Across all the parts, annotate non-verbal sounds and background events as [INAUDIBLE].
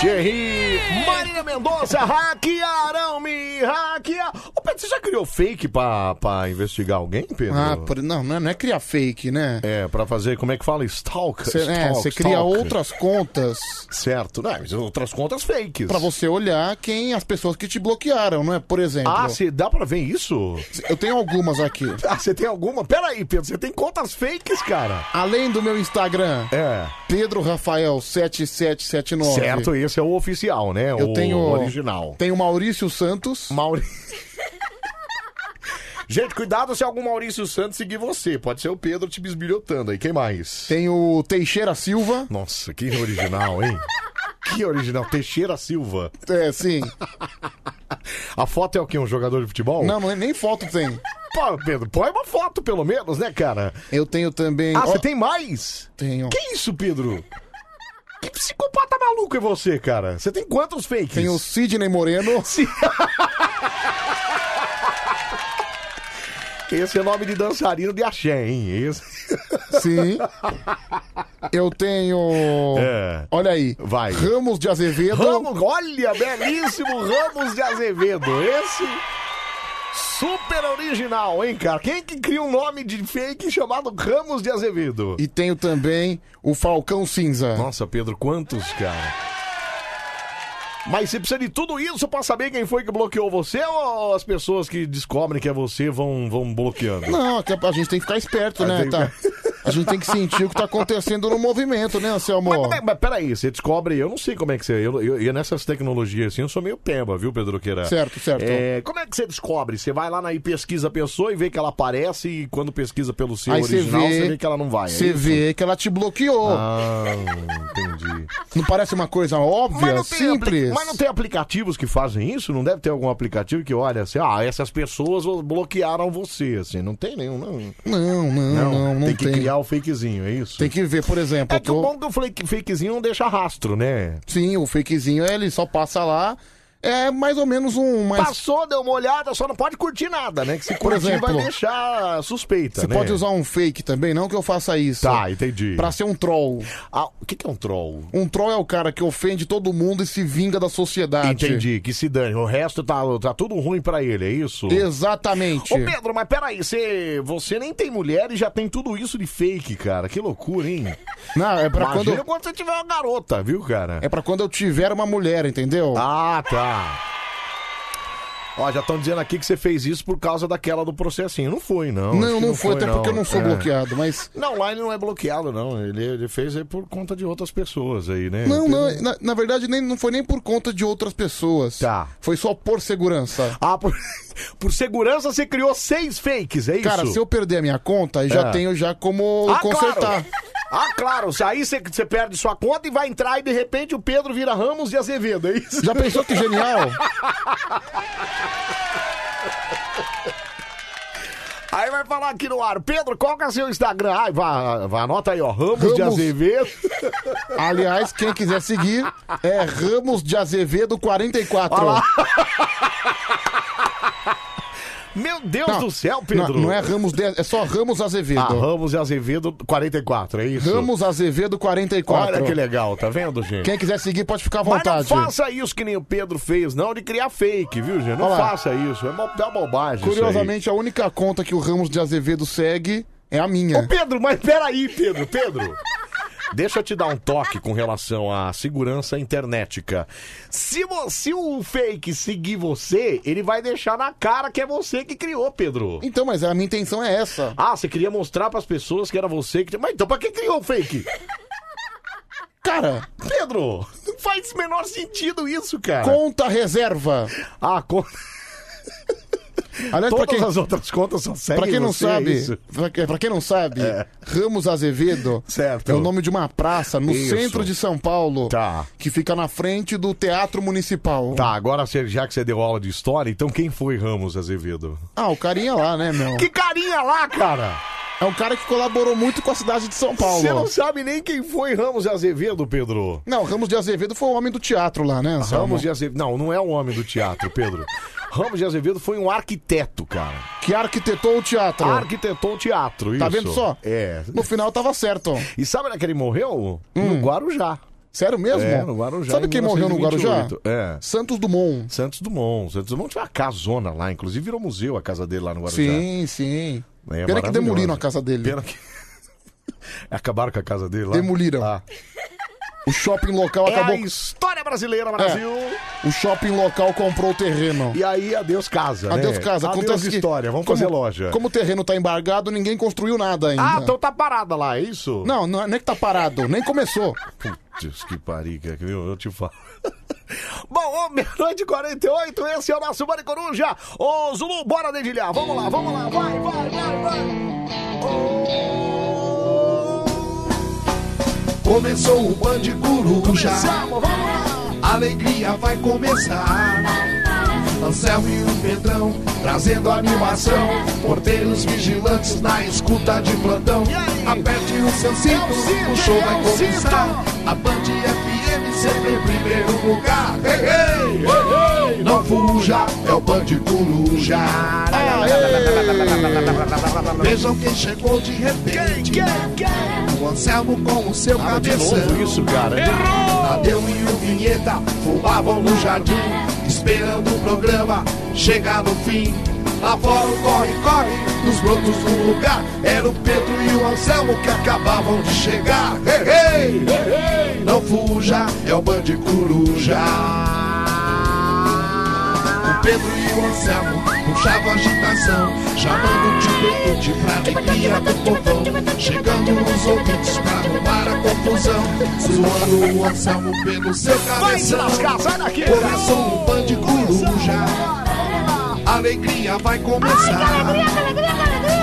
Thierry, Marília Mendonça, hackearão, me hackear. Ô, Pedro, você já criou fake pra, pra investigar alguém, Pedro? Ah, por- não, não é, não é criar fake, né? É, pra fazer, como é que fala? Stalk. Você é, stalk, você cria stalk. outras contas. Certo, né? Mas outras contas fakes. Pra você olhar quem as pessoas que te bloquearam, não é? Por exemplo. Ah, cê, dá pra ver isso? Eu tenho algumas aqui. [LAUGHS] Ah, você tem alguma? Pera aí, Pedro, você tem contas fakes, cara. Além do meu Instagram, é. Pedro Rafael 7779. Certo, esse é o oficial, né? Eu o tenho original. Tenho Maurício Santos. Maurício. Gente, cuidado se algum Maurício Santos seguir você. Pode ser o Pedro te bisbilhotando aí. Quem mais? Tem o Teixeira Silva. Nossa, que original, hein? que original. Teixeira Silva. É, sim. [LAUGHS] A foto é o quê? Um jogador de futebol? Não, não, nem foto tem. [LAUGHS] Pô, Pedro, põe uma foto pelo menos, né, cara? Eu tenho também. Ah, ó, você tem mais? Tenho. Que isso, Pedro? Que psicopata maluco é você, cara? Você tem quantos fakes? Tem o Sidney [LAUGHS] Moreno. Esse é nome de dançarino de axé, hein? Esse... Sim. Eu tenho. É. Olha aí. Vai. Ramos de Azevedo. Ramos, olha, é [LAUGHS] belíssimo Ramos de Azevedo. Esse super original, hein, cara? Quem que cria um nome de fake chamado Ramos de Azevedo? E Ah. tenho também o Falcão Cinza. Nossa, Pedro, quantos, cara? Mas você precisa de tudo isso pra saber quem foi que bloqueou você ou as pessoas que descobrem que é você vão, vão bloqueando? Não, é que a gente tem que ficar esperto, né? Ah, tem que Tá. A gente tem que sentir o que tá acontecendo no movimento, né, Anselmo? Mas, mas, mas peraí, você descobre, eu não sei como é que você. Eu, eu, eu nessas tecnologias assim, eu sou meio peba, viu, Pedro Queira? Certo, certo. É, como é que você descobre? Você vai lá na e pesquisa a pessoa e vê que ela aparece e quando pesquisa pelo seu Aí você original, você vê, vê que ela não vai. é Você isso? vê que ela te bloqueou. Ah, entendi. [LAUGHS] Não parece uma coisa óbvia, é simples? apli- mas não tem aplicativos que fazem isso? Não deve ter algum aplicativo que olha assim, ah, essas pessoas bloquearam você, assim. Não tem nenhum, não. Não, não, não, não, tem. tem que criar o fakezinho, é isso? Tem que ver, por exemplo, É eu que o tô... bom que o flake- fakezinho não deixa rastro, né? sim, o fakezinho, ele só passa lá. É mais ou menos um... Mas Passou, deu uma olhada, só não pode curtir nada, né? Que se Por curtir vai exemplo, deixar suspeita, você né? pode usar um fake também, não que eu faça isso. Tá, entendi. Pra ser um troll. Ah, o que, que é um troll? Um troll é o cara que ofende todo mundo e se vinga da sociedade. Entendi, que se dane. O resto tá, tá tudo ruim pra ele, é isso? Exatamente. Ô Pedro, mas peraí, você, você nem tem mulher e já tem tudo isso de fake, cara. Que loucura, hein? Não, é pra Imagina quando... quando... você tiver uma garota, Tá, viu, cara? É pra quando eu tiver uma mulher, entendeu? Ah, tá. Ó, já estão dizendo aqui que você fez isso por causa daquela do processinho. Não foi, não. Acho não, que não foi, até porque eu não sou É. bloqueado, mas... Não, lá ele não é bloqueado, não. Ele, ele fez aí por conta de outras pessoas aí, né? Não, Teve- não, na, na verdade nem, não foi nem por conta de outras pessoas. Tá. Foi só por segurança. Ah, por... [LAUGHS] por segurança você criou seis fakes, é isso? Cara, se eu perder a minha conta, aí já É. tenho já como consertar. Claro. Ah, claro. se- Aí você- você perde sua conta e vai entrar e de repente o Pedro vira Ramos de Azevedo, é isso? Já pensou que genial? [LAUGHS] Aí vai falar aqui no ar, Pedro, qual que é seu Instagram? Ai, vá, vá, anota aí, ó, Ramos, Ramos. de Azevedo. [LAUGHS] Aliás, quem quiser seguir é Ramos de Azevedo 44. [LAUGHS] Meu Deus Não, do céu, Não, Pedro. não é Ramos de, é só Ramos Azevedo. Ah, Ramos de Azevedo 44, é isso? Ramos Azevedo 44. Olha que legal, tá vendo, gente? Quem quiser seguir pode ficar à Mas não vontade. faça isso que nem o Pedro fez, não, de criar fake, viu, gente? Não Olha lá. faça isso, é uma, é uma bobagem isso aí. Curiosamente, a única conta que o Ramos de Azevedo segue é a minha. Ô, Pedro, mas peraí, Pedro, Pedro. Deixa eu te dar um toque com relação à segurança internetica. Se, vo- se o fake seguir você, ele vai deixar na cara que é você que criou, Pedro. Então, mas a minha intenção é essa. Ah, você queria mostrar pras pessoas que era você que. Mas então pra que criou o fake? Cara, Pedro, não faz o menor sentido isso, cara. conta reserva. Ah, com... Aliás, pra todas quem, as outras contas só seguem pra quem não você, é sabe, isso? É. pra, que- pra quem não sabe, Ramos Azevedo Certo. é o nome de uma praça no Isso. centro de São Paulo Tá. que fica na frente do Teatro Municipal. Tá, agora você- já que você deu aula de história, então quem foi Ramos Azevedo? Ah, o carinha lá, né, meu? Que carinha lá, cara! É um cara que colaborou muito com a cidade de São Paulo. Você não sabe nem quem foi Ramos de Azevedo, Pedro. Não, Ramos de Azevedo foi o homem do teatro lá, né, Anselmo? Ramos de Azevedo. Não, não é um homem do teatro, Pedro. [LAUGHS] Ramos de Azevedo foi um arquiteto, cara. Que arquitetou o teatro. Arquitetou o teatro, isso. Tá vendo só? É. No final tava certo. Hum. E sabe onde é que ele morreu? No Guarujá. Sério mesmo? É, no Guarujá. Sabe em quem morreu no Guarujá? 1928. É. Santos Dumont. Santos Dumont. Santos Dumont tinha uma casona lá, inclusive virou museu a casa dele lá no Guarujá. Sim, sim. Pena É que maravilhoso. demoliram a casa dele. Pena que. Acabaram com a casa dele lá? Demoliram. O shopping local Tá. É Então acabou. É. a história brasileira, Brasil. O shopping local comprou o terreno. E aí, adeus casa. né? Adeus casa. Adeus Acontece que- história, vamos como- fazer loja. Como o terreno tá embargado, ninguém construiu nada ainda. Ah, então tá parada lá, é isso? Não, não é nem que tá parado, nem começou. Putz, que parica, viu? Eu te falo. Bom, ô, meia-noite e 48, esse é o nosso Bande Coruja. Ô, Zulu, bora dedilhar. Vamos lá, vamos lá. Vai, vai, vai, vai. Começou o Band Coruja, Começamos, vamos lá. a alegria vai começar. Anselmo e o Pedrão, trazendo animação. Porteiros vigilantes na escuta de plantão. E aí? Aperte o seu cinto, É o cinto, o show é vai o cinto. começar. A Band FM sempre em primeiro lugar. Ei, ei, ei, ei, não fuja, é o Band Coruja. Ah, é, Vejam quem chegou de repente. O Anselmo com o seu Ah, de cabeção. novo isso, cara. Tadeu e o Vinheta fumavam no jardim, esperando o programa chegar no fim. Lá fora o corre-corre dos brotos do lugar. Era o Pedro e o Anselmo que acabavam de chegar. Ei, ei, ei, ei, não fuja, é o Band Coruja. O Pedro e o Anselmo puxavam a agitação, chamando de peito pra alegria do povão. Chegando nos ouvintes pra arrumar a confusão, zoando o Anselmo pelo seu Vai se cabeção. lascar, sai daqui. Começou o Band Coruja, a alegria vai começar.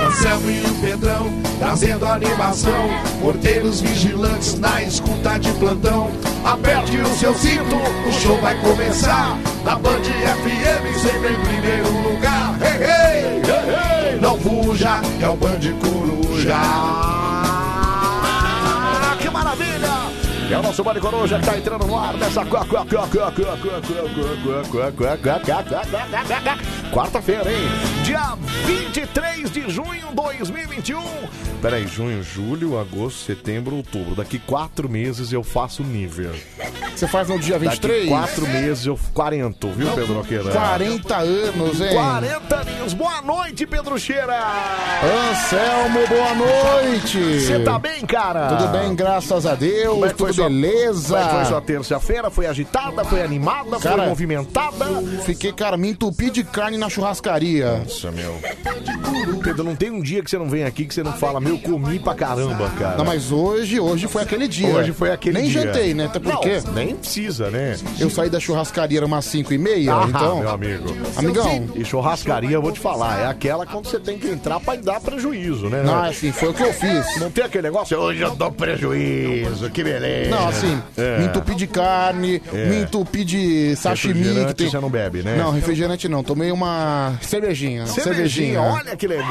Anselmo e o Pedrão trazendo animação. Porteiros vigilantes na escuta de plantão. Aperte o seu cinto, o show vai começar. Na Band FM sempre em primeiro lugar. Ei, ei, ei, ei, não fuja, é o Band Coruja. Ah, que maravilha. É o nosso Bande Coruja que tá entrando no ar nessa qua- qua- qua- qua- qua- qua- qua- qua- qua- qua- qua- qua- qua- qua- qua- qua- qua- quarta-feira, hein? Dia 23 de junho de 2021. Peraí, junho, julho, agosto, setembro, outubro. Daqui quatro meses eu faço nível. Você faz no dia Daqui 23? quatro meses eu 40, viu, Pedro Queira? 40 anos, hein? 40 aninhos. Boa noite, Pedro Cheira. Anselmo, boa noite. Você tá bem, cara? Tudo bem, graças a Deus. Como é que tudo foi sua- beleza. Como é que foi sua terça-feira? Foi agitada, foi animada, foi Cara, movimentada? Fiquei, cara, me entupi de carne na churrascaria. Nossa, meu. Pedro, não tem um dia que você não vem aqui que você não fala, meu, comi pra caramba, cara. Não, mas hoje, hoje foi aquele dia. Hoje foi aquele Nem dia. jantei, né? Até porque Não, nem precisa, né? eu saí da churrascaria era umas 5 e meia, Ah, então... meu amigo. Amigão, E churrascaria, eu vou te falar, é aquela quando você tem que entrar pra dar prejuízo, né? não, assim, foi o que eu fiz. Não tem aquele negócio, hoje eu dou prejuízo, que beleza. Não, assim, É. me entupi de carne, me entupi de sashimi. Refrigerante Que tem... você não bebe, né? Não, refrigerante não. Tomei uma cervejinha. Cervejinha, olha que legal.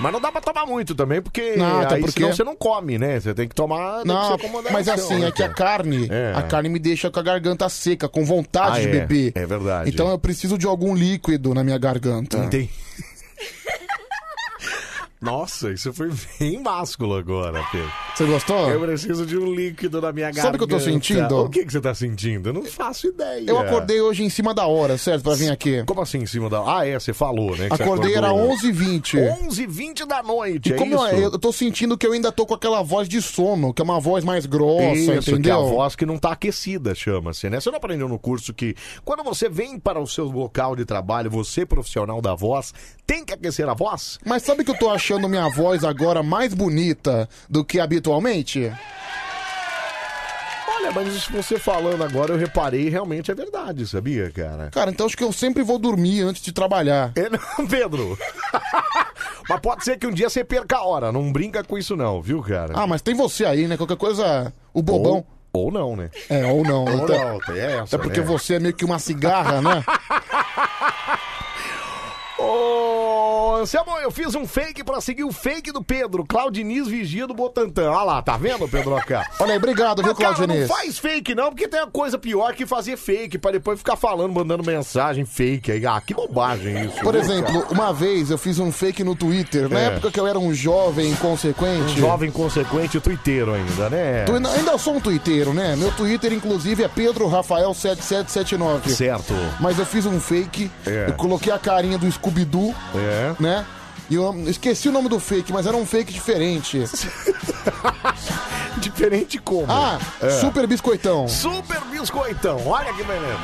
Mas não dá pra tomar muito também, porque Não, até aí porque- senão você não come, né? Você tem que tomar... tem Não, que ser com moderação, mas assim, né, é que a cara? carne, É. a carne me deixa com a garganta seca, com vontade Ah, de é. beber. É verdade. Então eu preciso de algum líquido na minha garganta. Tem... Nossa, isso foi bem másculo agora, Pedro. Você gostou? Eu Eu, preciso de um líquido na minha garganta. Sabe o que eu tô sentindo? O que, que você tá sentindo? Eu não faço É ideia. acordei hoje em cima da hora, certo? Pra vir aqui. Como assim em cima da... Ah, é, você falou, né? que você Acordei, era acordou 11h20. 11h20 da noite, E é como isso? eu, eu tô sentindo que eu ainda tô com aquela voz de sono, que é uma voz mais grossa, Isso, que é entendeu? a voz que não tá aquecida, chama-se, né? Você não aprendeu no curso que quando você vem para o seu local de trabalho, você, profissional da voz, tem que aquecer a voz? Mas sabe que eu tô achando minha voz agora mais bonita do que habitualmente? Olha, mas isso que você falando agora, eu reparei, realmente é verdade, sabia, cara? Cara, então acho que eu sempre vou dormir antes de trabalhar. É, não, [LAUGHS] Pedro! mas pode ser que um dia você perca a hora, não brinca com isso não, viu, cara? Ah, mas tem você aí, né? Qualquer coisa, o bobão. Ou, ou não, né? É, ou não. Ou Então- não, tem essa, É porque né? você é meio que uma cigarra, né? Ô, Anselmo, eu fiz um fake pra seguir o fake do Pedro. Claudiniz vigia do Botantã. Olha lá, tá vendo, Pedro? Olha aí, obrigado, viu, Mas, cara, Claudinei? Não faz fake, não, porque tem a coisa pior que fazer fake, pra depois ficar falando, mandando mensagem fake aí. Ah, [LAUGHS] que bobagem isso. Por viu, exemplo, cara? uma vez eu fiz um fake no Twitter, na É. época que eu era um jovem inconsequente. Um jovem consequente tuiteiro ainda, né? Tu- ainda eu sou um tuiteiro, né? Meu Twitter, inclusive, é Pedro Rafael 7779. [LAUGHS] Certo. Mas eu fiz um fake, É. eu coloquei a carinha do Scooby-Doo, É. né? E eu esqueci o nome do fake, mas era um fake diferente. diferente como? Ah, É. super biscoitão. Super biscoitão, olha que beleza.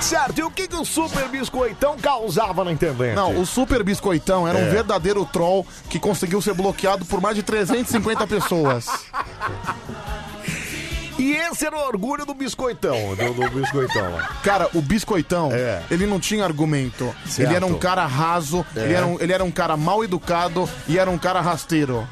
Certo, e o que, que o super biscoitão causava na internet? Não, o super biscoitão era É. um verdadeiro troll que conseguiu ser bloqueado por mais de 350 pessoas. E esse era o orgulho do biscoitão, do, do biscoitão. lá. Cara, o Biscoitão, ele não tinha argumento. Certo. Ele era um cara raso, É. ele, era um, ele era um cara mal educado e era um cara rasteiro.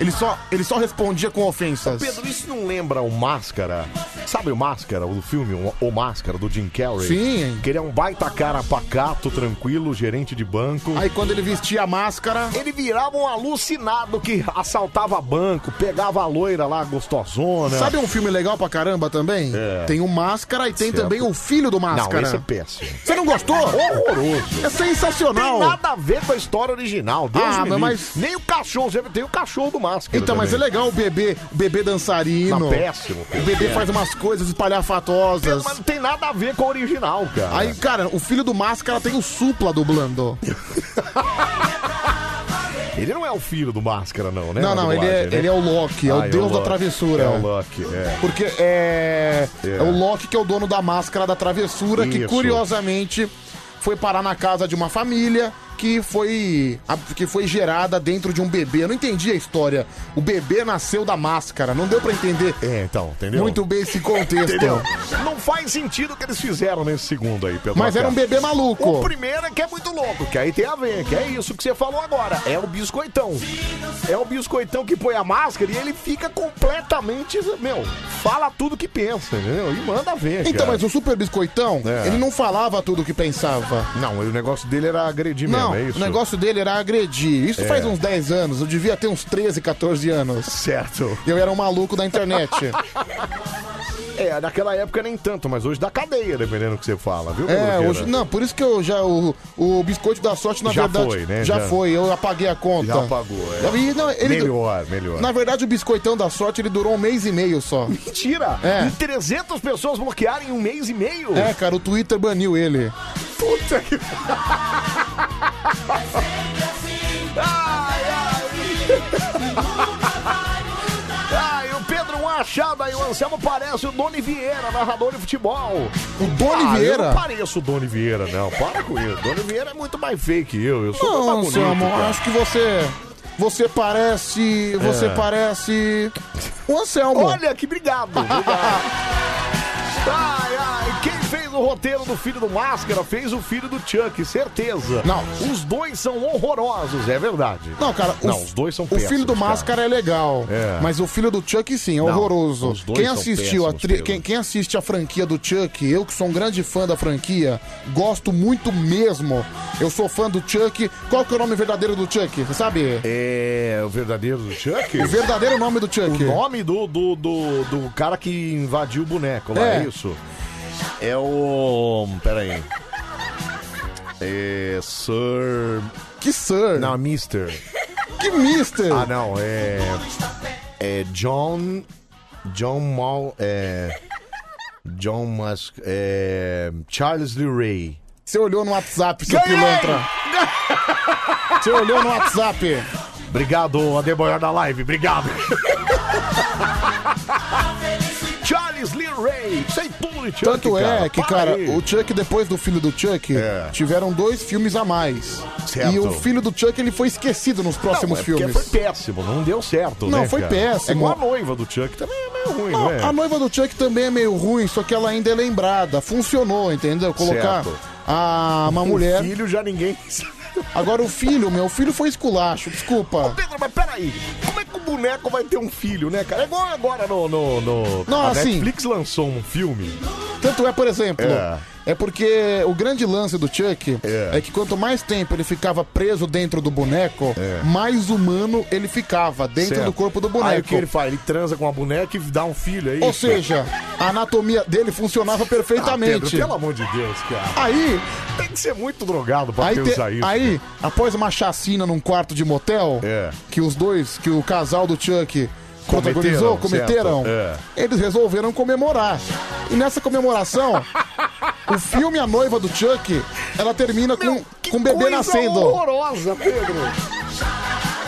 Ele só, ele só respondia Um com ofensas. Pedro, isso não lembra o Máscara? Sabe o Máscara, o filme O- O Máscara, do Jim Carrey? Sim. Que ele é um baita cara pacato, tranquilo, gerente de banco. Aí quando ele vestia a máscara, Ele virava um alucinado que assaltava banco, pegava a loira lá, gostosona. sabe um filme legal pra caramba também? É. Tem o Máscara e tem Certo. também o filho do Máscara. Não, esse é péssimo. Você não gostou? Horroroso. É sensacional. Tem nada a ver com a história original. Deus Ah, me mas- livre. Nem o cachorro, sempre tem o cachorro do Máscara. Então, mas é também. legal o bebê, o bebê dançarino. Tá péssimo, O bebê é. faz umas coisas espalhafatosas. Mas não tem nada a ver com a original, cara. Aí, cara, o filho do Máscara tem o supla dublando. Ele não é o filho do Máscara, não, né? Não, na não, ele é- dublagem, né? ele é o Loki, é o deus da Loki. travessura. É o Loki, é. Porque é, É. é o Loki que é o dono da máscara da travessura, que Isso. curiosamente foi parar na casa de uma família que foi, a- que foi gerada dentro de um bebê. Eu não entendi a história. O bebê nasceu da máscara, não deu pra entender É, então, entendeu? muito bem esse contexto. Entendeu? Não faz sentido o que eles fizeram nesse segundo aí, Pedro. Mas era um bebê O maluco. primeiro é que é muito louco, que aí tem a ver, que é isso que você falou agora. É o biscoitão. É o biscoitão que põe a máscara e ele fica completamente, meu, fala tudo que pensa, entendeu? E manda ver. Então, cara. mas o super biscoitão, É. ele não falava tudo o que pensava. Não, o negócio dele era agredir Não, mesmo, é isso? o negócio dele era agredir. Isso É. faz um uns 10 anos, eu devia ter uns 13, 14 anos. Certo. Eu era um maluco da internet. É, naquela época nem tanto, mas hoje dá cadeia, dependendo do que você fala, [LAUGHS] viu? É, Pedroqueira? hoje. Não, por isso que eu já. O, o biscoito da sorte, na Já verdade. foi, né? Já, Já- foi, eu apaguei a conta. Já apagou, é. então. E, não, ele- Melhor, melhor. Na verdade, o biscoitão da sorte ele durou um mês e meio só. Mentira! É. E 300 pessoas bloquearem em um mês e meio? É, cara, o Twitter baniu ele. Puta que... ai, ai. ai, o Pedro, um achado aí, o Anselmo parece o Doni Vieira, narrador de futebol. O Doni Ah, Vieira. eu não pareço o Doni Vieira, não. Para com isso. Doni Vieira é muito mais fake que eu. Eu sou muito Não, mais seu tá bonito, amor, cara. acho que você. Você parece. Você É. parece. O Anselmo. Olha, que obrigado. [LAUGHS] obrigado. ai, ai, quem fez o roteiro do filho do Máscara fez o filho do Chuck, certeza. Não. Os dois são horrorosos, é verdade. Não, cara, o- Não, os dois são O péssimos, filho do cara. Máscara é legal, É. mas o filho do Chuck, sim, é horroroso. os dois Quem são assistiu a péssimos, tri- Pedro. quem, quem assiste a franquia do Chuck, eu que sou um grande fã da franquia, gosto muito mesmo. Eu sou fã do Chuck. Qual que é o nome verdadeiro do Chuck? Você sabe? É o verdadeiro do Chuck? O verdadeiro nome do Chuck. O nome do, do, do, do cara que invadiu o boneco lá, É. é isso? É o. Peraí. É. Sir. Que Sir? Não, Mister. Que Mister? Ah, não, é. É John. John Mal. É. John Musk. É. Charles Lee Ray. Você olhou no WhatsApp, seu pilantra. Você olhou no WhatsApp. Obrigado, Adeboior da Live, obrigado. Charles Lee Ray, sei tudo de Chuck, Tanto é cara, que, para cara, aí. o Chuck, depois do filho do Chuck, É. tiveram dois filmes a mais. Certo. E o filho do Chuck, ele foi esquecido nos próximos não, é porque filmes. Foi péssimo, não deu certo. Não, né, foi cara? péssimo. É igual a noiva do Chuck, também é meio ruim, Não, né? a noiva do Chuck também é meio ruim, só que ela ainda é lembrada. Funcionou, entendeu? Colocar Certo. a, uma mulher. O filho já ninguém. [LAUGHS] Agora o filho, meu filho foi esculacho, desculpa. Pedro, mas peraí, como é que o boneco vai ter um filho, né, cara? É igual agora no. no, no- Não, a assim- Netflix lançou um filme Tanto é, por exemplo, É. é. porque o grande lance do Chuck é. que quanto mais tempo ele ficava preso dentro do boneco, mais humano ele ficava dentro É. Certo. do corpo do Aí o que boneco. ele faz? Ele transa com a boneca e dá um filho aí. Ou seja, a anatomia dele funcionava perfeitamente. Ah, Pedro, pelo amor de Deus, cara. Aí. Tem que ser muito drogado pra aí, ter te- usar isso. aí, após uma chacina num quarto de motel, É. que os dois, que o casal do Chuck protagonizou, cometeram, Cometeram, certo, é. eles resolveram comemorar. E nessa [LAUGHS] comemoração, o filme A Noiva do Chuck, ela termina com, com o bebê coisa nascendo. horrorosa, Pedro.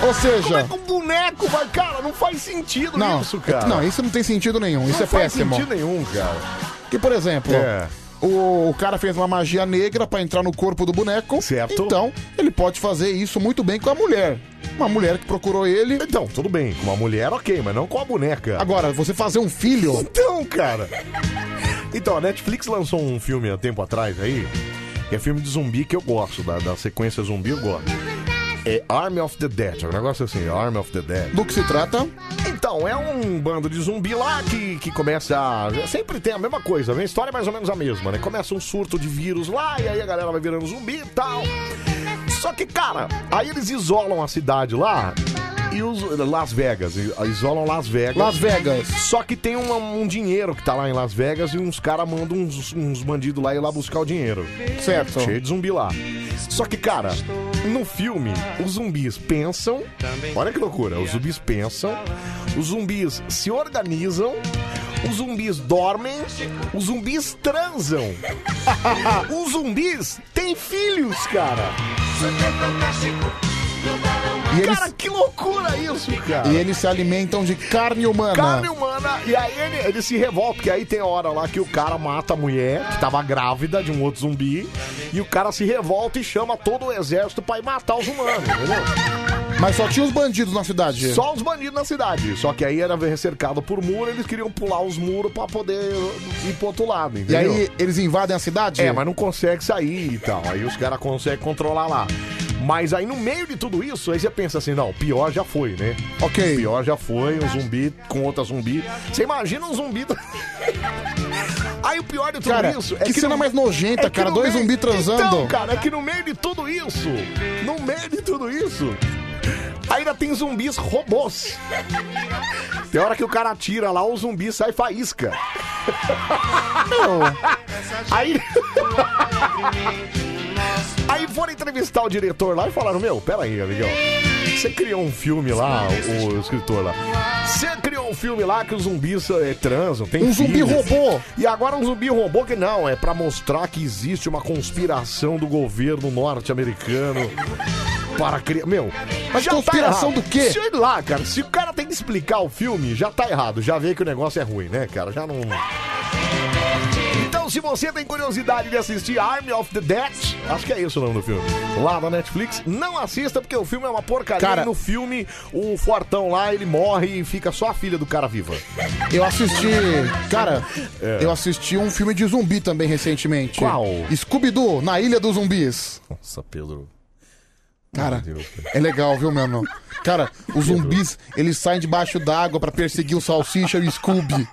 Ou seja. Um boneco, vai, cara, não faz sentido Não, tá é, isso, cara. não, isso não tem sentido nenhum, isso Não é faz péssimo. sentido nenhum, cara. Que, por exemplo, É. o, o cara fez uma magia negra pra entrar no corpo do boneco. Certo. Então, ele pode fazer isso muito bem com a mulher. Uma mulher que procurou ele. Então, tudo bem. Com uma mulher, ok, mas não com a boneca. Agora, você fazer um filho. Então, cara. Então, a Netflix lançou um filme há tempo atrás aí, que é filme de zumbi que eu gosto, da, da sequência zumbi eu gosto. É Army of the Dead, é um negócio assim, Army of the Dead. Do que se trata? Então, é um bando de zumbi lá que, que começa a... Sempre tem a mesma coisa, né? a história é mais ou menos a mesma, né? Começa um surto de vírus lá, e aí a galera vai virando zumbi e tal. Só que, cara, aí eles isolam a cidade lá... E os Las Vegas, e- isolam Las Vegas. Las Vegas. Só que tem uma- um dinheiro que tá lá em Las Vegas e uns caras mandam uns, uns bandidos lá ir lá buscar o dinheiro. Certo. Cheio de zumbi lá. Só que, cara, no filme, os zumbis pensam. Olha que loucura. Os zumbis pensam, os zumbis se organizam, os zumbis dormem, os zumbis [LAUGHS] transam. os zumbis têm filhos, cara. E eles- Cara, que loucura isso, cara. E eles se alimentam de carne humana. Carne humana. E aí ele, ele se revolta, porque aí tem hora lá que o cara mata a mulher, que tava grávida de um outro zumbi, e o cara se revolta e chama todo o exército pra ir matar os humanos, entendeu? Mas só tinha os bandidos na cidade. Só os bandidos na cidade. Só que aí era cercado por muro, eles queriam pular os muros pra poder ir pro outro lado, E entendeu? aí eles invadem a cidade? É, mas não consegue sair e tal. Aí os caras conseguem controlar lá. Mas aí no meio de tudo isso, aí você pensa assim, não, pior já foi, né? Ok. Pior já foi, um zumbi com outra zumbi. Você imagina um zumbi. aí o pior de tudo Cara, isso é que cena mais nojenta, que cara, no dois zumbi transando. Então, cara, é que no meio de tudo isso, no meio de tudo isso, ainda tem zumbis robôs. Tem hora que o cara tira lá, o zumbi sai faísca. Aí. Aí foram entrevistar o diretor lá e falaram: Meu, pera aí, amigão. Você criou um filme lá, o escritor lá. Você criou um filme lá que os zumbis é, transam, tem Um zumbi filhos. robô. E agora um zumbi robô que não, é pra mostrar que existe uma conspiração do governo norte-americano para criar. Meu, Mas já tá conspiração errado. do quê? Sei lá, cara. Se o cara tem que explicar o filme, já tá errado. Já vê que o negócio é ruim, né, cara? Já não. Então, se você tem curiosidade de assistir Army of the Dead, acho que é isso o nome do filme, lá da Netflix, não assista porque o filme é uma porcaria. Cara- e no filme, o fortão lá, ele morre e fica só a filha do cara viva. Eu assisti. Cara, eu assisti um filme de zumbi também recentemente. É. Qual? Scooby-Doo, na Ilha dos Zumbis. Nossa, Pedro. Cara, é legal, viu, mano? Cara, os zumbis, eles saem debaixo d'água pra perseguir o Salsicha e o Scooby.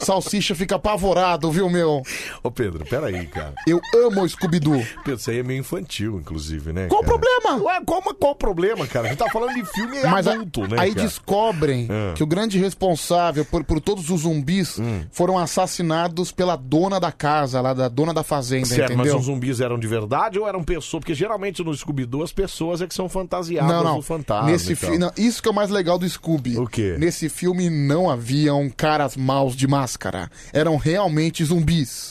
Salsicha fica apavorado, viu, meu? Ô, Pedro, peraí, cara. Eu amo o Scooby-Doo. Pedro, isso aí é meio infantil, inclusive, né? Qual o cara? problema? Ué, qual, qual o problema, cara? A gente tá falando de filme [LAUGHS] Mas a- adulto, né? aí cara? descobrem Ah. Hum. que o grande responsável por, por todos os zumbis foram assassinados pela dona da casa, lá da dona da fazenda, Certo, mas entendeu? os zumbis eram de verdade ou eram pessoas? Porque geralmente no Scooby-Doo as pessoas é que são fantasiadas Não, não. do fantasma. então. Nesse e tal. fi- não, Isso que é o mais legal do Scooby. O quê? Nesse filme não haviam caras maus de máscara. Eram realmente zumbis.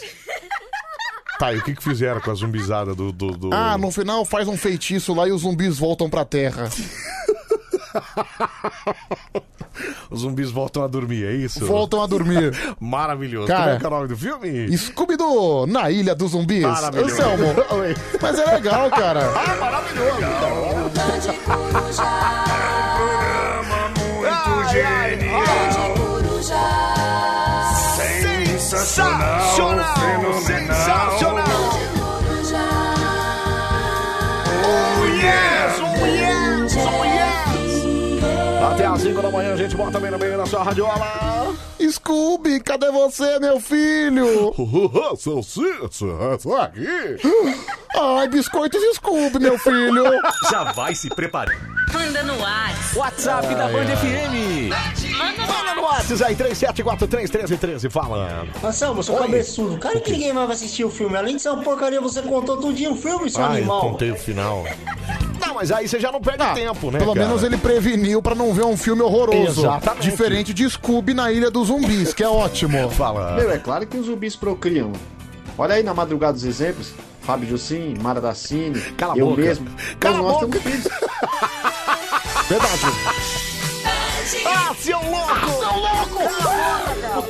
Tá, e o que, que fizeram com a zumbizada do. do, do- Ah, no final faz um feitiço lá e os zumbis voltam pra terra. Os zumbis voltam a dormir, é isso? Voltam a dormir. [LAUGHS] Maravilhoso. Cara, Como é que é o nome do filme? Scooby-Doo na Ilha dos Zumbis. Maravilhoso. Anselmo. Oi. Mas é legal, cara. Ah, maravilhoso. então. Sensacional! Sensacional! Oh yes! Oh yes! Oh yes! Até às 5 da manhã a gente bota bem no meio da sua radiola. Scooby, cadê você, meu filho? Seu Cício, essa aqui. [GASPS] Ai, biscoitos Scooby, meu filho. Já vai se preparando. Manda no ar. WhatsApp da Ai, Band ai. FM. Manda no WhatsApp aí, 37431313, fala. Anselmo, seu cabeçudo, cara que ninguém mais vai assistir o filme. Além de ser uma porcaria, você contou todo dia o filme, é Ah, seu Ai, Ah, eu então. animal. contei o final. Não, mas aí você já não perde tempo, né, Pelo cara? menos ele preveniu pra não ver um filme horroroso. Exatamente. Diferente de Scooby na Ilha dos Zumbis, que é [LAUGHS] ótimo. Fala. Meu, é claro que os zumbis procriam. Olha aí na madrugada dos exemplos. Fábio Jussim, Mara Dacini, Cala a eu um boca. mesmo. Todos Cala a nós boca. temos filhos. Verdade. Ah, seu louco! Ah,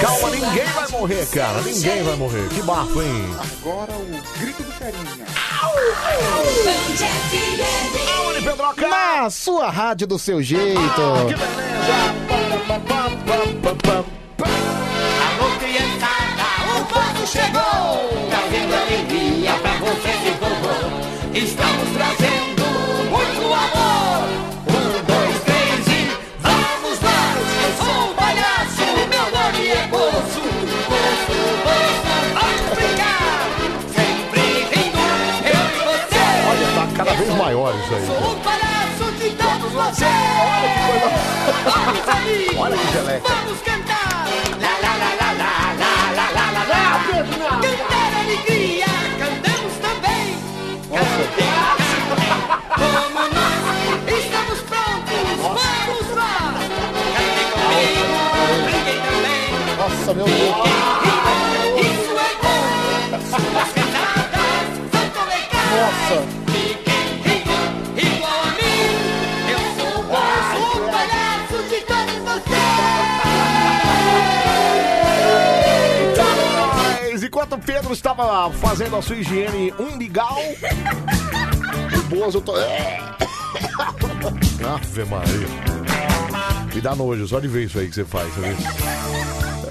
Calma, ninguém vai morrer, cara. Ninguém vai morrer. Que bafo, hein? Agora o grito do carinha. Ah, Aonde, Pedroca? Na sua rádio do seu jeito. Que beleza! O povo chegou, trazendo alegria pra você e vovô. Estamos trazendo muito amor. Um, dois, três e vamos lá. Eu sou um palhaço, meu nome é Moço. Moço, moço, vamos brincar. Sempre rindo, eu e você. Olha, tá cada vez maior isso aí. Sou um palhaço de todos vocês. Vamos ali, Olha que geleca. vamos cantar. Lá, lá, lá, lá, lá, lá, lá, lá, lá, Ah, lá. Cantar alegria, cantamos também. Cantar como nós estamos prontos, vamos lá. Cantem comigo, briguem também. Nossa, meu Deus. Isso é bom! Suas cantadas são tão legais! Nossa. Fiquem rindo igual a mim! Eu sou o bolso, Ah, o palhaço de todos vocês! Mas enquanto o Pedro estava fazendo a sua higiene umbigal. o Bozo to... Ave Maria. Me dá nojo, só de ver isso aí que você faz, sabe?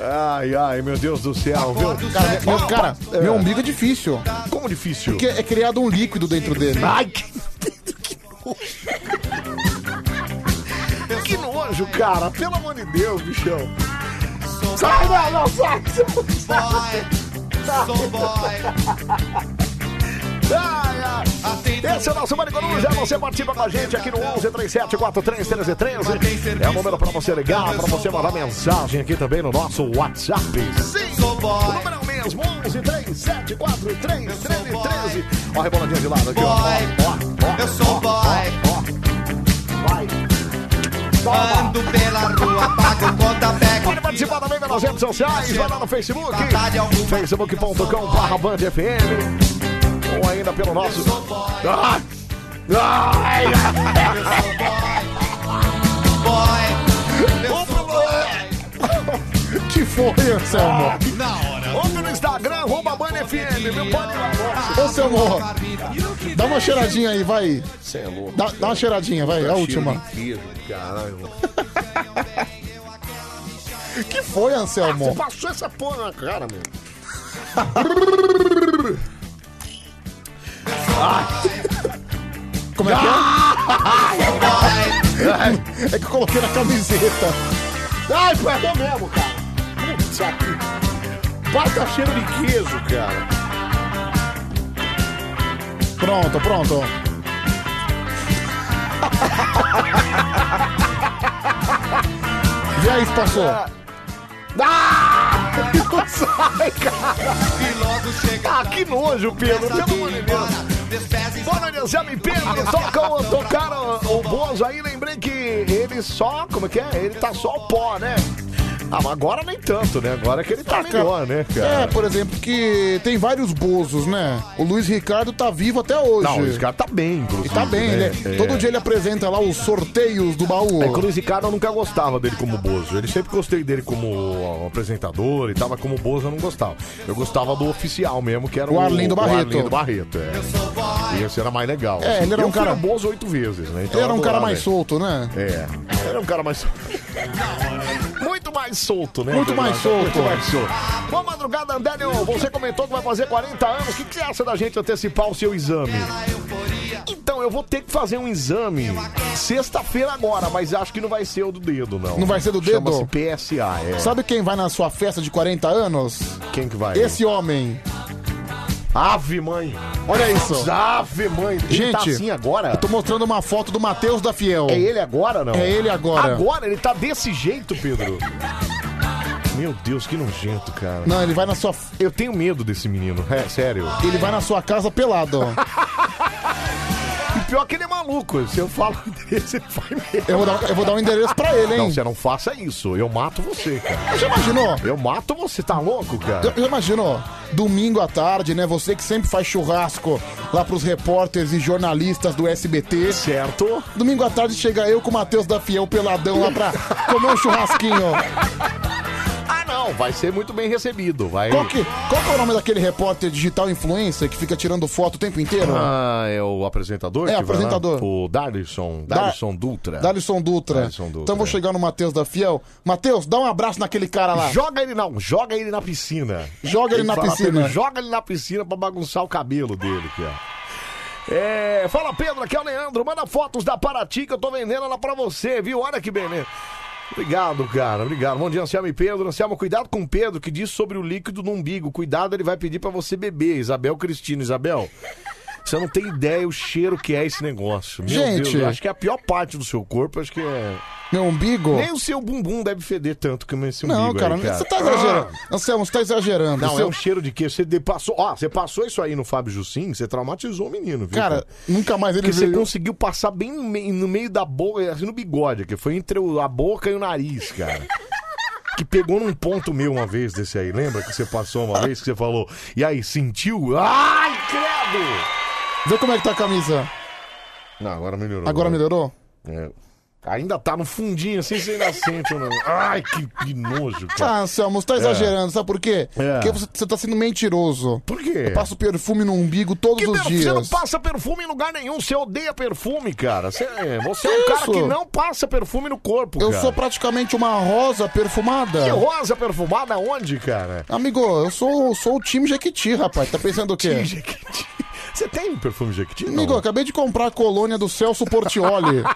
Ai, ai, meu Deus do céu. viu? Cara, meu, cara, É. meu umbigo é difícil. Como difícil. Porque é criado um líquido dentro dele. Ai, que... que nojo, cara. Pelo amor de Deus, bichão. Sai, não, não, sai. Sou boy, Ai, ai. Esse é o nosso Mari Coruja. Você participa com a gente aqui no 11 37 43 13 13. É o número pra você ligar, pra você mandar mensagem aqui também no nosso WhatsApp. Sim, sou o boy, número é o mesmo: 11 37 43 13 13. Ó, a reboladinha de lado aqui, ó. Ó, ó, ó. eu sou boy. Vai. Toma. Ando pela rua, pago conta, pego. Pode participar também pelas redes sociais, é vai um lá no Facebook, Tá, Batalha alguma. facebook.com barra Band FM, ou ainda pelo nosso... Ah! Ai! [LAUGHS] Boy, eu Ou sou pelo- [LAUGHS] Que foi, Anselmo? na hora. Ou pelo Instagram, arroba Band FM, viu? Pode ir lá. Ah, Ô, Anselmo, dá uma cheiradinha aí, vai. Você é louco. Dá, dá uma cheiradinha, vai. É a última. Caralho. Que foi, Anselmo? Ah, Passou essa porra na cara, meu. [LAUGHS] Como é que [LAUGHS] é? É que eu coloquei na camiseta. Ai, perdão mesmo, cara. Putz, aqui. Bata cheiro de queijo, cara. Pronto, pronto. Vê aí se passou. Ah! Não sai, [LAUGHS] cara. E logo chega. Ah, que nojo, Pedro. Pelo amor de Deus. Despeze Boa noite, Anselmo e Pedro. Só que eu- tocaram o Bozo aí. Lembrei que ele só. Como é que é? Ele tá só o pó, né? Ah, mas agora nem tanto, né? Agora que ele tá melhor, né, É, cara? por exemplo, que tem vários bozos, né? O Luiz Ricardo tá vivo até hoje. Não, esse cara tá bem, E inclusive. tá bem, né? ele É. todo dia ele apresenta lá os sorteios do baú. É que o Luiz Ricardo eu nunca gostava dele como Bozo. Ele sempre gostei dele como apresentador e tava como Bozo eu não gostava. Eu gostava do oficial mesmo, que era O Arlindo Barreto. O Arlindo Barreto, é. E esse era mais legal. É, ele era eu um cara- fui no Bozo oito vezes, né? Então Ele era eu um cara adorava mais ele. solto, né? É. Era um cara mais solto. Muito mais solto, né? Muito mais solto. é. Muito mais solto. Boa madrugada, Andélio. Você comentou que vai fazer 40 anos. O que, que você acha da gente antecipar o seu exame? Então, eu vou ter que fazer um exame sexta-feira agora, mas acho que não vai ser o do dedo, não. Não vai ser do dedo? Chama-se PSA, é. Sabe quem vai na sua festa de 40 anos? Quem que vai? Esse homem. Ave, mãe. Olha isso. Ave, mãe. Ele Gente, tá assim agora? eu tô mostrando uma foto do Matheus da Fiel. É ele agora, não? É ele agora. Agora? Ele tá desse jeito, Pedro. Meu Deus, que nojento, cara. Não, ele vai na sua. Eu tenho medo desse menino, é sério. Ele vai na sua casa pelado. [LAUGHS] E pior que ele é maluco. Se eu falo [LAUGHS] desse, ele vai mesmo. Eu vou dar, eu vou dar um endereço pra ele, Não, hein? você não faça isso. Eu mato você, cara. Já imaginou? Eu mato você, tá louco, cara? Já, já imaginou? Domingo à tarde, né? Você que sempre faz churrasco lá pros repórteres e jornalistas do SBT. Certo? Domingo à tarde chega eu com o Matheus da Fiel peladão lá pra comer um churrasquinho. Ah, não. Vai ser muito bem recebido. Vai. Qual que, qual que é o nome daquele repórter digital influencer que fica tirando foto o tempo inteiro? Ah, é o apresentador? É, que vai lá? apresentador. O Darlison. Darlison Dutra. Dalisson Dutra. Dalisson Dutra, Então vou é. chegar no Matheus da Fiel. Matheus, dá um abraço naquele cara lá. Joga ele não, joga ele na piscina. Joga ele na fala, piscina. Pedro, joga ele na piscina pra bagunçar o cabelo dele, cara. É, fala Pedro, aqui é o Leandro. Manda fotos da Paraty que eu tô vendendo ela pra você, viu? Olha que beleza. Obrigado, cara. Obrigado. Bom dia, Anselmo e Pedro. Anselmo, cuidado com o Pedro que diz sobre o líquido no umbigo. Cuidado, ele vai pedir pra você beber. Isabel Cristina, Isabel. Você não tem ideia o cheiro que é esse negócio. Meu Gente. Deus, eu acho que é a pior parte do seu corpo. Acho que é. Meu umbigo? Nem o seu bumbum deve feder tanto como esse umbigo. Não, aí, Ah! cara, você tá exagerando. Anselmo, você tá exagerando. Não, Você- é um cheiro de quê? Você de- passou. Ó, você passou isso aí no Fábio Jussim, você traumatizou o menino, viu? Cara, nunca mais ele Porque você veio. conseguiu passar bem no, meio- no meio da boca, assim no bigode, que foi entre o- a boca e o nariz, cara. [LAUGHS] Que pegou num ponto meu uma vez desse aí, lembra que você passou uma vez que você falou, e aí, sentiu? Ai, credo! Vê como é que tá a camisa. Não, agora melhorou. Agora melhorou? É. Ainda tá no fundinho assim, você ainda sente, né? Ai, que, que nojo, cara. Ah, Anselmo, você tá exagerando, sabe por quê? É. Porque você, você tá sendo mentiroso. Por quê? Eu passo perfume no umbigo todos Que os perfume? Você não dias. passa perfume em lugar nenhum, você odeia perfume, cara. Você, você é um Que cara isso? que não passa perfume no corpo, Eu cara. sou praticamente uma rosa perfumada. Que rosa perfumada onde, cara? Amigo, eu sou, sou o time Jequiti, rapaz. Tá pensando o quê? Jequiti. Você tem perfume Jequiti? Amigo, eu Não. acabei de comprar a colônia do Celso Portioli. [LAUGHS]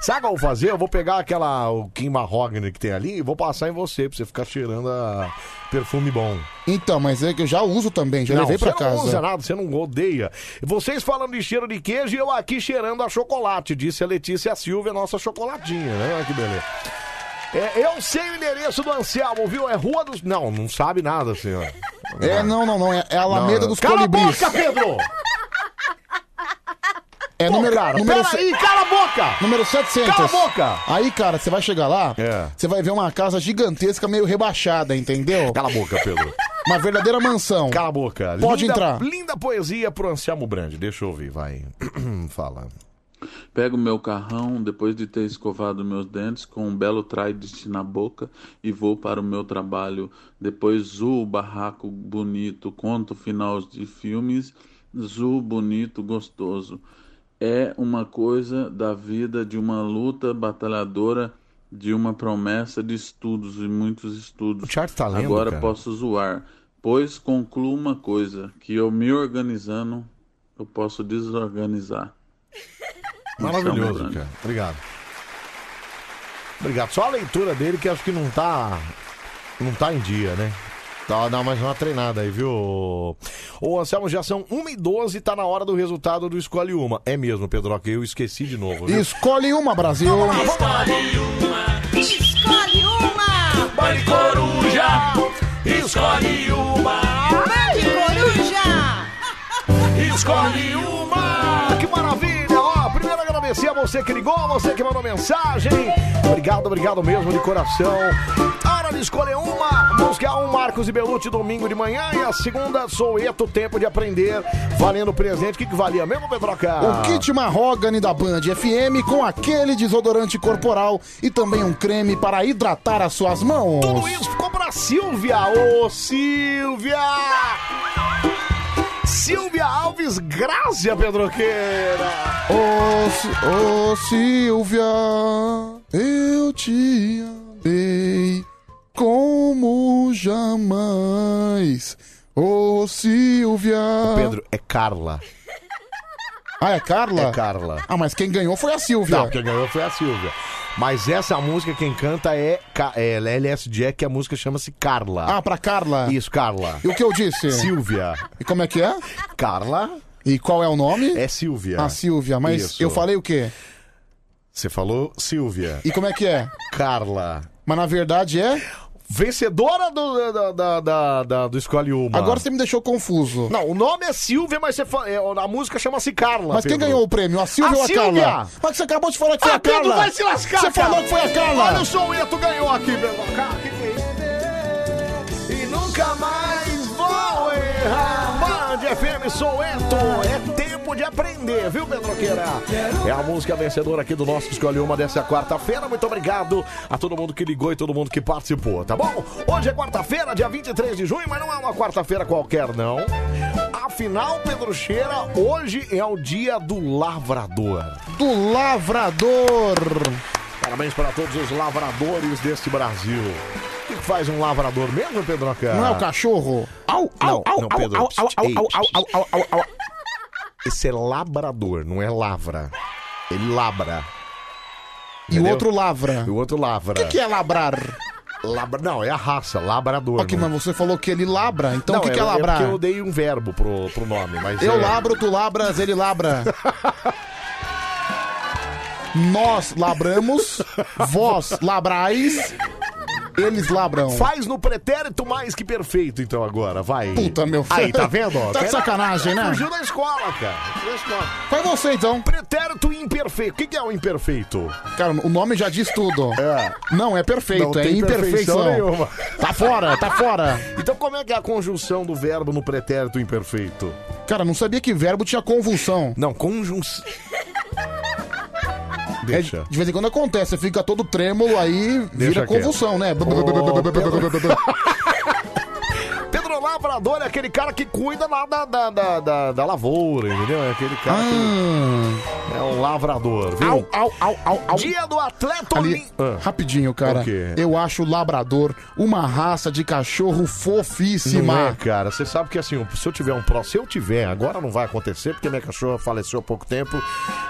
Sabe o que eu vou fazer? Eu vou pegar aquela o Kim Mahogany que tem ali e vou passar em você pra você ficar cheirando a perfume bom. então, mas é que eu já uso também, já não, levei pra você não usa né? casa. nada, você não odeia. Vocês falando de cheiro de queijo e eu aqui cheirando a chocolate, disse a Letícia Silva, nossa chocolatinha, né? Olha que beleza. É, eu sei o endereço do Anselmo, viu? É Rua dos... Não, não sabe nada, senhor. É, não, não, não. É, é a Alameda Não, dos Cala Colibris. a boca, Pedro! É Pô, número, cara, número, se- peraí, cala a boca! número 700. Cala a boca! Aí, cara, você vai chegar lá, É. você vai ver uma casa gigantesca, meio rebaixada, entendeu? Cala a boca, Pedro. Uma verdadeira mansão. Cala a boca. Pode linda, entrar. Linda poesia pro Anselmo [CLEARS THROAT] Brandi. Deixa eu ouvir, vai. Fala. Pego meu carrão, depois de ter escovado meus dentes com um belo trident na boca e vou para o meu trabalho. Depois zoo barraco bonito, conto final de filmes, zoo bonito, gostoso. É uma coisa da vida de uma luta batalhadora, de uma promessa de estudos e muitos estudos. O Thiago tá lendo, Agora cara. posso zoar, pois concluo uma coisa, que eu me organizando, eu posso desorganizar. Anselmo [LAUGHS] Maravilhoso, Brandi. cara. Obrigado. Obrigado. Só a leitura dele que acho que não tá. Não tá em dia, né? Tá, dá mais uma treinada aí, viu? Ô, Anselmo, já são 1 e 12 tá na hora do resultado do Escolhe Uma. É mesmo, Pedro, que eu esqueci de novo. Viu? Escolhe uma, Brasil. Escolhe uma! Vale Coruja, escolhe uma, Vai, coruja! escolhe uma. Ah, que maravilha! Ó, primeiro agradecer a você que ligou, a você que mandou mensagem. Obrigado, obrigado mesmo de coração. Hora de escolher uma, música um Marcos e Belucci domingo de manhã e a segunda Soueto, tempo de aprender, valendo presente. O que, que valia mesmo, Petroca? O kit Marrogane da Band FM com aquele desodorante corporal e também um creme para hidratar as suas mãos. Tudo isso ficou pra Silvia. Ô, Silvia! Silvia Alves Grácia Pedroqueira. Ô, Si- ô, Silvia, eu te amei como jamais. Ô Silvia. Pedro, é Carla. [LAUGHS] Ah, é Carla? É Carla. Ah, mas quem ganhou foi a Silvia. Não, quem ganhou foi a Silvia. Mas essa música quem canta é, Ca- é LS Jack, e a música chama-se Carla. Ah, pra Carla? Isso, Carla. E o que eu disse? Silvia. E como é que é? Carla. E qual é o nome? É Silvia. Ah, Silvia, mas Isso. eu falei o quê? Você falou Silvia. E como é que é? Carla. Mas na verdade é. Vencedora do, da, da, da, da- do Escolhe Uma. Agora você me deixou confuso. Não, o nome é Silvia, mas você fa- é, a música chama-se Carla. Mas quem Pedro. ganhou o prêmio? A Silvia A ou a Silvia! Carla? Mas você acabou de falar que foi Ah, a Carla. Pedro, vai se lascar, Você cara. falou que foi a Carla. Olha o Soueto ganhou aqui, meu irmão. Cara, que foi isso? E nunca mais vou errar. Band FM Soueto. É tempo de aprender, viu, Pedroqueira? É a música vencedora aqui do nosso Escolhe Uma dessa quarta-feira. Muito obrigado a todo mundo que ligou e todo mundo que participou, tá bom? Hoje é quarta-feira, dia 23 de junho, mas não é uma quarta-feira qualquer, não. Afinal, Pedro Cheira, hoje é o dia do lavrador. Do Lavrador. Parabéns para todos os lavradores deste Brasil. O que faz um lavrador mesmo, Pedroca? Não é o cachorro? Au, Não, não, Pedro. Ei. Esse é labrador, não é lavra. Ele labra. E o Entendeu? outro lavra. E o outro lavra. O que é labrar? Labra... Não, é a raça, labrador. Ok, não- mas você falou que ele labra, então Não, o que, que é labrar? porque eu eu dei um verbo pro, pro nome, mas... é- labro, tu labras, ele labra. Nós labramos, vós labrais, eles labram. Faz no pretérito mais que perfeito, então, agora, vai. Puta, meu Aí, tá vendo? ó? Tá de sacanagem, né? Fugiu da escola, cara. Fugiu da escola. Foi você então. Pretérito imperfeito. O que que é o imperfeito? Cara, o nome já diz tudo. Não é perfeito, Não é tem imperfeição. perfeição nenhuma. Tá fora, tá fora. Então como é que é a conjunção do verbo no pretérito imperfeito? Cara, não sabia que verbo tinha convulsão. Não, conjunção. É, Deixa. de vez em quando acontece, você fica todo trêmulo aí, vira quieto. convulsão, né? Pedro Lavrador é aquele cara que cuida lá da, da, da, da, da lavoura, entendeu? É aquele cara Ah, que é um lavrador, viu? au, au, au, au, au. Dia do atleta Ali, olímpico. Ah. rapidinho, cara. O quê? Eu acho o labrador uma raça de cachorro Não é, fofíssima. cara. Você sabe que assim, se eu tiver um pró, se eu tiver, agora não vai acontecer, porque minha cachorra faleceu há pouco tempo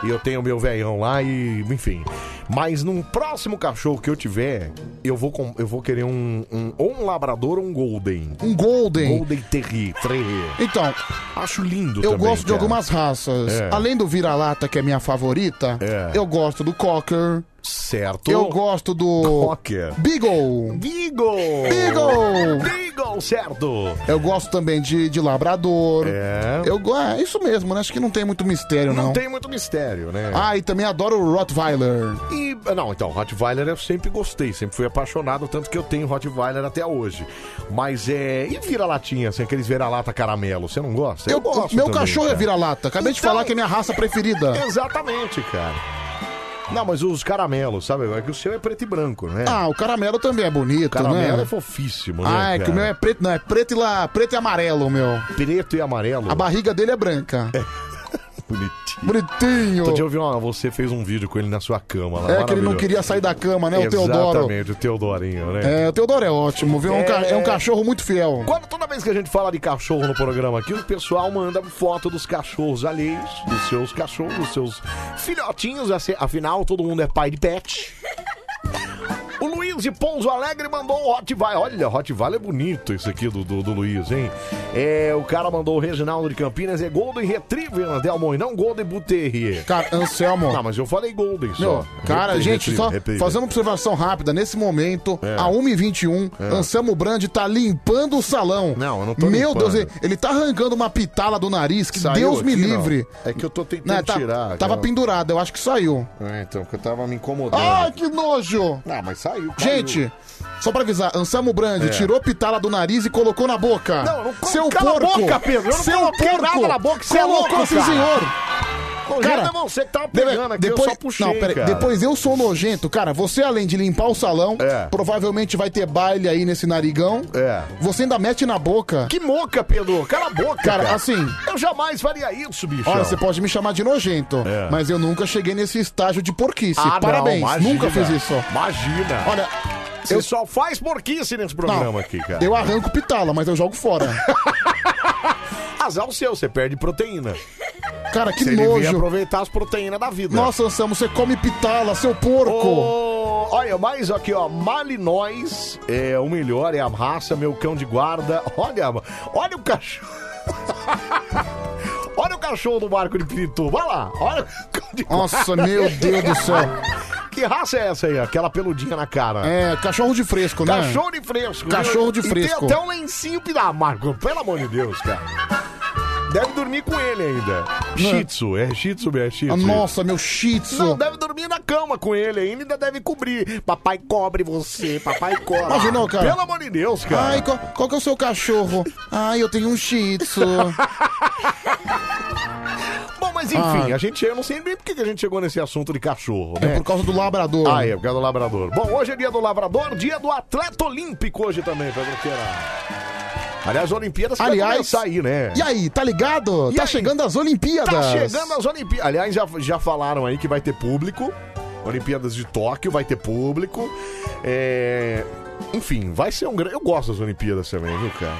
e eu tenho meu velhão lá e, enfim. Mas num próximo cachorro que eu tiver, eu vou, com- eu vou querer um, um ou um labrador ou um golden. Um golden. Golden Terry, Terrier. Então, Acho lindo eu também, gosto de cara. algumas raças. É. Além do vira-lata, que é minha favorita, É. eu gosto do cocker. Certo. Eu gosto do. Cocker. Beagle. Beagle. Beagle. Beagle, certo. Eu gosto também de, de labrador. É. Eu go- é isso mesmo, né? Acho que não tem muito mistério, não. Não tem muito mistério, né? Ah, e também adoro o Rottweiler. E, não, então, Rottweiler eu sempre gostei, sempre fui apaixonado, tanto que eu tenho Rottweiler até hoje. Mas é. E vira-latinha, assim, aqueles vira-lata caramelo, você não gosta? Eu- gosto. meu também, cachorro é cara. vira-lata. Acabei de Então- falar que é minha raça preferida. [LAUGHS] Exatamente, cara. Não, mas os caramelos, sabe? É que o seu é preto e branco, né? Ah, o caramelo também é bonito, o caramelo né? é fofíssimo, né? Ah, é que cara? o meu é preto, não, é preto e, lá, preto e amarelo, o meu. preto e amarelo. A barriga dele é branca. Bonitinho. Bonitinho. Outro dia eu vi, ó, você fez um vídeo com ele na sua cama lá. É que ele não maravilhoso. queria sair da cama, né? O Teodoro. Exatamente, o Teodorinho, né? É, o Teodoro é ótimo, viu? É um, ca- é um cachorro muito fiel. Quando toda vez que a gente fala de cachorro no programa aqui, o pessoal manda foto dos cachorros alheios, dos seus cachorros, dos seus filhotinhos, assim, afinal todo mundo é pai de pet. O Luiz de Pouso Alegre mandou o Rottweiler. Olha, Rottweiler é bonito esse aqui do, do, do Luiz, hein? É, o cara mandou o Reginaldo de Campinas, é Golden Retriever, Andelmo, e não Golden Buterrier. Cara, Anselmo. Não, mas eu falei Golden só. Meu, cara, Retriever, gente, só Retriever. fazendo uma observação rápida. Nesse momento, É. a 1h21, Anselmo Brandi tá limpando o salão. Não, eu não tô Meu limpando. Deus, ele, ele tá arrancando uma pitala do nariz, que Saiu Deus me aqui, não? livre. É que eu tô tentando Né, tá- tirar. tava cara. pendurado, eu acho que saiu. É, então, que eu tava me incomodando. Ai, que nojo! Ah, mas saiu. caiu. É. Gente, só pra avisar, Anselmo Brandi tirou pitala do nariz e colocou na boca. Não, não colo- Seu cala a porco! boca, Pedro, eu não Seu coloquei porco! nada na boca, você é colocou, louco, sim, cara. senhor! Correndo Cara, é você que tava Deve- pegando aqui, depois, eu só puxei, não, peraí, cara. depois eu sou nojento, cara. Você além de limpar o salão, É. provavelmente vai ter baile aí nesse narigão. É. Você ainda mete na boca. Que moca, Pedro, cala a boca, cara. Cara, assim- Eu jamais faria isso, bicho. Olha, você pode me chamar de nojento, É. Ah, mas eu nunca cheguei nesse estágio de porquice. Parabéns, nunca fiz isso. Imagina. Olha, você só faz porquice nesse programa não, aqui, cara. eu arranco pitala, mas eu jogo fora. [LAUGHS] Azar o seu, você perde proteína. Cara, que Você devia nojo. aproveitar as proteínas da vida. Nossa, Anselmo, você come pitala, seu porco. Ô, olha, mais aqui, ó. Malinóis é o melhor, é a raça, meu cão de guarda. Olha, olha o cachorro. [LAUGHS] olha o cachorro do Marco de Pirituba. Olha lá, olha o cão de guarda. Nossa, meu Deus do [LAUGHS] céu. Que raça é essa aí? Aquela peludinha na cara. É, cachorro de fresco, né? Cachorro Tá de fresco. Cachorro de E fresco. tem até um lencinho que dá, Marco. Pelo amor de Deus, cara. Deve dormir com ele ainda. Shih Tzu, é Shih Tzu, é Shih Tzu. Ah, nossa, meu shih tzu. Não, deve dormir na cama com ele ainda, ainda deve cobrir. Papai cobre você, papai cobre. Mas não, cara. Pelo amor de Deus, cara. Ai, qual, qual que é o seu cachorro? Ai, eu tenho um shih tzu. [LAUGHS] Bom, mas enfim, Ah. a gente, eu não sei nem por que que a gente chegou nesse assunto de cachorro, né? É por causa do labrador. Ah, é, por causa do labrador. Bom, hoje é dia do labrador, dia do atleta olímpico hoje também, Pedro Queira. Aliás, a Olimpíadas que vai Aliás, começar aí, né? E aí, tá ligado? E tá aí? chegando as Olimpíadas. Tá chegando as Olimpíadas. Aliás, já, já falaram aí que vai ter público. Olimpíadas de Tóquio vai ter público. É, Enfim, vai ser um grande. Eu gosto das Olimpíadas também, viu, cara?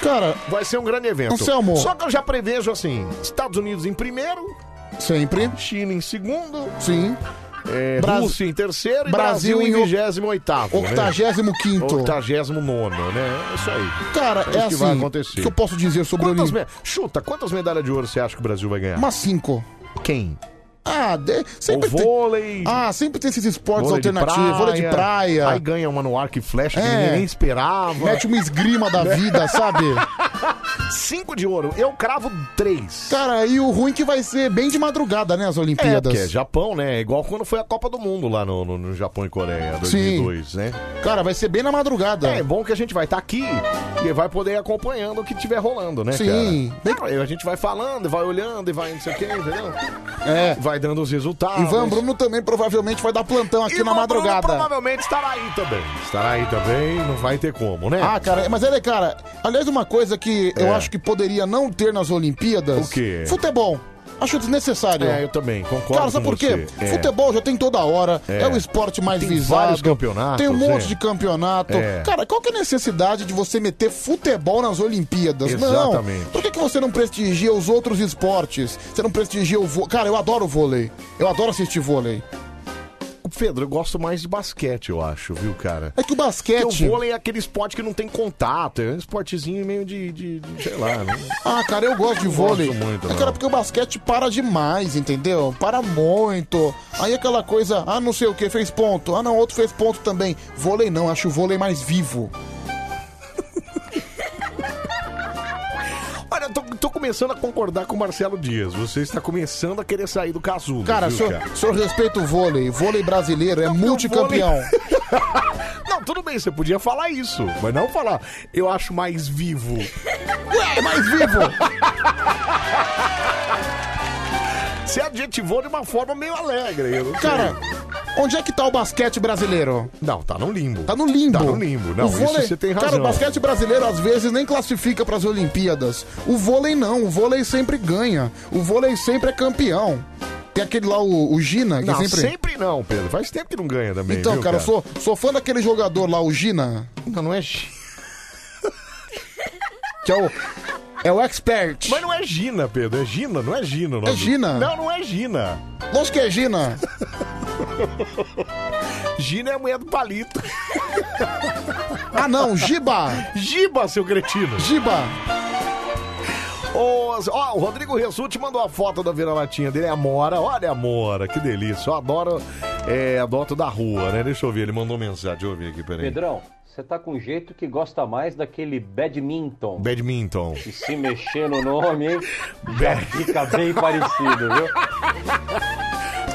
Cara, vai ser um grande evento. Anselmo. Só que eu já prevejo assim: Estados Unidos em primeiro, Sempre. China em segundo, Sim. é, Bras- Rússia em terceiro e Brasil Brasil, em o- em vigésimo oitavo. 85º. 89 nono, né? É isso aí. Cara, é, isso assim. que vai acontecer. O que eu posso dizer sobre Quantas o me- Chuta, quantas medalhas de ouro você acha que o Brasil vai ganhar? Umas cinco. Quem? Ah, de- sempre O tem. vôlei. Ah, sempre tem esses esportes Vôlei de alternativos. Vôlei de praia. Aí ganha uma no arco e flecha que É. ninguém nem esperava. É, Mete uma esgrima da [LAUGHS] vida, sabe? Cinco de ouro. Eu cravo três. Cara, e o ruim que vai ser bem de madrugada, né, as É, Olimpíadas. porque é Japão, né? É Igual quando foi a Copa do Mundo lá no, no- no Japão e Coreia, Sim. 2002, né? Cara, vai ser bem na madrugada. É bom que a gente vai estar aqui e vai poder ir acompanhando o que tiver rolando, né, Sim. cara? Cara, aí a gente vai falando, vai olhando e vai não sei o quê, entendeu? É. Vai dando os resultados. Ivan Bruno também provavelmente vai dar plantão aqui na Ivan Bruno madrugada. provavelmente estará aí também. Estará aí também, não vai ter como, né? Ah, cara, mas ele, cara, aliás, uma coisa que É. eu acho que poderia não ter nas Olimpíadas. O quê? Futebol. Acho desnecessário. É, eu também, concordo Cara, sabe com por quê? você. É. Futebol já tem toda hora, é, É. o esporte mais Tem visado. vários campeonatos, Tem um monte é. de campeonato. É. Cara, qual que é a necessidade de você meter futebol nas Olimpíadas? Exatamente. Não. Por que, que você não prestigia os outros esportes? Você não prestigia o vôlei? Cara, eu adoro vôlei. Eu adoro assistir vôlei. Pedro, eu gosto mais de basquete, eu acho, viu, cara? É que o Porque basquete. o vôlei é aquele esporte que não tem contato, é um esportezinho meio de, de- de- sei lá, né? Ah, cara, eu gosto de Não vôlei. gosto muito, é, não. cara, porque o basquete para demais, entendeu? Para muito. Aí aquela coisa, ah, não sei o que, fez ponto. Ah, não, outro fez ponto também. Vôlei não, acho o vôlei mais vivo. Olha, eu tô, tô começando a concordar com o Marcelo Dias. Você está começando a querer sair do casulo, Cara, viu, senhor, cara? senhor respeita o vôlei. Vôlei brasileiro é multicampeão. [LAUGHS] Não, tudo bem, você podia falar isso, mas não falar, eu acho mais vivo. É mais vivo. Você adjetivou de uma forma meio alegre. eu não sei. Cara, onde é que tá o basquete brasileiro? Não, tá no limbo. Tá no limbo. Tá no limbo. Não, o vôlei, isso você tem Cara, razão. o basquete brasileiro às vezes nem classifica pras Olimpíadas. O vôlei não, o vôlei sempre ganha. O vôlei sempre é campeão. Tem aquele lá, o, o Gina, que Não, sempre... sempre... não, Pedro. Faz tempo que não ganha também, Então, viu, cara, eu sou, sou fã daquele jogador lá, o Gina, Não, não é... Gi- que é o, é o expert. Mas não é Gina, Pedro. É Gina, não é Gina. o nome É Gina. do- Não, não é Gina. Lógico que é Gina. [LAUGHS] Gina é a mulher do palito. [LAUGHS] Ah, não, Giba. Giba, seu cretino. Giba. Ô, ó, o Rodrigo Ressutti mandou a foto da vira-latinha dele, a Mora. Olha a Mora, que delícia. Eu adoro é, adoto da rua, né? Deixa eu ver, ele mandou mensagem. Deixa eu ver aqui, peraí. Pedrão, você tá com jeito que gosta mais daquele badminton. Badminton. E se mexer no nome, hein? Já fica bem parecido, viu?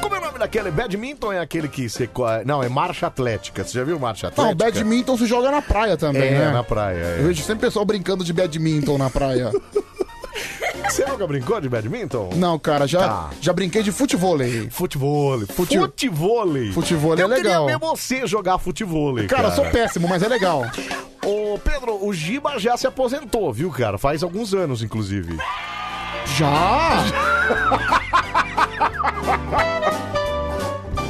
Como é o nome daquele? Badminton é aquele que você. co- Não, é marcha atlética. Você já viu marcha Não, atlética? badminton se joga na praia também, É, né? na praia. é. Eu vejo sempre pessoal brincando de badminton na [LAUGHS] praia. Você nunca brincou de badminton? Não, cara, já, Tá. já brinquei de futevôlei. Futebol. Fute- Futebol. Futevôlei é Eu legal. queria ver você jogar futebol. Cara, eu sou péssimo, mas é legal. [LAUGHS] Ô, Pedro, o Giba já se aposentou, viu, cara? Faz alguns anos, inclusive. Já!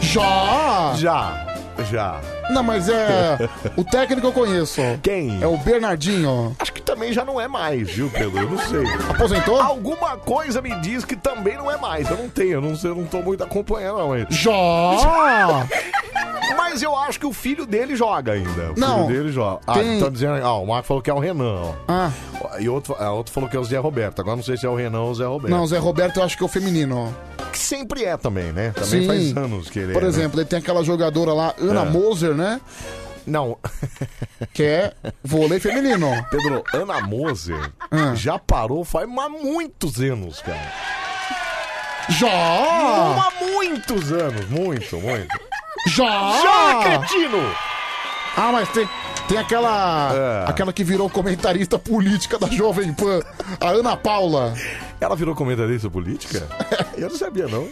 já! Já. Já. Não, mas [LAUGHS] é. O técnico eu conheço. Quem? É o Bernardinho. Acho que também já não é mais, viu, Pedro? Eu não sei. Aposentou? Alguma coisa me diz que também não é mais. Eu não tenho, eu não, sei, eu não tô muito acompanhando, não. hein? Jó! [LAUGHS] Mas eu acho que o filho dele joga ainda. O Não. filho dele joga. Ah, Tem- tá dizendo. Ah, o Marco falou que é o Renan, ó. Ah. E outro, ah, outro falou que é o Zé Roberto. Agora não sei se é o Renan ou o Zé Roberto. Não, o Zé Roberto eu acho que é o feminino. Que sempre é também, né? Também Sim. faz anos que ele é, Por né? exemplo, ele tem aquela jogadora lá, Ana É. Moser, né? Não. Que é vôlei feminino. Pedro, Ana Moser Ah. já parou faz mas muitos anos, cara. Já! Há muitos anos, muito, muito. Ah. Já! Já, cretino! Ah, mas tem, tem aquela. É. Aquela que virou comentarista política da Jovem Pan, a Ana Paula. Ela virou comentarista política? Eu não sabia, não.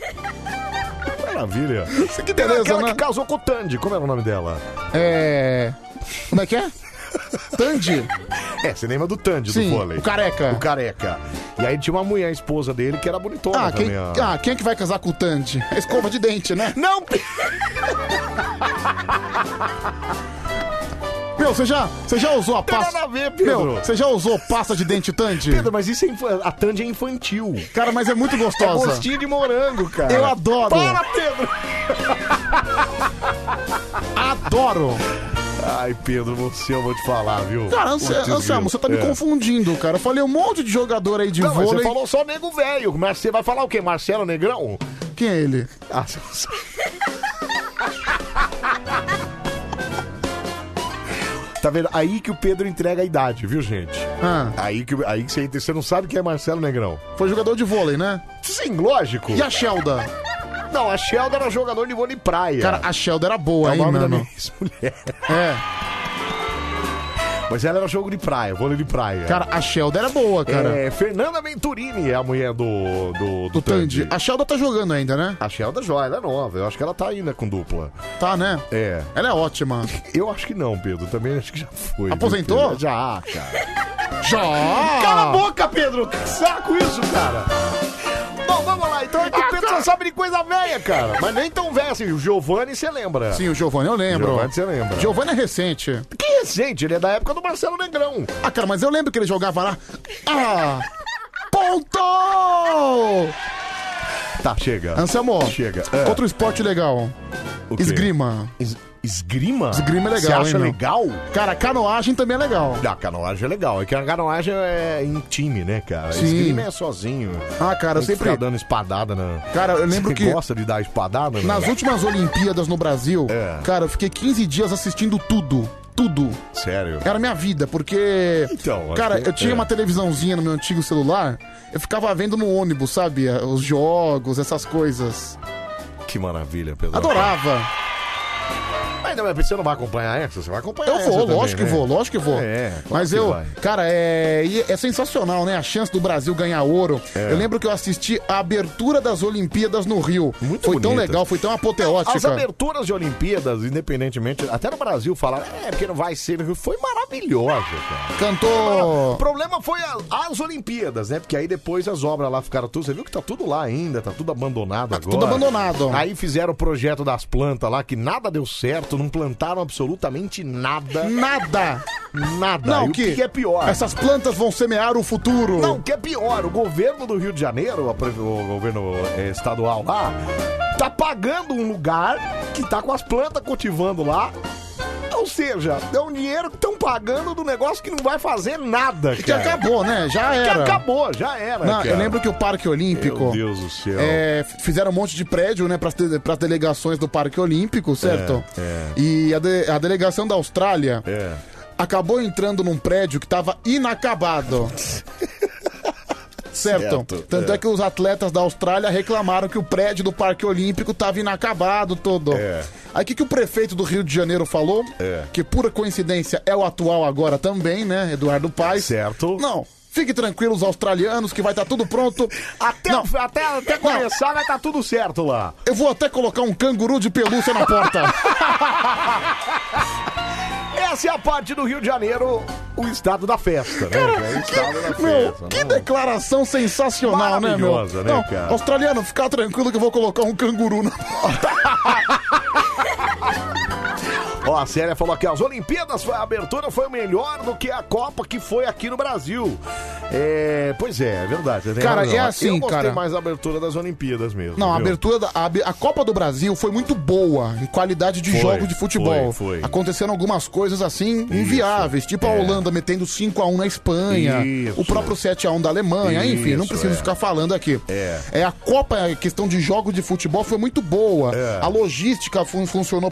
Maravilha. Você que beleza, Aquela né? que casou com o Tandy, como era o nome dela? É. Como é que é? Tandy? É, você lembra do Tandy, Sim, do vôlei. o careca. O careca. E aí tinha uma mulher, a esposa dele, que era bonitona Ah, quem, também. ó. ah, quem é que vai casar com o Tandy? É escova de dente, né? Não! [LAUGHS] Meu, você já, você já usou a Tem pasta. nada a ver, Pedro. Meu, você já usou pasta de dente Tandy? Pedro, mas isso é infa- a Tandy é infantil. Cara, mas é muito É gostosa. gostinho de morango, cara. Eu adoro. Para, Pedro! Adoro. Ai, Pedro, você eu vou te falar, viu? Cara, Anse- Putz, Anselmo, grilo. você tá me É. confundindo, cara. Eu falei um monte de jogador aí de Não, mas você vôlei. falou só nego velho. Mas você vai falar o quê? Marcelo Negrão? Quem é ele? Ah, você não sabe. Tá vendo? Aí que o Pedro entrega a idade, viu, gente? Ah, Aí que, aí que você, você não sabe quem é Marcelo Negrão. foi jogador de vôlei, né? Sim, lógico. E a Shelda? Não, a Sheldon era jogador de vôlei praia. Cara, a Shelda era boa, é o hein, nome da minha [LAUGHS] mano? ex-mulher. É. Mas ela era jogo de praia, vôlei de praia. Cara, a Shelda era boa, cara. É, Fernanda Venturini é a mulher do. Do, Do Tandy. Tandy. A Shelda tá jogando ainda, né? A Sheldon Joy, ela é nova. Eu acho que ela tá ainda com dupla. Tá, né? É. Ela é ótima. Eu acho que não, Pedro. Também acho que já foi. viu, Aposentou? Pedro? Já, cara. [LAUGHS] Já! Cala a boca, Pedro! Que saco isso, cara! Bom, vamos lá, então é Ah, que o Pedro tá. só sabe de coisa velha, É, cara. Mas nem tão velha assim. O Giovanni, você lembra? Sim, o Giovanni, eu lembro. Giovanni, você lembra. Giovanni é recente. Que recente, ele é da época do Marcelo Negrão. Ah, cara, mas eu lembro que ele jogava lá. Ah! Ponto! Tá, chega. Anselmo, Chega. É. outro esporte legal. O quê? Esgrima. Es- esgrima? Esgrima é legal, Você acha hein, meu? legal? Cara, canoagem também é legal. Ah, canoagem é legal. É que a canoagem é em time, né, cara? Sim. Esgrima é sozinho. Ah, cara, eu Tem que sempre. ficar dando espadada na... Cara, eu lembro Você que- gosta de dar espadada? né? Nas últimas Olimpíadas no Brasil, É. cara, eu fiquei 15 dias assistindo tudo. Tudo. Sério? Era minha vida, porque. Então, acho cara, que- eu tinha é. uma televisãozinha no meu antigo celular, eu ficava vendo no ônibus, sabe? Os jogos, essas coisas. Que maravilha, Pedro. Adorava. Mas não, mas você não vai acompanhar essa? Você vai acompanhar Eu essa vou, também, lógico né? que vou, lógico que vou. É, claro Mas que eu, vai. cara, é, e é sensacional, né? A chance do Brasil ganhar ouro. É. Eu lembro que eu assisti a abertura das Olimpíadas no Rio. Muito foi tão bonita. legal, foi tão As apoteótica. aberturas de Olimpíadas, independentemente, até no Brasil falaram, é, porque não vai ser, foi maravilhosa, cara. O Cantou. problema foi a- as Olimpíadas, né? Porque aí depois as obras lá ficaram tudo. Você viu que tá tudo lá ainda, tá tudo abandonado agora. tudo abandonado. Aí fizeram o projeto das plantas lá, que nada deu certo, não plantaram absolutamente nada. Nada. Nada. Não, E o que, que é pior? Essas plantas vão semear o futuro. Não, o que é pior, o governo do Rio de Janeiro, a pre- o governo eh, estadual lá, tá pagando um lugar que tá com as plantas cultivando lá. Ou seja, é um dinheiro que estão pagando do negócio que não vai fazer nada, que cara. acabou, né? Já Que era. acabou, já era. Não, cara. eu lembro que o Parque Olímpico. Meu Deus do céu. É, f- fizeram um monte de prédio, né, pras, de- pras delegações do Parque Olímpico, certo? é. E a, de- a delegação da Austrália É. acabou entrando num prédio que tava [LAUGHS] inacabado. Certo. Certo, Tanto é. é. que os atletas da Austrália reclamaram que o prédio do Parque Olímpico tava inacabado todo. É. Aí o que, que o prefeito do Rio de Janeiro falou? É. Que pura coincidência é o atual agora também, né? Eduardo Paes. Certo. Não, fique tranquilo, os australianos, que vai estar tudo pronto. Até, Não. até, até começar vai tá tudo certo lá. Eu vou até colocar um canguru de pelúcia na [LAUGHS] porta. Essa é a parte do Rio de Janeiro, o estado da festa, né? é o estado da meu, festa. que não- declaração sensacional, né, meu? Maravilhosa, né, cara? australiano, fica tranquilo que eu vou colocar um canguru na porta. Ó, a Célia falou aqui, ó, as Olimpíadas, foi- a abertura foi melhor do que a Copa que foi aqui no Brasil. É, pois é, é verdade. você tem Cara, razão. é assim, Eu gostei cara. mais da abertura das Olimpíadas mesmo. Não, a viu? abertura da a, ab- a Copa do Brasil foi muito boa em qualidade de Foi, jogo de futebol. foi, foi. Aconteceram algumas coisas assim inviáveis, tipo a é. Holanda metendo 5 a 1 na Espanha, Isso. o próprio 7 a 1 da Alemanha, enfim, não Isso, preciso é. ficar falando aqui. É. a Copa, a questão de jogos de futebol foi muito boa. É. A logística fun- funcionou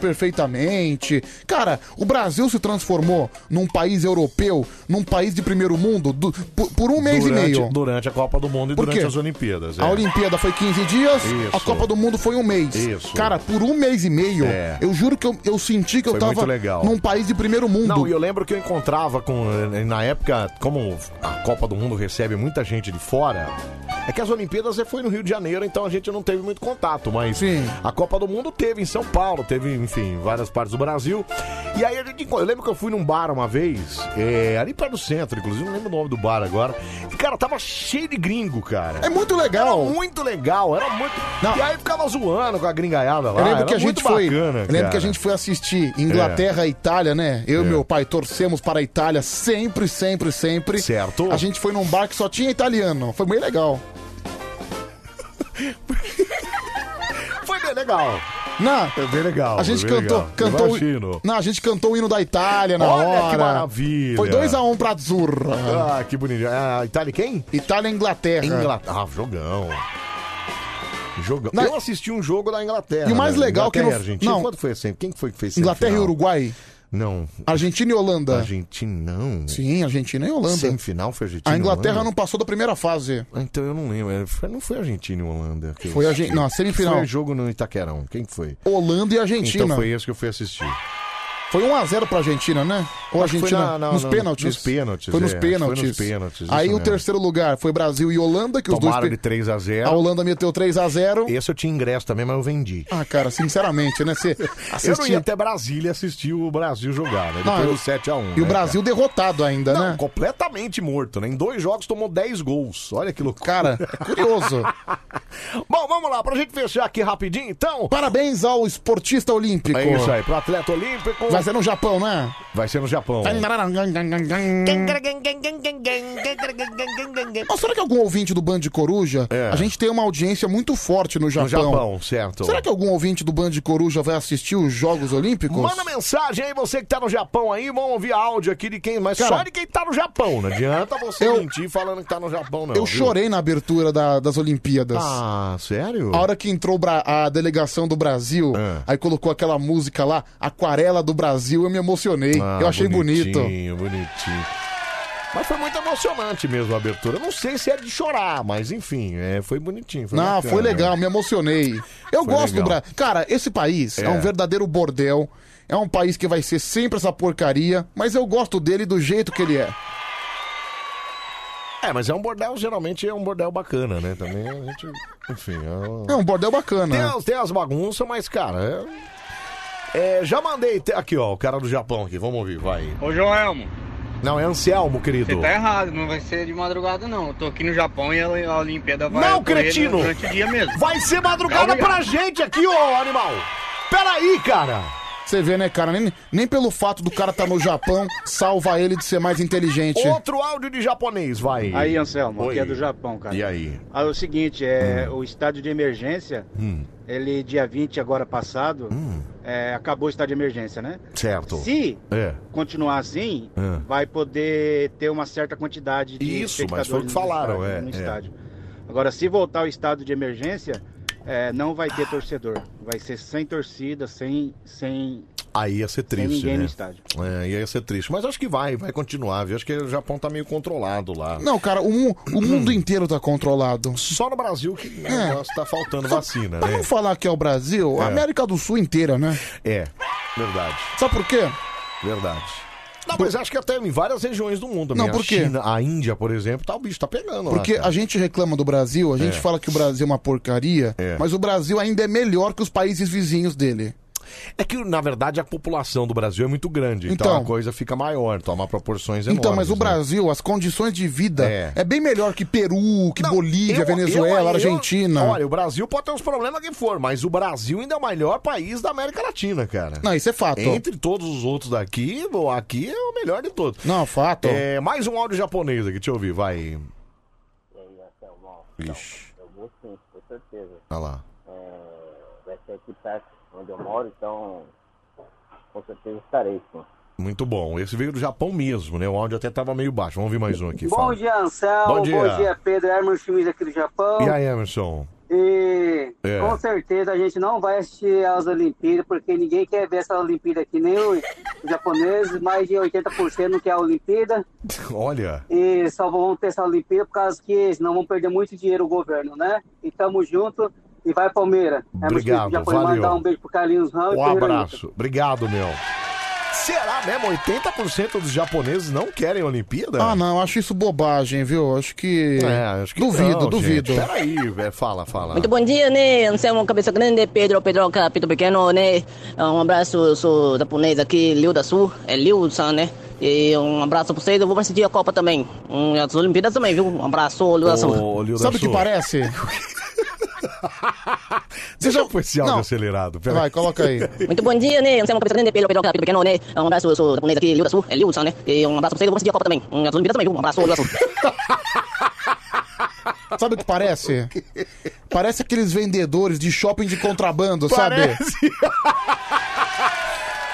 perfeitamente. Cara, o Brasil se transformou num país europeu, num país de primeiro mundo do- por, por um mês durante, e meio. Durante a Copa do Mundo e Por durante quê? as Olimpíadas. é. A Olimpíada foi 15 dias, Isso. a Copa do Mundo foi um mês. Isso. Cara, por um mês e meio, É. eu juro que eu, eu senti que eu Foi tava muito legal. num país de primeiro mundo. Não, e eu lembro que eu encontrava com. eh, Na época, como a Copa do Mundo recebe muita gente de fora. É que as Olimpíadas foi no Rio de Janeiro, então a gente não teve muito contato, mas a Copa do Mundo teve em São Paulo, teve, enfim, em várias partes do Brasil. E aí a gente, encon- eu lembro que eu fui num bar uma vez, é, ali perto do centro, inclusive, não lembro o nome do bar agora. E, cara, tava cheio de gringo, cara. É muito legal. Era muito legal, era muito. E aí ficava zoando com a gringaiada lá. Eu lembro Ah, era que a gente muito foi, bacana, eu lembro que cara. É. a gente foi assistir Inglaterra e Itália, né? Eu e meu pai torcemos para a Itália sempre, sempre, sempre. Certo. A gente foi num bar que só tinha italiano. Foi bem legal. [LAUGHS] Foi bem legal. Não, Foi bem legal. a gente foi bem cantou, legal. cantou, Imagino. não, a gente cantou o hino da Itália na Olha hora. que maravilha. Foi 2 a 1 um pra Azzurra. Ah, que bonito. Ah, Itália e quem? Itália e Inglaterra. Inglaterra. Ah, jogão. Jogão. Na- Eu assisti um jogo da Inglaterra. E o mais né? legal é Inglaterra, que no- Argentina. não. Quanto foi assim? Quem que foi que fez Inglaterra e semifinal? Uruguai. Não. Argentina e Holanda. Argentina não. Sim, Argentina e Holanda. Semifinal foi Argentina A Inglaterra e Holanda? não passou da primeira fase. Ah, Então eu não lembro. É, foi- Não foi Argentina e Holanda. que eu Foi a assisti. Argen- não, a semifinal. Foi jogo no Itaquerão. Quem que foi? Holanda e Argentina. Então foi esse que eu fui assistir. Foi 1x0 pra Argentina, né? Ou a Acho que foi Argentina na- na- nos na- pênaltis. nos pênaltis, Foi nos é, acho que foi nos pênaltis. pênaltis, isso Aí o mesmo. terceiro lugar foi Brasil e Holanda, que Tomaram os de dois. 3 a 0 A Holanda meteu 3x0. Esse eu tinha ingresso também, mas eu vendi. Ah, cara, sinceramente, né? Você [LAUGHS] Eu Ah, não assistia. ia até Brasília assistir o Brasil jogar, né? Não, Depois eu- do 7x1. E o Brasil derrotado ainda, né? Completamente morto, né? Em dois jogos tomou 10 gols. Olha que loucura. Cara, curioso. [LAUGHS] Bom, vamos lá, pra gente fechar aqui rapidinho, então. Parabéns ao esportista olímpico. É isso aí, pro atleta olímpico. Vai ser no Japão, né? Vai ser no Japão. Mas será que algum ouvinte do Band de Coruja? A gente tem uma audiência muito forte no Japão. É. Japão, certo. Será que é algum ouvinte do Band de Coruja vai assistir os Jogos Olímpicos? Manda mensagem aí, você que tá no Japão aí, vamos ouvir áudio aqui de quem, mas Cara, só de quem tá no Japão, não adianta você mentir falando que tá no Japão, não. Eu viu? chorei na abertura da- das Olimpíadas. Ah, sério? A hora que entrou bra- a delegação do Brasil, É. aí colocou aquela música lá, Aquarela do Brasil, eu me emocionei. Ah, eu achei bonito. Bonitinho, bonitinho. Mas foi muito emocionante mesmo a abertura. Eu Não sei se é de chorar, mas enfim, é, foi bonitinho. Foi Não, bacana. né? foi legal, me emocionei. Eu Foi gosto do legal. Brasil. Cara, esse país é. É. um verdadeiro bordel. É um país que vai ser sempre essa porcaria, mas eu gosto dele do jeito que ele é. É, mas é um bordel, geralmente é um bordel bacana, né? Também a gente. Enfim. É, É um bordel bacana. Tem, as- tem as bagunças, mas, cara. É... é, já mandei. te- Aqui, ó, o cara do Japão aqui, vamos ouvir, vai. Ô Joelmo, Não, é Anselmo, querido. você tá errado, não vai ser de madrugada não. Eu tô aqui no Japão e a a Olimpíada vai Não, ocorrer cretino! é durante o dia mesmo. Vai ser madrugada Obrigado. pra gente aqui, ô animal! Peraí, cara! Você vê, né, cara? Nem, nem pelo fato do cara estar no Japão salva ele de ser mais inteligente. Outro áudio de japonês, vai. Aí, Anselmo, aqui Oi. é do Japão, cara. E aí? Aí é o seguinte, é, o estádio de emergência, Hum, ele dia 20 agora passado, é, acabou o estádio de emergência, né? certo. Se É. continuar assim, É. vai poder ter uma certa quantidade de Isso, mas espectadores foi o que falaram, no estádio. é, no é. estádio. Agora, se voltar ao estado de emergência, é, não vai ter torcedor. Vai ser sem torcida, sem, sem Aí ia ser Sem triste, ninguém né? no estádio. É, ia ser triste. Mas acho que vai, vai continuar, viu? Acho que o Japão tá meio controlado lá. Não, cara, o, mu- o mundo inteiro tá controlado. Só no Brasil que É. o negócio tá faltando vacina, Pra né? não falar que é o Brasil, a É. América do Sul inteira, né? É, verdade, Sabe por quê? verdade. Não, mas acho que até em várias regiões do mundo. Não, né? por a quê? China, a Índia, por exemplo, tá, o bicho tá pegando lá, Porque cara. a gente reclama do Brasil, a gente É. fala que o Brasil é uma porcaria, mas o Brasil ainda é melhor que os países vizinhos dele. É que, na verdade, a população do Brasil é muito grande, então, Então. a coisa fica maior, toma proporções enormes. Então, mas o né? Brasil, as condições de vida é, bem melhor que Peru, que Bolívia, Eu- Venezuela, eu- eu- Argentina. olha, o Brasil pode ter uns problemas que for, mas o Brasil ainda é o melhor país da América Latina, cara. Não, isso é fato. Entre todos os outros daqui, o aqui é o melhor de todos. Não, fato. É, mais um áudio japonês aqui, deixa eu ouvir, vai. Ixi, Eu vou sim, com certeza. olha lá. É, vai ser aqui perto onde eu moro, então com certeza estarei. Sim. Muito bom. Esse veio do Japão mesmo, né? O áudio até tava meio baixo. Vamos ouvir mais um aqui. Bom fala. dia, Anselmo. Bom Bom dia. dia, Pedro. Herman Schmidt aqui do Japão. E aí, Emerson? [LAUGHS] E É. com certeza a gente não vai assistir as Olimpíadas, porque ninguém quer ver essa Olimpíada aqui, nem os [LAUGHS] japoneses. Mais de 80% não quer a Olimpíada. Olha. E só vão ter essa Olimpíada por causa que senão vão perder muito dinheiro o governo, né? E tamo junto. E vai, Palmeira. Herman Schmidt do Obrigado, Japão. E valeu. Mandar um beijo pro Carlinhos Ramos. e Um Ferreira abraço. Obrigado, meu. Será mesmo? 80% dos japoneses não querem Olimpíada? Ah, não, acho isso bobagem, viu? Acho que. É, acho que duvido, não, duvido. gente. Peraí, é, velho. fala, fala. Muito bom dia, né? Anselmo Cabeça Grande, Pedro, Pedro Capito Pequeno, né? Um abraço, eu sou japonês aqui, Liu da Sul, é Liu-san, né? E um abraço pra vocês, eu vou assistir a Copa também. Um, as Olimpíadas também, viu? Um abraço, Liu da Sul. Ô, Liu da Sabe o que Sul. parece? Deixa eu pôr esse áudio Não. acelerado. Peraí. Vai, coloca aí. [LAUGHS] Muito bom dia, né? Anselmo Cabeça Grande, Pedro, Pedro Capito Pequeno, né? Um abraço, eu sou japonês aqui, Liu da Sul, é Liu-san, né? E um abraço pra vocês, eu vou assistir a Copa também. Um, as Olimpíadas também, viu? Um abraço, Liu da Sul. Sabe o que [LAUGHS] parece? Parece aqueles vendedores de shopping de contrabando, sabe? [LAUGHS]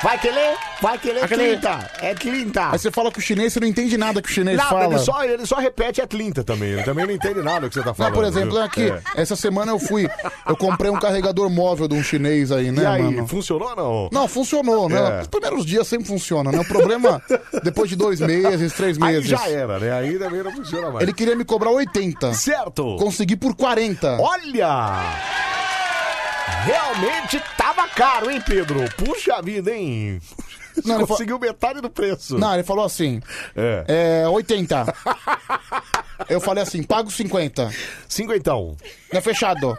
Vai querer? Vai querer Aquele- Clinta? É Clinta. Aí você fala que o chinês, você não entende nada que o chinês Nada, fala. ele só, ele só repete a Clinta também. Ele também não entende nada do que você tá Não, falando. por exemplo, viu? aqui, É. essa semana eu fui, eu comprei um carregador móvel de um chinês aí, né, e aí, mano? funcionou ou não? Não, funcionou, né? É. Os primeiros dias sempre funciona, né? O problema, depois de dois meses, três Aí meses. já era, né? Aí também não funciona mais. Ele queria me cobrar 80. Certo. Consegui por 40. Olha! Realmente tava caro, hein, Pedro? Puxa vida, hein? Não, ele fa- Conseguiu metade do preço. Não, ele falou assim. É. 80. Eu falei assim, pago 50. 50. Não, fechado.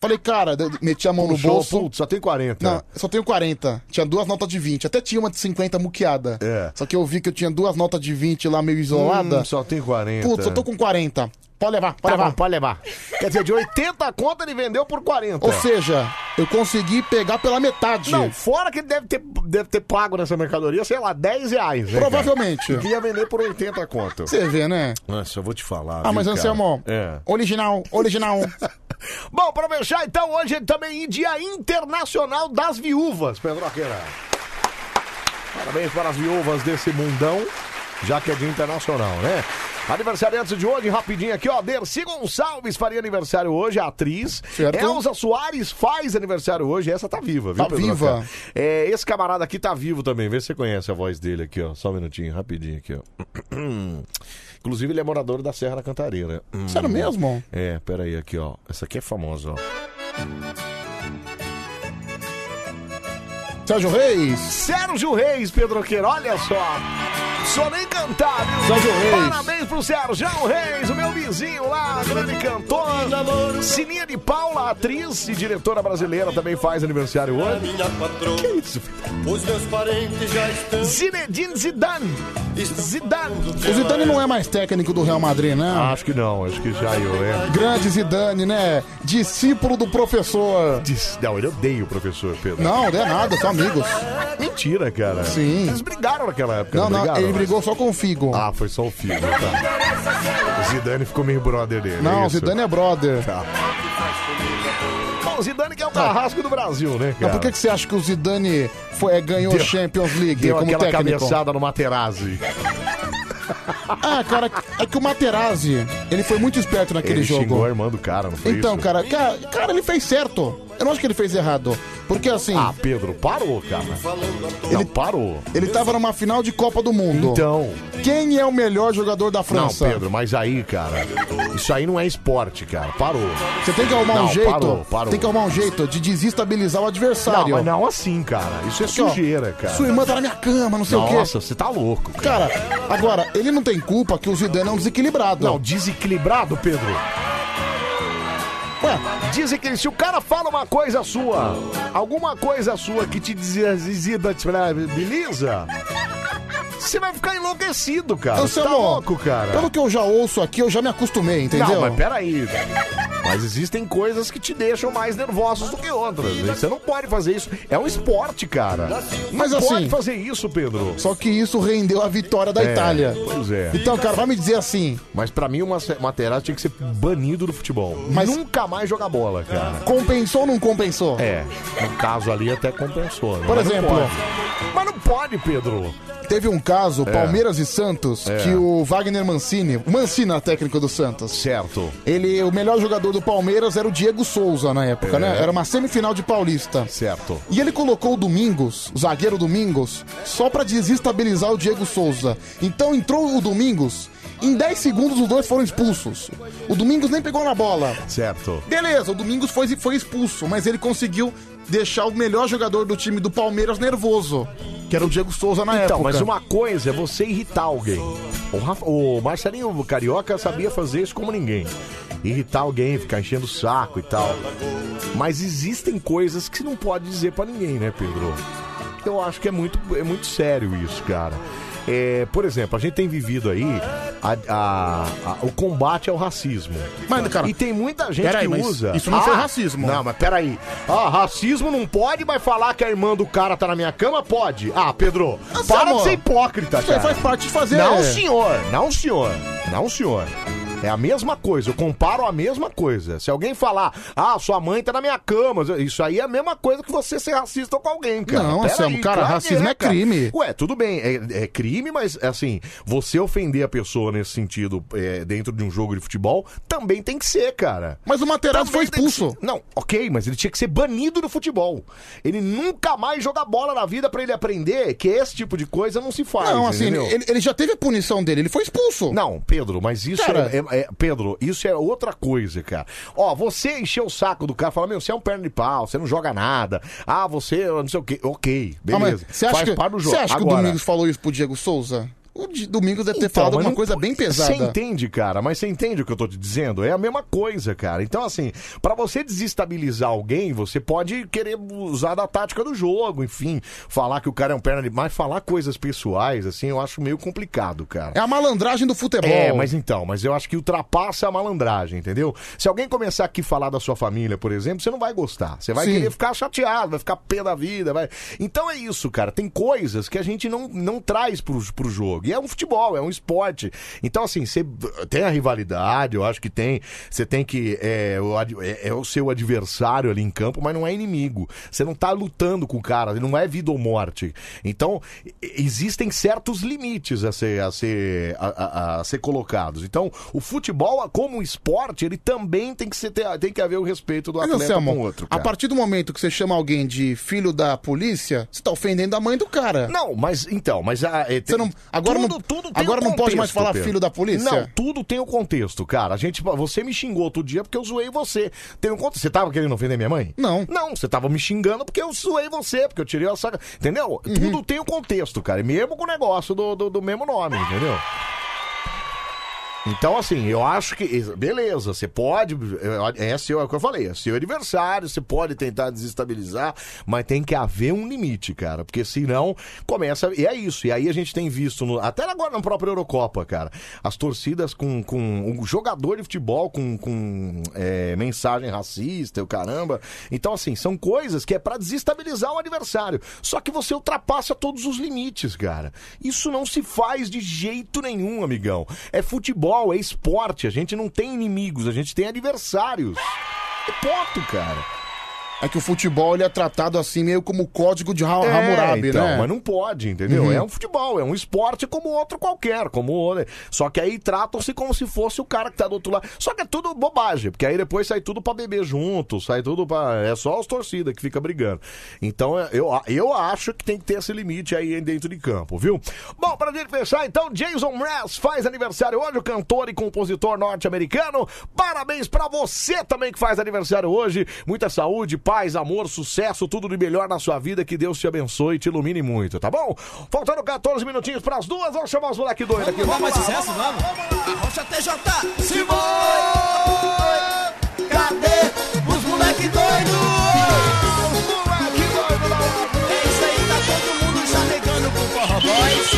Falei, cara, de- meti a mão Puxou, no bolso. putz, só tem 40. Não, só tenho 40. Tinha duas notas de 20. Até tinha uma de 50 muqueada. É. Só que eu vi que eu tinha duas notas de 20 lá meio isolada. Hum, só tem 40. Putz, eu tô com 40. Pode levar, pode levar. Tá pode levar. Quer dizer, de 80 conta ele vendeu por 40. Ou seja, eu consegui pegar pela metade. Não, fora que ele deve ter, deve ter pago nessa mercadoria, sei lá, 10 reais. né, cara? Provavelmente. E ia vender por 80 conto. Você vê, né? Nossa, eu vou te falar. Ah, viu, mas cara? Anselmo, É. original, original. [LAUGHS] Bom, pra fechar, então, hoje é também Dia Internacional das Viúvas, Pedro Aqueira. Parabéns para as viúvas desse mundão, já que é Dia Internacional, né? Aniversariantes de hoje, rapidinho aqui, ó. Dercy Gonçalves faria aniversário hoje, a atriz. Certo. Elza Soares faz aniversário hoje, essa tá viva, viu, Tá Pedro viva. Aqueira? É, esse camarada aqui tá vivo também, vê se você conhece a voz dele aqui, ó. Só um minutinho, rapidinho aqui, ó. [CLEARS THROAT] Inclusive, ele é morador da Serra da Cantareira. Hum. Sério mesmo? É, peraí, aqui, ó. Essa aqui é famosa, ó. Sérgio Reis. Sérgio Reis, Pedro Queiro, olha só. Só nem cantar, viu? Sérgio Reis. Parabéns pro Sérgio Reis, o meu vizinho lá, grande cantor. Sininha de Paula, atriz e diretora brasileira, também faz aniversário hoje. é minha patroa. Que isso? é Os meus parentes já estão. Zinedine Zidane. Zidane. O Zidane não é mais técnico do Real Madrid, né? Ah, Acho que não, acho que já eu, é. Grande Zidane, né? Discípulo do professor. Diz- Não, ele odeia o professor Pedro. Não, não é nada, são amigos. Mentira, cara. Sim. Eles brigaram naquela época, Não, não, brigaram? ele brigou só com o Figo. Ah, foi só o filho, tá. O Zidane ficou meio brother dele. Não, o isso? Zidane é brother. Tá. Bom, o Zidane que é o carrasco do Brasil, né, Mas cara? por que, que você acha que o Zidane foi, é, ganhou Deu- Champions League Deu como aquela técnico? cabeçada no Materazzi. Ah, cara, é que o Materazzi, ele foi muito esperto naquele ele jogo. xingou a irmã do cara, não foi Então, isso? cara, cara, cara, ele fez certo. Eu não acho que ele fez errado. Porque assim, Ah, Pedro, parou, cara. Não, parou. ele tava numa final de Copa do Mundo. Então. Quem é o melhor jogador da França? Não, Pedro, mas aí, cara, isso aí não é esporte, cara. Parou. Você tem que arrumar Não, um jeito. Parou, parou. Tem que arrumar um jeito de desestabilizar o adversário. Não, mas não assim, cara. Isso é Aqui, ó, sujeira, cara. Sua irmã tá na minha cama, não sei o quê. Nossa, você tá louco, cara. Cara, agora, ele não tem culpa que o Zidane é um desequilibrado. Não, desequilibrado, Pedro. Ué, cara, dizem que se o cara fala uma coisa sua, alguma coisa sua que te desestabiliza, você vai ficar enlouquecido, cara. Ô, Você tá Samu, louco, cara. Pelo que eu já ouço aqui, eu já me acostumei, entendeu? Não, mas peraí. Mas existem coisas que te deixam mais nervosos do que outras. né? Você não pode fazer isso. É um esporte, cara. Mas não assim- pode fazer isso, Pedro. Só que isso rendeu a vitória da É, Itália. Pois é. Então, cara, vai me dizer assim. Mas pra mim, o Mace- Materazzi tinha que ser banido do futebol. Mas- Nunca mais jogar bola, cara. Compensou ou não compensou? É, no caso ali até compensou. né? Por Mas não exemplo- pode. Mas não pode, Pedro. Teve um caso, É. Palmeiras e Santos, É. que o Wagner Mancini, o Mancini era técnico do Santos. Certo. Ele, o melhor jogador do Palmeiras era o Diego Souza na época, É. né? Era uma semifinal de Paulista. Certo. E ele colocou o Domingos, o zagueiro Domingos, só pra desestabilizar o Diego Souza. Então entrou o Domingos, em 10 segundos os dois foram expulsos. O Domingos nem pegou na bola. Certo. Beleza, o Domingos foi, foi expulso, mas ele conseguiu deixar o melhor jogador do time do Palmeiras nervoso, que era o Diego Souza na Então, época. mas uma coisa é você irritar alguém. O, Rafa- o Marcelinho Carioca sabia fazer isso como ninguém. Irritar alguém, ficar enchendo o saco e tal. Mas existem coisas que você não pode dizer pra ninguém, né, Pedro? Eu acho que é muito, é muito sério isso, cara. É, por exemplo, a gente tem vivido aí a- a- a- o combate ao racismo. Mas, cara, e tem muita gente peraí, que mas usa. Ah, isso não foi racismo. Não, mas peraí. Ah, racismo não pode, mas falar que a irmã do cara tá na minha cama pode. Ah, Pedro, Nossa, para amor. de ser hipócrita, Isso cara. aí faz parte de fazer- Não, senhor. Não, senhor. Não, senhor. É a mesma coisa, eu comparo a mesma coisa. Se alguém falar, ah, sua mãe tá na minha cama, isso aí é a mesma coisa que você ser racista com alguém, cara. Não, Pera Anselmo, aí, cara, que racismo é crime. Ué, tudo bem, é, é crime, mas assim, você ofender a pessoa nesse sentido é, dentro de um jogo de futebol também tem que ser, cara. Mas o Materazzi foi expulso. Não, ok, mas ele tinha que ser banido do futebol. Ele nunca mais joga bola na vida pra ele aprender que esse tipo de coisa não se faz. Não, assim, entendeu? ele, ele já teve a punição dele, ele foi expulso. Não, Pedro, mas isso Cara. é, é- é- Pedro, isso é outra coisa, cara. Ó, você encheu o saco do cara, falar, meu, você é um perna de pau, você não joga nada. Ah, você não sei o quê. Ok, Ah, mas beleza. Você acha, Faz que, parte do você jogo. acha que o Agora- Domingos falou isso pro Diego Souza? O Di- Domingos deve ter Então, falado mas alguma não- coisa bem pesada. Você entende, cara, mas você entende o que eu tô te dizendo? É a mesma coisa, cara. Então, assim, pra você desestabilizar alguém, você pode querer usar da tática do jogo, enfim, falar que o cara é um perna de. Mas falar coisas pessoais, assim, eu acho meio complicado, cara. É a malandragem do futebol. É, mas então, mas eu acho que ultrapassa a malandragem, entendeu? Se alguém começar aqui a falar da sua família, por exemplo, você não vai gostar. Você vai Sim. querer ficar chateado, vai ficar pé da vida, vai. Então é isso, cara. Tem coisas que a gente não, não traz pro, pro jogo. E é um futebol, é um esporte. Então, assim, você tem a rivalidade, eu acho que tem. Você tem que. É o, ad- é- é o seu adversário ali em campo, mas não é inimigo. Você não tá lutando com o cara, não é vida ou morte. Então, e- existem certos limites a ser, a ser, a, a- a ser colocados. Então, o futebol, como esporte, ele também tem que, ser, tem que haver o respeito do Mas, atleta Anselmo, com o outro. a cara. partir do momento que você chama alguém de filho da polícia, você tá ofendendo a mãe do cara. Não, mas então, mas a, é, tem- não- agora não- agora não pode mais falar filho da polícia? um Não, tudo tem o contexto, cara. A gente, você me xingou outro dia porque eu zoei você. Tem um contexto. Você tava querendo ofender minha mãe? Não. Não, você tava me xingando porque eu zoei você, porque eu tirei a saca. Entendeu? Uhum. Tudo tem o contexto, cara. E Mesmo com o negócio do, do, do mesmo nome, entendeu? Então, assim, eu acho que. Beleza, você pode. É, é seu, é o que eu falei, é seu adversário, você pode tentar desestabilizar, mas tem que haver um limite, cara. Porque senão começa. E é isso. E aí a gente tem visto, no- até agora na própria Eurocopa, cara, as torcidas com, com o jogador de futebol com, com é, mensagem racista, o caramba. Então, assim, são coisas que é pra desestabilizar o adversário. Só que você ultrapassa todos os limites, cara. Isso não se faz de jeito nenhum, amigão. É futebol, é esporte. A gente não tem inimigos, a gente tem adversários. É ponto, cara. É que o futebol ele é tratado assim meio como o código de Ha- É, Hammurabi, então, né? Mas não pode, entendeu? Uhum. É um futebol, é um esporte como outro qualquer, como outro. Só que aí tratam-se como se fosse o cara que tá do outro lado. Só que é tudo bobagem, porque aí depois sai tudo pra beber junto, sai tudo pra. É só as torcidas que fica brigando. Então é, eu, eu acho que tem que ter esse limite aí dentro de campo, viu? Bom, pra gente fechar, então, Jason Mraz faz aniversário hoje, o cantor e compositor norte-americano. Parabéns pra você também que faz aniversário hoje. Muita saúde, paz, amor, sucesso, tudo de melhor na sua vida. Que Deus te abençoe e te ilumine muito, tá bom? Faltando 14 minutinhos pras duas, vamos chamar os moleque doido aqui. Vamos mais sucesso, vamos? Rocha TJ, se foi! bater os moleque doido. Os moleque doido lá, lá. É isso aí, tá todo mundo chamegando pro Forró Boys.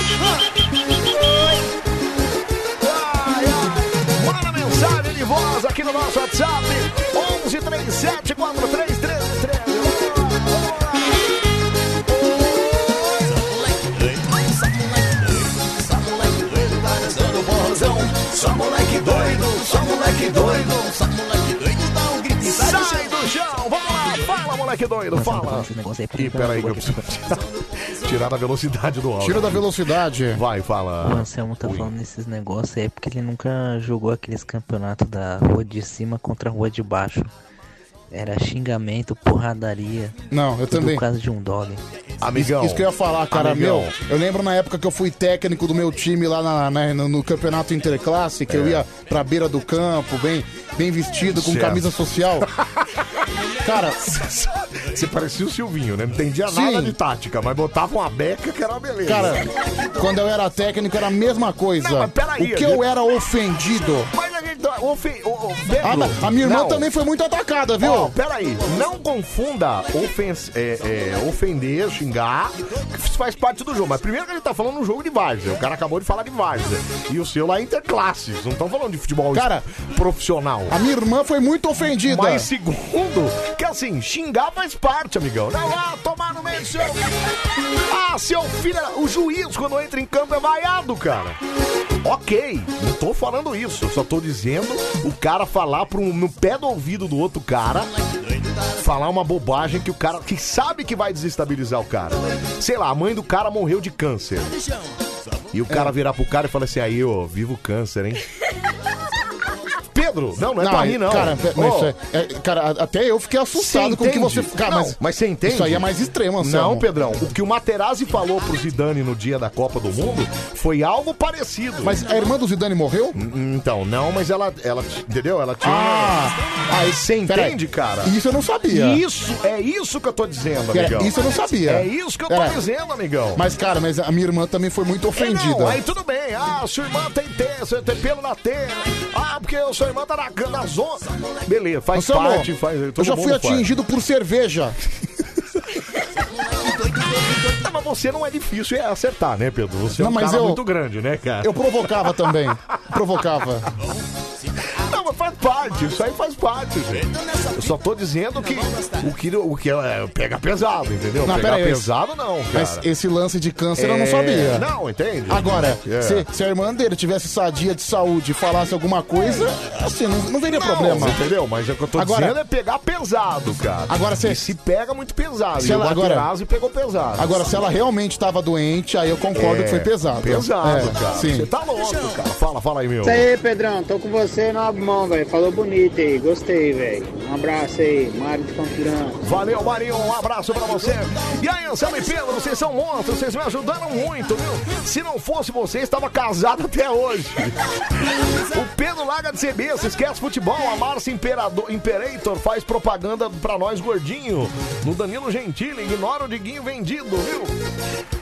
Manda mensagem de voz aqui no nosso WhatsApp 11 37 43 Só moleque doido, só moleque doido, só moleque doido dá um grito. Sai do chão, vamos lá, fala moleque doido, fala. Ih, peraí que eu preciso tirar, [LAUGHS] tirar da velocidade do áudio. Tira da velocidade. Vai, O fala. Anselmo tá falando desses negócios aí porque ele nunca jogou aqueles campeonatos da rua de cima contra a rua de baixo. Era xingamento, porradaria. Não, eu tudo também. Por causa de um dólar. Isso, isso que eu ia falar, cara, meu. Eu lembro na época que eu fui técnico do meu time lá na- na- no, no campeonato interclasse, que eu É. ia pra beira do campo, bem, bem vestido, com Certo. camisa [LAUGHS] social. Cara, Você parecia o Silvinho, né? Não entendia nada de tática, mas botava uma beca que era uma beleza. Cara, quando eu era técnico era a mesma coisa. Não, mas peraí, o que a eu gente- era ofendido. Mas a gente. tá- Ofe... o- o- Ah, mas a minha irmã Não. também foi muito atacada, viu? Ó, peraí, não confunda ofens- é, é, ofender, xingar, que isso faz parte do jogo. Mas primeiro que ele tá falando um jogo de várzea. O cara acabou de falar de várzea. E o seu lá é interclasses. Não estão falando de futebol Cara, profissional. A minha irmã foi muito ofendida. Mas segundo, que assim, xingar faz parte, amigão. Não, ah, tomar no meio do seu. Ah, seu filho. era- O juiz, quando entra em campo, é vaiado, cara. Ok, não tô falando isso. Eu só tô dizendo o cara falar pro, no pé do ouvido do outro cara. Falar uma bobagem que o cara. que sabe que vai desestabilizar o cara. Sei lá, a mãe do cara morreu de câncer. E o É. cara virar pro cara e falar assim: aí, ó, vivo o câncer, hein? Pedro, não, não é pra mim, não. Cara, pe- mas Ô. isso é- é- cara, até eu fiquei assustado com o que você. Cara, Não, mas, você entende? Isso aí é mais extremo, Anselmo. Não, Pedrão. O que o Materazzi falou pro Zidane no dia da Copa do Mundo foi algo parecido. Mas a irmã do Zidane morreu? Então, não, mas ela, ela entendeu? Ela tinha... Ah! Aí você Peraí, entende, cara? Isso eu não sabia. Isso, é isso que eu tô dizendo, Pera, amigão. isso eu não sabia. É isso que eu tô Pera. dizendo, amigão. É, Mas, cara, mas a minha irmã também foi muito ofendida. Não, aí tudo bem. Ah, sua irmã tem, te, você tem pelo na telha. Ah, porque sua irmã tá na, na zona. Beleza, faz Anselmo, parte, faz. eu todo já fui mundo faz. atingido por cerveja. Ah, mas você não é difícil é acertar, né, Pedro? Você é Não, um mas cara eu- muito grande, né, cara? Eu provocava também. Provocava. [LAUGHS] Não, mas faz parte, isso aí faz parte, gente. Eu só tô dizendo que o que, o que é, pega pesado, entendeu? Não, pega pera aí, pesado esse- não, cara. Mas esse lance de câncer eu É, não sabia. não, entende? Agora, É. se, se a irmã dele tivesse sadia de saúde e falasse alguma coisa, assim, não, não veria problema. Não, entendeu? Mas é o que eu tô Agora- dizendo é pegar pesado, cara. Agora se- E se pega muito pesado. Se e ela- o agora- Materazzi pegou pesado. Agora, se ela realmente tava doente, aí eu concordo É, que foi pesado. Pesado, É, cara. Sim. Você tá louco, cara. Fala, fala aí, meu. Isso aí, Pedrão, tô com você na mão, velho. Falou bonito aí, gostei, velho. Um abraço aí, Mário de Campirão. Valeu, Marinho. Um abraço pra você. E aí, Anselmo e Pedro, vocês são monstros. Vocês me ajudaram muito, viu? Se não fosse vocês, estava casado até hoje. [LAUGHS] O Pedro larga de ser besta, esquece futebol. A Márcia Imperador, Imperator faz propaganda pra nós gordinho. No Danilo Gentili, ignora o Diguinho vendido, viu?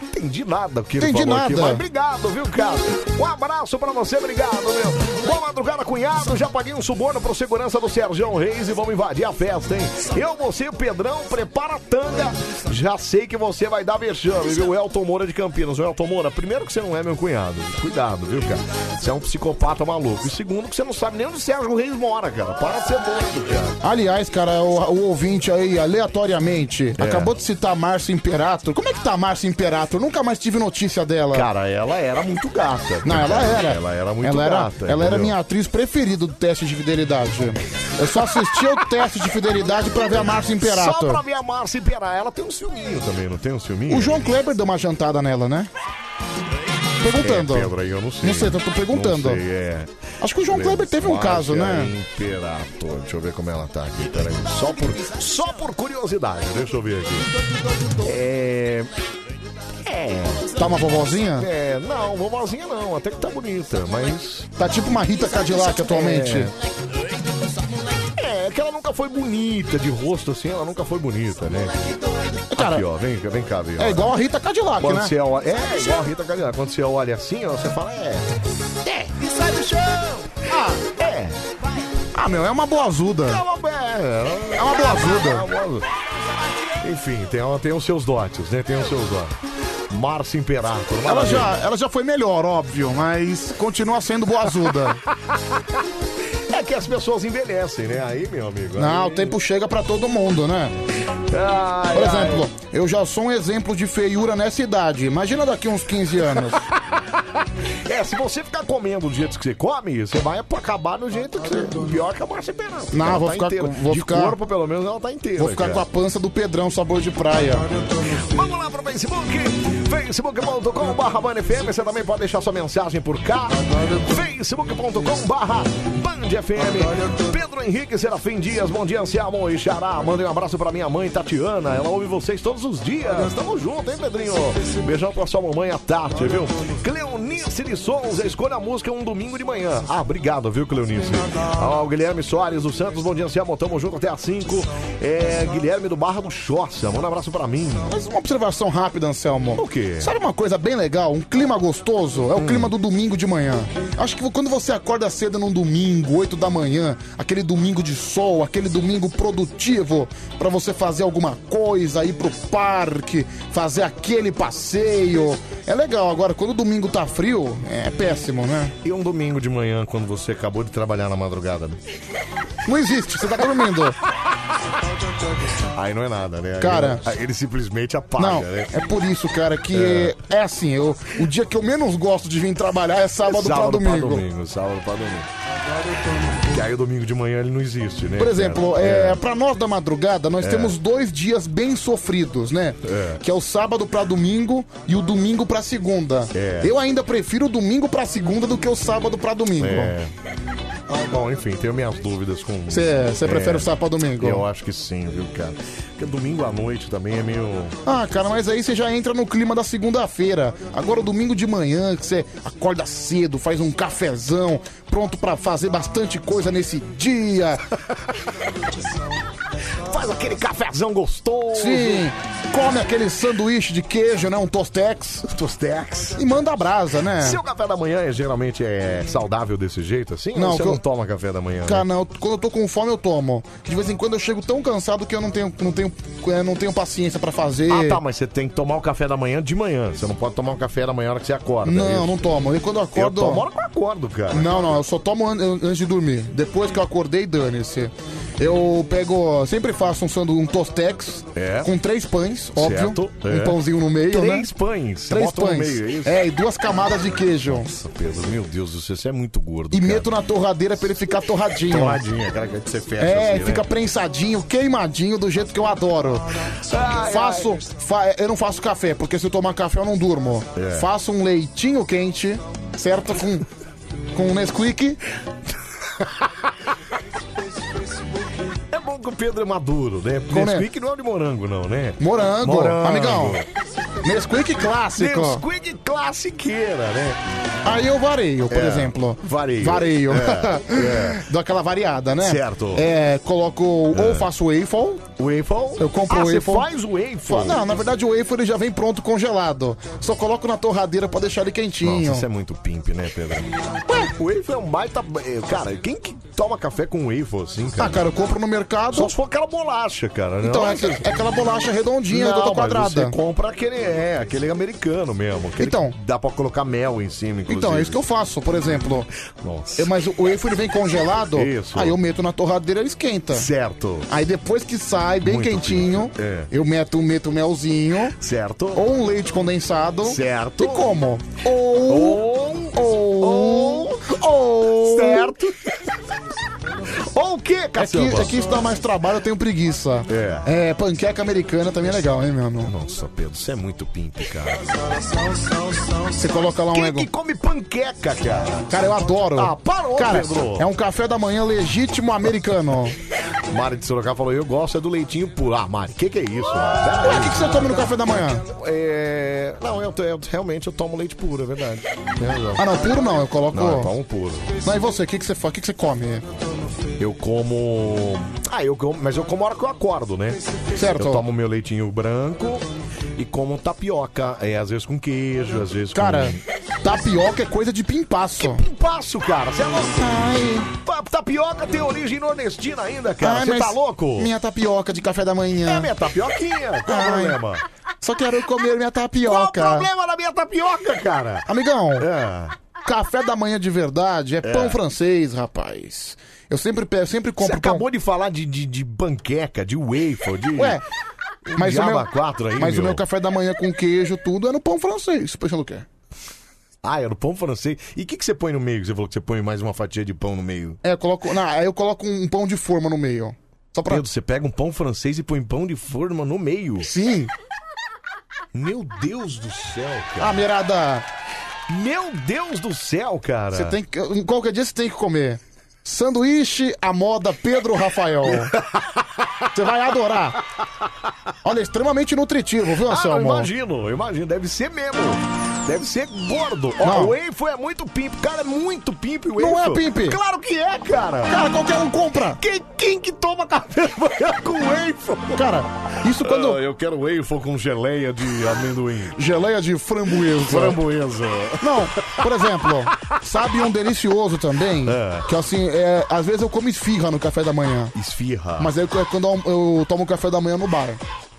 Entendi nada o que ele Entendi falou aqui, nada. mas obrigado, viu, cara? Um abraço pra você, obrigado, meu. Boa madrugada, cunhado. Já paguei um suborno pro segurança do Sérgio Reis e vamos invadir a festa, hein? Eu, você e o Pedrão, prepara a tanga. Já sei que você vai dar vexame, viu? Elton Moura de Campinas. Ô, Elton Moura, primeiro que você não é meu cunhado. Cuidado, viu, cara? Você é um psicopata maluco. E segundo que você não sabe nem onde o Sérgio Reis mora, cara. Para de ser doido, cara. Aliás, cara, o, o ouvinte aí, É. aleatoriamente, acabou de citar Márcio Imperator. Como é que tá Márcio Imperator? Nunca mais tive notícia dela. Cara, ela era muito gata. Não, ela era. Ela era muito ela era, gata. Ela era entendeu? minha atriz preferida do teste de fidelidade. Eu só assistia o teste de fidelidade pra ver a Márcia Só pra Imperator. ver a Márcia Imperator. Ela tem um ciúminho também, não tem um ciúminho? O João Kleber deu uma jantada nela, né? Perguntando. É, Pedro, aí eu não sei. Não sei, tô- tô perguntando. Não sei, é. Acho que o João Kleber teve um caso, né? Imperator. Deixa eu ver como ela tá aqui, peraí. Só por, só por curiosidade, deixa eu ver aqui. É... É... Tá uma vovozinha? É, não, vovozinha não, até que tá bonita, mas... Tá tipo uma Rita Cadillac atualmente. É, é que ela nunca foi bonita, de rosto assim, ela nunca foi bonita, né? Cara, aqui, ó, vem, vem cá, vem. É ó. igual a Rita Cadillac, Quando né? você olha... É, igual a Rita Cadillac. Quando você olha assim, ó, você fala, é... É, e sai do chão. Ah, é. Ah, meu, é uma boazuda. É uma, É, é uma boazuda. Enfim, tem, tem os seus dotes, né? Tem os seus dotes. Márcia Imperator. Ela maravilha. já, ela já foi melhor, óbvio, mas continua sendo [LAUGHS] boazuda. É que as pessoas envelhecem, né? Aí, meu amigo. Não, aí- o tempo chega pra todo mundo, né? Ai, Por ai. exemplo, eu já sou um exemplo de feiura nessa idade. Imagina daqui uns 15 anos. [LAUGHS] É, se você ficar comendo do jeito que você come, você vai acabar do jeito que você. Pior que a Márcia Imperator. Não, Ela vou tá ficar inteira. com- vou De ficar- corpo, pelo menos, ela tá inteira. Vou ficar cara. com a pança do Pedrão, sabor de praia. Vamos lá pro Facebook, facebook.com barra BandFM, você também pode deixar sua mensagem por cá, facebook.com barra BandFM, Pedro Henrique Serafim Dias, bom dia Anselmo e Xará, mandei um abraço pra minha mãe Tatiana, ela ouve vocês todos os dias, tamo junto, hein Pedrinho? Beijão pra sua mamãe, a Tati, viu? Cleonice de Souza, escolha a música um domingo de manhã. Ah, obrigado, viu, Cleonice? Ao Guilherme Soares dos Santos, bom dia, Anselmo, tamo junto até às 5. É, Guilherme do Barra do Choça, manda um abraço pra mim. Mas uma observação rápida, Anselmo. O quê? Hum. Sabe uma coisa bem legal? Um clima gostoso é o clima do domingo de manhã. Acho que quando você acorda cedo num domingo, 8 da manhã, aquele domingo de sol, aquele domingo produtivo pra você fazer alguma coisa, ir pro parque, fazer aquele passeio. É legal. Agora, quando o domingo tá frio, é péssimo, né? E um domingo de manhã, quando você acabou de trabalhar na madrugada? [LAUGHS] Não existe, você tá dormindo. Aí não é nada, né? Aí Cara- ele- aí ele simplesmente apaga, Não, né? é por isso, cara, que é, assim, eu, o dia que eu menos gosto de vir trabalhar é sábado, sábado pra domingo. Sábado pra domingo. Que aí o domingo de manhã ele não existe, né? Por exemplo, cara? é, pra nós da madrugada, nós É. temos dois dias bem sofridos, né? É. Que é o sábado pra domingo e o domingo pra segunda. É. Eu ainda prefiro o domingo pra segunda do que o sábado pra domingo. É. Bom, enfim, tenho minhas dúvidas com. É, Cê- cê prefere o sábado ao domingo? Eu acho que sim, viu, cara? Porque domingo à noite também é meio. Ah, cara, mas aí você já entra no clima da segunda-feira. Agora o domingo de manhã, que você acorda cedo, faz um cafezão, pronto pra fazer bastante coisa nesse dia. [LAUGHS] Faz aquele cafezão gostoso. Sim, come aquele sanduíche de queijo, né? Um tostex. Tostex. E manda brasa, né? Seu café da manhã é, geralmente é saudável desse jeito, assim? Não, Ou você que eu- não toma café da manhã? né? Cara, não, quando eu tô com fome eu tomo. Que de vez em quando eu chego tão cansado que eu não tenho, não tenho, eh, não tenho paciência pra fazer. Ah, tá, mas você tem que tomar o café da manhã de manhã. Você não pode tomar o café da manhã na hora que você acorda. Não, é isso? não tomo. E quando eu acordo- Eu tomo na hora que eu acordo, cara. Não, não, eu só tomo an- an- antes de dormir. Depois que eu acordei, dane-se. Eu pego, sempre faço um sanduíche, um tostex, É. com três pães, óbvio. Certo, é. Um pãozinho no meio, né? Três pães, você Três bota no pães. meio, é isso? É, e duas camadas de queijo. Nossa, Pedro, meu Deus do céu, você é muito gordo. E cara. meto na torradeira pra ele ficar torradinho. torradinha, aquela que você fecha É, assim, né? fica prensadinho, queimadinho, do jeito que eu adoro. faço. fa- é, eu não faço café, porque se eu tomar café eu não durmo. É. Faço um leitinho quente, certo? Com, com [LAUGHS] Nesquik. É bom que o Pedro é maduro, né? Porque Como é? Nesquik não é o de morango, não, né? Morango, amigão. Nesquik clássico. Nesquik classiqueira, né? Aí eu vareio, por É, exemplo. Vareio. Vareio. [LAUGHS] É, é. Dou aquela variada, né? Certo. É, coloco. É. Ou faço waffle. Waffle? Eu compro Ah, o você waffle. faz o waffle? Não, na verdade o waffle ele já vem pronto congelado. Só coloco na torradeira pra deixar ele quentinho. Nossa, isso é muito pimp, né, Pedro? o waffle é um baita... é, Cara, quem que toma café com waffle assim, cara? Ah, cara, eu compro no mercado. Só se for aquela bolacha, cara. né? Então, é, aqu- é aquela bolacha redondinha, Não, toda mas quadrada. Você compra aquele, é, aquele americano mesmo. Aquele Então. que Dá pra colocar mel em cima, inclusive. Então, é isso que eu faço, por exemplo. Nossa. Eu- mas o waffle ele vem congelado, Isso. aí eu meto na torradeira e esquenta. Certo. Aí depois que sai, bem Muito quentinho, pimp, é. eu meto, meto um melzinho. Certo. Ou um leite condensado. Certo. E como? Ou. é Ou. Ou. ou Certo. Ou o quê, É que, Cassiano? é que isso dá mais trabalho, eu tenho preguiça. É. panqueca americana também é legal, hein, meu irmão? Nossa, Pedro, você é muito pimp, cara. Você coloca lá um Quem ego- que come panqueca, cara? Cara, eu adoro. Ah, parou, Cara, Pedro. é um café da manhã legítimo americano. Mari de Sorocaba falou, eu gosto é do leitinho puro. Ah, Mari, o que, que é isso? Mari? Pera Ué, aí. o que, que você toma no café da manhã? É... Não, eu, eu- realmente eu tomo leite puro, é verdade. Tem razão. Ah, não, puro não, eu coloco. Não, eu tomo puro. Mas e você, o que, que você faz? O que, que você come? Eu como. Ah, eu como. Mas eu como a hora que eu acordo, né? Certo. Eu tomo meu leitinho branco. e comam tapioca. É, às vezes com queijo, às vezes Cara, com. tapioca é coisa de pimpaço. Passo, cara, você é louco. Pa- Tapioca tem origem nordestina ainda, cara. Ai, Você Ah, mas tá louco? Minha tapioca de café da manhã. É minha tapioquinha. Qual o problema? Só quero comer minha tapioca. Qual o problema da minha tapioca, cara? É. Amigão, café da manhã de verdade é, pão francês, rapaz. Eu sempre, pe- eu sempre Você compro pão. acabou de falar de, de, de banqueca, de wafer, de. Ué, Mas, o Java meu, 4 aí, mas meu. o meu café da manhã com queijo, tudo, é no pão francês. O pessoal não quer. Ah, era o pão francês. E o que, que você põe no meio? que Você falou que você põe mais uma fatia de pão no meio. É, eu coloco. Não, aí eu coloco um pão de forma no meio, ó. Só pra. Pedro, você pega um pão francês e põe pão de forma no meio. Sim. Meu Deus do céu, cara. Ah, mirada! Meu Deus do céu, cara. Você tem que. em Qualquer dia você tem que comer. Sanduíche à moda Pedro [LAUGHS] Rafael. Você vai adorar. Olha, extremamente nutritivo, viu, Ah, eu Anselmo? imagino, eu imagino. Deve ser mesmo. Deve ser gordo. Ó, Não. o Eiffel é muito pimp. Cara, é muito pimp o Não é Eiffel. pimp. Claro que é, cara. Cara, qualquer um compra. Quem, quem que toma café [LAUGHS] da manhã com Eiffel? Cara, isso quando... Ah, eu quero Eiffel com geleia de amendoim. Geleia de framboesa. Framboesa. Não, por exemplo, sabe um delicioso também? Que assim, é, às vezes eu como esfirra no café da manhã. Esfirra. Mas aí é quando eu, eu tomo café da manhã no bar.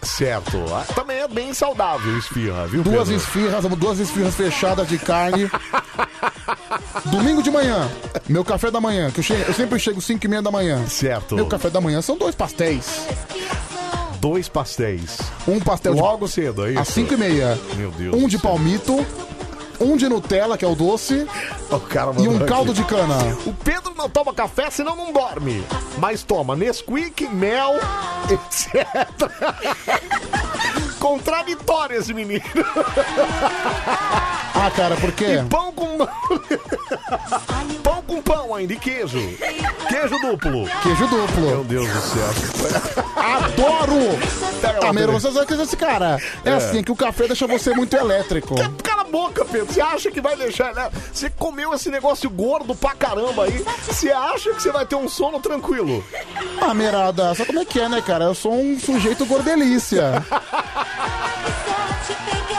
Certo. Ah, Também é bem saudável esfirra, viu, Duas Pedro? esfirras, duas esfirras fechadas de [LAUGHS] carne. Domingo de manhã, meu café da manhã, que eu, chego- eu sempre chego 5 e meia da manhã. Certo. Meu café da manhã são dois pastéis. Dois pastéis. Um pastel de- Logo cedo, é isso? Às cinco e meia. Meu Deus. Um de palmito, um de Nutella, que é o doce, O cara e um mandou caldo aqui. de cana. O Pedro não toma café, senão não dorme. Mas toma Nesquik, mel, [LAUGHS] etc. Contraditório esse menino. [LAUGHS] Ah, cara, por quê? E pão com... [LAUGHS] pão com pão ainda, e queijo. Queijo duplo. Queijo duplo. Meu Deus do céu. Adoro! Pega lá, Tameiro, Pedro. você sabe que esse cara. É, É. assim que o café deixa você muito [LAUGHS] elétrico. Cala a boca, Pedro. Você acha que vai deixar, né? Você comeu esse negócio gordo pra caramba aí. Você acha que você vai ter um sono tranquilo. Ah, Merada, sabe como é que é, né, cara? Eu sou um sujeito gordelícia.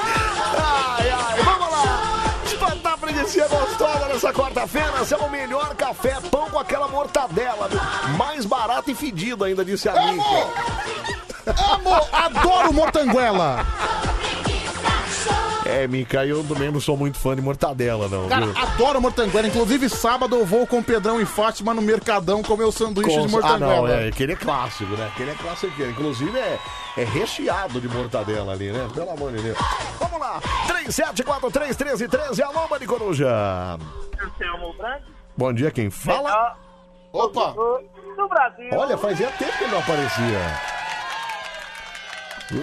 Ai, ai, vamos lá! Espantar a preguiça gostosa nessa quarta-feira. Esse é o melhor café, pão com aquela mortadela, viu? Mais barato e fedido ainda, disse a Mica. Amo, adoro mortanguela. É, Mica, eu também não sou muito fã de mortadela, não, Cara, viu? adoro mortanguela. Inclusive, sábado eu vou com Pedrão e Fátima no Mercadão comer o sanduíche Com- de Ah, não, mortanguela. é, aquele é clássico, né? Aquele é clássico. Inclusive, é, é recheado de mortadela ali, né? Pelo amor de Deus. Vamos lá, 37431313, alô, Mari Coruja. Anselmo Branco. Bom dia, quem fala? Opa! Do Brasil. Olha, fazia tempo que ele não aparecia.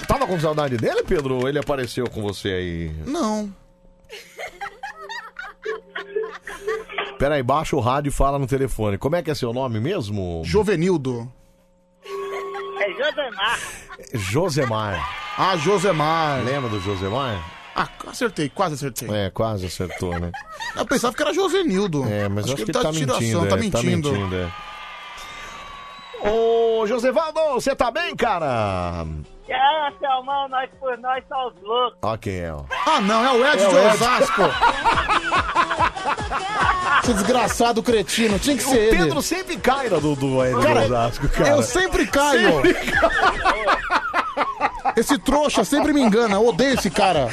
Tava com saudade dele, Pedro? Ou ele apareceu com você aí? Não. Pera aí, baixa o rádio e fala no telefone. Como é que é seu nome mesmo? Jovenildo. É Josemar. Josemar. [LAUGHS] Ah, Josemar. Lembra do Josemar? Ah, acertei, quase acertei. É, quase acertou, né? Eu pensava que era Jovenildo. É, mas acho, que, ele tá, de mentindo, é, tá mentindo. Tá mentindo, é. Ô, Josevaldo, você tá bem, cara? É, Anselmão, nós por nós só os loucos. Ó quem é, ó. Ah, não, é o Ed É o de Ed. [LAUGHS] Osasco. Esse desgraçado cretino, tinha que O ser ele. Pedro sempre cai na do, do, do Cara, Osasco, cara. Eu sempre caio. [LAUGHS] Esse trouxa sempre me engana, eu odeio esse cara.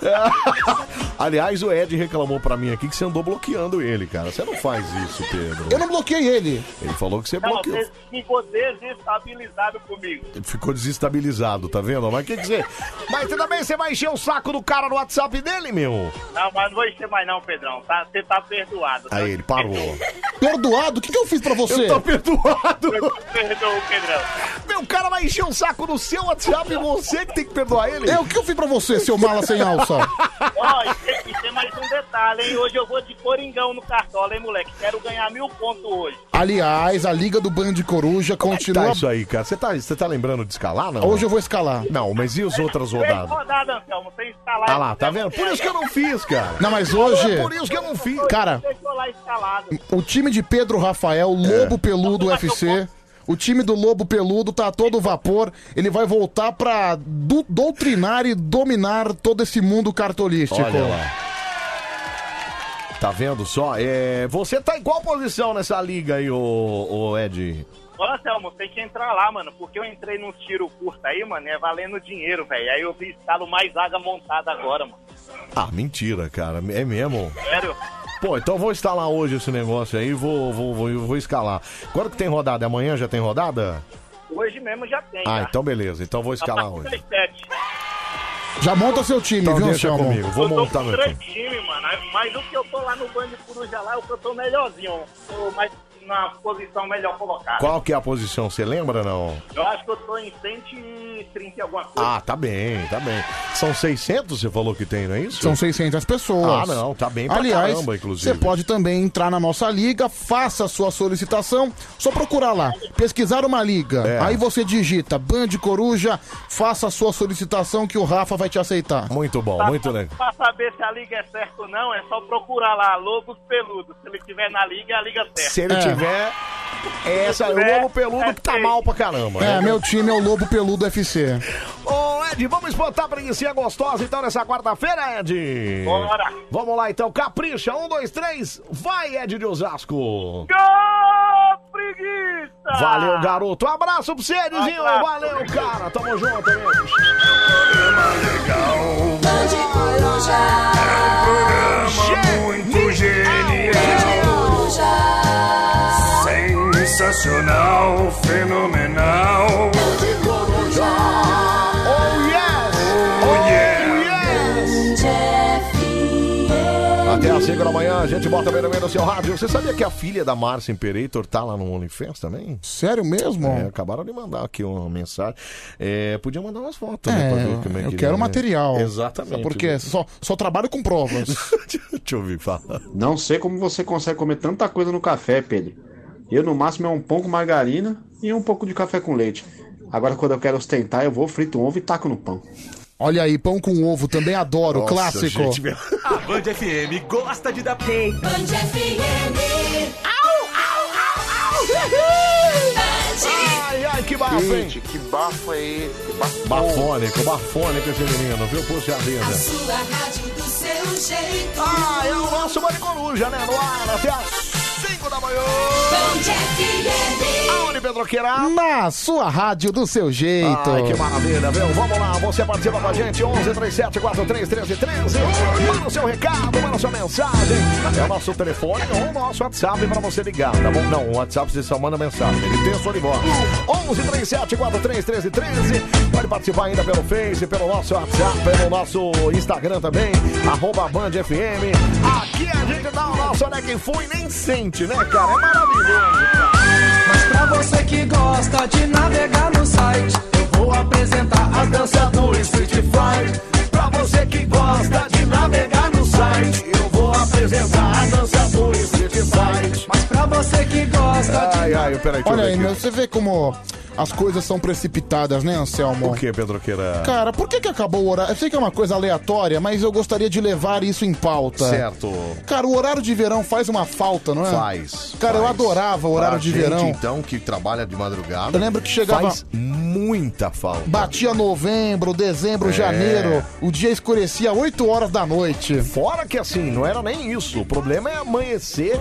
[LAUGHS] Aliás, o Ed reclamou pra mim aqui que você andou bloqueando ele, cara. Você não faz isso, Pedro. Eu não bloqueei ele. Ele falou que Tá, você Não, bloqueou. vocês ficou desestabilizado comigo. Ele Ficou desestabilizado, tá vendo? Mas o que dizer? Mas também você vai encher o saco do cara no WhatsApp dele, meu? Não, mas não vou encher mais não, Pedrão. Tá, você tá perdoado. Aí ele parou. Perdoado? O que, que eu fiz pra você? Eu tô perdoado. Perdoa o Pedrão. Meu cara vai encher o saco no seu WhatsApp e você que tem que perdoar ele? É o que eu fiz pra você, seu mala sem alça? Ó, e tem- e tem mais um detalhe, hein? Hoje eu vou de Coringão no Cartola, hein, moleque? Quero ganhar mil pontos hoje. Aliás, a Liga do Band de Coruja continua. Tá isso aí, cara. Você tá, você tá lembrando de escalar, não? Hoje eu vou escalar. Não, mas e as outras Três rodadas? rodadas, Anselmo. Sem instalar... Ah lá, tá vendo? Por isso que eu não fiz, cara. Não, mas hoje- Por isso que eu não fiz. Cara, Deixou lá instalado. É. O time de Pedro Rafael, Lobo Peludo UFC, O time do Lobo Peludo tá a todo vapor. Ele vai voltar pra du- doutrinar e dominar todo esse mundo cartolístico. Olha lá. Tá vendo só? É, você tá em qual posição nessa liga aí, ô, ô Ed? Ô, Anselmo, tem que entrar lá, mano, porque eu entrei num tiro curto aí, mano, e é valendo dinheiro, velho. Aí eu vi estalo mais água montada agora, mano. Ah, mentira, cara. É mesmo? Sério? Pô, então vou instalar hoje esse negócio aí, vou, vou, vou, vou escalar. Quando que tem rodada? É Amanhã já tem rodada? Hoje mesmo já tem. Ah, tá? já. então beleza. Então vou escalar A partir hoje. das sete. Já monta seu time, Então viu, deixa Anselmo? comigo, vou Eu tô montar com meu três times, mano. Mas o que eu tô lá no Band Coruja lá é o que eu tô melhorzinho. Tô mais na posição melhor colocada. Qual que é a posição? Você lembra, não? Eu acho que eu tô em 130 e alguma coisa. Ah, tá bem, tá bem. São 600, você falou que tem, não é isso? São 600 pessoas. Ah, não, tá bem pra Aliás, caramba, inclusive. Você pode também entrar na nossa liga, faça a sua solicitação, só procurar lá, pesquisar uma liga. É. Aí você digita Band Coruja, faça a sua solicitação que o Rafa vai te aceitar. Muito Tá. bom, Tá muito legal. Pra saber se a liga é certa ou não, é só procurar lá, Lobos Peludos. Se ele tiver na liga, é a liga certa. Se ele tiver, é essa, o lobo peludo que tá mal pra caramba. né? É, meu time é o Lobo Peludo FC. [LAUGHS] Ô, Ed, vamos espantar a preguiça gostosa então nessa quarta-feira, Ed? Bora. Vamos lá então, capricha, um, dois, três, vai, Ed de Osasco! preguiça! Valeu, garoto, abraço pra você, Edzinho, Abraço. valeu, cara, tamo junto, amigo. Bande Coruja. É um programa muito genial. Sensacional, fenomenal. Bande Coruja. Oh yes! Oh yes! Até às 5 da manhã, a gente bota bem no meio do seu rádio. Você sabia que a filha da Márcia Imperator tá lá no OnlyFans também? Sério mesmo? É, acabaram de mandar aqui uma mensagem. É, podia mandar umas fotos, É, né? pra ver como é eu que- quero né? material. Exatamente. Porque só, só trabalho com provas. [LAUGHS] Deixa eu ouvir falar. Não sei como você consegue comer tanta coisa no café, Pedro. Eu, no máximo, é um pão com margarina e um pouco de café com leite. Agora, quando eu quero ostentar, eu vou frito um ovo e taco no pão. Olha aí, pão com ovo, também adoro, Nossa, clássico. gente, meu- A Band FM gosta de dar play. Band FM. Au, au, au, au. Uhul. Ai, ai, que bafo, hein? Gente, que bafo é esse? Que bafo. Bafônico, bafônico esse menino, viu? Puxa A vida. sua rádio do seu jeito. Ah, é o nosso Bande Coruja, né? No ar, até às 5 da manhã. Band FM. Aonde, Pedroqueira? Na sua rádio do seu jeito. Ai, que maravilha, viu? tá Vamos lá, você participa com a gente, 11 37 43 13 13. Manda o seu recado, manda a sua mensagem. É o nosso telefone ou o nosso WhatsApp pra você ligar, tá bom? Não, o WhatsApp você só manda mensagem, ele tem o som de voz. 11 37 43 13 13. Pode participar ainda pelo Face, pelo nosso WhatsApp, pelo nosso Instagram também, arroba Band FM. Aqui a gente dá o nosso olha quem foi nem sente, né, cara? É maravilhoso. Mas pra você que gosta de navegar no site, eu vou apresentar a dança do Street Fight. Pra você que gosta de navegar no site, eu vou apresentar a dança do Street Fight. Mas pra você que gosta de. Ai, é ai, peraí, deixa eu Olha ver aí, aqui. meu, você vê como as coisas são precipitadas, né, Anselmo? O que, Pedroqueira? Cara, por que, que acabou o horário? Eu sei que é uma coisa aleatória, mas eu gostaria de levar isso em pauta. Certo. Cara, o horário de verão faz uma falta, não é? Faz. Cara, eu faz. adorava o horário Pra de gente, verão. então, que trabalha de madrugada. Eu lembro que chegava- Faz muita falta. Batia novembro, dezembro, É. janeiro. O dia escurecia 8 horas da noite. Fora que assim, não era nem isso. O problema é amanhecer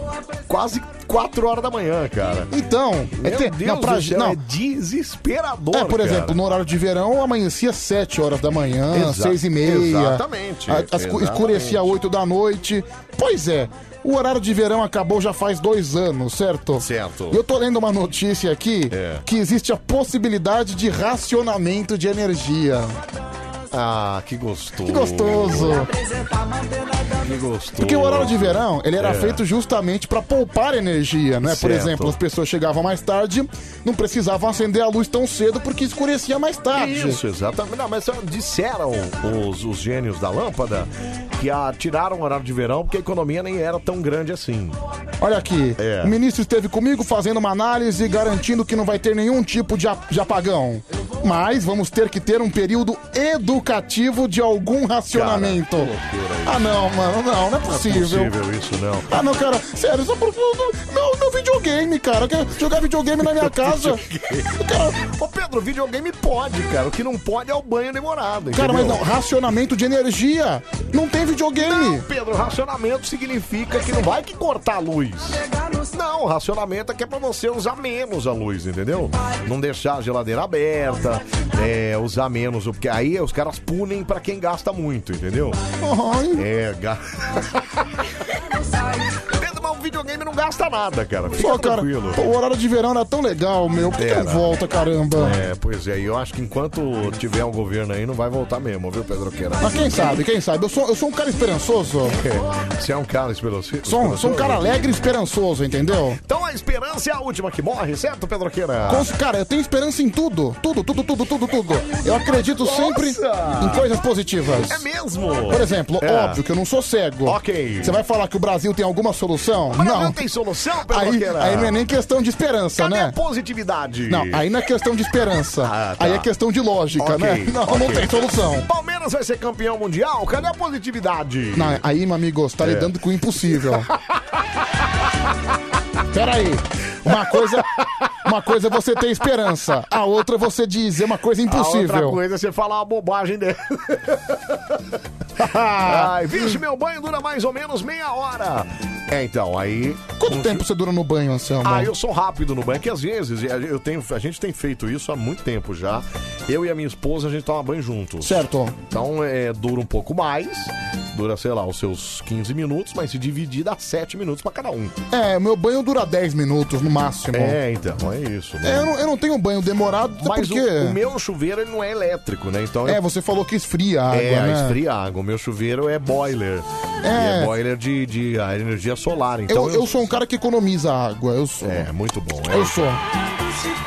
quase 4 horas da manhã, cara. Então, Meu é ter- Deus não, pra- do céu, não. é desesperador, É, por cara. exemplo, no horário de verão amanhecia 7 horas da manhã, Exa- 6 e meia. Exatamente, A- as- exatamente. Escurecia 8 da noite. Pois é, o horário de verão acabou já faz dois anos, certo? Certo. E É. eu tô lendo uma notícia aqui que existe a possibilidade de racionamento de energia. Ah, que gostoso. Que gostoso. Que gostoso. Porque o horário de verão, ele era É. feito justamente pra poupar energia, né? Por Certo. exemplo, as pessoas chegavam mais tarde, não precisavam acender a luz tão cedo porque escurecia mais tarde. Isso, exatamente. Não, mas ah, disseram os, os gênios da lâmpada que a, tiraram o horário de verão porque a economia nem era tão grande assim. Olha aqui, É. o ministro esteve comigo fazendo uma análise, garantindo que não vai ter nenhum tipo de, a- de apagão. Mas vamos ter que ter um período educativo de algum racionamento. ah, não, mano, não, não é Não possível. é possível isso, não. Ah, não, cara, sério, só por. Não, não videogame, cara. Eu quero jogar videogame [LAUGHS] na minha casa. Ô, Pedro, videogame pode, cara. O que não pode é o banho demorado. Cara, mas entendeu? não, racionamento de energia. Não tem videogame. Pedro, racionamento significa que não vai que cortar a luz. Não, racionamento é que é pra você usar menos a luz, entendeu? Não deixar a geladeira aberta, é, usar menos, porque aí os caras punem pra quem gasta muito, entendeu? É, ga... Pedro, mas o videogame não gasta nada, cara. Fica Pô, cara, tranquilo. pô, o horário de verão era tão legal, meu. Por É que, que não Era. volta, caramba? É, pois é, e eu acho que enquanto tiver um governo aí, não vai voltar mesmo, viu, Pedro Queira? Mas quem sabe, quem sabe? Eu sou, eu sou um cara esperançoso. Você é um cara esperançoso? Sou, um- sou um cara alegre e esperançoso, entendeu? Então a esperança é a última que morre, certo, Pedroqueira? Cons- Cara, eu tenho esperança em tudo. Tudo, tudo, tudo, tudo, tudo. Eu acredito sempre Nossa! em coisas positivas. É mesmo? Por exemplo, É. óbvio que eu não sou cego. Ok. Você vai falar que o Brasil tem alguma solução? Mas não. não tem solução, Aí, Pedroqueira? aí não é nem questão de esperança, né? Positividade. Não, aí não é questão de [LAUGHS] esperança. tá. Aí é questão de lógica, Ok, né? Não, não ok. tem [LAUGHS] solução. Palmeiras vai ser campeão mundial? Cadê a positividade? Não, aí, meu amigo, você tá É. lidando com o impossível. Ah, Peraí. Uma coisa, uma coisa é você ter esperança, a outra é você dizer uma coisa A outra impossível. coisa é você falar uma bobagem dela. [LAUGHS] Ah. Ai, vixe, meu banho dura mais ou menos meia hora. É, então, aí. Quanto tempo você dura no banho, Anselmo? Ah, eu sou rápido no banho, que às vezes eu tenho, a gente tem feito isso há muito tempo já. Eu e a minha esposa, a gente toma banho juntos. Certo. Então é, dura um pouco mais, dura, sei lá, os seus 15 minutos, mas se dividir dá 7 minutos pra cada um. É, meu banho dura 10 minutos no máximo. É, então, é isso. né? É, eu, não, eu não tenho banho demorado, até Mas o, porque... o meu chuveiro ele não é elétrico, né? Então eu- É, você falou que esfria a água, é, né? esfria água. O meu chuveiro é boiler. É. É, é boiler de, de ah, energia solar. Então Eu, eu sou um cara que economiza água, eu sou. É, muito bom. é. Eu sou.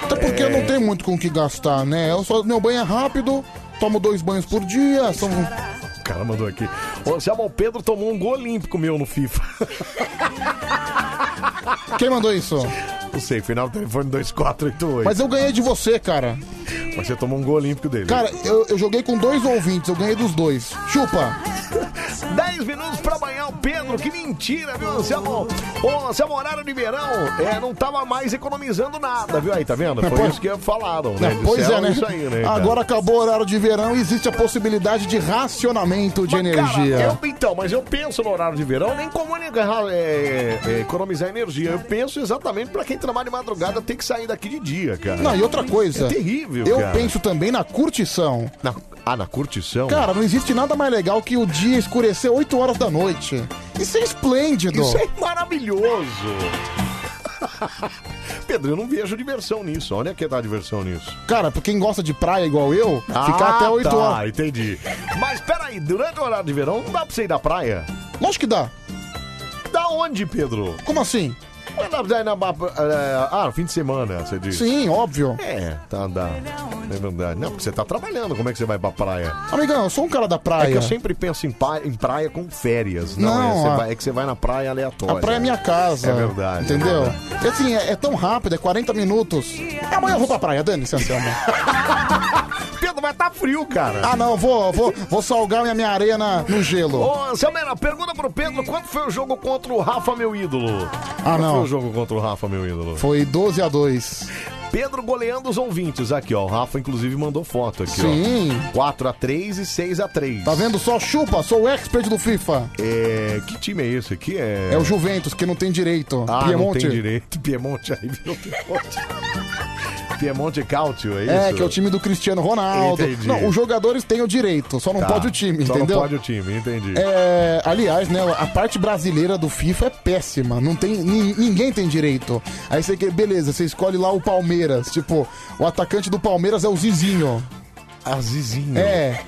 Até porque É. eu não tenho muito com o que gastar, né? Eu só, meu banho é rápido, tomo dois banhos por dia, são... O cara mandou aqui. Ô, Anselmo, O Pedro tomou um gol olímpico meu no FIFA. [LAUGHS] Quem mandou isso? Não sei, final do telefone 2488. Mas eu ganhei de você, cara. Mas você tomou um gol olímpico dele. Cara, eu, eu joguei com dois ouvintes, eu ganhei dos dois. Chupa! 10 minutos pra banhar o Pedro, que mentira, viu, Anselmo? Ô, Anselmo, horário de verão, é, não tava mais economizando nada, viu aí, tá vendo? Foi Pois- isso que falaram, né? Não, pois é, Disseram né? Isso aí, né cara? Agora acabou o horário de verão e existe a possibilidade de racionamento de é energia. Cara, eu- então, mas eu penso no horário de verão, nem como ele- é, é, economizar energia. Eu penso exatamente pra quem trabalha de madrugada tem que sair daqui de dia, cara. Não, e outra coisa. É terrível, Eu cara. penso também na curtição. Na- ah, na curtição? Cara, não existe nada mais legal que o dia escurecer 8 horas da noite. Isso é esplêndido. Isso é maravilhoso. [LAUGHS] Pedro, eu não vejo diversão nisso. Olha que tá a diversão nisso. Cara, pra quem gosta de praia igual eu, ficar até 8 tá, horas. entendi. Mas peraí, durante o horário de verão não dá pra você ir na praia? Lógico que dá. Da onde, Pedro? Como assim? Mas na, na, na, na- ah, no fim de semana, você diz. Sim, óbvio. É, tá, dá. É verdade. Não, porque você tá trabalhando, como é que você vai pra praia? Amigão, eu sou um cara da praia. É que eu sempre penso em, pa- em praia com férias. Não, Não, é, você a- vai- é que você vai na praia aleatória. A praia é minha casa. É verdade. é Entendeu? verdade. E assim, é, é tão rápido, é 40 minutos. Amanhã eu vou pra praia, dane-se, Anselmo. [LAUGHS] Pedro, vai tá frio, cara. Ah, não, vou, vou, vou salgar minha, minha areia na- no gelo. Ô, Anselmena, pergunta pro Pedro quanto foi o jogo contra o Rafa, meu ídolo? Ah, Quanto não. foi o jogo contra o Rafa, meu ídolo? Foi 12 a 2 Pedro goleando os ouvintes aqui, ó. O Rafa, inclusive, mandou foto aqui, Sim. ó. 4x3 e 6x3. Tá vendo? Só chupa, sou o expert do FIFA. É... Que time é esse aqui? É, É o Juventus, que não tem direito. Ah, Piemonte. não tem direito. [LAUGHS] Piemonte aí virou Piemonte. Piemonte Cautio, é isso? É, que é o time do Cristiano Ronaldo. Entendi. Não, os jogadores têm o direito, só não Tá. pode o time, Só entendeu? não pode o time, entendi. É, aliás, né, a parte brasileira do FIFA é péssima. Não tem, nin- ninguém tem direito. Aí você que, beleza, você escolhe lá o Palmeiras. Tipo, o atacante do Palmeiras é o Zizinho. Ah, Azizinho. É.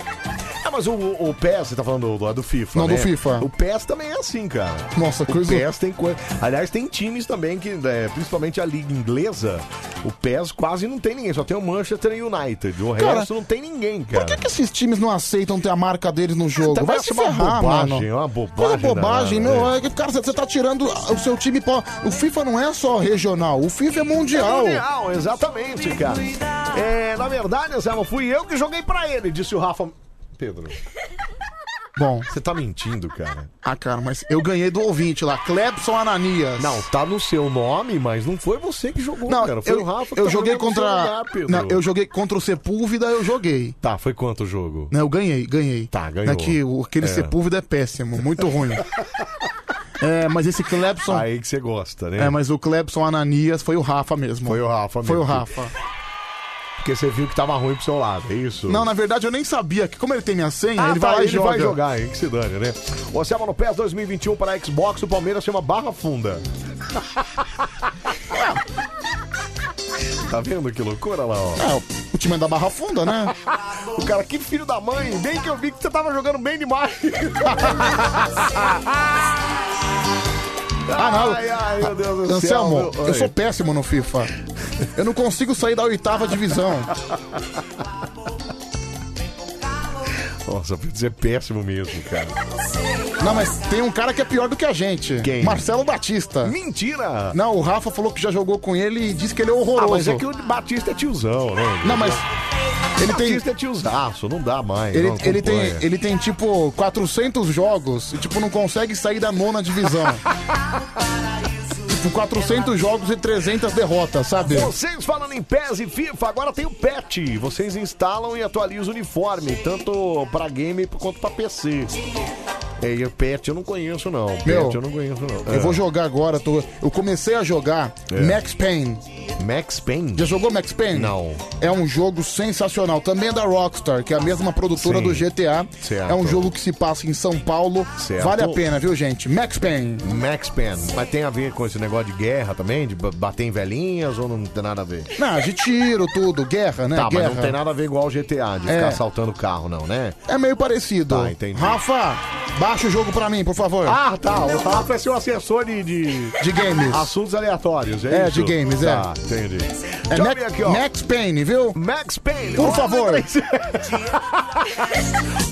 Ah, mas o, o PES, você tá falando do, do FIFA, Não, do né? FIFA. O PES também é assim, cara. Nossa, o coisa- PES tem coisa... Aliás, tem times também que, é, principalmente a liga inglesa, o PES quase não tem ninguém. Só tem o Manchester United. O Cara, resto não tem ninguém, cara. Por Tá, que, que esses times não aceitam ter a marca deles no jogo? Também Vai acho se uma ferrar, é bobagem, mano. uma bobagem Coisa bobagem, danada, meu. é. É que, cara, você tá tirando o seu time. pra- O FIFA não é só regional, o FIFA é É mundial. mundial, exatamente, cara. É, na verdade, Anselmo, fui eu que joguei pra ele, disse o Rafa. Pedro. Bom. Você tá mentindo, cara. Ah, cara, mas eu ganhei do ouvinte lá, Clebson Ananias. Não, tá no seu nome, mas não foi você que jogou, Não, cara. Foi eu, o Rafa que eu tá joguei jogando no seu contra. lugar, Pedro. Não, eu joguei contra o Sepúlveda, eu joguei. Tá, foi quanto o jogo? Não, eu ganhei, ganhei. Tá, ganhou. É que o- aquele É. Sepúlveda é péssimo, muito [LAUGHS] ruim. é, mas esse Clebson. Aí que você gosta, né? É, mas o Clebson Ananias foi o Rafa mesmo. Foi o Rafa Foi o mesmo. Rafa. Porque você viu que tava ruim pro seu lado, é isso? Não, na verdade eu nem sabia que, como ele tem minha senha, Ah, ele tá, vai lá e ele joga. vai jogar, aí que se dane, né? O Anselmo no PES 2021 para Xbox, o Palmeiras chama Barra Funda. [LAUGHS] Tá vendo que loucura lá, ó? É, o time é da Barra Funda, né? [LAUGHS] o cara, que filho da mãe, bem que eu vi que você tava jogando bem demais. [LAUGHS] Ah, não. Ai, ai, meu Deus do Anselmo, céu. meu- eu Oi. sou péssimo no FIFA. Eu não consigo sair da oitava [LAUGHS] divisão. Nossa, Pedro, você é péssimo mesmo, cara. Não, mas tem um cara que é pior do que a gente. Quem? Marcelo Batista. Mentira! Não, o Rafa falou que já jogou com ele e disse que ele é Ah, horroroso. mas é que o Batista é tiozão, né? Não, mas ele tem- Batista é tiozaço, não dá mais. Ele, não ele tem, acompanha. ele tem tipo 400 jogos e tipo não consegue sair da nona [LAUGHS] divisão. tipo 400 jogos e 300 derrotas, sabe? Vocês falando em PES e FIFA, agora tem o PET. Vocês instalam e atualizam o uniforme, tanto pra game quanto pra PC. É, e o PET eu não conheço, não. Meu, PET eu não conheço, não. Eu vou É. jogar agora, tô- eu comecei a jogar É. Max Payne. Max Payne? Já jogou Max Payne? Não. É um jogo sensacional, também é da Rockstar, que é a mesma produtora Sim. do GTA. Certo. É um jogo que se passa em São Paulo. Certo. Vale a pena, viu, gente? Max Payne. Max Payne. Mas tem a ver com esse negócio de guerra também? De ba- bater em velhinhas ou não tem nada a ver? Não, de tiro, tudo, guerra, né? tá, guerra. mas não tem nada a ver igual o GTA, de É. ficar assaltando carro, não, né? É meio parecido. Tá, entendi. Rafa, baixa o jogo pra mim, por favor. Ah, tá. O Rafa é seu assessor de... De, De games. Assuntos aleatórios, é, É, isso? de games, é. Tá, entendi. É Deixa eu Mac- ver aqui, ó. Max Payne, viu? Max Payne. Por favor. [LAUGHS]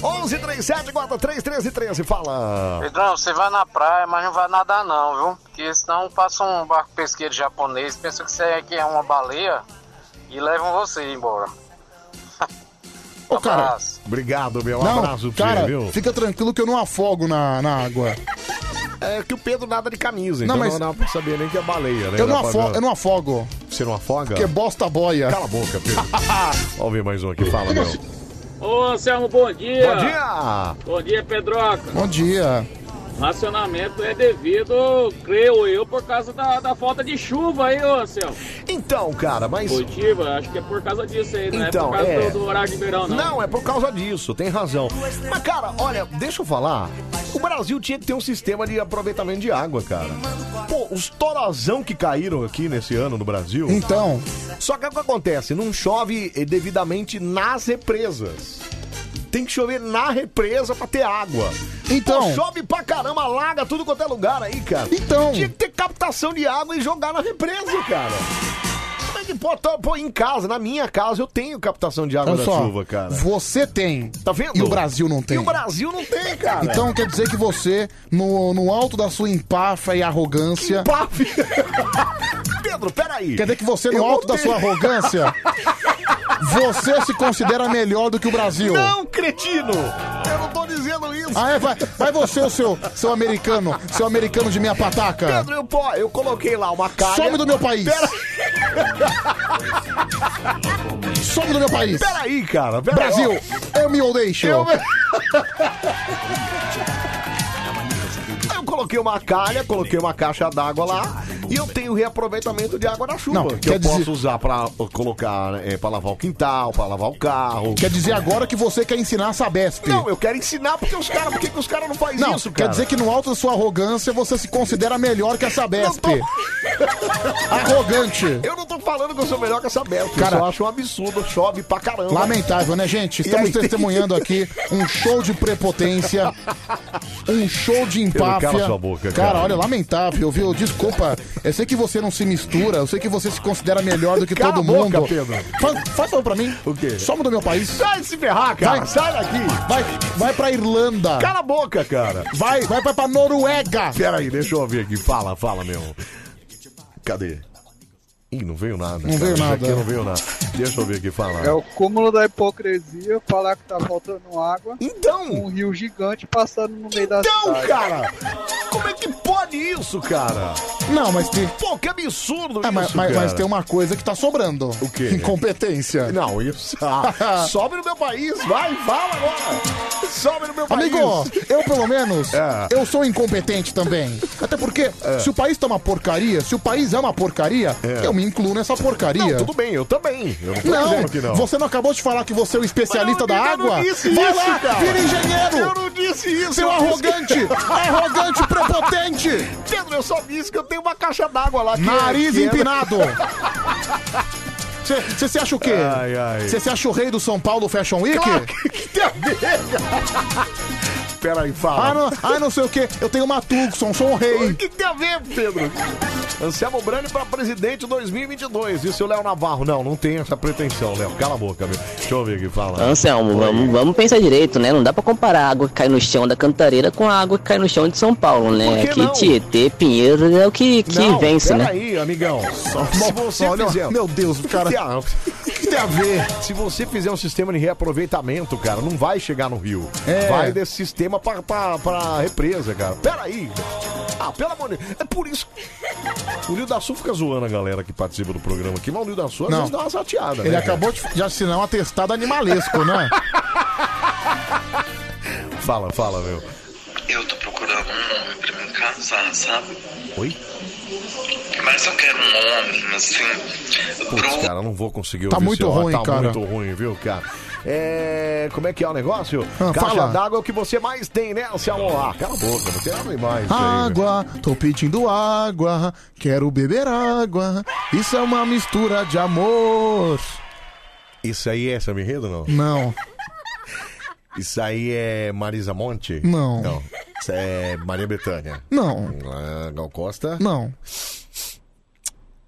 11 37 43 13 13, fala. Pedrão, você vai na praia, mas não vai nadar não, viu? Porque senão passa um barco pesqueiro japonês, pensa que você é, que é uma baleia e levam você embora. Ô, cara. Obrigado, meu. Um Não, abraço pra cara, você, viu? fica tranquilo que eu não afogo na, na água. É que o Pedro nada de camisa, Não, então não, mas- não dá pra saber nem que é baleia, né? eu, não Dá pra afo- ver. eu não afogo, Você não afoga? porque bosta boia. [LAUGHS] Cala a [LAUGHS] boca, Pedro. Vamos ver mais um aqui, fala, meu. Ô Anselmo, bom dia. Bom dia! Bom dia, Pedroca. Bom dia. Racionamento é devido, creio eu, por causa da, da falta de chuva aí, ô Anselmo. Então, cara, mas. Positiva, acho que é por causa disso aí, não é Então, por causa é. do, do horário de verão, não. Não, é por causa disso, tem razão. Mas, cara, olha, deixa eu falar. O Brasil tinha que ter um sistema de aproveitamento de água, cara. Pô, os torazão que caíram aqui nesse ano no Brasil. Então. Só que o que acontece? Não chove eh, devidamente nas represas. Tem que chover na represa pra ter água. Então. Pô, chove pra caramba, alaga tudo quanto é lugar aí, cara. Então. Tinha que ter captação de água e jogar na represa, cara. Como é que pode? Tá- Pô, em casa, na minha casa, eu tenho captação de água Olha da só, chuva, cara. você tem. Tá vendo? E o Brasil não tem. E o Brasil não tem, cara. Então quer dizer que você, no, no alto da sua empáfia e arrogância. [LAUGHS] Empáfia? Pedro, peraí. Quer dizer que você, no Eu alto não da sua tenho. arrogância, você se considera melhor do que o Brasil. Não, cretino! Eu não tô dizendo isso. Ah, é? Vai, vai você, o seu, seu americano, seu americano de minha pataca. Pedro, eu, pô, eu coloquei lá uma calha... Some do meu país. Some do meu país. Peraí, cara. peraí, Brasil, ó. eu me odeio. Eu, [LAUGHS] eu coloquei uma calha, coloquei uma caixa d'água lá e eu tenho reaproveitamento de água da chuva. Não, que quer eu dizer- posso usar pra uh, colocar, é, pra lavar o quintal, pra lavar o carro. Quer dizer agora que você quer ensinar a Sabesp. Não, eu quero ensinar porque os caras, por que que os caras não fazem Não, isso, quer cara? dizer que no alto da sua arrogância você se considera melhor que a Sabesp. [LAUGHS] Arrogante. Eu não tô falando que eu sou melhor que essa Bel, Cara- cara. Eu só acho um absurdo, chove pra caramba. Lamentável, né, gente? E Estamos aí tem- testemunhando [LAUGHS] aqui um show de prepotência, um show de empáfia. Cala sua boca, cara. olha, lamentável, viu? Desculpa. Eu sei que você não se mistura, eu sei que você se considera melhor do que Cala todo a boca, mundo. Pedro. Faz, faz favor pra mim. O quê? Soma do meu país. Sai de se ferrar, cara. Vai. Sai daqui. Vai, vai pra Irlanda. Cala a boca, cara. Vai, vai pra, pra Noruega. Pera aí, deixa eu ouvir aqui. Fala, fala, meu. Cadê? Ih, não veio nada. Não veio Isso nada. Aqui não veio nada. Deixa eu ver aqui falar. É o cúmulo da hipocrisia falar que tá faltando água. Então! Um rio gigante passando no meio da cidade. Então, cara! Como é que pode isso, cara? Não, mas tem. Pô, que absurdo É, isso, mas, mas- cara. mas tem uma coisa que tá sobrando. O quê? Incompetência. Não, isso. [LAUGHS] Ah, sobe no meu país, vai, fala agora. Sobe no meu país. É. Amigo, eu pelo menos, eu sou incompetente também. Até porque, se o país tá uma porcaria, se o país é uma porcaria, eu me incluo nessa porcaria. Não, tudo bem, eu também. Eu não tô Não, dizendo que não. você não acabou de falar que você é o especialista da eu não água? disse Vai isso, lá, cara. vira engenheiro! Eu não disse isso, Seu eu disse- arrogante! [LAUGHS] arrogante, prepotente! Pedro, eu só disse que eu tenho uma caixa d'água lá. que- Nariz que é- empinado! Você você se acha o quê? Ai, ai. Você se acha o rei do São Paulo Fashion Week? [LAUGHS] Claro que- que tem a ver. Pera aí, fala. Ah não, ah, não sei o quê. Eu tenho uma Tucson, sou um rei. O que tem a ver, Pedro? Anselmo Brandi para presidente 2022. Disse o Léo Navarro. Não, não tem essa pretensão, Léo. Cala a boca, meu. Deixa eu ver aqui, fala. Então, Anselmo, vamos, vamos pensar direito, né? Não dá pra comparar a água que cai no chão da Cantareira com a água que cai no chão de São Paulo, né? Por que Aqui não? Tietê, Pinheiro é o que, que não, vence, né? Peraí, amigão. Só, Nossa, se você olha, fizer... meu Deus, cara. O que tem a ver? Se você fizer um sistema de reaproveitamento, cara, não vai chegar no rio. É. Vai desse sistema pra, pra, pra represa, cara. Peraí. Ah, pelo amor de Deus. É por isso. que O Rio da Sul fica zoando a galera que participa do programa aqui, mas o Rio da Sul às Não. vezes dá uma sateada. Ele né, cara? acabou de, de assinar um atestado animalesco, né? [LAUGHS] Fala, fala, meu. Eu tô procurando um homem pra me casar, sabe? Oi? Mas eu quero um homem, assim. Putz, cara, não vou conseguir Tá ouvir muito seu- ruim, tá cara. muito ruim, viu, cara? [LAUGHS] É... Como é que é o negócio? Ah, Caixa fala. d'água é o que você mais tem, né, Anselmo? Ah, cala a boca, não tem nada mais. isso aí, meu. Água, tô pedindo água, quero beber água. Isso é uma mistura de amor. Isso aí é Samba Enredo, não? Não, Isso aí é Marisa Monte? Não. Não. Isso é Maria Bethânia? não, Ah, Gal Costa? não,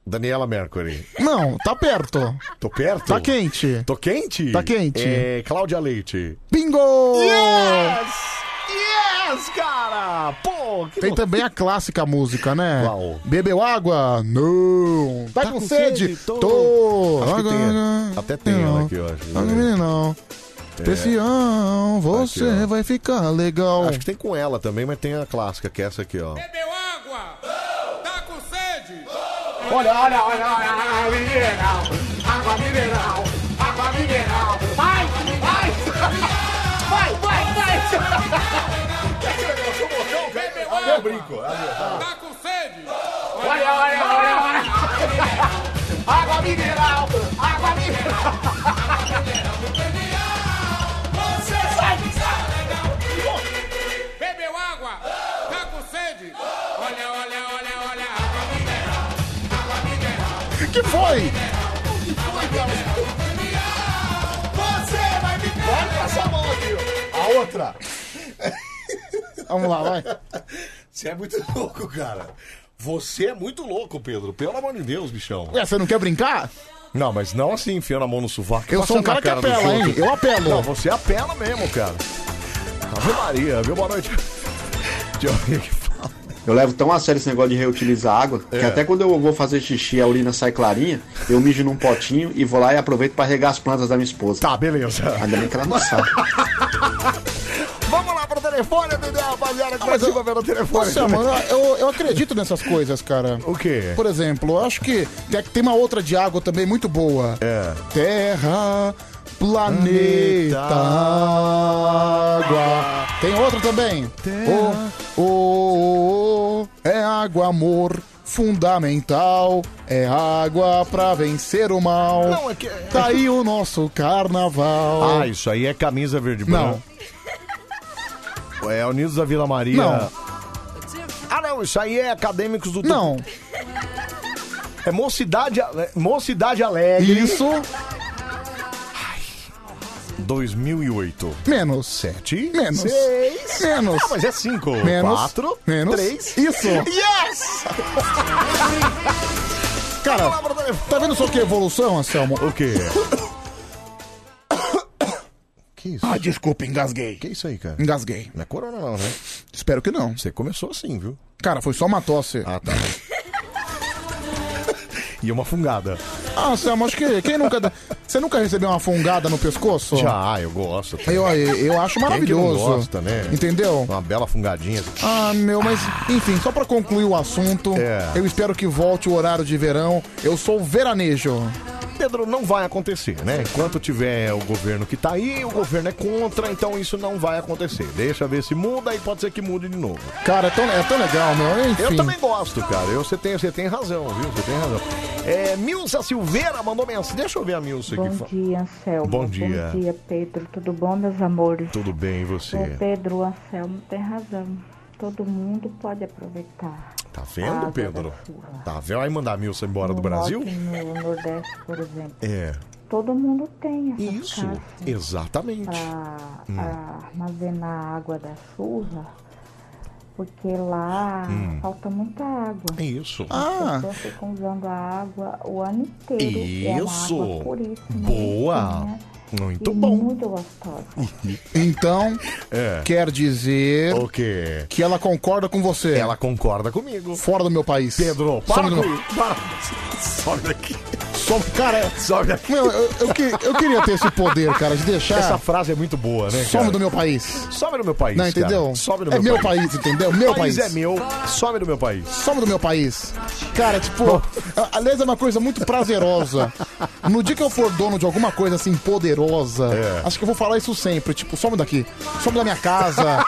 Daniela Mercury? não, tá perto. Tô perto? Tá quente. Tô quente? Tá quente. É Cláudia Leite? Bingo! Yes, cara! Pô, que Tem loucura. também a clássica música, né? Qual? Bebeu água? Não. Tá, com, sede? Tô. Acho que Água, tem- água. Até tem ela aqui, eu acho. É. Tá Não, meninão. Especial, Então você Aqui, ó. vai ficar legal. Acho que tem com ela também, mas tem a clássica, que é essa aqui, ó. Olha, olha, olha, olha, água mineral, água mineral, água mineral. Vai, vai, vai, vai, um vai. Olha o brinco. Olha, olha, olha, olha. Água mineral, água mineral. Você sai, sai. Bebeu água, tá com sede? Olha, olha, olha, olha. [LAUGHS] que foi? Você vai me Pode passar a mão aqui, A outra. Vamos lá, vai. Você é muito [LAUGHS] louco, cara. Você é muito louco, Pedro. Pelo amor de Deus, bichão. Ué, você não quer brincar? Não, mas não assim, enfiando a mão no sovaco. Eu sou um passando cara na que dos apela, hein? outros. Eu apelo. Não, você apela mesmo, cara. Ave Maria, viu? Boa noite. Deixa eu ver aqui. Eu levo tão a sério esse negócio de reutilizar água, É. que até quando eu vou fazer xixi e a urina sai clarinha, eu mijo num potinho e vou lá e aproveito pra regar as plantas da minha esposa. Tá, beleza. Ainda bem que ela não [LAUGHS] sabe. Vamos lá pro telefone, entendeu, rapaziada? Que vai se envolver no telefone. Nossa, mano, eu, eu acredito nessas coisas, é cara. O quê? Por exemplo, eu acho que tem, tem uma outra de água também muito boa. É. Terra, planeta, água. Tem outra também. Oh, Terra. O, o, o, é água, amor. Fundamental é água pra vencer o mal. Não, é que- Tá aí o nosso carnaval. Ah, isso aí é camisa verde e Não. branco. É Unidos da Vila Maria. Não. Ah, não, isso aí é acadêmicos do. Não. É mocidade, Ale- mocidade alegre. Isso. 2008. Menos. Sete. Menos. Seis. Menos. Ah, mas é cinco. Menos. Quatro. Menos. Três. Isso. [LAUGHS] Yes! Cara, tá vendo só que evolução, Anselmo? O quê? [COUGHS] que isso? Ah, desculpa, engasguei. Que isso aí, cara? Engasguei. Não é corona, não, né? Espero que não. Você começou assim, viu? [LAUGHS] Cara, foi só uma tosse. Ah, tá. E é uma fungada. Ah, Sam, acho que quem nunca. dá- Você nunca recebeu uma fungada no pescoço? Já, ah, eu gosto. Eu, eu acho Quem é que não maravilhoso. gosta, né? Entendeu? Uma bela fungadinha. Ah, meu, mas enfim, só pra concluir o assunto, É. eu espero que volte o horário de verão. Eu sou veranejo. Pedro, não vai acontecer, né? Enquanto tiver o governo que tá aí, o governo é contra, então isso não vai acontecer. Deixa ver se muda e pode ser que mude de novo. Cara, é tão, é tão legal, meu. Enfim. Eu também gosto, cara. Eu- Você tem, você tem razão, viu? Você tem razão. É, Milza Silveira mandou mensagem. Deixa eu ver a Milza Bom aqui. Fa- dia, Anselmo. Bom dia. Bom dia, Pedro. Tudo bom, meus amores? Tudo bem, e você? O Pedro, o Anselmo tem razão. Todo mundo pode aproveitar. Tá A vendo, água Pedro? da chuva. Tá vendo? Vai mandar a Milza embora do No Brasil? norte, No Nordeste, por exemplo. É, Todo mundo tem essas isso. casas Exatamente. para Hum. armazenar a água da chuva, porque lá Hum. falta muita água. É isso. As pessoas ficam usando a água o ano inteiro. E é uma Isso. água puríssima. Boa. limpinha Muito e bom. Muito gostosa. Então, [LAUGHS] É. quer dizer O quê? que ela concorda com você. Ela concorda comigo. Fora do meu país. Pedro, Para Some do com meu... isso. Para. Sobe daqui. Some, cara, Sobe daqui. Meu, eu, eu que- eu queria ter esse poder, cara, de deixar. Essa frase é muito boa, né? Some cara? do meu país. Some do meu país. Não, entendeu? Cara. Some do é meu meu país. entendeu? Meu país. é meu, some do meu país. Some do meu país. Cara, tipo, a- aliás, é uma coisa muito prazerosa. No dia que eu for dono de alguma coisa assim poderosa, É. acho que eu vou falar isso sempre. Tipo, some daqui. Some da minha [LAUGHS] casa.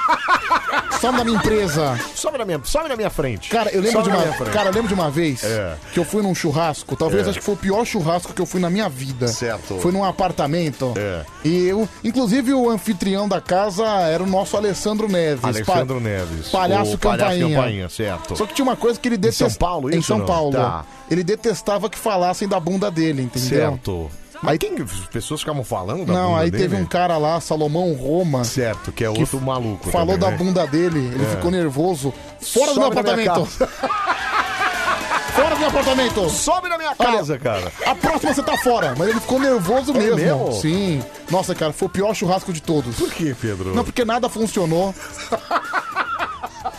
some da minha empresa. Some da minha, some da minha frente. Cara, eu lembro Some de da uma, minha frente. cara, eu lembro de uma vez que eu fui num churrasco, talvez É. acho que foi o pior churrasco que eu fui na minha vida. Certo. É. Foi num apartamento. E eu, inclusive o anfitrião da casa era o nosso Alessandro Neves. Alessandro pa- Neves. Palhaço o Palhaço Campainha. Campainha, certo. Só que tinha uma coisa que ele São detestava. Paulo, isso Em São não? Paulo. Tá. Ele detestava que falassem da bunda dele, entendeu? Certo. Mas aí, quem, as pessoas ficavam falando da Não, bunda aí dele? teve um cara lá, Salomão Roma. Certo, que é outro maluco Falou da também, né? bunda dele, ele É. ficou nervoso. Fora do meu Sobe da minha apartamento! fora do meu apartamento! Sobe na é. minha casa, cara. A próxima você tá fora, mas ele ficou nervoso É mesmo. mesmo? Sim. Nossa, cara, foi o pior churrasco de todos. Por quê, Pedro? Não, porque nada funcionou.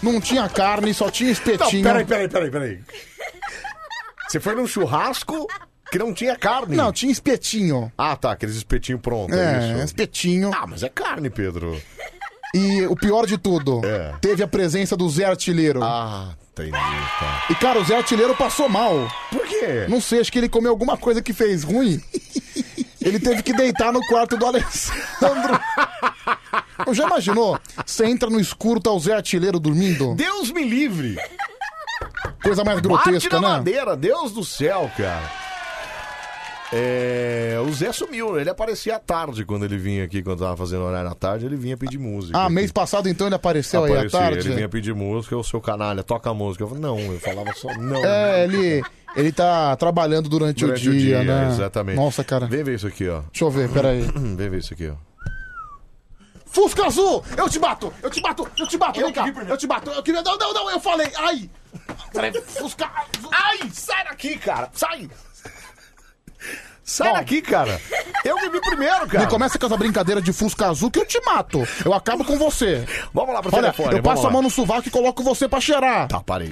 Não tinha carne, só tinha Não, espetinho. peraí, peraí, peraí, peraí. Você foi num churrasco que não tinha carne. Não, tinha espetinho. Ah, tá, aqueles espetinho pronto, É, é isso. espetinho. Ah, mas é carne, Pedro. E o pior de tudo, teve a presença do Zé Artilheiro. É. Ah, entendi, tá. E, cara, o Zé Artilheiro passou mal. Por quê? Não sei, acho que ele comeu alguma coisa que fez ruim. Ele teve que deitar no quarto do Alessandro. Já imaginou? Você entra no escuro, tá o Zé Artilheiro dormindo? Deus me livre! Coisa mais Bate grotesca, na né? madeira, Deus do céu, cara. É, o Zé sumiu, ele aparecia à tarde quando ele vinha aqui, quando tava fazendo horário à tarde, ele vinha pedir música. Ah, mês passado então ele apareceu aí à Aparecia, tarde? Ele vinha pedir música, o seu canalha, toca a música. Eu falava, não, eu falava só não. É, ele, ele tá trabalhando durante, Durante o, dia, né? Exatamente. Nossa, cara. Vem ver isso aqui, ó. Deixa eu ver, peraí. [CLEARS THROAT] Vem ver isso aqui, ó. Fusca azul! Eu te bato! Eu te bato! Eu te bato! Vem cá! Eu te bato! Eu queria. Não, não, não! Eu falei! Ai! Peraí, é Fusca. Ai, sai daqui, cara! Sai! Sai daqui, cara! Eu que vi primeiro, cara! Não começa com essa brincadeira de Fusca azul que eu te mato. Eu acabo com você. Vamos lá pro Olha, telefone, Eu vamos passo a lá. mão no sovaco e coloco você pra cheirar. Tá, parei.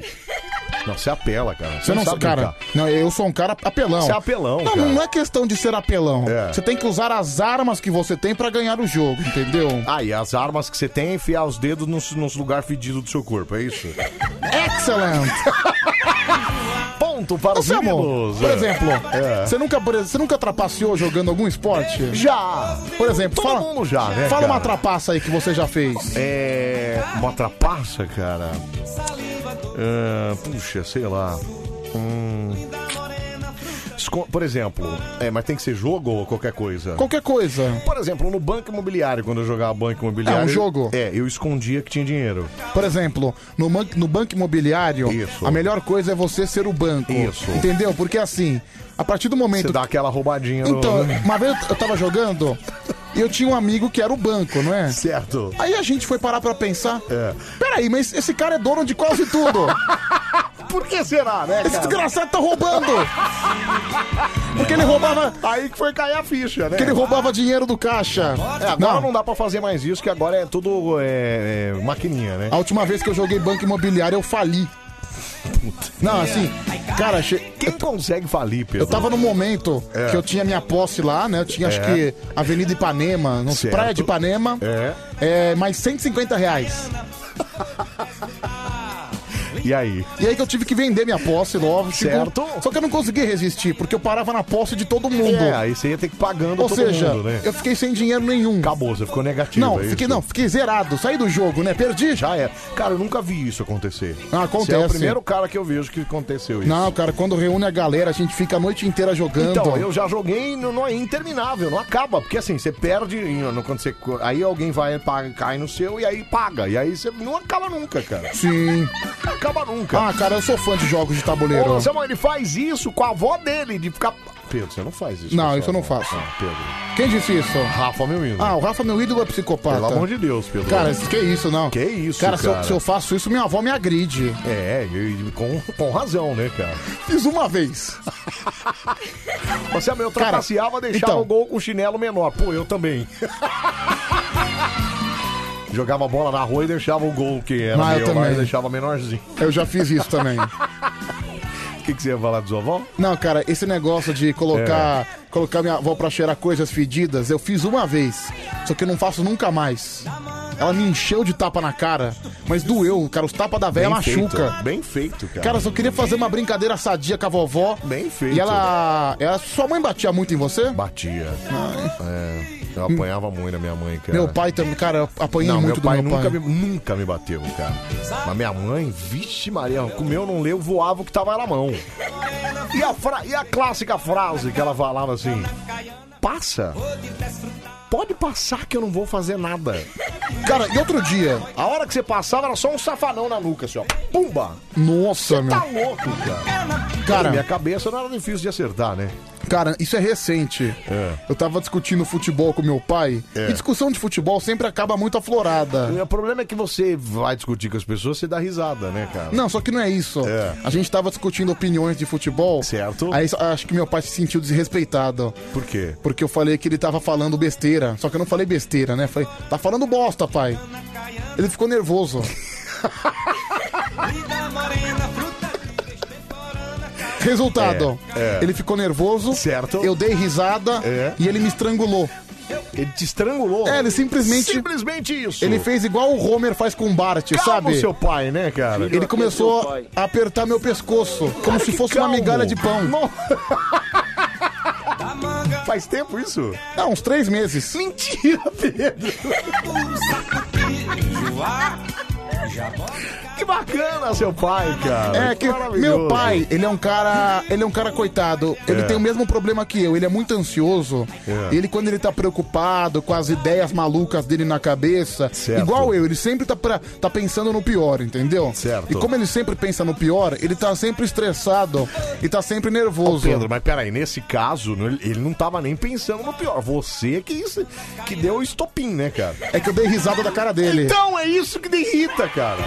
Não, você apela, cara. Você não, sabe cara. brincar. Não, eu sou um cara apelão. Você é apelão, Não, cara. É. não é questão de ser apelão. É. Você tem que usar as armas que você tem pra ganhar o jogo, entendeu? [LAUGHS] Ah, e as armas que você tem é enfiar os dedos nos, nos lugar fedido do seu corpo, [LAUGHS] é isso? Excelente! [LAUGHS] Ponto para os Anselmo, meninos. Por É. exemplo, É. você nunca, por exemplo, você nunca trapaceou jogando algum esporte? Já! Por exemplo, Todo fala, mundo já, né, fala cara? uma trapaça aí que você já fez. É. Uma trapaça, cara. Ah, puxa, sei lá. Hum. Esco- Por exemplo, é, mas tem que ser jogo ou qualquer coisa? Qualquer coisa. Por exemplo, no banco imobiliário, quando eu jogava banco imobiliário. É, um eu- jogo. É, eu escondia que tinha dinheiro. Por exemplo, no, man- no banco imobiliário, a melhor coisa é você ser o banco. Isso. Entendeu? Porque assim, a partir do momento. Você dá aquela roubadinha no- Então, uma vez eu tava jogando e eu tinha um amigo que era o banco, não é? Certo. É. Aí a gente foi parar pra pensar. Peraí, mas esse cara é dono de quase [LAUGHS] tudo. Por que será, né? Esse desgraçado tá roubando. Porque ele roubava. Aí que foi cair Ah, a ficha, né? Porque ele roubava dinheiro do caixa. É, agora não. dá pra fazer mais isso, que agora é tudo é, é, maquininha, né? A última vez que eu joguei banco imobiliário, eu fali. Não, assim, Cara, quem consegue falir, Pedro? Eu tava num momento É. que eu tinha minha posse lá, né? Eu tinha, acho É. que, Avenida Ipanema, não Certo. Praia de Ipanema. É. mais 150 reais. E aí? E aí que eu tive que vender minha posse logo. tipo, Certo. só que eu não consegui resistir, porque eu parava na posse de todo mundo. É, aí você ia ter que ir pagando Ou todo seja, mundo, né? eu fiquei sem dinheiro nenhum. Acabou, você ficou negativo. Não, é fiquei, isso? não, fiquei zerado, saí do jogo, né? Perdi. Já é. Cara, eu nunca vi isso acontecer. Ah, acontece. Você é o primeiro cara que eu vejo que aconteceu isso. Não, cara, quando reúne a galera, a gente fica a noite inteira jogando. Então, eu já joguei, não, não é interminável, não acaba. Porque assim, você perde, não, quando você, aí alguém vai, paga, cai no seu e aí paga. E aí você não acaba nunca, cara. Sim. Acaba nunca. Ah, cara, eu sou fã de jogos de tabuleiro. Ô, Samuel, ele faz isso com a avó dele, de ficar. Pedro, você não faz isso. Não, com a isso eu sua não avó. faço. Não, Pedro. Quem disse isso? Rafa, meu ídolo. Ah, o Rafa, meu ídolo, é psicopata. Pelo amor de Deus, Pedro. Cara, que isso, não. Que isso, Cara, se eu- cara. se eu faço isso, minha avó me agride. É, e- e com, com razão, né, cara? Fiz uma vez. [LAUGHS] Você meu Cara, trapaceava, deixava então. o gol com chinelo menor. Pô, eu também. [LAUGHS] Jogava a bola na rua e deixava o gol que era Ah, eu meu lá também. e deixava menorzinho. Eu já fiz isso [LAUGHS] também. O que, que você ia falar do Zovó? Não, cara, esse negócio de colocar É. colocar minha avó pra cheirar coisas fedidas, eu fiz uma vez. Só que eu não faço nunca mais. Ela me encheu de tapa na cara, mas doeu, cara. Os tapas da velha machuca. Feito, né? bem feito, cara. Cara, eu só queria fazer uma brincadeira sadia com a vovó. Bem feito. E ela. ela sua mãe batia Ah, muito em você? Ah, Batia. É, eu apanhava muito da minha mãe, cara. Meu pai também, cara, eu apanhei não, muito meu pai do meu nunca, pai. Me, nunca me bateu, cara. Mas minha mãe, vixe Maria, comeu, não leu, voava o que tava na mão. E a, fra- e a clássica frase que ela falava assim: passa. Pode passar que eu não vou fazer nada. Cara, e outro dia? A hora que você passava era só um safanão na nuca, assim, ó. Pumba! Nossa, meu. Tá louco, cara. Cara- minha cabeça não era difícil de acertar, né? Cara, isso é recente. Eu tava discutindo futebol com meu pai. É. E discussão de futebol sempre acaba muito aflorada. O problema é que você vai discutir com as pessoas, você dá risada, né, cara? Não, só que não é isso. A gente tava discutindo opiniões de futebol. Certo. Aí só- acho que meu pai se sentiu desrespeitado. Por quê? Porque eu falei que ele tava falando besteira. Só que eu não falei besteira, né? Falei, tá falando bosta, pai. Ele ficou nervoso. [LAUGHS] Resultado. É, é. Ele ficou nervoso. Certo. É. Eu dei risada e ele me estrangulou. Ele te estrangulou? É, ele simplesmente. Simplesmente isso. Ele fez igual o Homer faz com o Bart, Calma sabe? o seu pai, né, cara? Ele começou a apertar meu pescoço, como se que fosse calmo. uma migalha de pão. [LAUGHS] Faz tempo isso? Ah, uns três meses. Mentira, Pedro! Que bacana, seu pai, cara. É que maravilhoso. meu pai, ele é um cara, ele é um cara coitado. Ele É. tem o mesmo problema que eu, ele é muito ansioso. É. Ele quando ele tá preocupado com as ideias malucas dele na cabeça, igual eu, ele sempre tá pra, tá pensando no pior, entendeu? Certo. E como ele sempre pensa no pior, ele tá sempre estressado e tá sempre nervoso. Pedro, mas peraí, nesse caso, né, ele ele não tava nem pensando no pior. Você que, isso- que deu o estopim, né, cara? É que eu dei risada da cara dele. Então, é isso que irrita, cara.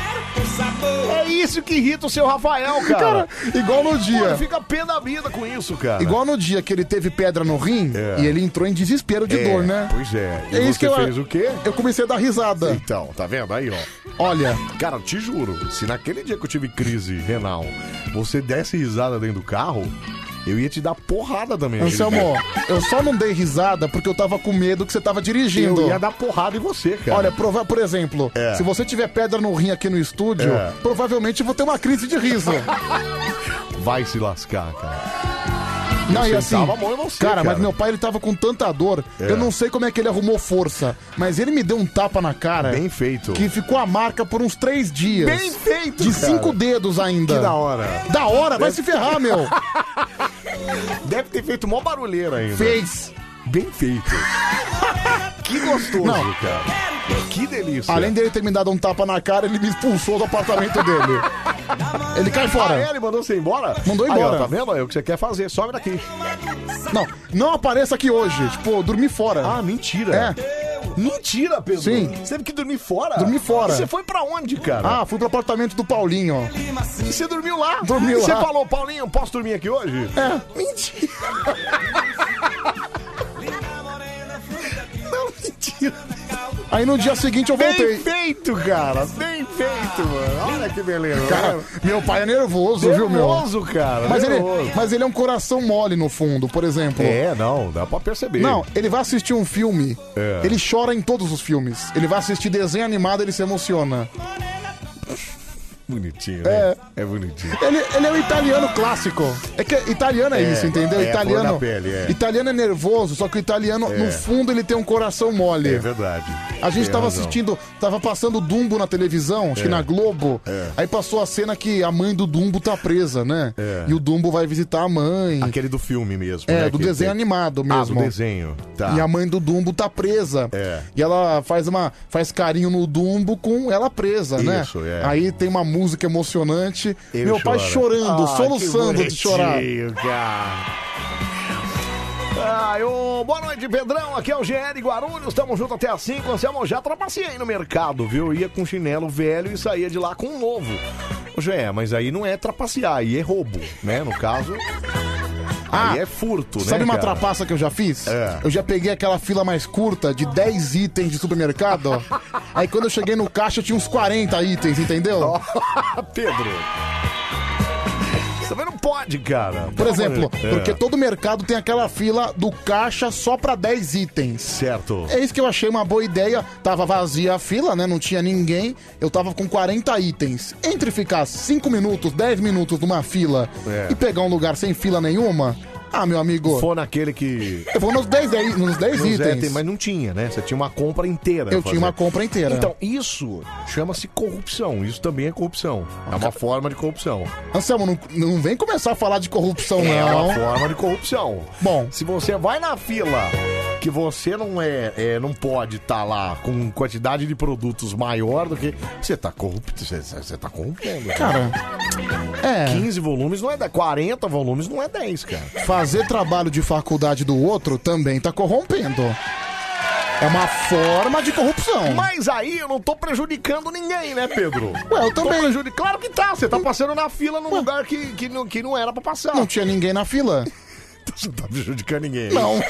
É isso que irrita o seu Rafael, cara. igual no dia. Pô, ele fica pé da vida com isso, cara. Igual no dia que ele teve pedra no rim e ele entrou em desespero de É, dor, né? Pois é. E É você isso que eu- fez o quê? Eu comecei a dar risada. Então, tá vendo aí, ó? Olha. Cara, te juro, se naquele dia que eu tive crise renal, você desse risada dentro do carro, eu ia te dar porrada também. aquele Anselmo, dia. eu só não dei risada porque eu tava com medo que você tava dirigindo. Eu ia dar porrada em você, cara. Olha, prova por exemplo, É. se você tiver pedra no rim aqui no estúdio, É. provavelmente eu vou ter uma crise de [LAUGHS] riso. Vai se lascar, cara. Não, Eu e assim, sentava a mão em você, cara, mas cara. meu pai ele tava com tanta dor, É. eu não sei como é que ele arrumou força, mas ele me deu um tapa na cara. Bem feito. Que ficou a marca por uns três dias. Bem feito, De cara. cinco dedos ainda. Que da hora. Da hora, vai se ferrar, meu. [LAUGHS] Deve ter feito mó barulheira ainda. Fez. Bem [LAUGHS] feito. que gostoso, Não. cara. Que delícia. Além dele ter me dado um tapa na cara, ele me expulsou do apartamento [LAUGHS] dele. Ele cai fora. Ah, é? ele mandou você embora? Mandou Aí, embora. ó, tá vendo? É o que você quer fazer. Sobe daqui. Não, não apareça aqui hoje. Tipo, eu dormi fora. Ah, mentira. É. Mentira, Pedro. Sim. Você teve que dormir fora? Dormi fora. E você foi pra onde, cara? Ah, fui pro apartamento do Paulinho. E você dormiu lá? Dormi E Você assim. lá. falou, Paulinho, posso dormir aqui hoje? É. Mentira. Não, mentira. Aí no dia seguinte eu voltei. Bem feito, cara. Bem feito, mano. Olha que beleza. né? Cara, meu pai é nervoso, viu, meu? Nervoso, cara, Mas, Ele, nervoso. mas ele é um coração mole no fundo, por exemplo. É, não, dá pra perceber. Não, ele vai assistir um filme, É. ele chora em todos os filmes. Ele vai assistir desenho animado, ele se emociona. Bonitinho, né? É, bonitinho. Ele, ele é um italiano clássico. É que italiano é, É, isso, entendeu? é, a italiano, cor da pele, é. italiano é nervoso, só que o italiano, É. no fundo, ele tem um coração mole. É verdade. A gente Tem tava razão. assistindo, tava passando Dumbo na televisão, acho que É. na Globo. É. Aí passou a cena que a mãe do Dumbo tá presa, né? É. E o Dumbo vai visitar a mãe. Aquele do filme mesmo. É, né, do que desenho tem- animado mesmo. Ah, do desenho. Tá. É. E a mãe do Dumbo tá presa. E ela faz uma faz carinho no Dumbo com ela presa, né? Isso, é. Aí tem uma música emocionante. Ele Meu pai chora. chorando, Ah, soluçando que de chorar. bonitinho, [LAUGHS] cara. Ai, ô, boa noite, Pedrão. Aqui é o GL Guarulhos. Estamos juntos até às 5. Anselmo, já trapaceei no mercado, viu? Ia com chinelo velho e saía de lá com um novo. Ô, Gé, mas aí não é trapacear, aí é roubo, né? No caso, Ah, aí é furto, né, Sabe uma cara? É. trapaça que eu já fiz? Eu já peguei aquela fila mais curta de 10 itens de supermercado. [LAUGHS] ó. Aí quando eu cheguei no caixa tinha uns 40 itens, [LAUGHS] entendeu? Pedro. Você também não pode, cara. Por exemplo, É. porque todo mercado tem aquela fila do caixa só pra 10 itens. Certo. É isso que eu achei uma boa ideia. Tava vazia a fila, né? Não tinha ninguém. Eu tava com 40 itens. Entre ficar 5 minutos, 10 minutos numa fila É. e pegar um lugar sem fila nenhuma, ah, meu amigo. For naquele que. Eu vou nos 10, dez- nos 10 Nos itens. item, mas não tinha, né? Você tinha uma compra inteira. Eu pra tinha uma compra inteira. Então, isso chama-se corrupção. Isso também é corrupção. É uma forma de corrupção. Anselmo, não, não vem começar a falar de corrupção, É não. uma forma de corrupção. Bom. Se você vai na fila que você não é, é, não pode estar lá com quantidade de produtos maior do que. Você tá corrupto. Você, você tá corrompendo. Cara, É. 15 volumes não é 10. 40 volumes não é 10, cara. Fazer trabalho de faculdade do outro também tá corrompendo. É uma forma de corrupção. Mas aí eu não tô prejudicando ninguém, né, Pedro? [LAUGHS] Ué, eu também. Tô prejudi- Claro que tá, você tá passando na fila num lugar que, que, não, que não era pra passar. Não [LAUGHS] tinha ninguém na fila. Você não tá prejudicando ninguém. Não.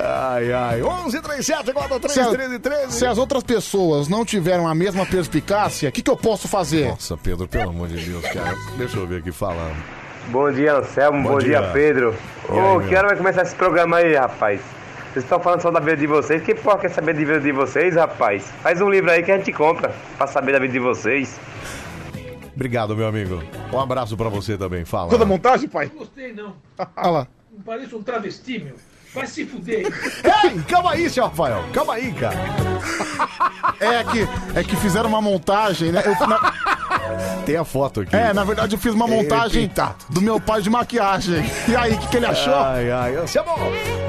ai, ai. 11, 37, 4, 3, Se a- 13, 13. Se as outras pessoas não tiveram a mesma perspicácia, o que, que eu posso fazer? Nossa, Pedro, pelo amor de Deus, cara. Deixa eu ver aqui falando. Bom dia, Anselmo. Bom Bom, dia. dia. Pedro. E aí, Ô, meu? que hora vai começar esse programa aí, rapaz? Vocês estão falando só da vida de vocês. Que porra quer saber da vida de vocês, rapaz? Faz um livro aí que a gente compra pra saber da vida de vocês. Obrigado, meu amigo. Um abraço pra você também. Fala. Toda montagem, pai? Gostei não. Olha lá. Não parece um travesti, meu. Vai se fuder. Ei, calma aí, seu Rafael. Calma aí, cara. É que, é que fizeram uma montagem, né? Eu- na- Tem a foto aqui. é, na verdade eu fiz uma É, montagem pintado. do meu pai de maquiagem. E aí, o que, que ele achou? Ai, ai, Anselmo,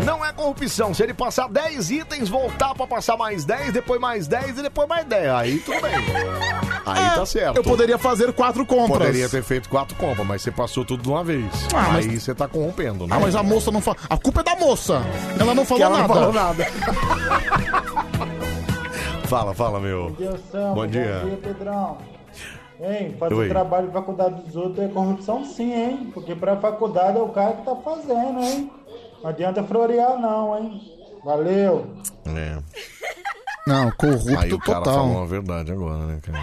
não é corrupção. Se ele passar 10 itens, voltar pra passar mais 10, depois mais 10 e depois mais 10. Aí tudo bem. Aí tá certo. É, Eu poderia fazer quatro compras. Poderia ter feito quatro compras, mas você passou tudo de uma vez. Ah, mas- Aí você tá corrompendo, né? Ah, mas a moça não fala. A culpa é da moça. Ela não falou ela não nada. falou nada. Fala, fala, meu. Bom dia. Pedrão. Hein, fazer Oi. trabalho de faculdade dos outros é corrupção sim, hein? Porque pra faculdade é o cara que tá fazendo, hein? Não adianta florear não, hein? Valeu. É. Não, corrupto Aí o cara total. falou a verdade agora, né, cara?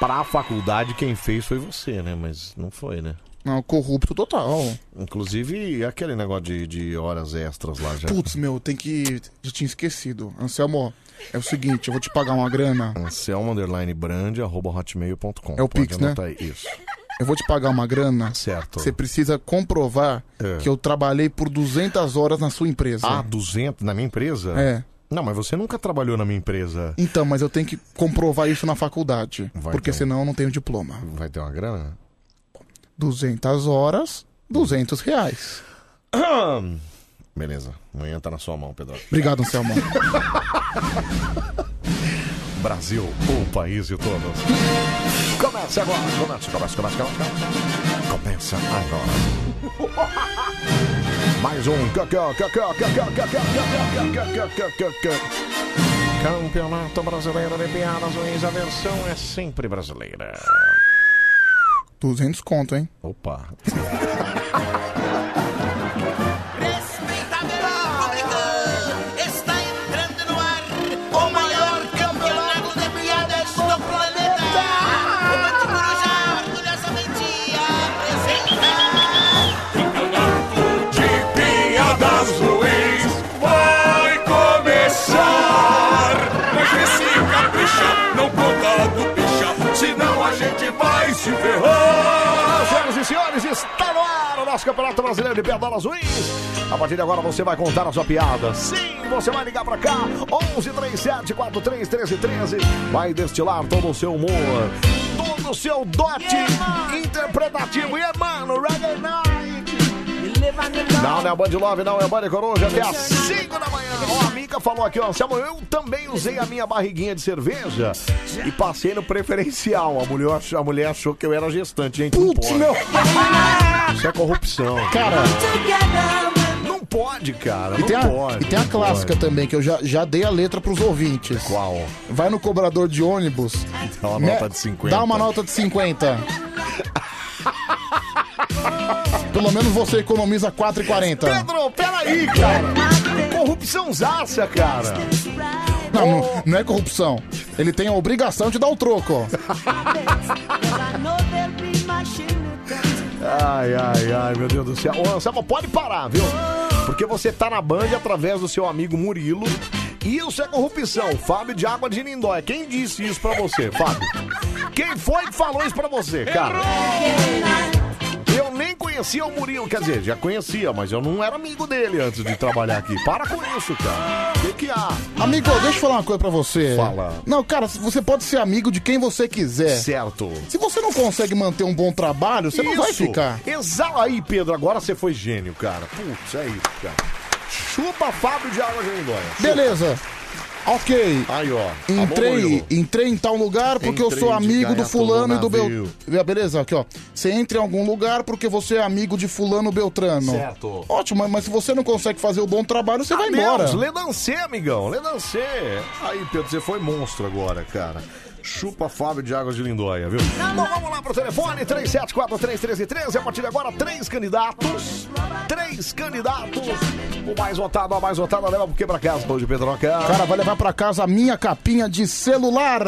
Pra faculdade, quem fez foi você, né? Mas não foi, né? Não, corrupto total. Inclusive, aquele negócio de, de horas extras lá já. Putz, meu, tem que. Já tinha esquecido. Anselmo, é o seguinte, eu vou te pagar uma grana. Anselmo underline brand, arroba hotmail.com. É o Pode Pix, né? anotar aí. Isso. Eu vou te pagar uma grana. Certo. Você precisa comprovar É. que eu trabalhei por 200 horas na sua empresa. Ah, 200 na minha empresa? É. Não, mas você nunca trabalhou na minha empresa. Então, mas eu tenho que comprovar isso na faculdade. Vai porque ter um- senão eu não tenho diploma. Vai ter uma grana? [CLEARS THROAT] 200 horas, 200 reais. Aham. Beleza. Amanhã tá na sua mão, Pedro. Obrigado, [LAUGHS] Anselmo. Brasil, o país de todos. Começa agora. Começa, começa, começa, começa. Começa agora. [LAUGHS] Mais um cacá, cacá, cacá, cacá, cacá, cacá, cacá, cacá. Campeonato Brasileiro de Piadas Ruins. A versão é sempre brasileira. 200 conto, hein? Opa. Respeitador público está entrando ele vai se ferrar. Senhoras e senhores, está no ar o nosso Campeonato Brasileiro de Pedras Ruins. A partir de agora você vai contar a sua piada. Sim, você vai ligar pra cá, 11 37 43 13 13. Vai destilar todo o seu humor, todo o seu dote interpretativo. E é, mano, Reggae Night. Não, não é Band Love, não, é Band Coruja. Até às 5 da manhã. Ó, a Mica falou aqui, ó, Anselmo, eu também usei a minha barriguinha de cerveja e passei no preferencial. A mulher, ach- a mulher achou que eu era gestante, gente. Putz, meu! Isso é corrupção. Cara, não pode, cara. E não tem, a, pode, e tem a não clássica pode. também, que eu já, já dei a letra pros ouvintes. Qual? Vai no cobrador de ônibus. Dá uma né, nota de 50. Dá uma nota de 50. Pelo menos você economiza 4,40. Pedro, peraí, cara. Corrupção zaça, cara. Não, não, não é corrupção. Ele tem a obrigação de dar o troco. Ai, ai, ai, meu Deus do céu. Ô, Anselmo, pode parar, viu? Porque você tá na Band através do seu amigo Murilo. E isso é corrupção. Fábio de Água de Lindóia. Quem disse isso pra você, Fábio? Quem foi que falou isso pra você, cara? Eu nem conhecia o Murilo, quer dizer, já conhecia, mas eu não era amigo dele antes de trabalhar aqui. Para com isso, cara. O [LAUGHS] que, que há? Amigo, deixa eu falar uma coisa pra você. Fala. Não, cara, você pode ser amigo de quem você quiser. Certo. Se você não consegue manter um bom trabalho, você não vai Isso. ficar. Exa... Aí, Pedro, agora você foi gênio, cara. Putz, é isso, cara. Chupa Fábio de Água de Lindóia. Beleza. Ok. Aí, ó. Entrei, Murilo. entrei em tal lugar porque eu Entrei sou de amigo do gaiato fulano e no do Bel. navio. Be- Beleza, aqui, ó. Você entra em algum lugar porque você é amigo de fulano Beltrano. Certo. Ah, Ótimo, mas- mas se você não consegue fazer o bom trabalho, você vai embora. Deus, Ledancê, amigão, Ledancê. Aí, Pedro, você foi monstro agora, cara. Chupa Fábio de Águas de Lindóia, viu? Bom, vamos lá pro telefone, 37431313. A partir de agora, três candidatos. Três candidatos. O mais votado, a mais votada, leva porque pra casa, Pão de Pedroca. Cara, vai levar pra casa a minha capinha de celular.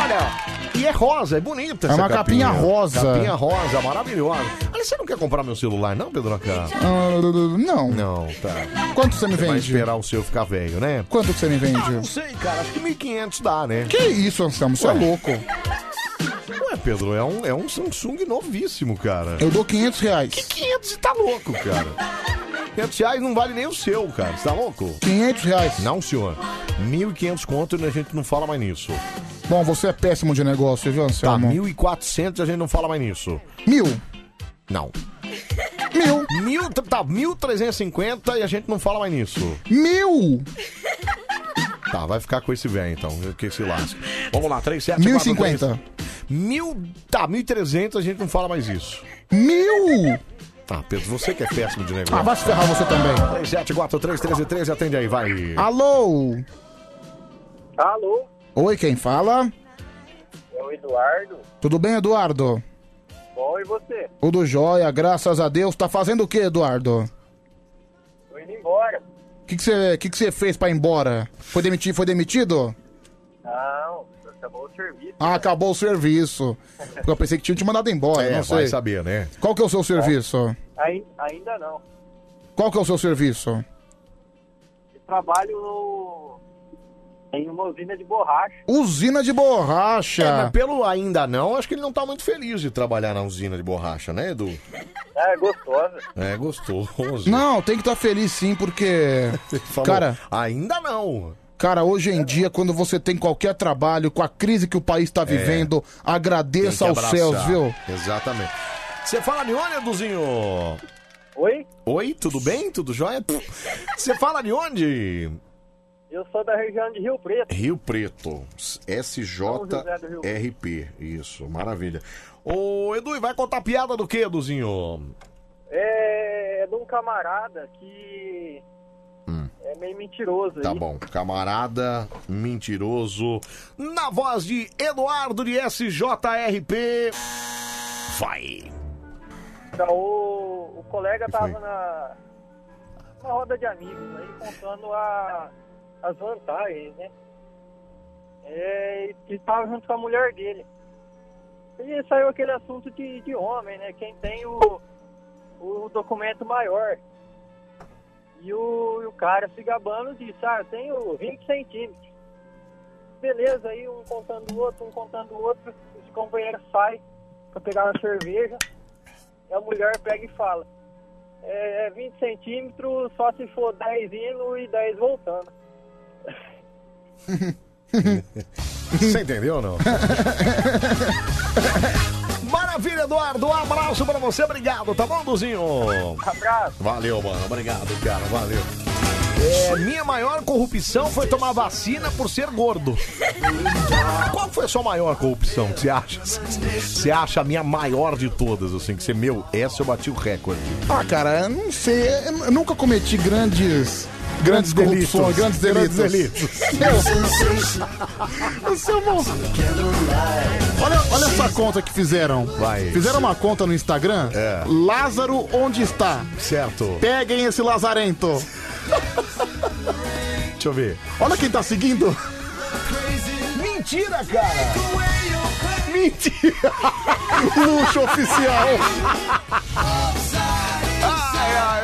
Olha, e é rosa, é bonita É essa uma capinha rosa. Capinha rosa, maravilhosa. Aliás, você não quer comprar meu celular, não, Pedroca? Ah, não. Não, tá. Quanto você me Vai vende? esperar o seu ficar velho, né? Quanto que você me vende? Não sei, cara, acho que 1.500 dá, né? Que isso, Anselmo? Você é Ué. louco. Ué, Pedro, é um, é um Samsung novíssimo, cara. Eu dou 500 reais. Que 500 e tá louco, cara? 500 reais não vale nem o seu, cara. Você tá louco? 500 reais. Não, senhor. 1.500 conto e a gente não fala mais nisso. Bom, você é péssimo de negócio, viu, Tá, Anselmo? 1.400 e a gente não fala mais nisso. Mil. Não. Mil. Mil, tá, 1.350 e a gente não fala mais nisso. Mil. Tá, vai ficar com esse velho então, que esse lasca. Vamos lá, 37 1050. Mil, tá, 1.300 a gente não fala mais isso. Mil. Tá, Pedro, você que é péssimo de negócio. Ah, vai se ferrar você também. 37431313, atende aí, vai. Alô. Alô, Oi, quem fala? é o Eduardo. Tudo bem, Eduardo? Bom, e você? Tudo jóia, graças a Deus. Tá fazendo o que, Eduardo? Tô indo embora. O que você que que cê fez pra ir embora? Foi demitido? Foi demitido? Não, acabou o serviço. Ah, acabou o serviço. Eu pensei que tinha te mandado embora, É, não sei. vai saber, né? Qual que é o seu serviço? Ai- ainda não. Qual que é o seu serviço? Eu trabalho no... em uma usina de borracha. Usina de borracha. É, mas pelo ainda não, acho que ele não tá muito feliz de trabalhar na usina de borracha, né, Edu? É gostosa. [LAUGHS] É gostoso. Não, tem que estar feliz sim, [LAUGHS] porque. Falou, cara. Ainda não. Cara, hoje em dia, quando você tem qualquer trabalho, com a crise que o país tá vivendo, É. Tem que agradeça aos abraçar. céus, viu? Exatamente. Você fala de onde, Eduzinho? Oi? Oi, tudo bem? Tudo jóia? Você fala de onde? Eu sou da região de Rio Preto. Rio Preto, SJRP. Isso, maravilha. Ô, Edu, e vai contar piada do que, Eduzinho? É, é de um camarada que é meio mentiroso. Tá aí. bom, camarada mentiroso, na voz de Eduardo de SJRP. Vai. Então, o, o colega tava na, na roda de amigos aí, contando a- as vantagens, né? É, e estava junto com a mulher dele. E saiu aquele assunto de, de homem, né? Quem tem o, o documento maior. E o, e o cara se gabando disse, ah, eu tenho 20 centímetros. beleza, aí um contando o outro, um contando o outro, os companheiros saem pra pegar uma cerveja, e a mulher pega e fala, é 20 centímetros só se for 10 indo e 10 voltando. Você entendeu ou não? Maravilha, Eduardo. Um abraço pra você. Obrigado, tá bom, Duzinho? Abraço. Valeu, mano. Obrigado, cara. Valeu. É, minha maior corrupção foi tomar vacina por ser gordo. Qual foi a sua maior corrupção que você acha? Você acha a minha maior de todas, assim, que você, meu, essa eu bati o recorde. Ah, cara, eu não sei. Eu eu nunca cometi grandes. Grandes delitos. corrupções, grandes delitos. [LAUGHS] Grandes Meu, Você é um monstro. Olha, olha essa conta que fizeram. Fizeram uma conta no Instagram. Lázaro, onde está? É. Certo. Peguem esse lazarento. [LAUGHS] Deixa eu ver. Olha quem tá seguindo. Mentira, cara! [LAUGHS] Mentira! Luxo oficial! [LAUGHS] Ah,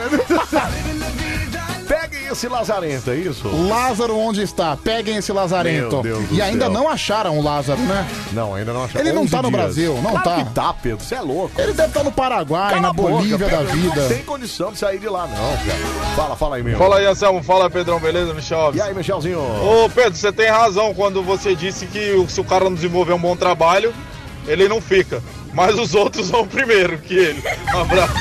Peguem esse lazarento, é isso? Lázaro, onde está? Peguem esse lazarento. Meu Deus do E ainda céu. não acharam o Lázaro, né? Não, ainda não achei. Ele não 11 tá no dias. Brasil, não Claro tá. que tá, Pedro, você é louco. Ele deve estar no Paraguai, Cala na a boca, Bolívia da Pedro, ele Não vida. tem condição de sair de lá, não, cara. Fala, fala aí, meu. Fala aí, Anselmo. Fala, Pedrão. Beleza, Michel Alves? E aí, Michelzinho? Ô, Pedro, você tem razão quando você disse que o- se o cara não desenvolver um bom trabalho, ele não fica. Mas os outros vão primeiro que ele. Um abraço.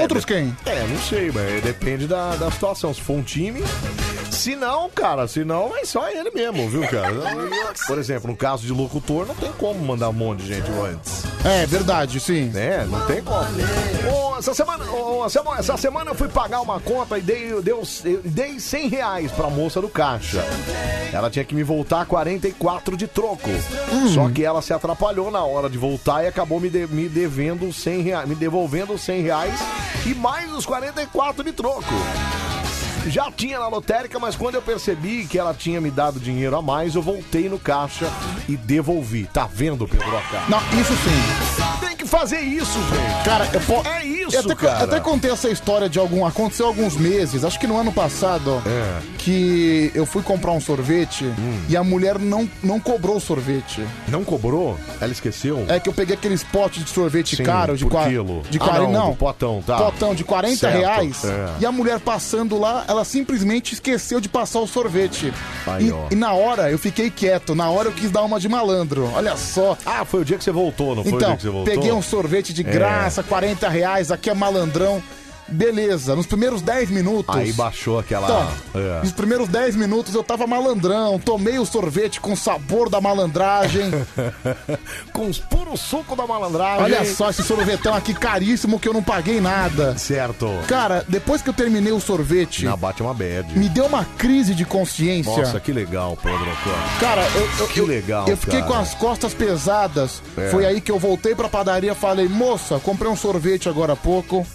Outros quem? É, não sei, mas depende da, da situação. Se for um time. Se não, cara, se não, é só ele mesmo, viu, [LAUGHS] cara? Por exemplo, no caso de locutor, não tem como mandar um monte de gente antes. É, verdade, sim. É, não tem como. Ô, essa, semana, ô, essa, essa semana eu fui pagar uma conta e dei, deu, dei 100 reais pra moça do caixa. Ela tinha que me voltar 44 de troco. Hum. Só que ela se atrapalhou na hora de voltar e acabou me, de- me devendo 100 reais, me devolvendo 100 reais e mais os 44 de troco. Já tinha na lotérica, mas quando eu percebi que ela tinha me dado dinheiro a mais, eu voltei no caixa e devolvi. Tá vendo, Pedroca? Não, isso sim. é. Tem que fazer isso, gente. Cara, eu po... É isso, eu até, cara. eu até contei essa história de algum. Aconteceu alguns meses, acho que no ano passado, É. que eu fui comprar um sorvete e a mulher não, não cobrou o sorvete. Hum. Não cobrou? Ela esqueceu? É que eu peguei aqueles potes de sorvete Sim, caro de por qua- quilo. De Ah, 40, não, não, do potão, tá. Potão de 40 Certo, reais. é. E a mulher passando lá, ela simplesmente esqueceu de passar o sorvete. Aí, e, ó. e na hora eu fiquei quieto, na hora eu quis dar uma de malandro. Olha só. Ah, foi o dia que você voltou, não foi o dia Então, que você voltou? peguei um sorvete de É. graça, 40 reais, aqui é malandrão. Beleza, nos primeiros 10 minutos. Aí baixou aquela. Então, É. Nos primeiros 10 minutos eu tava malandrão, tomei o sorvete com o sabor da [LAUGHS] malandragem. [LAUGHS] com os puros suco da malandragem. Olha só esse sorvetão aqui caríssimo que eu não paguei nada. Certo. Cara, depois que eu terminei o sorvete, Na Batman Bad. me deu uma crise de consciência. Nossa, que legal, Pedroca. Cara, eu, eu- Que eu- legal, eu fiquei cara. com as costas pesadas. É. Foi aí que eu voltei pra padaria falei, moça, comprei um sorvete agora há pouco.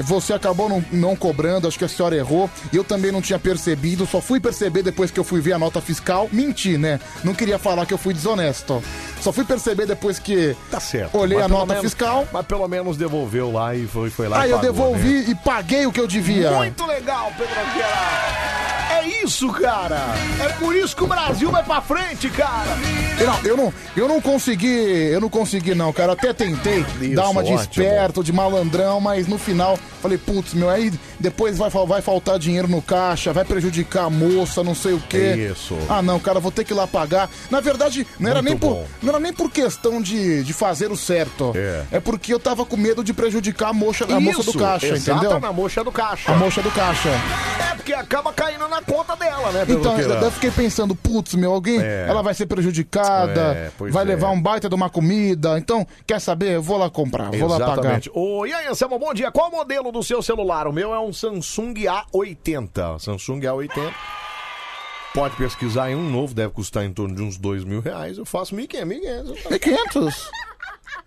Você acabou não, não cobrando, acho que a senhora errou. Eu também não tinha percebido, só fui perceber depois que eu fui ver a nota fiscal. Menti, né? Não queria falar que eu fui desonesto. Só fui perceber depois que Tá certo. olhei Mas a pelo nota menos- fiscal. Mas pelo menos devolveu lá e foi, foi lá Aí e eu pagou, devolvi né? e paguei o que eu devia. Muito legal, Pedro Aquela. É isso, cara. É por isso que o Brasil vai pra frente, cara. Eu não, eu não, eu não consegui, eu não consegui não, cara. Eu Até tentei Isso, dar uma de ótimo. esperto, de malandrão, mas no final falei, putz, meu, aí depois vai, fal- vai faltar dinheiro no caixa, vai prejudicar a moça, não sei o quê. Isso. Ah, não, cara, vou ter que ir lá pagar. Na verdade, não era, Muito nem por, bom. não era nem por questão de, de fazer o certo. É. porque eu tava com medo de prejudicar a moça, a moça do Isso, caixa, exato, entendeu? na mocha do caixa. A moça do caixa. É porque acaba caindo na conta dela, né, Pedro Então, eu, Queira? eu fiquei pensando, putz, meu, alguém, É. ela vai ser prejudicada, É, pois vai é. levar um baita de uma comida. Então, quer saber? Eu vou lá comprar, vou lá pagar. Exatamente. Ô, e aí, Anselmo, bom dia. Qual o modelo do seu celular? O meu é um Samsung A80. Samsung A80. Pode pesquisar em um novo, deve custar em torno de uns dois mil reais. Eu faço 1.500. 1.500?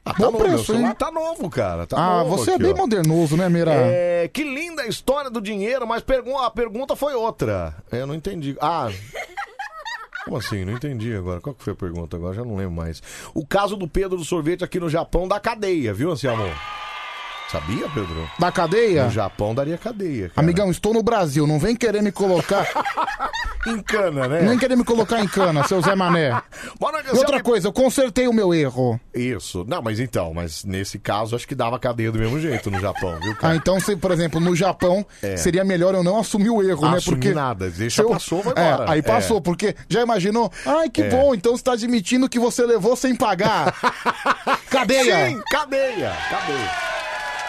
Ah, tá Bom novo, meu preço, celular hein? Tá novo, cara. Tá ah, novo você aqui, é bem ó. modernoso, né, Mira? É, que linda a história do dinheiro, mas pergun- a pergunta foi outra. Eu não entendi. Ah. Como assim? Não entendi agora. Qual que foi a pergunta agora? Já não lembro mais. O caso do Pedro do sorvete aqui no Japão da cadeia, viu, Anselmo? Sabia, Pedro? Da cadeia? No Japão daria cadeia. cara. Amigão, estou no Brasil, não vem querer me [LAUGHS] colocar. em cana, né? Nem querer me colocar em cana, seu Zé Mané. Boa noite, E outra Anselmo. coisa, eu consertei o meu erro. Isso. Não, mas então, mas nesse caso acho que dava cadeia do mesmo jeito no Japão, viu, cara? Ah, então, se, por exemplo, no Japão, É. seria melhor eu não assumir o erro, né? Assumir Porque. nada, deixa, se eu- passou, vai É, embora. aí É. passou, porque já imaginou? Ai, que É. bom, então você tá admitindo que você levou sem [LAUGHS] pagar. Cadeia! Sim, cadeia, cadeia.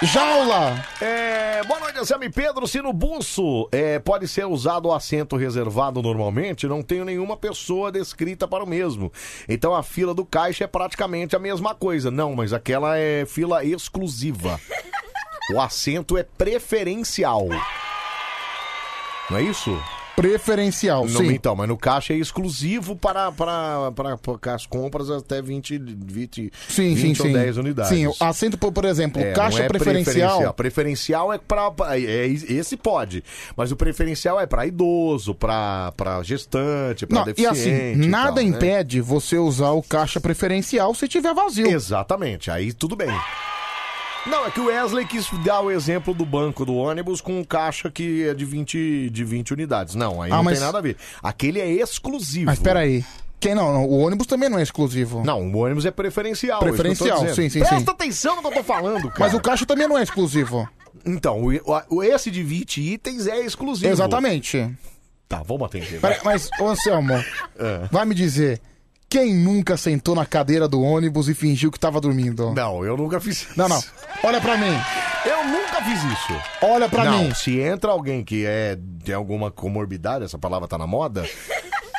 Jaula! É, boa noite, Anselmo e Pedro. Se no buço é, pode ser usado o assento reservado normalmente, não tenho nenhuma pessoa descrita para o mesmo. Então a fila do caixa é praticamente a mesma coisa. Não, mas aquela é fila exclusiva. O assento é preferencial. Não é isso? Preferencial, Não, sim. Então, mas no caixa é exclusivo para, para, para, para as compras até 20, 20, Sim, 20 sim, ou sim. 10 unidades. Sim, o assento, por, por exemplo, É, caixa não é preferencial. Preferencial é para é, esse pode, mas o preferencial é para idoso, para para gestante, para Não, e deficiente. assim, nada tal, né? impede você usar o caixa preferencial se tiver vazio. Exatamente, aí tudo bem. Não, é que o Wesley quis dar o exemplo do banco do ônibus com um caixa que é de 20, de 20 unidades. Não, aí Ah, não mas- tem nada a ver. Aquele é exclusivo. Mas peraí. Quem não, não, o ônibus também não é exclusivo. Não, o ônibus é preferencial. Preferencial, isso que eu tô sim, sim, dizendo. sim. Presta atenção no que eu tô falando, cara. Mas o caixa também não é exclusivo. Então, o, o- esse de 20 itens é exclusivo. Exatamente. Tá, vamos atender. Pera- Mas, ô Anselmo, É. vai me dizer, quem nunca sentou na cadeira do ônibus e fingiu que tava dormindo? Não, eu nunca fiz isso. Não, não. Olha pra mim. Eu nunca fiz isso. Olha pra Não, mim. Se entra alguém que é de alguma comorbidade, essa palavra tá [LAUGHS] na moda.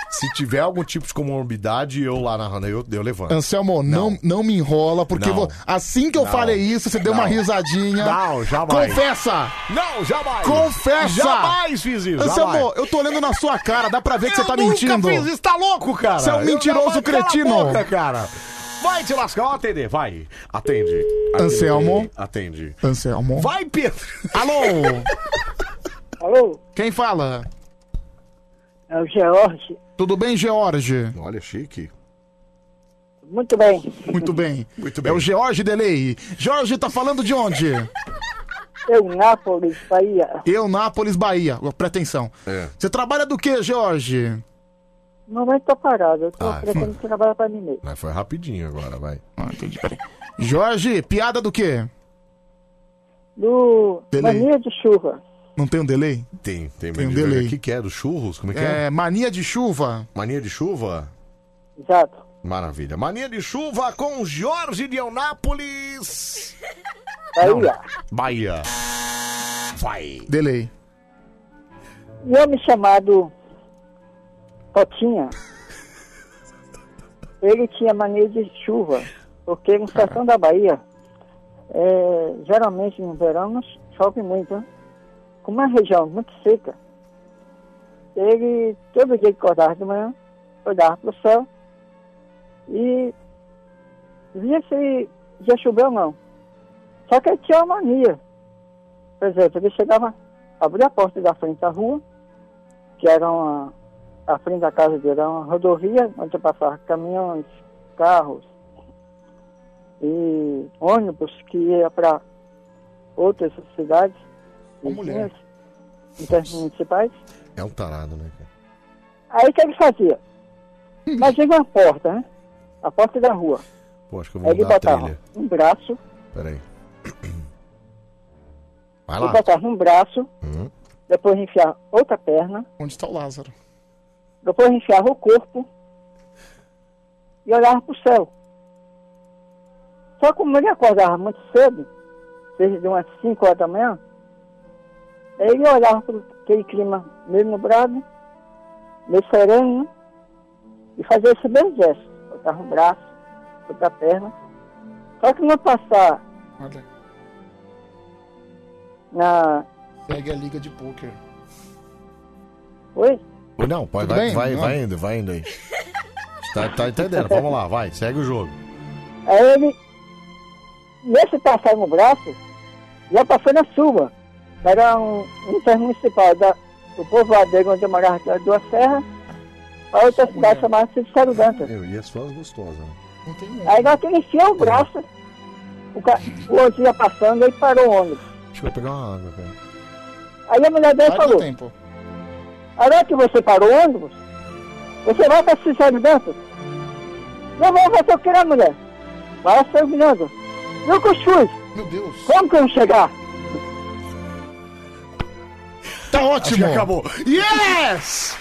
se tiver algum tipo de comorbidade, eu lá na eu, eu levanto. Anselmo, não, não, me enrola, porque Não. vo- assim que eu Não. falei isso, você deu Não. uma risadinha. Não, jamais. Confessa! Não, jamais! Confessa! Jamais fiz isso! Anselmo, jamais. eu tô olhando na sua cara, dá pra ver que você tá nunca mentindo. fiz isso, tá louco, cara? Você é um Eu- mentiroso Cala a cretino. boca, cara. Vai te lascar, vamos atender, vai. Atende. Atende. Anselmo. Atende. Anselmo. Vai, Pedro. Alô? [LAUGHS] Alô? Quem fala? É o George. Tudo bem, George? Olha, chique. Muito bem. Muito bem. [LAUGHS] Muito bem. É o George Delay. Jorge, tá falando de onde? Eu, É Nápoles, Bahia. Eu, Nápoles, Bahia. Presta atenção. É. Você trabalha do que, Jorge? Não vai estar parado. Eu tô Ah, pretendo trabalhar pra mim mesmo. Mas foi rapidinho agora, vai. Ah, entendi, peraí. Jorge, piada do quê? Do Delay. Mania de Chuva. Não tem um delay? Tem, tem, Tem um mania. delay. O que, que é? Dos churros? Como é que é? É, mania de chuva. Mania de chuva? Exato. Maravilha. Mania de chuva com Jorge de Eunápolis. Bahia. Bahia. Vai. né? Delay. Um homem chamado Potinha. Ele tinha mania de chuva. Porque no sertão da Bahia, é, geralmente no verão não chove muito. né? Como é uma região muito seca, ele todo dia que acordava de manhã, olhava para o céu e via se já choveu ou não. Só que ele tinha uma mania. Por exemplo, ele chegava, abria a porta da frente da rua, que era uma, a frente da casa dele, era uma rodovia onde passava caminhões, carros e ônibus que ia para outras cidades, vizinhas, Então, intermunicipais. É um tarado, né? cara? Aí o que ele fazia? Imagina uma porta, né? A porta da rua. Pô, acho que eu Aí vou ele mudar a botava trilha. um braço, [COUGHS] Peraí. Vai ele lá. botava um braço, Uhum. depois enfiava outra perna, Onde está o Lázaro? depois enfiava o corpo e olhava para o céu. Só que como ele acordava muito cedo, seja de umas 5 horas da manhã, ele olhava para aquele clima meio nublado, meio sereno, né? e fazia esse mesmo gesto. Botava um braço, outra perna. Só que não passar Olha, na. segue a liga de pôquer. Oi? Não, pode, Tudo vai, bem? vai, Não. vai indo, vai indo aí. Tá, tá entendendo? Vamos lá, vai, segue o jogo. Aí ele, nesse passar no braço, já passou na sua. Era um intermunicipal da, do povoado dele, onde eu morava, que era Duas Serras, a outra cidade chamada-se de Saruganta. Eu, e as suas gostosas, né? Aí nós enfiou o braço, O, ca... o ônibus ia passando, aí parou o ônibus. Deixa eu pegar uma água, cara. Aí a mulher dele Vai falou: tempo. A hora que você parou o ônibus, você vai pra se sair dentro? Não vou, vai ter o que, né, mulher? Vai terminando. E o cuscuz? Meu Deus. Como que eu vou chegar? Tá ótimo. acabou. Yes!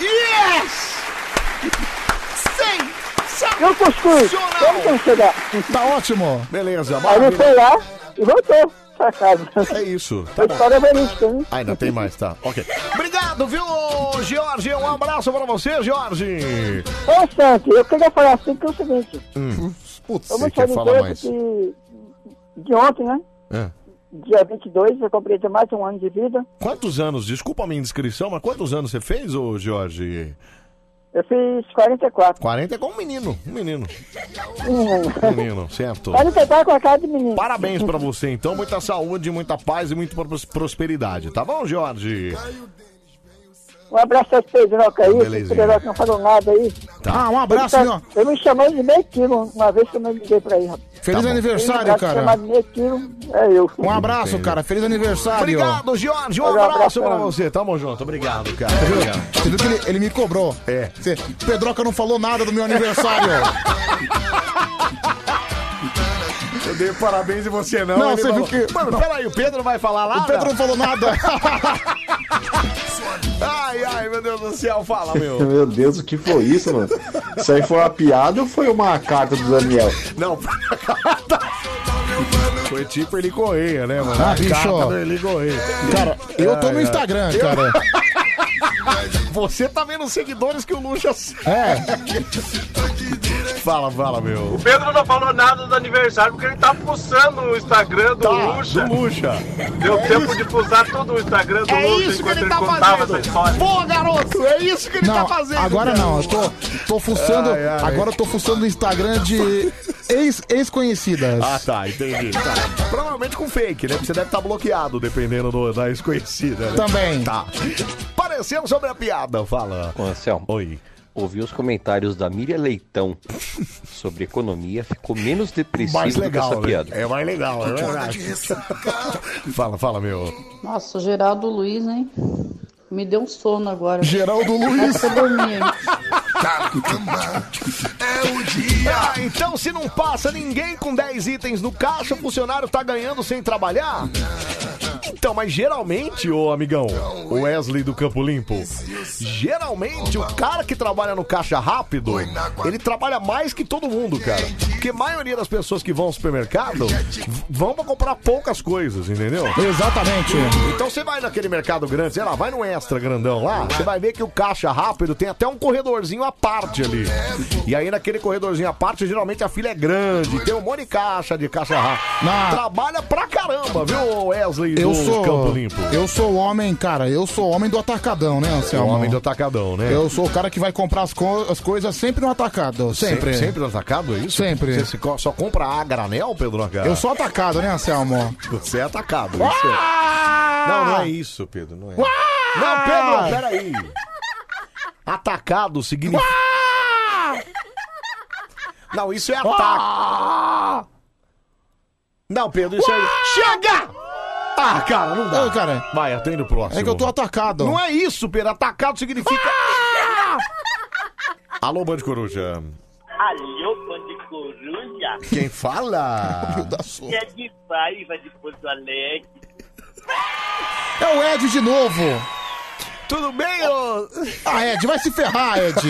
Yes! E o cuscuz? Como que eu vou chegar? Tá ótimo. Beleza, Aí ele foi maravilha. lá e voltou pra casa. É isso. Tá A bom. história é verídica, né? Ah, ainda tem mais, tá. Ok. Obrigado, viu, Jorge? Um abraço pra você, Jorge. Constante, "Tá eu queria falar assim que é o seguinte. Hum. Putz, eu você vou quer te falar dizer mais? que de ontem, né? É. Dia 22, eu completei mais um ano de vida. Quantos anos? Desculpa a minha indiscrição, mas quantos anos você fez, ô Jorge? Eu fiz 44. 40 é como um menino, um menino. Menino. [LAUGHS] Um menino, certo? 44 com a cara de menino. Parabéns pra você, então. Muita saúde, muita paz e muita pros- prosperidade, tá bom, Jorge? Um abraço aos Pedroca aí, Belezinha. esse Pedroca não falou nada aí. Tá. Ah, um abraço, Ele meu. Eu me chamei de meio quilo uma vez que eu me liguei pra aí, rapaz. Feliz Tá bom. aniversário, Ele me cara. chamado de meio quilo, é eu. Um abraço, cara. Feliz aniversário. né? Obrigado, Jorge. Um Valeu, abraço abração. pra você. Tamo junto. Obrigado, cara. Obrigado. Você viu que ele, ele me cobrou? É. Você, Pedroca não falou nada do meu aniversário. [LAUGHS] Eu dei parabéns e você não. Não, ele você viu falou- que- Mano, não. peraí, o Pedro vai falar lá? O Pedro não falou nada. [LAUGHS] ai, ai, meu Deus do céu. Fala, meu. Meu Deus, o que foi isso, mano? Isso aí foi uma piada ou foi uma carta do Daniel? Não, [LAUGHS] Foi tipo ele correia, né, mano? Ah, A bicho, carta ó. do Eli Correia. Cara, eu tô Ai, no ai. Instagram, Eu- cara. Você tá vendo os seguidores que o Lucha. [LAUGHS] É. [LAUGHS] É Fala, fala, meu. O Pedro não falou nada do aniversário porque ele tá fuçando o Instagram do Lucha. Tá, Do Lucha. Deu tempo de fuçar todo o Instagram do É Lucha isso que enquanto ele tá contava fazendo. essa história. Pô, garoto, é isso que ele Não, tá fazendo. agora cara. não, eu tô, tô fuçando. Ai, ai. Agora eu tô fuçando o Instagram de ex- ex-conhecidas. Ah, tá, entendi. Tá. Provavelmente com fake, né? Porque você deve estar bloqueado, dependendo do- da desconhecida. Né? Também. Tá. Pareceu sobre a piada, fala. Ô, Anselmo. Oi. Ouvir os comentários da Miriam Leitão sobre economia ficou menos depressivo Mais do legal, que essa né? piada. É mais legal, é verdade. Fala, fala, meu. Nossa, o Geraldo Luiz, hein? Me deu um sono agora. Geraldo Luiz. [LAUGHS] Essa eu dormi. Ah, então se não passa ninguém com 10 itens no caixa, o funcionário tá ganhando sem trabalhar? Então, mas geralmente, ô amigão, o Wesley do Campo Limpo, geralmente o cara que trabalha no caixa rápido, ele trabalha mais que todo mundo, cara. Porque a maioria das pessoas que vão ao supermercado v- vão pra comprar poucas coisas, entendeu? Exatamente. Então você vai naquele mercado grande, sei lá, vai no extra grandão lá, você vai ver que o caixa rápido tem até um corredorzinho à parte ali. E aí naquele corredorzinho à parte, geralmente a fila é grande, tem um monte de caixa de caixa rápido. Trabalha pra caramba, viu, Wesley Eu do Campo sou, Limpo? eu sou o homem, cara, eu sou o homem do atacadão, né, Anselmo? O homem do atacadão, né? Eu sou o cara que vai comprar as, co- as coisas sempre no atacado, sempre. Sempre, sempre no atacado, é isso? Sempre. Você se co- só compra a granel, Pedro? Eu sou atacado, né, Anselmo? Você é atacado, isso é. Não, não é isso, Pedro, não é. Não, Pedro, Ah, peraí. tá. [LAUGHS] Atacado significa... Não, isso é ataque. Não, Pedro, isso aí... Chega! Ah, cara, não dá. cara. Vai, atende o próximo. É que eu tô atacado. Não é isso, Pedro. Atacado significa... Alô, Band Coruja. Alô, bando de coruja? [LAUGHS] Quem fala? Que é de Paiva, de Porto Alegre. É o Ed de novo. Tudo bem, ô? Ah, Ed, vai se ferrar, [LAUGHS] Ed.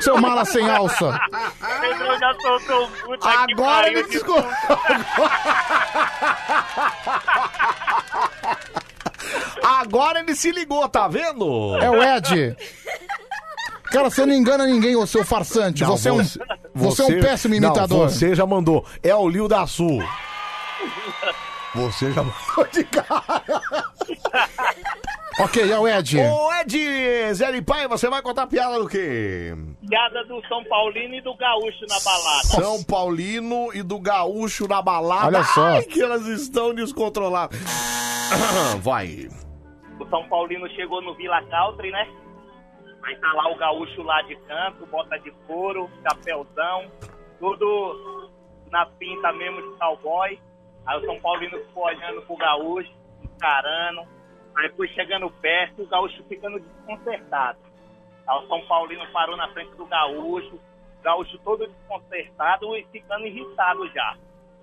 Seu mala sem alça. Ah! Pedro já soltou o puta Agora ele descobriu. Agora ele se ligou, tá vendo? É o Ed. Cara, você não engana ninguém, ô seu farsante. Não, você, é um, você, é um péssimo não, imitador. você já mandou. É o Lio da Sul. Você já [LAUGHS] Ok, é o Ed. Ô, Ed, Zé Lipai, você vai contar piada do quê? Piada do São Paulino e do Gaúcho na balada. São Paulino e do Gaúcho na balada. Olha só. Ai, que elas estão descontroladas. Vai. O São Paulino chegou no Vila Country, né? Aí tá lá o Gaúcho lá de canto, bota de couro, chapéuzão, tudo na pinta mesmo de cowboy. Aí o São Paulino ficou olhando pro gaúcho, encarando. Aí foi chegando perto, o gaúcho [LAUGHS] ficando desconcertado. Aí Tá, o São Paulino parou na frente do gaúcho, o gaúcho todo desconcertado e ficando irritado já.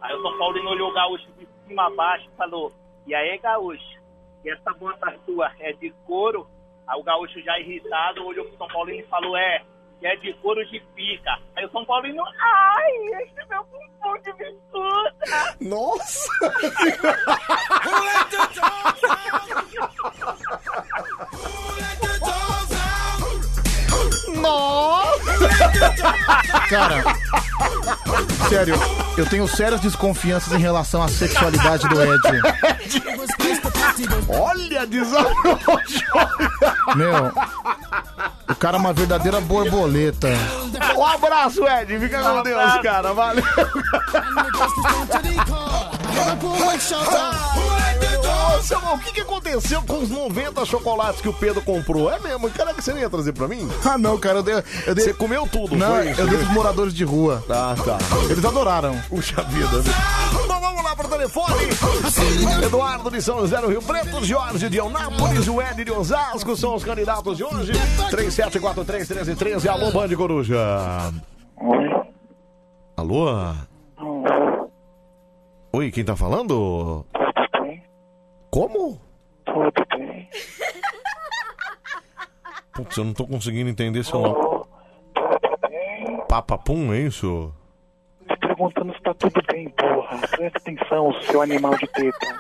Aí o São Paulino olhou o gaúcho de cima a baixo e falou, e aí gaúcho, e essa bota sua é de couro? Aí o gaúcho já irritado olhou pro São Paulino e falou, é, que é de couro de pica. Aí o São Paulino, ai, esse meu um bumbum de bicuda. [LAUGHS] Nossa! Cara, sério, eu tenho sérias desconfianças em relação à sexualidade do Ed. [LAUGHS] Olha, desafiou o Meu, o cara é uma verdadeira borboleta. jogo. Um abraço, Ed. Fica com Um Deus, abraço. cara. Valeu. Nossa, mano, o que, que aconteceu com os 90 chocolates que o Pedro comprou? É mesmo? Caraca, você não ia trazer pra mim? Ah, não, cara, eu dei. Eu dei Você comeu tudo, não, foi isso? né? eu dei pros moradores de rua. Ah, tá. Eles adoraram. Puxa vida, viu? Então vamos lá pro telefone. Eduardo de São José do Rio Preto, Jorge de Eunápolis, o Ed de Osasco são os candidatos de hoje. 37431313, alô Band Coruja. Alô? Oi, quem tá falando? Como? Putz, eu não tô conseguindo entender seu nome. Papapum, é isso? perguntando se tá tudo bem, porra. Presta atenção, seu animal de teta.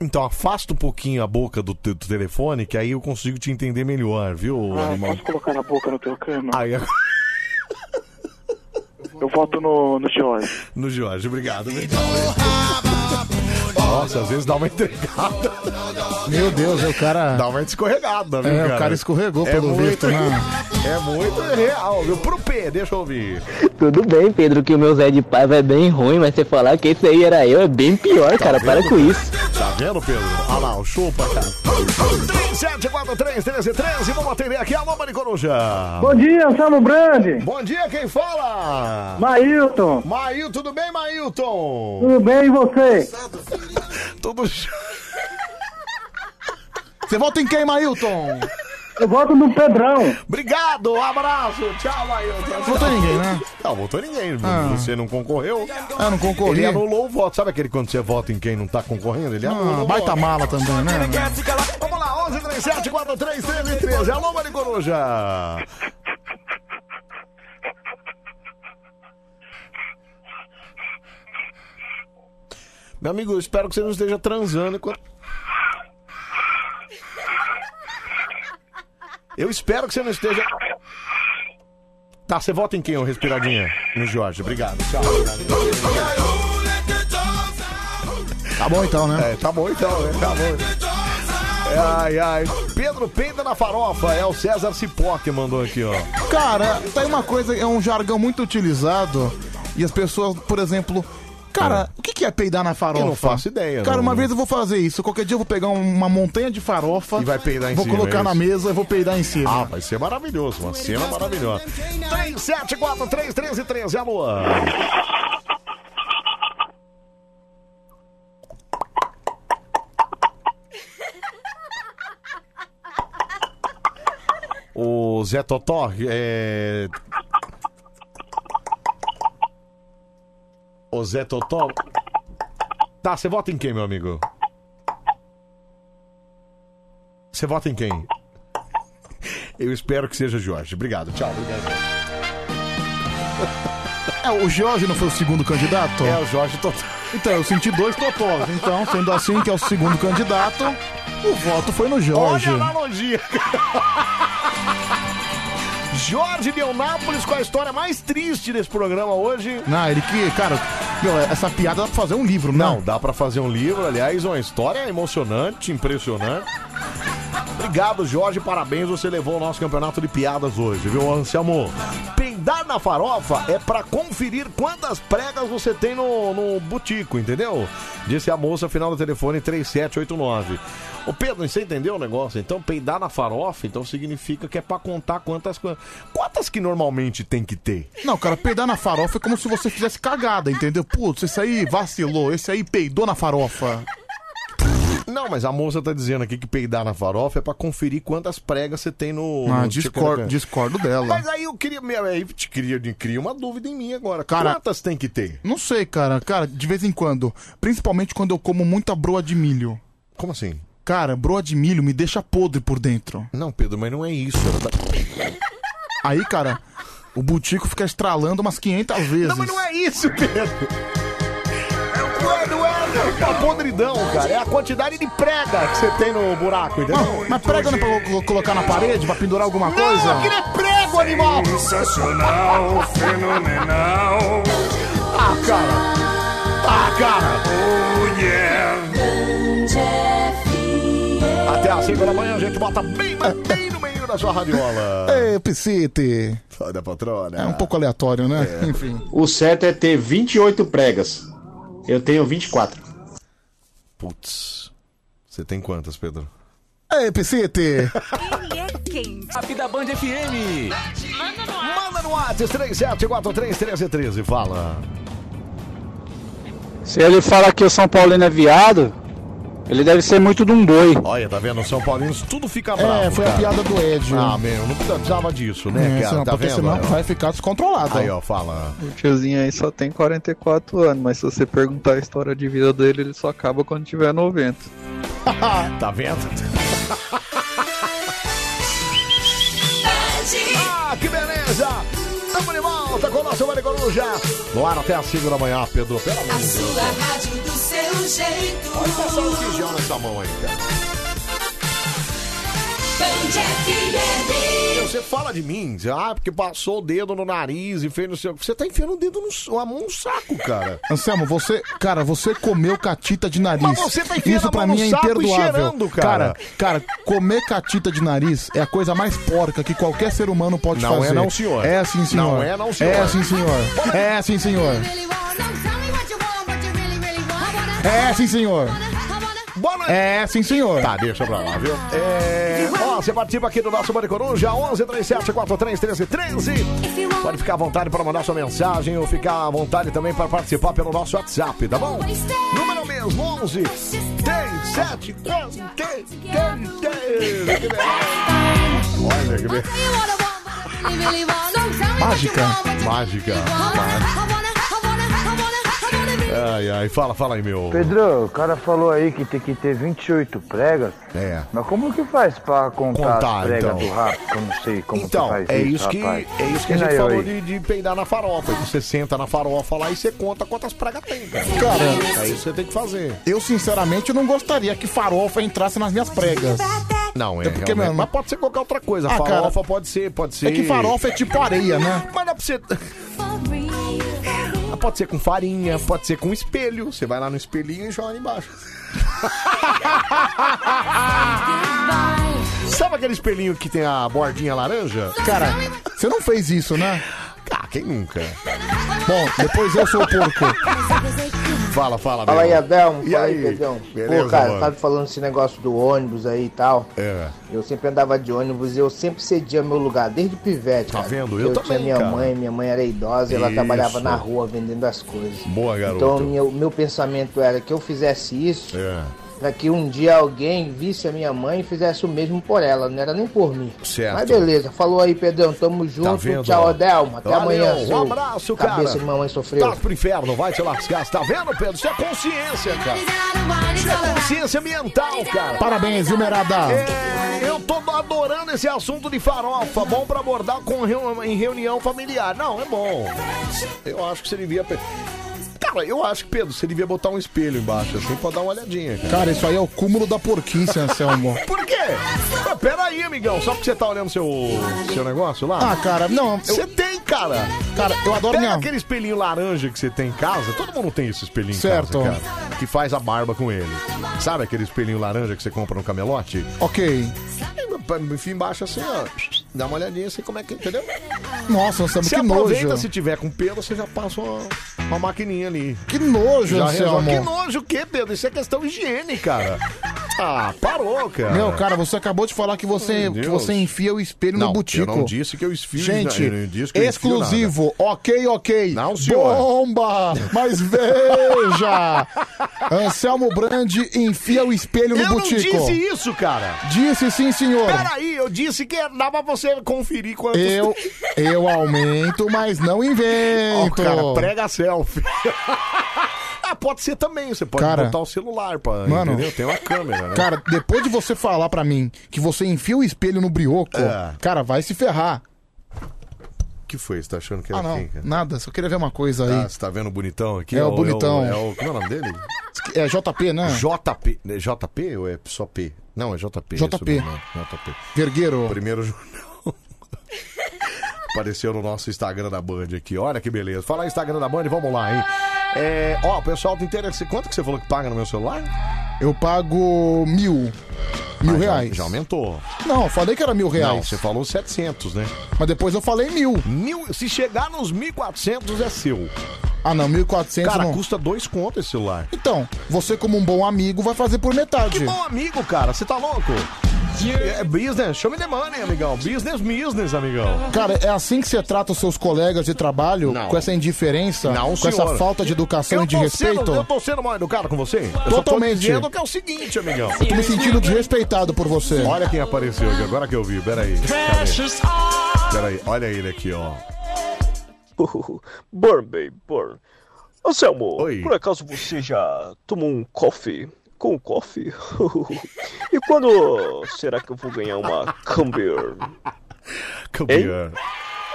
Então afasta um pouquinho a boca do, te- do telefone, que aí eu consigo te entender melhor, viu, Ah, animal? posso colocar na boca no teu cano? Aí, agora- Eu voto no, no Jorge. no Jorge, obrigado. Nossa, às vezes dá uma entregada. Meu Deus, é o cara. Dá uma escorregada, viu, É, o cara? cara escorregou, É pelo muito- visto, né? É muito real, viu? Pro P, deixa eu ouvir. Tudo bem, Pedro, que o meu Zé de Paiva é bem ruim, mas você falar que esse aí era eu é bem pior, Tá cara. Para vendo? com isso. Tá vendo, Pedro? Olha lá, o chupa, cara. 37431313, vamos atender aqui a Loma de Coruja. Bom dia, Anselmo Brandi. Bom dia, quem fala? Mailton. Mailton, tudo bem, Mailton? Tudo bem e você? Tudo ch- [LAUGHS] Você vota em quem, Mailton? Eu voto no Pedrão. Obrigado, um abraço. Tchau, Mailton. Votou ninguém, né? Não, votou ninguém. Ah. Você não concorreu. Ah, não concorri. Ele anulou o voto. Sabe aquele quando você vota em quem não tá concorrendo? Ele anulou. Ah, o baita voto. mala também, né? Vamos lá, 11 37 43 13 13. Alô, Mari Coruja. Meu amigo, eu espero que você não esteja transando enquanto. Eu espero que você não esteja. Tá, você vota em quem, ô respiradinha? No Jorge, obrigado. Tchau. Tá bom então, né? É, tá bom então, né? Tá bom. É, Ai, ai. Pedro Peida na farofa. É o César Cipó que mandou aqui, ó. Cara, tem uma coisa, é um jargão muito utilizado. E as pessoas, por exemplo. Cara, o que que é peidar na farofa? Eu não faço ideia, Cara, não. uma vez eu vou fazer isso. Qualquer dia eu vou pegar um, uma montanha de farofa. E vai peidar em Vou cima, colocar é na isso? mesa e vou peidar em cima. Ah, vai ser maravilhoso. Uma cena maravilhosa. 3, 7, 4, 3, 13, 13. Alô. O Zé Totó, é... O Zé Totó... Tá, você vota em quem, meu amigo? Você vota em quem? Eu espero que seja Jorge. Obrigado, tchau. Obrigado. É, o Jorge não foi o segundo candidato? É, o Jorge Totó. Então, eu senti dois totós. Então, sendo assim que é o segundo candidato, o voto foi no Jorge. Olha a analogia. [LAUGHS] Jorge Leonápolis com a história mais triste desse programa hoje. Não, ele que, cara, meu, essa piada dá pra fazer um livro, né? Não, dá pra fazer um livro, aliás, uma história emocionante, impressionante. Obrigado, Jorge, parabéns, você levou o nosso campeonato de piadas hoje, viu, Anselmo? Tem andar na farofa é pra conferir quantas pregas você tem no, no butico, entendeu? Disse a moça, final do telefone 3789. Ô Pedro, você entendeu o negócio? Então, peidar na farofa, então significa que é pra contar quantas... quan- Quantas que normalmente tem que ter? Não, cara, peidar na farofa é como se você fizesse cagada, entendeu? Putz, esse aí vacilou, esse aí peidou na farofa. Não, mas a moça tá dizendo aqui que peidar na farofa é pra conferir quantas pregas você tem no. Ah, no discordo- discordo dela. Mas aí eu queria. meu, Aí te cria, cria uma dúvida em mim agora. Cara- quantas tem que ter? Não sei, cara. Cara, de vez em quando. Principalmente quando eu como muita broa de milho. Como assim? Cara, broa de milho me deixa podre por dentro. Não, Pedro, mas é não é isso. Aí, cara, o butico fica estralando umas 500 vezes. Não, mas não é isso, Pedro. Não é, não. A podridão, cara. É a quantidade de prega que você tem no buraco, entendeu? mas prega não é pra co- colocar na parede, pra pendurar alguma coisa? aquilo é prego, animal! Sensacional, fenomenal. Ah, cara. Ah, cara. Oh, yeah. Até às 5 da manhã a gente bota bem, bem, bem no meio da sua radiola. Ei, Piscite. [LAUGHS] Foda, patrona. É um pouco aleatório, né? né? É. Enfim. O certo é ter 28 pregas. Eu tenho 24. Putz. Você tem quantas, Pedro? Ei, Piscite. A vida Band FM. Manda no ar. Manda no ar. 37431313, fala. Se ele fala que o São Paulino é viado, ele deve ser muito de um boi. Olha, tá vendo? São Paulinos tudo fica É, bravo. foi a cara. piada do Ed. né? Ah, meu, não precisava disso, né, É, cara? senão- Tá porque vendo? senão Aí, ó. vai ficar descontrolado. Aí, ó, fala. O tiozinho aí só tem 44 anos, mas se você perguntar a história de vida dele, ele só acaba quando tiver 90. tá vendo? Ah, que beleza! Tamo de volta com o nosso Mari Coruja. No ar até às 5 da manhã, Pedro. Pelo amor A de Deus. sua rádio do seu jeito. Olha passar um feijão nessa mão aí, cara. Band FM. Você fala de mim, diz, ah, porque passou o dedo no nariz e fez no seu. Você tá enfiando o dedo no su- a mão no saco, cara. Anselmo, você, cara, você comeu catita de nariz. Mas você tá enfiando Isso a pra mão mim no é saco e imperdoável. cheirando, cara. cara, comer catita de nariz é a coisa mais porca que qualquer ser humano pode Não é fazer. não, senhor. É sim, senhor. Não é não, senhor. É sim, senhor. É sim, senhor. É sim, senhor. É sim, senhor. Tá, deixa pra lá, viu? É, ó, você participa aqui do nosso Mari Coruja, 11 37 43 13 13. Pode ficar à vontade para mandar sua mensagem ou ficar à vontade também para participar pelo nosso WhatsApp, tá bom? Número mesmo, 11 3, 7, 4, 3, 3, 3. Olha que beleza. Mágica. Mágica. Mágica. Ai, ai, fala, fala aí, meu. Pedro, o cara falou aí que tem que ter 28 pregas. É. Mas como que faz pra contar, Contar, as pregas então. tá, do rato? Que eu não sei como Então, que faz é isso, isso que, rapaz. é isso que a Ensina gente eu falou aí. de, de peidar na farofa. Você senta na farofa lá e você conta quantas pragas tem, cara. Cara. é isso que você tem que fazer. Eu, sinceramente, não gostaria que farofa entrasse nas minhas pregas. Não, é. É porque, realmente. mano, Mas pode ser qualquer outra coisa. Ah, farofa cara, pode ser, pode ser. é que farofa é tipo areia, né? Mas dá pra você. Pode ser com farinha, pode ser com espelho. Você vai lá no espelhinho e joga embaixo. Sabe aquele espelhinho que tem a bordinha laranja? Cara, você não fez isso, né? Ah, quem nunca? Bom, depois eu sou o porco. Fala, fala, Fala aí, meu. Adelmo. E fala aí? aí, Pedrão. Beleza, Pô, cara, mano? tava falando esse negócio do ônibus aí e tal. É. Eu sempre andava de ônibus e eu sempre cedia meu lugar, desde pivete. Tá vendo? Eu Eu, também, tinha minha cara. mãe, minha mãe era idosa e ela Isso. trabalhava na rua vendendo as coisas. Boa, garoto. Então, meu, meu pensamento era que eu fizesse isso É. pra que um dia alguém visse a minha mãe e fizesse o mesmo por ela, não era nem por mim. Certo. Tá Mas beleza, falou aí, Pedrão. Tamo junto. vendo, ó? Tchau, Adelmo. Até Valeu, amanhã. seu Um abraço, cara. Cabeça de mamãe sofreu. Tá pro inferno, vai te lascar. Você Tá vendo, Pedro? Isso é consciência, cara. Isso é consciência ambiental, cara. Parabéns, Imerada. É, eu tô adorando esse assunto de farofa. Bom pra abordar com reu- em reunião familiar. Não, é bom. Eu acho que você devia. pe- Cara, eu acho que, Pedro, você devia botar um espelho embaixo, assim, pra dar uma olhadinha, cara. Cara, isso aí é o cúmulo da porquice, Anselmo. Por quê? Mas peraí, amigão, só porque você tá olhando seu, seu negócio lá? Ah, cara, não, eu- Você tem, cara. Cara, eu adoro Pega minha- aquele espelhinho laranja que você tem em casa. Todo mundo tem esse espelhinho Certo. em casa, cara. Que faz a barba com ele. Sabe aquele espelhinho laranja que você compra no camelote? Ok. Enfim, embaixo assim, ó. Dá uma olhadinha assim como é que, entendeu? Nossa, Anselmo, Você que aproveita, nojo. se tiver com pelo, você já passa uma, uma maquininha ali. Que nojo, já Anselmo. resolve. Que nojo o quê, Pedro? Isso é questão de higiene, cara. Ah, parou, cara. Meu, cara, você acabou de falar que você, Meu que Deus. você enfia o espelho Não, no butico. eu não disse que eu esfio- Gente, eu não disse que eu enfio exclusivo. ok, ok. Não, senhor. Bomba! Mas veja! [LAUGHS] Anselmo Brandi enfia o espelho no Eu não butico. disse isso, cara. Disse sim, senhor. Peraí, eu disse que dá pra você conferir quantos... Eu, eu aumento, mas não Ó, invento. cara, prega selfie. [LAUGHS] ah, pode ser também. Você pode Cara, botar o celular, pra, mano, entendeu? Tem uma câmera, né? Cara, depois de você falar pra mim que você enfia o espelho no brioco, É. cara, vai se ferrar. O que foi? Você tá achando que era Ah, não, quem, cara? nada, só queria ver uma coisa aí. Ah, você tá vendo o bonitão aqui? É o bonitão. É o, como é o nome dele? É JP, né? JP. né, JP ou é só P? Não, é JP. é isso JP. mesmo, né? JP. Vergueiro. Primeiro jornal. [LAUGHS] Apareceu no nosso Instagram da Band aqui. Olha que beleza. Fala aí, Instagram da Band, vamos lá, hein? É, ó, pessoal, tem interesse. Quanto que você falou que paga no meu celular? Eu pago mil. Mil Ah, já- reais. já aumentou. Não, eu falei que era mil Não, reais. você falou 700, né? Mas depois eu falei mil. Mil, se chegar nos 1.400 é seu. Ah, não, 1.400 Cara, não. custa um dois contos esse celular. Então, você como um bom amigo vai fazer por metade. Que bom amigo, cara. Você tá louco? É business. Show me the money, amigão. Business, business, amigão. Cara, é assim que você trata os seus colegas de trabalho? Não. Com essa indiferença? Não, com senhor. essa falta de educação Eu e de tô respeito? Sendo, eu tô sendo mal educado com você? Eu só tô Totalmente. dizendo que é o seguinte, amigão. Eu tô me sentindo desrespeitado por você. Olha quem apareceu aqui, agora que eu vi. Peraí. Precious Cadê? Peraí, olha ele aqui, ó. [LAUGHS] Burn, baby, burn. Anselmo, Oi. por acaso você já tomou um coffee com o coffee? [LAUGHS] e quando será que eu vou ganhar uma camber? Campeão.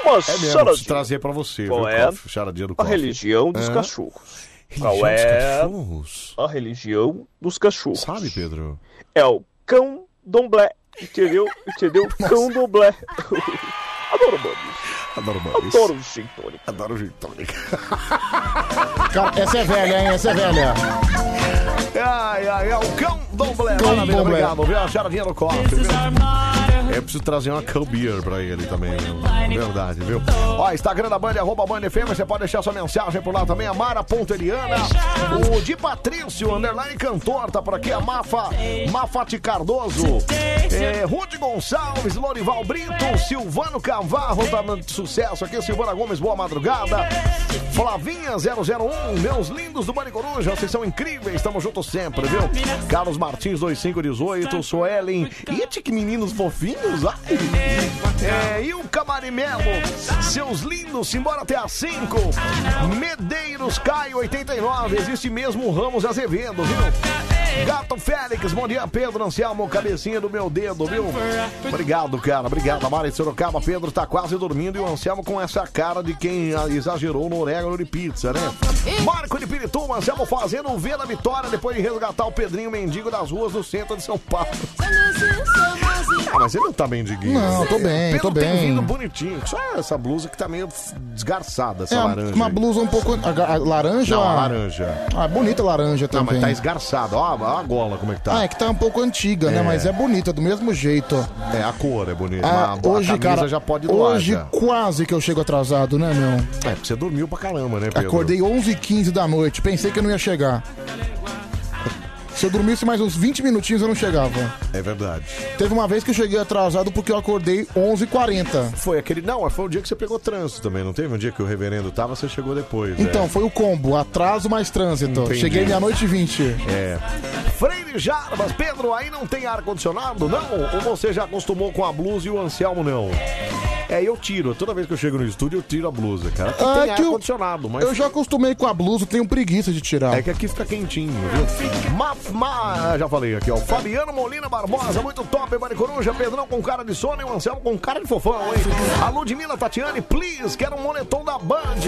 Uma É mesmo, preciso saladinha. trazer pra você, Qual viu, é? Coffee, charadinha do A coffee. religião dos Hã? cachorros. Qual Religião dos é cachorros? a religião dos cachorros? Sabe, Pedro? É o cão domblé. Entendeu? Entendeu? Cão domblé. [LAUGHS] Adoro mami. Adoro mami. Adoro gin tônica. Adoro gin tônica. Cara, essa é velha, hein? Essa é velha. Ai, ai, é o cão Domblé. Cão Maravilha, Domblé. obrigado, viu? A charadinha no coffee. viu? É preciso trazer uma Cub Beer pra ele também, viu? Verdade, viu? Ó, Instagram da Band, arroba Band FM, você pode deixar sua mensagem por lá também. A Mara Ponteliana, o Di Patrício, underline cantor, tá por aqui. A Mafa, Mafati Cardoso, é, Rude Gonçalves, Lorival Brito, Silvano Cavarro, tá dando sucesso aqui. Silvana Gomes, boa madrugada. Flavinha 001, meus lindos do Bande Coruja, vocês são incríveis, estamos juntos sempre, viu? Carlos Martins 2518, Suelen. Ite, que meninos fofinhos, ai! É, e o Camarimelo, seus lindos, embora até às 5. Medeiros Caio 89, existe mesmo o Ramos Azevedo, viu? Gato Félix, bom dia Pedro Anselmo, cabecinha do meu dedo, viu? Obrigado, cara, obrigado. A Mari de Sorocaba, Pedro tá quase dormindo e o Anselmo com essa cara de quem ah, exagerou no orégano de pizza, né? Marco de Pirituba, Anselmo fazendo o V da vitória depois de resgatar o Pedrinho mendigo das ruas do centro de São Paulo. Ah, mas ele não tá mendiguinho. Não, tô bem, Pedro tô tem bem. vindo bonitinho. Só essa blusa que tá meio desgarçada, essa É uma, laranja. uma aí. blusa um pouco. a- a- laranja? Não, a laranja. Ah, bonita laranja Não, também. mas tá esgarçada. Ó, a- ó a gola, como é que tá. Ah, é que tá um pouco antiga, né? É. Mas é bonita, do mesmo jeito. É, a cor é bonita. Ah, mas a, hoje, a camisa cara, já pode doar. hoje já. quase que eu chego atrasado, né, meu? É, porque você dormiu pra caramba, né, Pedro? Acordei 11h15 da noite, pensei que eu não ia chegar. Se eu dormisse mais uns 20 minutinhos, eu não chegava. É verdade. Teve uma vez que eu cheguei atrasado porque eu acordei 11h40. Foi aquele. Não, foi o dia que você pegou trânsito também, não teve? Um dia que o reverendo tava, você chegou depois. Então, é. foi o combo, atraso mais trânsito. Entendi. Cheguei meia-noite e 20. É. Freire Jarbas, Pedro, aí não tem ar-condicionado, não? Ou você já acostumou com a blusa e o Anselmo não? É, eu tiro. Toda vez que eu chego no estúdio, eu tiro a blusa, cara. Aqui Ah, tem que eu- ar-condicionado, mas. Eu já acostumei com a blusa, tenho preguiça de tirar. É que aqui fica quentinho, viu? Ma, ma- Ah, já falei aqui, ó. Fabiano Molina Barbosa, muito top, Mari Coruja, Pedrão com cara de sono e o Anselmo com cara de fofão, hein? A Ludmila Tatiane, please, quero um moletom da Band.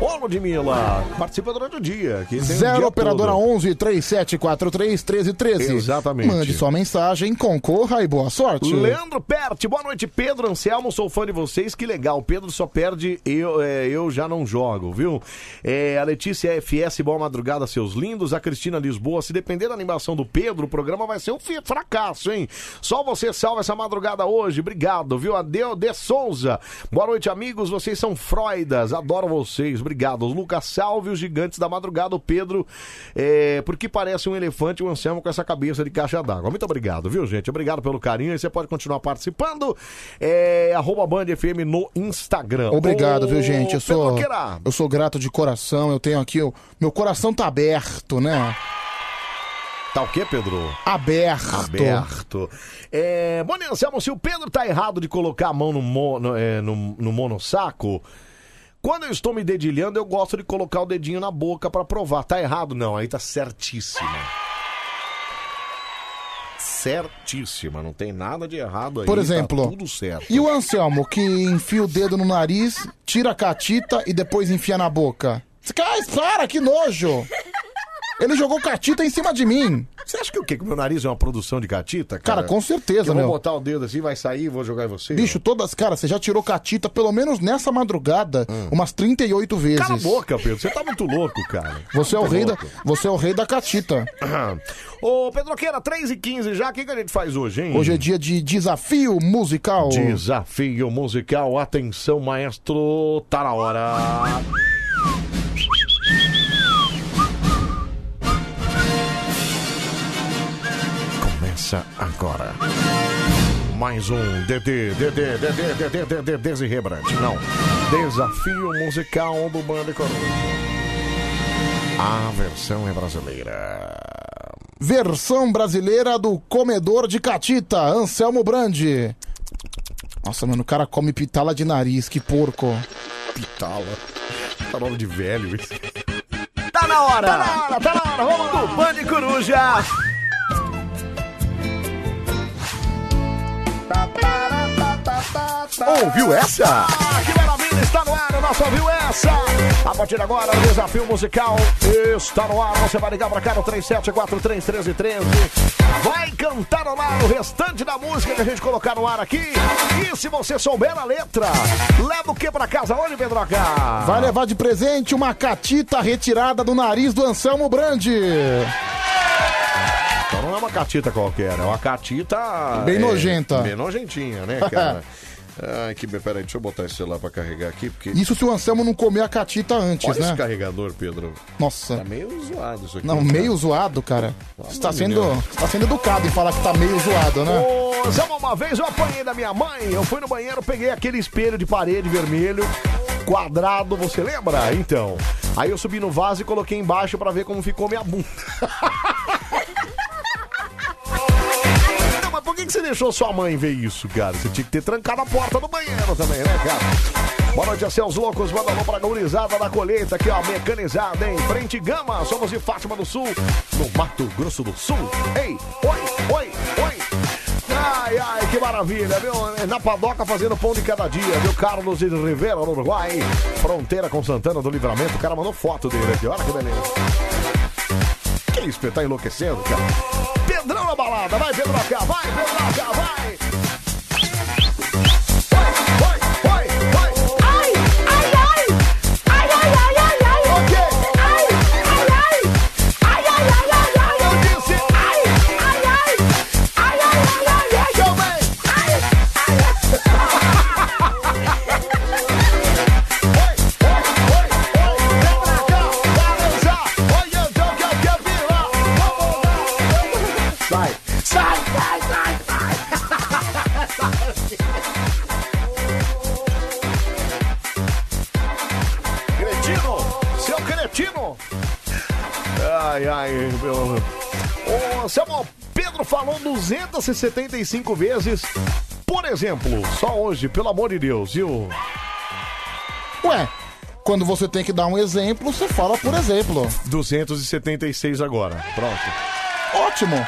Ô, Ludmila, participa durante o dia. Aqui tem o Zero dia operadora todo. 11 3743 1313. Exatamente. Mande sua mensagem, concorra e boa sorte. Leandro Perte, boa noite, Pedro Anselmo. Sou fã de vocês, que legal. O Pedro só perde, eu, é, eu já não jogo, viu? É, a Letícia FS, boa madrugada, seus lindos. A Cristina Lisboa, se depender da animação do Pedro, o programa vai ser um fi- fracasso, hein? Só você salva essa madrugada hoje. Obrigado, viu? Adeu de Souza. Boa noite, amigos. Vocês são Freudas. Adoro vocês. Obrigado. Lucas, salve os gigantes da madrugada. O Pedro, é, porque parece um elefante, o Anselmo com essa cabeça de caixa d'água. Muito obrigado, viu, gente? Obrigado pelo carinho. E você pode continuar participando. É, arroba Band FM no Instagram. Obrigado, Ô, viu, gente? Eu sou, Pedro Queira. eu sou grato de coração. Eu tenho aqui. o Meu coração tá aberto, né? Tá o quê, Pedro? Aberto. Aberto. É, Boni Anselmo, se o Pedro tá errado de colocar a mão no, mo, no, é, no, no monossaco, quando eu estou me dedilhando, eu gosto de colocar o dedinho na boca pra provar. Tá errado? Não, aí tá certíssimo. Certíssima, não tem nada de errado aí. Por tá exemplo. tudo certo. E o Anselmo, que enfia o dedo no nariz, tira a catita e depois enfia na boca. Esse cara, para, que nojo! Ele jogou catita em cima de mim. Você acha que o quê? Que o meu nariz é uma produção de catita, cara? Cara, com certeza, que eu vou meu. botar o dedo assim, vai sair, vou jogar em você? [COUGHS] Bicho, todas, cara, você já tirou catita, pelo menos nessa madrugada, umas 38 vezes. Ah. Cala a boca, Pedro. Você tá muito louco, cara. Você é o Muito rei da, louco. você é o rei da catita. Ô, Pedroqueira, 3 e 15 já. O que, que a gente faz hoje, hein? Hoje é dia de desafio musical. Desafio musical. Atenção, maestro. Tá na hora. Começa agora. Mais um DD, DD, DD, DD, DD, Desirrebrand. Não. Desafio musical do Bando Coruja. A versão é brasileira. Versão brasileira do comedor de catita, Anselmo Brandi. Nossa, mano, o cara come pitala de nariz, que porco. Pitala. Tá nome de velho isso. Tá na hora! Tá na hora, tá na hora! Vamos do Band Coruja! Ouviu essa? Ah, Que maravilha, está no ar, o nosso ouviu essa. A partir de agora, o desafio musical está no ar. Você vai ligar para cá no 37431313. Vai cantar no ar o restante da música que a gente colocar no ar aqui. E se você souber a letra, leva o que para casa hoje, Pedroca? Vai levar de presente uma catita retirada do nariz do Anselmo Brandi. Então não é uma catita qualquer, é uma catita. Bem é, nojenta. Bem nojentinha, né, [LAUGHS] cara? Ai, que. be- Peraí, deixa eu botar esse celular pra carregar aqui, porque. Isso se o Anselmo não comer a catita antes, Olha esse né? carregador, Pedro. Nossa. Tá meio zoado isso aqui. Não, cara. meio zoado, cara. Você tá de sendo, Deus. você tá sendo educado em [LAUGHS] falar que tá meio zoado, né? Ô, Zé, uma vez eu apanhei da minha mãe, eu fui no banheiro, peguei aquele espelho de parede vermelho, quadrado, você lembra? Então. Aí eu subi no vaso e coloquei embaixo pra ver como ficou minha bunda. [LAUGHS] Não, mas por que que você deixou sua mãe ver isso, cara? Você tinha que ter trancado a porta do banheiro também, né, cara? Boa noite, seus loucos. Manda um alô pra gurizada da colheita aqui, ó, mecanizada, hein? Frente Gama, somos de Fátima do Sul, no Mato Grosso do Sul. Ei, oi, oi, Ah, oi. Ai, ai, que maravilha, viu? Na padoca fazendo pão de cada dia, viu? Carlos de Rivera, no Uruguai, fronteira com Santana do Livramento. O cara mandou foto dele aqui, olha que beleza. Que isso, Pedro? tá enlouquecendo, cara? Pedrão na balada, vai, Pedroca, vai, Pedroca, vai! Ai, ai, ai! Ai, ai, ai, ai, ai! O quê? Ai, ai, ai! Ai, ai, ai, ai, ai! Eu disse ai, ai, ai! Ai, ai, ai, ai, ai! Eu bem! Ai, ai, Sai! Sai, sai, sai, sai! Cretino! Seu cretino! Ai, ai, meu. Ô, Anselmo, Pedro falou 275 vezes. Por exemplo, só hoje, pelo amor de Deus, viu? Ué, quando você tem que dar um exemplo, você fala por exemplo. 276 agora. Pronto. Ótimo! [LAUGHS]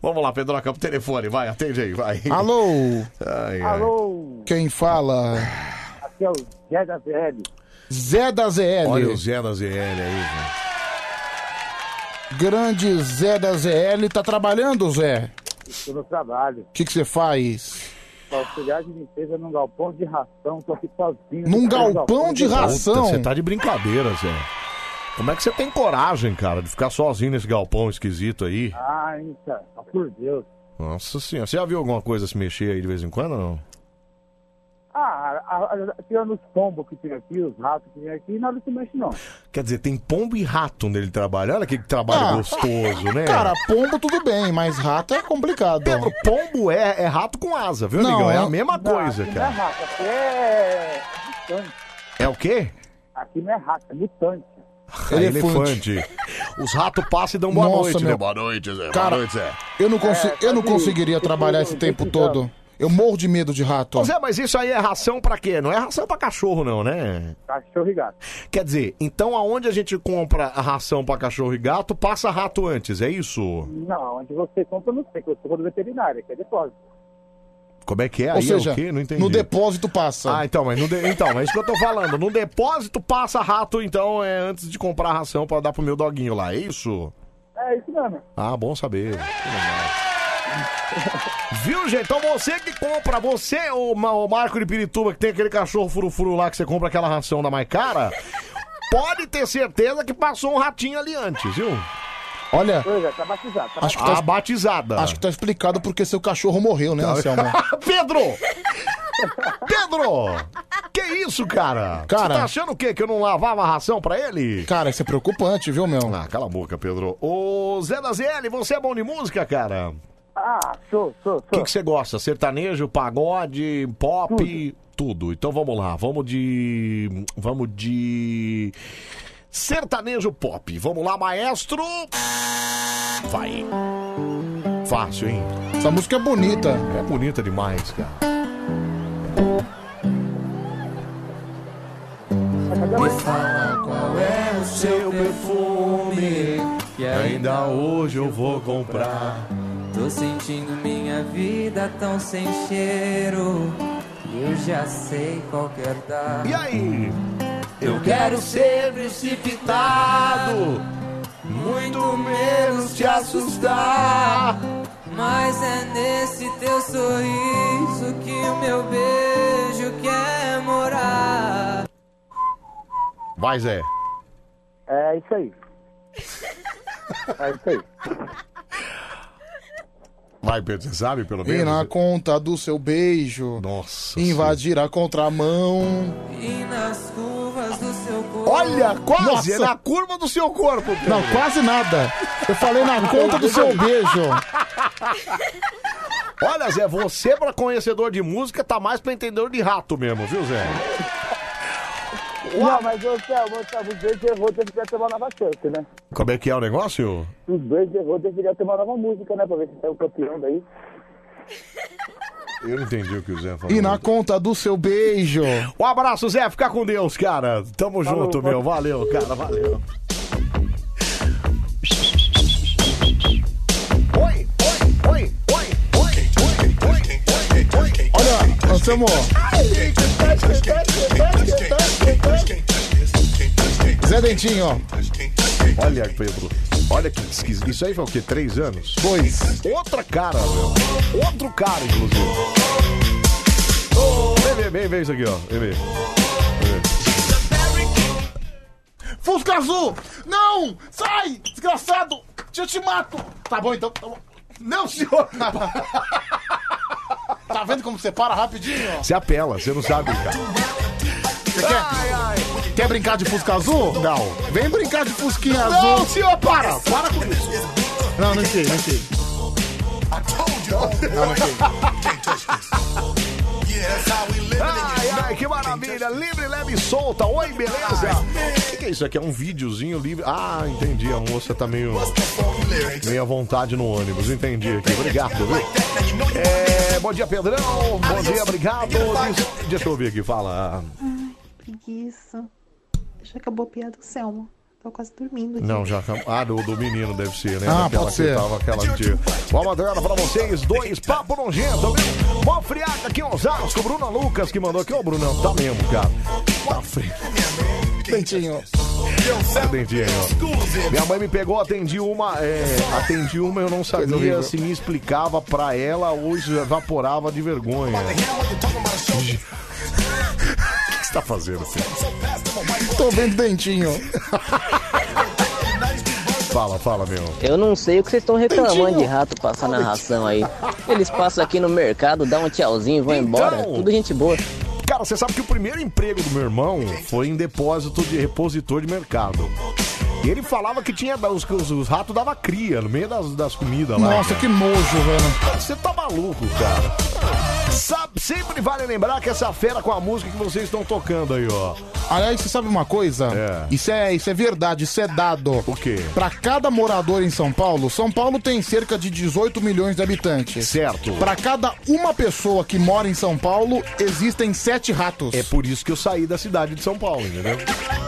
Vamos lá, Pedroca, pro telefone, vai, atende aí, vai. Alô? Ai, ai. Alô? Quem fala? Aqui é o Zé da VL. Zé da ZL. Olha o Zé da ZL aí, velho. Grande Zé da ZL. Tá trabalhando, Zé? Estou no trabalho. O que que você faz? auxiliar de limpeza num galpão de ração, tô aqui sozinho. Num galpão de Puta, Você ração. tá de brincadeira, Zé. Como é que você tem coragem, cara, de ficar sozinho nesse galpão esquisito aí? Ah, então, só por Deus. Nossa senhora, você já viu alguma coisa se mexer aí de vez em quando ou não? Ah, a, a, tirando os pombos que tem aqui, os ratos que tem aqui, nada se mexe não. Quer dizer, tem pombo e rato nele trabalhando. Olha que trabalho Ah, gostoso, né? Cara, pombo tudo bem, mas rato é complicado. Pedro, pombo é, é rato com asa, viu, não, amigão? É a eu- mesma coisa, aqui cara. não é rato, aqui é mutante. É o quê? É Aqui não é rato, é mutante. Elefante. Os ratos passam e dão boa Nossa, noite, né? meu- Boa noite, Zé. Cara, boa noite, Zé. Eu não, consi- É, eu não sabe, um conseguiria esse trabalhar povo- esse tempo esse todo. Eu morro de medo de rato. Ô, Zé, mas isso aí é ração pra quê? Não é ração pra cachorro, não, né? Cachorro e gato. Quer dizer, então aonde a gente compra a ração pra cachorro e gato, passa rato antes, é isso? Não, onde você compra, eu não sei, que eu sou do veterinário, que é depósito. Como é que é? Ou aí seja, é o quê? Não entendi. no depósito passa. Ah, então, mas no de- então, é isso que eu tô falando. No depósito passa rato, então, é antes de comprar a ração pra dar pro meu doguinho lá, é isso? É isso mesmo. Ah, bom saber. Que legal. Viu, gente? Então você que compra, você, o, o Marco de Pirituba, que tem aquele cachorro furufuru lá que você compra aquela ração da mais cara, pode ter certeza que passou um ratinho ali antes, viu? Olha, Pois é, tá batizado. Tá acho que a tá, Ah, batizada. Tá. acho que tá explicado porque seu cachorro morreu, né, Anselmo? [LAUGHS] Pedro! Pedro! Que isso, cara? Cara- Você tá achando o quê? Que eu não lavava a ração pra ele? Cara, isso é preocupante, viu, meu? Ah, cala a boca, Pedro. Ô, Zé da ZL, você é bom de música, cara? Ah, sou, sou, O que que você gosta? Sertanejo, pagode, pop, tudo. Então vamos lá, vamos de. Vamos de. Sertanejo pop. Vamos lá, maestro! Vai! Fácil, hein? Essa música é bonita. É bonita demais, cara. Me fala qual é o seu perfume Ah, que ainda hoje eu vou comprar. Tô sentindo minha vida tão sem cheiro. Eu já sei qual quero dar. E aí? Eu quero ser precipitado, muito menos te assustar. Mas é nesse teu sorriso que o meu beijo quer morar. Vai, Zé. É isso [LAUGHS] aí. É isso aí. Vai, Pedro, você sabe pelo E na menos? conta do seu beijo. Nossa. Invadir a contramão. E nas curvas do seu corpo. Olha, quase! É Nossa. na curva do seu corpo, Pedro. Não, quase nada. Eu falei [LAUGHS] na conta do seu beijo. Olha, Zé, você pra conhecedor de música tá mais pra entendedor de rato mesmo, viu, Zé? Não, mas ô Thelma, ô, Thelma, os dois errou, deveria ter uma nova chance, né? Como é que é o negócio? Os dois errou, deveria ter uma nova música, né? Pra ver se sai o campeão daí. Eu não entendi o que o Zé falou. E na conta do seu beijo. Um abraço, Zé. Fica com Deus, cara. Tamo Falou, junto, falou. meu. Valeu, cara. Valeu. Olha, Anselmo. Zé Dentinho, ó. Olha, Pedro. Olha que esquisito. Isso aí foi o quê? Três anos? Dois. Outra cara, meu. Outro cara, inclusive. Vem, vem, vem, vem isso aqui, ó. Vem, vem. Vem. Fusca Azul! Não! Sai! Desgraçado! Eu te mato! Tá bom então. tá bom. Não, senhor! [LAUGHS] tá vendo como você para rapidinho? ó? Você apela, você não sabe, cara. Você quer? Quer brincar de Fusca Azul? Não. Vem brincar de Fusquinha Azul. Não, senhor, para! Para com isso! Não, não sei, não sei. Não, não sei. Ai, ai, é que maravilha! Livre, leve e solta! Oi, beleza? O que, que é isso aqui? É um videozinho livre? Ah, entendi. A moça tá meio. meio à vontade no ônibus. Entendi aqui. Obrigado, viu? É, bom dia, Pedrão. Bom dia, obrigado. Diz- Deixa eu ouvir aqui, fala. Preguiça. Já acabou a piada do Selmo. Tô quase dormindo. Não, já acabou. Ah, do, do menino deve ser, né? Ah, Daquela pode que ser. tava aquela antiga. Boa madrugada pra vocês, dois. Papo nojento, viu? Mó friaca aqui em Osasco. Bruna Lucas que mandou aqui. Ô, Brunão, tá mesmo, cara. Tá frio. Dentinho. Minha mãe me pegou, atendi uma, é, atendi uma, eu não sabia horrível. se me explicava pra ela ou se evaporava de vergonha. O que que você tá fazendo, filho? Tô vendo dentinho. Fala, fala, meu. Eu não sei o que vocês estão reclamando Dentinho. de rato passar na ração aí. Eles passam aqui no mercado, dão um tchauzinho, Então. vão é embora. Tudo gente boa. Cara, você sabe que o primeiro emprego do meu irmão foi em depósito de repositor de mercado. E ele falava que tinha os, os, os ratos dava cria no meio das, das comidas lá. Nossa, que nojo, velho. Você tá maluco, cara. Sabe, sempre vale lembrar que essa fera com a música que vocês estão tocando aí, ó. Aliás, você sabe uma coisa? Isso, é, isso é verdade, isso é dado. O quê? Pra cada morador em São Paulo, São Paulo tem cerca de 18 milhões de habitantes. Certo. Pra cada uma pessoa que mora em São Paulo, existem sete ratos. É por isso que eu saí da cidade de São Paulo, entendeu?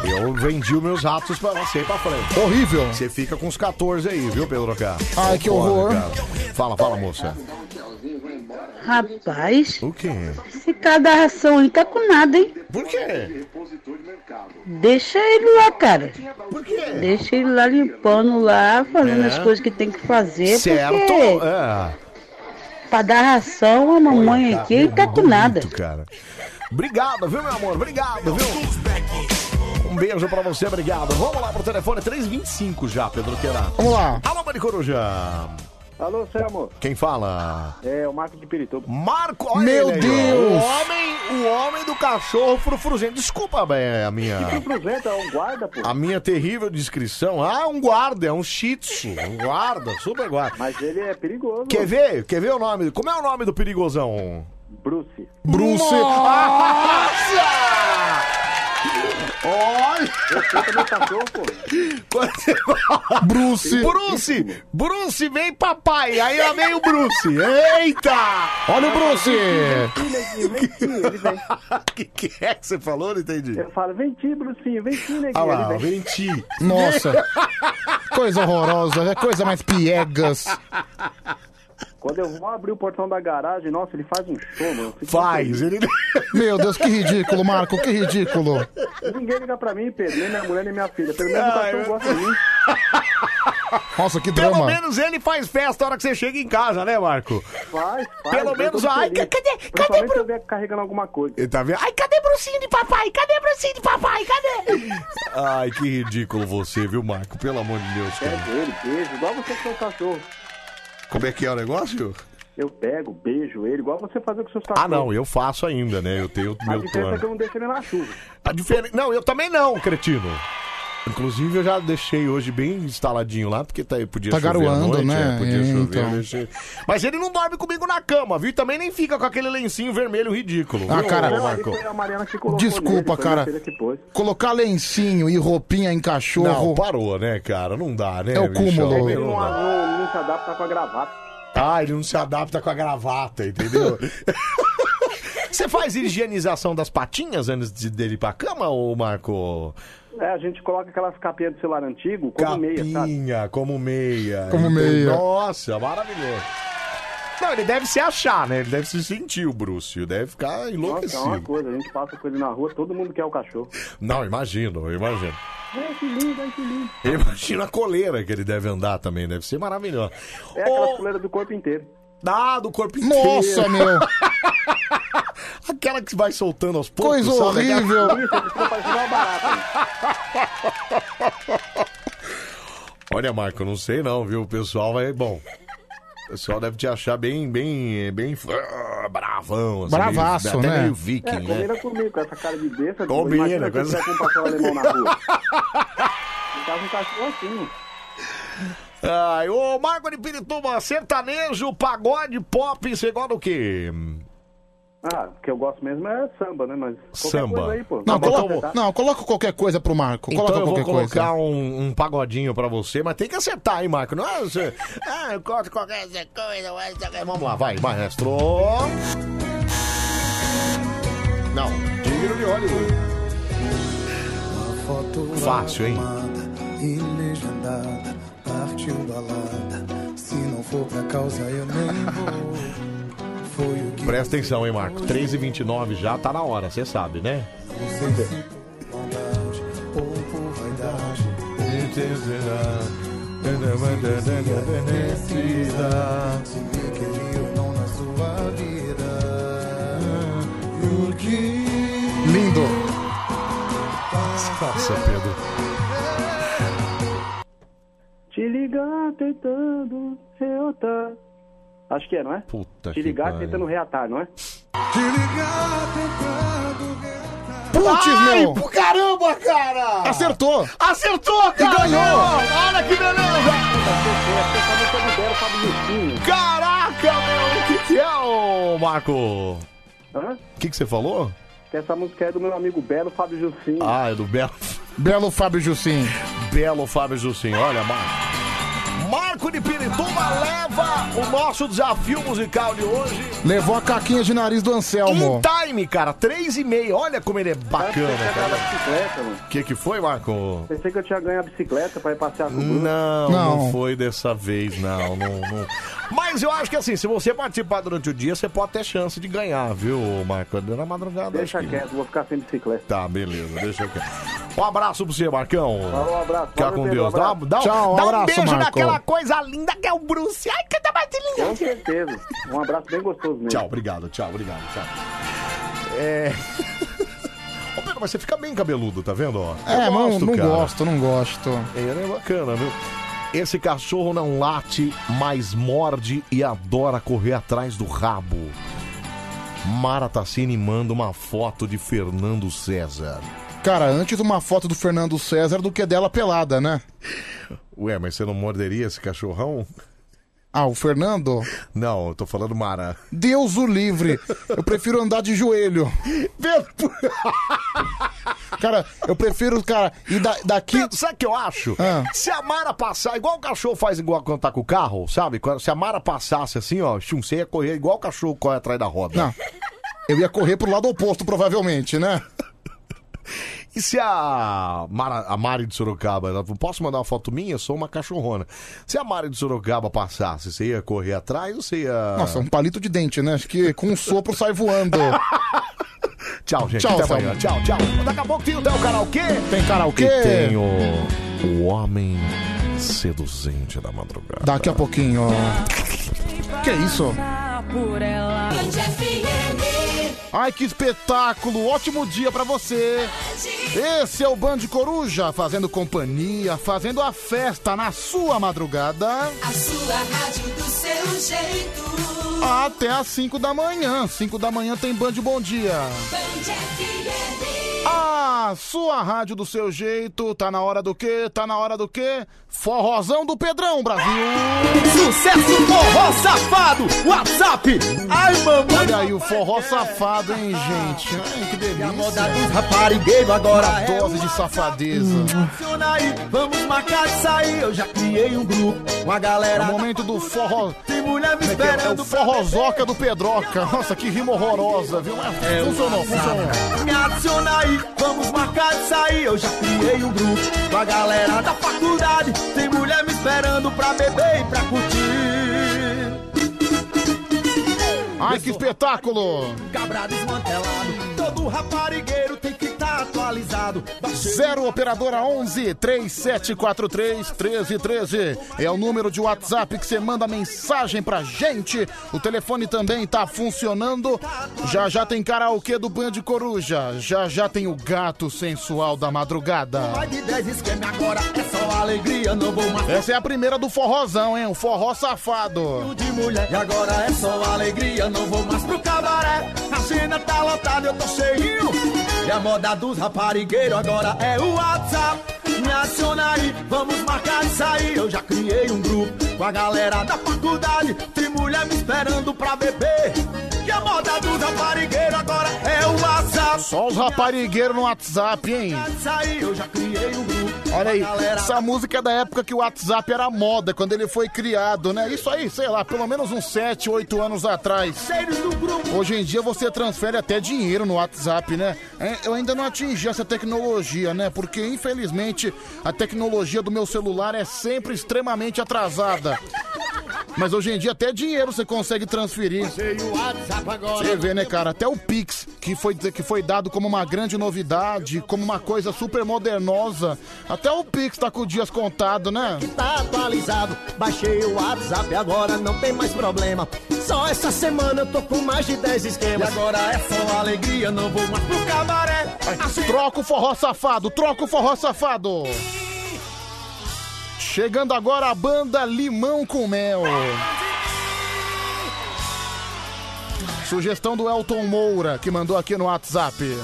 Eu vendi os meus ratos pra você pra frente. Horrível. Você fica com os 14 aí, viu, Pedro K? Ai, que Foda, horror. cara. Fala, fala, moça. Rapaz, O quê? esse cada ração aí tá com nada, hein? Por quê? Deixa ele lá, cara. Por quê? Deixa ele lá limpando lá, fazendo É. as coisas que tem que fazer. certo? Porque É. pra dar ração a mamãe Olha, aqui, ele tá com nada. cara. Obrigado, viu, meu amor? Obrigado, viu? Um beijo pra você, obrigado. Vamos lá pro telefone 325 já, Pedro Queira. Vamos lá. Alô, Maricoruja. Alô, Selmo. Quem fala? É, o Marco de Pirituba. Marco, olha Meu ele aí, ó. Deus! O homem, o homem do cachorro frufruzento. Desculpa, bé, a minha... Que frufruzento? É um guarda, pô. A minha terrível descrição. Ah, um guarda, é um shih tzu. Um guarda, super guarda. Mas ele é perigoso. Quer ver? Quer ver o nome? Como é o nome do perigosão? Bruce. Bruce. Ah! Olha! Você também cachorro, pô. Quando você fala, Bruce. Bruce! Bruce, vem papai! Aí lá vem o Bruce! Eita! Olha o Bruce! O que, que é que você falou? Não entendi. Eu falo, vem ti, Brucinho, vem ti, neguinho. Ah lá, Ele vem. vem ti. [LAUGHS] Nossa. coisa horrorosa, é coisa mais piegas. Quando eu vou abrir o portão da garagem, nossa, ele faz um show, mano. Eu fico Faz, ele. Meu Deus, que ridículo, Marco, que ridículo. Ninguém liga pra mim, Pedro, nem minha mulher, nem minha filha. Pelo menos o Ah, cachorro gosta de mim. Nossa, que Pelo drama. menos ele faz festa a hora que você chega em casa, né, Marco? Faz, faz. Pelo eu menos, tô ai, feliz. cadê- cadê Principalmente se eu vier carregando alguma coisa. Ele tá vendo? Ai, cadê Brucinho de papai? Cadê Brucinho de papai? Cadê? Ai, que ridículo você, viu, Marco? Pelo amor de Deus, cara. Pego ele, É beijo, igual você que é um cachorro. Como é que é o negócio? Eu pego, beijo ele, igual você fazia com seus cachorros. Ah, não, eu faço ainda, né? Eu tenho o A meu diferença é que eu plano. não deixo ele na chuva. A diferença... Tá Não, eu também não, cretino. Inclusive, eu já deixei hoje bem instaladinho lá, porque tá, podia Tá chover à garoando, noite, né? é, podia chover. Então. eu deixei. Mas ele não dorme comigo na cama, viu? E Também nem fica com aquele lencinho vermelho ridículo. Ah, viu, cara, ô, Aí Marco. foi a Mariana que colocou nele, foi minha Desculpa, cara. filha que pôs. Colocar lencinho e roupinha em Não, cachorro. parou, né, cara? Não dá, né? É o bicho? cúmulo. Não, Ele não, não dá. não, não se adapta com a gravata. Ah, ele não se adapta com a gravata, entendeu? [LAUGHS] Você faz higienização das patinhas antes de, dele ir pra cama, ô Marco? É, a gente coloca aquelas capinhas do celular antigo como meia, sabe? Capinha, como meia. Como Então, meia. Nossa, maravilhoso. Não, ele deve se achar, né? Ele deve se sentir o Bruce. Deve ficar Nossa, é uma enlouquecido. coisa, a gente passa com ele na rua, todo mundo quer o cachorro. Não, imagino, imagino. Ai, que lindo, ai, que lindo. Eu imagino a coleira que ele deve andar também. Deve ser maravilhoso. É aquela coleira do corpo inteiro. Ah, do corpo inteiro. Nossa, meu. [LAUGHS] Aquela que vai soltando aos poucos. Coisa sabe? Aquela- horrível. é Olha, Marco, eu não sei não, viu? O pessoal vai. Bom. O pessoal deve te achar bem, bem, bem ah, bravão, assim, Bravaço, meio, até né? meio viking, É, né? combina comigo, com essa cara de besta. Combina, imagina com se essa- eu com um pastel alemão [LAUGHS] na rua. Ficava um cachorro assim. Ai, ô Marco de Pirituba, sertanejo, pagode, pop, você gosta do quê? Ah, o que eu gosto mesmo é samba, né? Mas qualquer Samba. coisa aí, pô. Não, Tá bom, coloca, tá? não, coloca qualquer coisa pro Marco. Então Coloca eu vou qualquer colocar coisa. um, um pagodinho pra você, mas tem que acertar, hein, Marco? Não é você... Ah, eu gosto de qualquer coisa, mas- Vamos lá, vai, maestro. Não, dinheiro de né? óleo. um Fácil, hein? e legendada, partiu balada. Se não for pra causa, eu nem vou. Foi o que Presta atenção, hein, Marco? 3h29 já tá na hora, você sabe, né? não sei se vontade ou por vaidade. uh, Se me queria ou não na sua vida. E o que Lindo. Nossa, Pedro. Te ligar tentando reatar. Acho que é, não é? Tá Puta Te ligar tentando reatar, não é? Putz, Ai, meu. pô, Caramba, cara! Acertou. Acertou, cara! ganhou. Não, Olha que beleza! Caraca, meu! O que, que é, ô Marco? Hã? O que, que você falou? Que Essa música é do meu amigo Belo Fábio Jussim. Ah, é do Belo. Belo Fábio Jussim. Belo Fábio Jussim, olha, Marco. Marco de Pirituba leva o nosso desafio musical de hoje. Levou a caquinha de nariz do Anselmo. Time, cara, 3 e meia. Olha como ele é Tá bacana, Ganhar cara. a é bicicleta, mano. O que, que foi, Marco? Pensei que eu tinha ganho a bicicleta pra ir passear com o Bruno. Não, não, foi dessa vez, não, não, [LAUGHS] não. Mas eu acho que assim, se você participar durante o dia, você pode ter chance de ganhar, viu, Marco? É Na madrugada. Deixa acho que- quieto, vou ficar sem bicicleta. Tá, beleza, deixa eu. Um abraço pra você, Marcão. Falou, um abraço. Fica Valeu, com Pedro, Deus. Dá, abraço. dá, Tchau, um dá um abraço, beijo Marco. naquela coisa linda que é o Bruce. Ai, que tá mais Com certeza. Um abraço bem gostoso mesmo. Tchau, obrigado, tchau, obrigado, tchau. É. [LAUGHS] Ô, Pedro, mas você fica bem cabeludo, tá vendo? ó? É, Eu não, não cara. gosto, não gosto. Ele é bacana, viu? Esse cachorro não late, mas morde e adora correr atrás do rabo. Mara Tassini manda uma foto de Fernando César. Cara, antes uma foto do Fernando César do que dela pelada, né? Ué, mas você não morderia esse cachorrão? Ah, o Fernando? Não, eu tô falando Mara. [LAUGHS] Deus o livre. Eu prefiro andar de joelho. Cara, eu prefiro, cara, e da, daqui. sabe o que eu acho? Ah. Se a Mara passar, igual o cachorro faz igual quando tá com o carro, sabe? Quando- Se a Mara passasse assim, ó, chum, você ia correr igual o cachorro corre atrás da roda. Não. Eu ia correr pro lado oposto, provavelmente, né? E se a, Mara, a Mari de Sorocaba, ela falou, posso mandar uma foto minha? Eu sou uma cachorrona. Se a Mari de Sorocaba passasse, você ia correr atrás ou você ia. Nossa, um palito de dente, né? Acho que com um sopro sai voando. Tchau, gente. Tchau, Até Selma. amanhã. Tchau, tchau. Daqui a pouco tem o Del Karaokê. Tem um karaokê? E tem o, o Homem Seduzente da Madrugada. Daqui a pouquinho. Que isso? Por ela. Ai, que espetáculo! Ótimo dia pra você! Esse é o Band Coruja, fazendo companhia, fazendo a festa na sua madrugada. A sua rádio do seu jeito. Até às 5 da manhã. 5 da manhã tem Band Bom Dia. Band FM. A sua rádio do seu jeito, tá na hora do quê? Tá na hora do quê? Forrozão do Pedrão, Brasil! Sucesso forró safado! WhatsApp! Ai, mamãe! Olha aí o forró safado, hein, gente? Ai, que delícia! A moda dos raparigueiros agora A é dose de safadeza. Funciona aí, vamos marcar de sair. Eu já criei um grupo com a É galera. o momento do forró. Tem mulher me Como é que é? É esperando. o forrozoca do Pedroca. Nossa, que rima horrorosa, viu? Mas É o funcionou, WhatsApp. funcionou. Me adiciona aí, vamos marcar de sair. Eu já criei um grupo com a galera da faculdade. Tem mulher me esperando pra beber e pra curtir. Ai, que espetáculo! Cabra desmantelado, todo raparigueiro tem que estar atualizado. Zero operadora 11 3743 1313 é o número de WhatsApp que você manda mensagem pra gente. O telefone também tá funcionando. Já já tem karaokê do Band Coruja. Já já tem o gato sensual da madrugada. Vai de 10 esquema agora, é só alegria, não vou mais. Essa é a primeira do forrozão, hein? O forró safado. De mulher, e agora é só alegria, não vou mais pro cabaré. A cena tá lotada, eu tô cheinho. E a moda dos raparigueiros agora é o WhatsApp. Me aciona aí, vamos marcar isso aí. Eu já criei um grupo com a galera da faculdade. Tem mulher me esperando pra beber. E a moda dos raparigueiros agora é o WhatsApp. Só os raparigueiros no WhatsApp, hein? Isso aí, eu já criei um grupo. Olha aí, essa música é da época que o WhatsApp era moda, quando ele foi criado, né? Isso aí, sei lá, pelo menos uns 7, 8 anos atrás. Hoje em dia você transfere até dinheiro no WhatsApp, né? É, Eu ainda não atingi essa tecnologia, né? Porque infelizmente a tecnologia do meu celular é sempre extremamente atrasada. Mas hoje em dia até dinheiro você consegue transferir. Você vê, né, cara? Até o Pix, que foi, que foi dado como uma grande novidade, como uma coisa super modernosa. Até o Pix tá com os dias contados, né? tá atualizado. Baixei o WhatsApp, agora não tem mais problema. Só essa semana eu tô com mais de 10 esquemas. E agora é só alegria, não vou mais pro cabaré. Troca o forró safado, troca o forró safado. Chegando agora a banda Limão com Mel. Sugestão do Elton Moura, que mandou aqui no WhatsApp.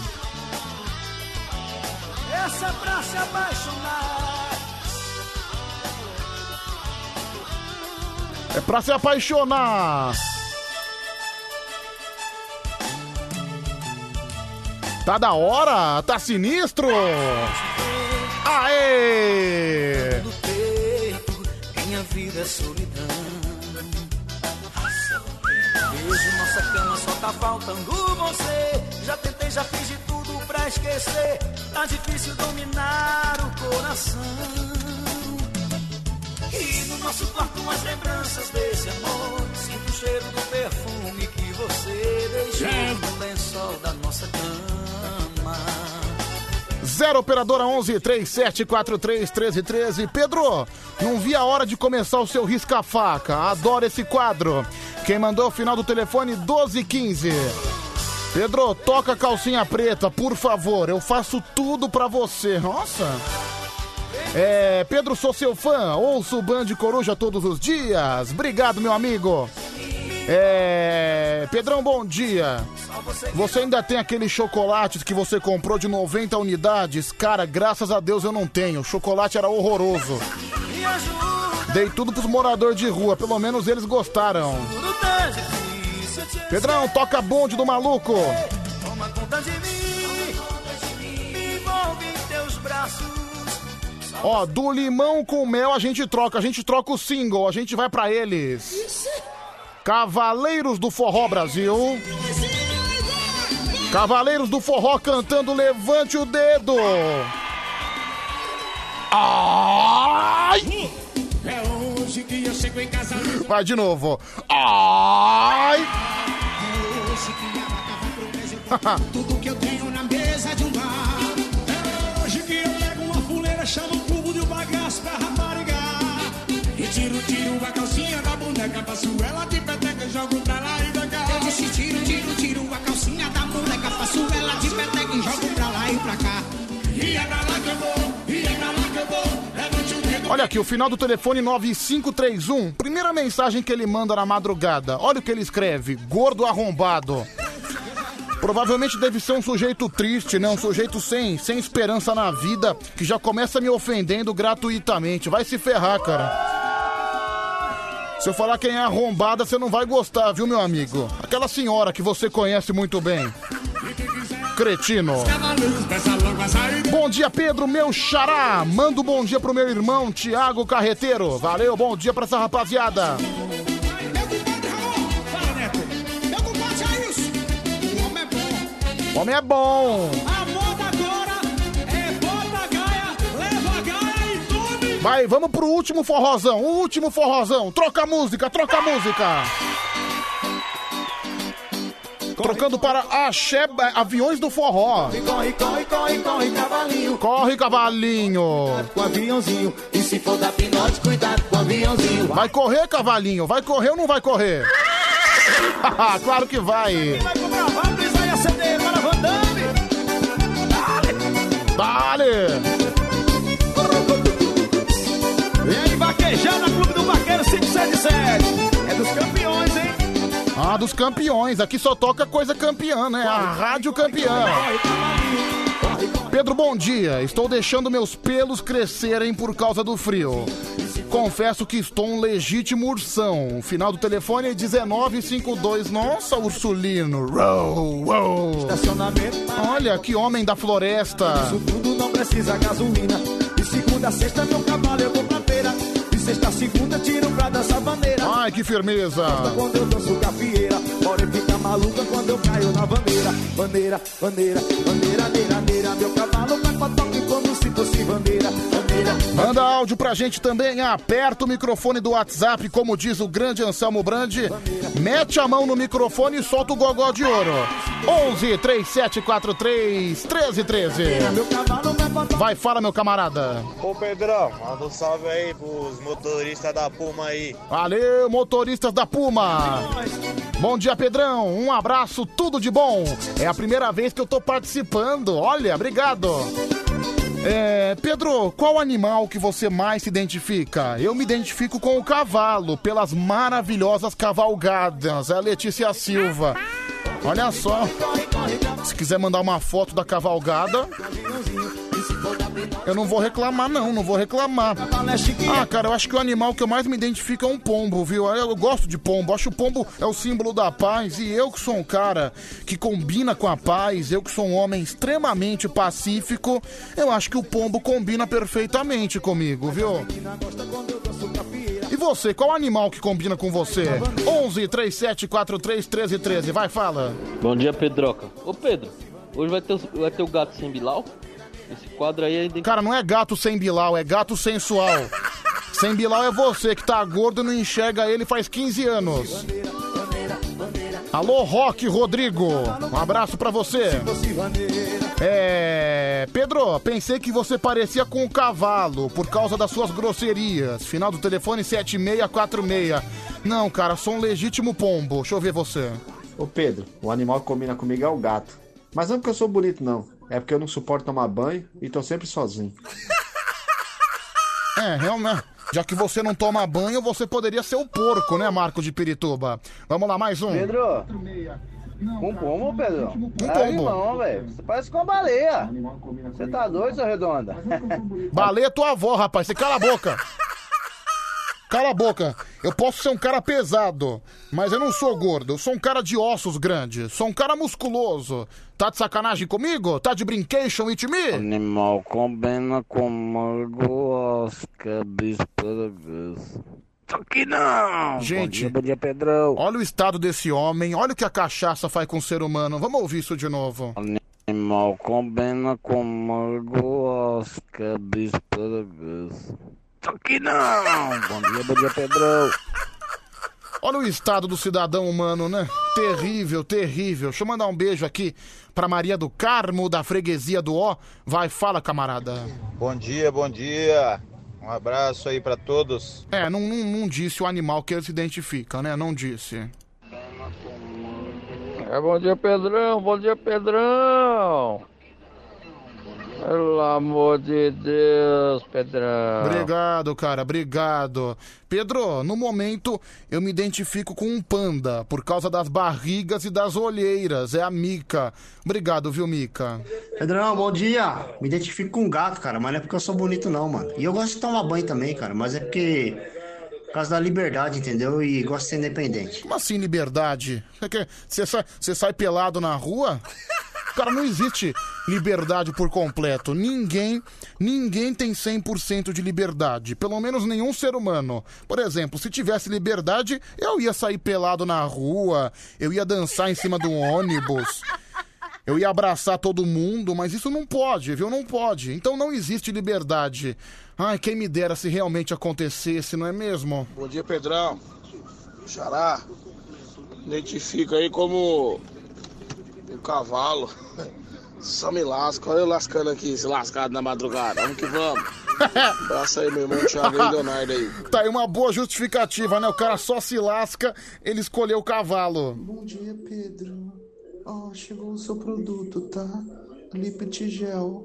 Essa é pra se apaixonar. É pra se apaixonar. Tá da hora? Tá sinistro? Aê! Minha vida é solidão. Vejo nossa cama, só tá faltando você. Já tentei, já fiz de tudo pra esquecer. Tá difícil dominar o coração. E no nosso quarto, umas lembranças desse amor. Sinto o cheiro do perfume que você deixou no lençol da nossa cama. 0 operadora 11 3743 1313. Pedro, não vi a hora de começar o seu risca-faca. Adoro esse quadro. Quem mandou o final do telefone 1215. Pedro, toca a calcinha preta, por favor. Eu faço tudo pra você. Nossa. É, Pedro, sou seu fã. Ouço o Band Coruja todos os dias. Obrigado, meu amigo. É, Pedrão, bom dia. Você ainda tem aqueles chocolates que você comprou de 90 unidades? Cara, graças a Deus eu não tenho. O chocolate era horroroso. Dei tudo pros moradores de rua, pelo menos eles gostaram. Tudo tá difícil, eu te Pedrão, toca bonde do maluco. Toma conta de mim, me envolve em teus braços. Ó, do limão com mel a gente troca, a gente troca o single, a gente vai pra eles. Cavaleiros do Forró Brasil. Cavaleiros do Forró cantando Levante o Dedo. Ai! É hoje que eu chego em casa. É Vai de novo. Ai! [LAUGHS] Hoje que a vaca vai pro beijo. Tudo que eu tenho na mesa de um bar. É hoje que eu pego uma fuleira, chamo o cubo de um bagaço pra raparigar. E tiro, tiro a calcinha da boneca, passo ela de peteca, jogo pra lá e pra cá. Eu disse tiro, tiro, tiro a calcinha da boneca, passo ela de peteca e jogo pra lá e pra cá. E é pra lá que eu vou, e é pra lá que eu vou, levante o dedo. Olha aqui, o final do telefone 9531. Primeira mensagem que ele manda na madrugada. Olha o que ele escreve: gordo arrombado. Provavelmente deve ser um sujeito triste, né? Um sujeito sem, sem esperança na vida, que já começa me ofendendo gratuitamente. Vai se ferrar, cara. Se eu falar quem é arrombada, você não vai gostar, viu, meu amigo? Aquela senhora que você conhece muito bem. Cretino. Cavaleiros dessa logo a saída. Bom dia, Pedro, meu xará. Manda um bom dia pro meu irmão, Tiago Carreteiro. Valeu, bom dia pra essa rapaziada. Fala, Neto. Meu compadre é isso. O homem é bom. Homem é bom. A moda agora é bota a gaia, leva a gaia e tome. Vai, vamos pro último forrozão, o último forrozão. Troca a música, troca a música. Trocando para Axé, é, Aviões do Forró. Corre, corre, corre, corre, cavalinho. Corre, cavalinho. Com o aviãozinho. E se for da pinote, cuidado com o aviãozinho. Vai correr, cavalinho. Vai correr ou não vai [LAUGHS] correr? claro que vai. Vai comprar vários aí a CD para Van Damme. Dale. E aí, vaquejada, Clube do Vaqueiro 577. É dos campeões, hein? Ah, dos campeões. Aqui só toca coisa campeã, né? A rádio campeã. Pedro, bom dia. Estou deixando meus pelos crescerem por causa do frio. Confesso que estou um legítimo ursão. Final do telefone é 1952. Nossa, ursulino. Row, row. Estacionamento tá Olha que homem da floresta. tudo, não precisa gasolina. E segunda, sexta, meu cavalo eu vou pra feira. E sexta, segunda, tiro pra dançar bandeira. Ai, que firmeza. Quando eu danço gafieira, porém fica maluca quando eu caio na bandeira. Bandeira, bandeira, bandeira, bandeira, bandeira. Meu cavalo vai pra toque quando sinto se bandeira. Bandeira, Manda áudio pra gente também, ah, aperta o microfone do WhatsApp, como diz o grande Anselmo Brandi, mete a mão no microfone e solta o gogó de ouro. 11 3743 1313. Vai, fala, meu camarada. Ô Pedrão, manda um salve aí pros motoristas da Puma aí. Valeu, motoristas da Puma! Bom dia, Pedrão. Um abraço, tudo de bom. É a primeira vez que eu tô participando. Olha, obrigado. É, Pedro, qual animal que você mais se identifica? Eu me identifico com o cavalo, pelas maravilhosas cavalgadas. É a Letícia Silva. Olha só. Se quiser mandar uma foto da cavalgada, eu não vou reclamar, não, não vou reclamar. Ah, cara, eu acho que o animal que eu mais me identifico é um pombo, viu? Eu gosto de pombo, acho o pombo é o símbolo da paz. E eu que sou um cara que combina com a paz, eu que sou um homem extremamente pacífico, eu acho que o pombo combina perfeitamente comigo, viu? E você, qual animal que combina com você? 11 37 43 13 13, vai, fala. Bom dia, Pedroca. Ô Pedro, hoje vai ter, o- vai ter o gato sem Bilal? Esse quadro aí ainda. Cara, não é gato sem bilau, é gato sensual. sem bilau é você que tá gordo e não enxerga ele faz 15 anos. Alô, Rock Rodrigo. Um abraço pra você. É. Pedro, pensei que você parecia com um cavalo por causa das suas grosserias. Final do telefone 7646. Não, cara, sou um legítimo pombo. Deixa eu ver você. Ô Pedro, o animal que combina comigo é o gato. Mas não porque eu sou bonito, não. É porque eu não suporto tomar banho e tô sempre sozinho. É, realmente. Já que você não toma banho, você poderia ser o porco, né, Marco de Pirituba? Vamos lá, mais um. Pedro, um pombo, Pedro? Um É pombo. não, velho. Você parece com uma baleia. Você tá doido, seu redonda? Baleia é tua avó, rapaz. Você cala a boca. Cala a boca. Eu posso ser um cara pesado, mas eu não sou gordo. Eu sou um cara de ossos grandes. Sou um cara musculoso. Tá de sacanagem comigo? Tá de brincation with me? Animal combina comigo, Oscar Bispergus. Só que não! Gente, Bom dia, bom dia, Pedrão. olha o estado desse homem. Olha o que a cachaça faz com o ser humano. Vamos ouvir isso de novo. Animal combina comigo, Oscar Bispergus. Só que não! Bom dia, bom dia, Pedrão. Olha o estado do cidadão humano, né? Terrível, terrível. Deixa eu mandar um beijo aqui pra Maria do Carmo, da freguesia do Ó. Vai, fala, camarada. Bom dia, bom dia. Um abraço aí pra todos. É, não, não, não disse o animal que ele se identifica, né? Não disse. É, bom dia, Pedrão. Bom dia, Pedrão. Pelo amor de Deus, Pedrão. Obrigado, cara, obrigado. Pedro, no momento eu me identifico com um panda por causa das barrigas e das olheiras. É a Mica. Obrigado, viu, Mica? Pedrão, bom dia. Me identifico com um gato, cara, mas não é porque eu sou bonito, não, mano. E eu gosto de tomar banho também, cara, mas é porque. Por causa da liberdade, entendeu? E gosto de ser independente. Como assim liberdade? Você quer- Você sai, você sai pelado na rua? Cara, não existe liberdade por completo. Ninguém, ninguém tem 100% de liberdade. Pelo menos nenhum ser humano. Por exemplo, se tivesse liberdade, eu ia sair pelado na rua, eu ia dançar em cima do ônibus. Eu ia abraçar todo mundo, mas isso não pode, viu? Não pode. Então não existe liberdade. Ai, quem me dera se realmente acontecesse, não é mesmo? Bom dia, Pedrão. [LAUGHS] Xará. Identifica aí como o cavalo. Só me lasca. Olha eu lascando aqui, se lascado na madrugada. Vamos que vamos. Abraça aí, meu irmão [LAUGHS] Thiago e Leonardo aí. Tá aí uma boa justificativa, né? O cara só se lasca, ele escolheu o cavalo. Bom dia, Pedro. Ó, chegou o seu produto, tá? Lipid Gel.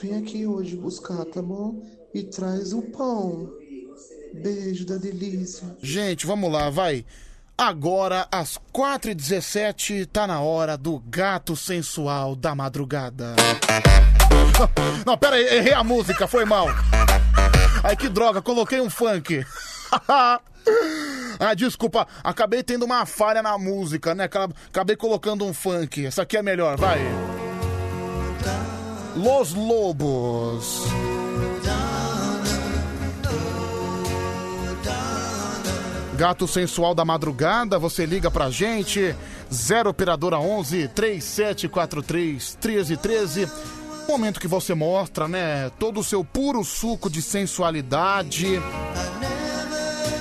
Vem aqui hoje buscar, tá bom? E traz o pão. Beijo da delícia. Gente, vamos lá, vai. Agora, às 4h17, tá na hora do gato sensual da madrugada. [LAUGHS] Não, pera aí, errei a música, foi mal. Ai, que droga, coloquei um funk. [LAUGHS] Ah, desculpa, acabei tendo uma falha na música, né? Acab- Acabei colocando um funk. Essa aqui é melhor, vai. Los Lobos. Gato Sensual da Madrugada, você liga pra gente, 0 operadora 11 3743 1313. momento que você mostra, né, todo o seu puro suco de sensualidade.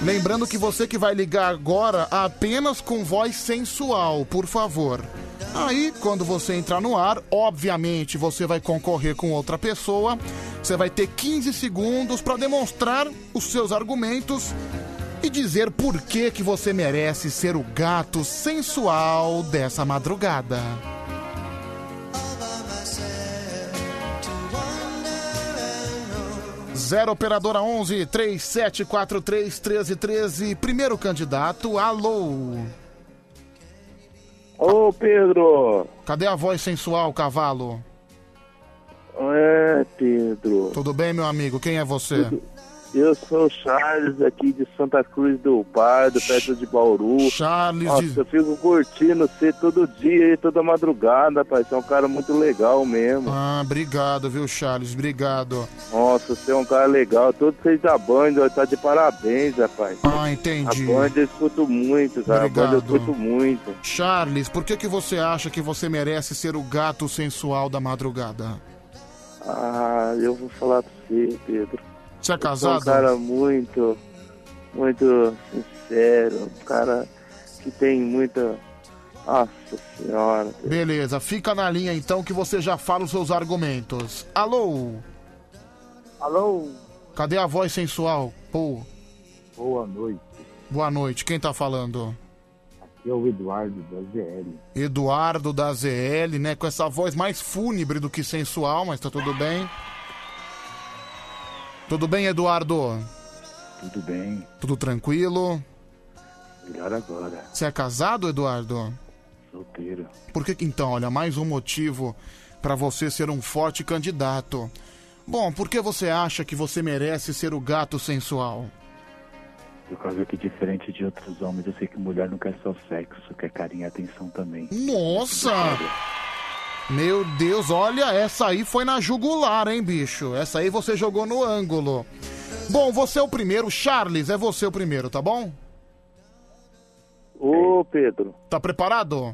Lembrando que você que vai ligar agora apenas com voz sensual, por favor. Aí, quando você entrar no ar, obviamente você vai concorrer com outra pessoa. Você vai ter 15 segundos para demonstrar os seus argumentos e dizer por que que você merece ser o gato sensual dessa madrugada. Zero operadora 11 3743 1313. Primeiro candidato, alô. Ô, Pedro. Cadê a voz sensual, cavalo? É, Pedro. Tudo bem, meu amigo? Quem é você? Eu sou o Charles aqui de Santa Cruz do Pardo, perto de Bauru. Charles Nossa, de- eu fico curtindo você todo dia e toda madrugada, rapaz. Você é um cara muito legal mesmo. Ah, obrigado, viu, Charles? Obrigado. Nossa, você é um cara legal. Todos vocês da Band, ó, tá de parabéns, rapaz. Ah, entendi. A Band eu escuto muito, cara. A Band eu Obrigado. escuto muito. Charles, por que, que você acha que você merece ser o gato sensual da madrugada? Ah, eu vou falar pra você, Pedro. Você é Sou um casado? cara muito, muito sincero. Um cara que tem muita. Nossa senhora. Beleza, fica na linha então que você já fala os seus argumentos. Alô? Alô? Cadê a voz sensual? Pô, Boa noite. boa noite, quem tá falando? Aqui é o Eduardo da ZL. Eduardo da ZL, né? Com essa voz mais fúnebre do que sensual, mas tá tudo bem. Tudo bem, Eduardo? Tudo bem, Tudo tranquilo? melhor agora. né? Você é casado, Eduardo? Solteiro. Por que que- então, olha, mais um motivo pra você ser um forte candidato. Bom, por que você acha que você merece ser o gato sensual? Por causa que, diferente de outros homens, eu sei que mulher não quer só sexo, quer carinho e atenção também. Nossa! Meu Deus, olha, essa aí foi na jugular, hein, bicho? Essa aí você jogou no ângulo. Bom, você é o primeiro, Charles, é você o primeiro, tá bom? Ô, Pedro. Tá preparado?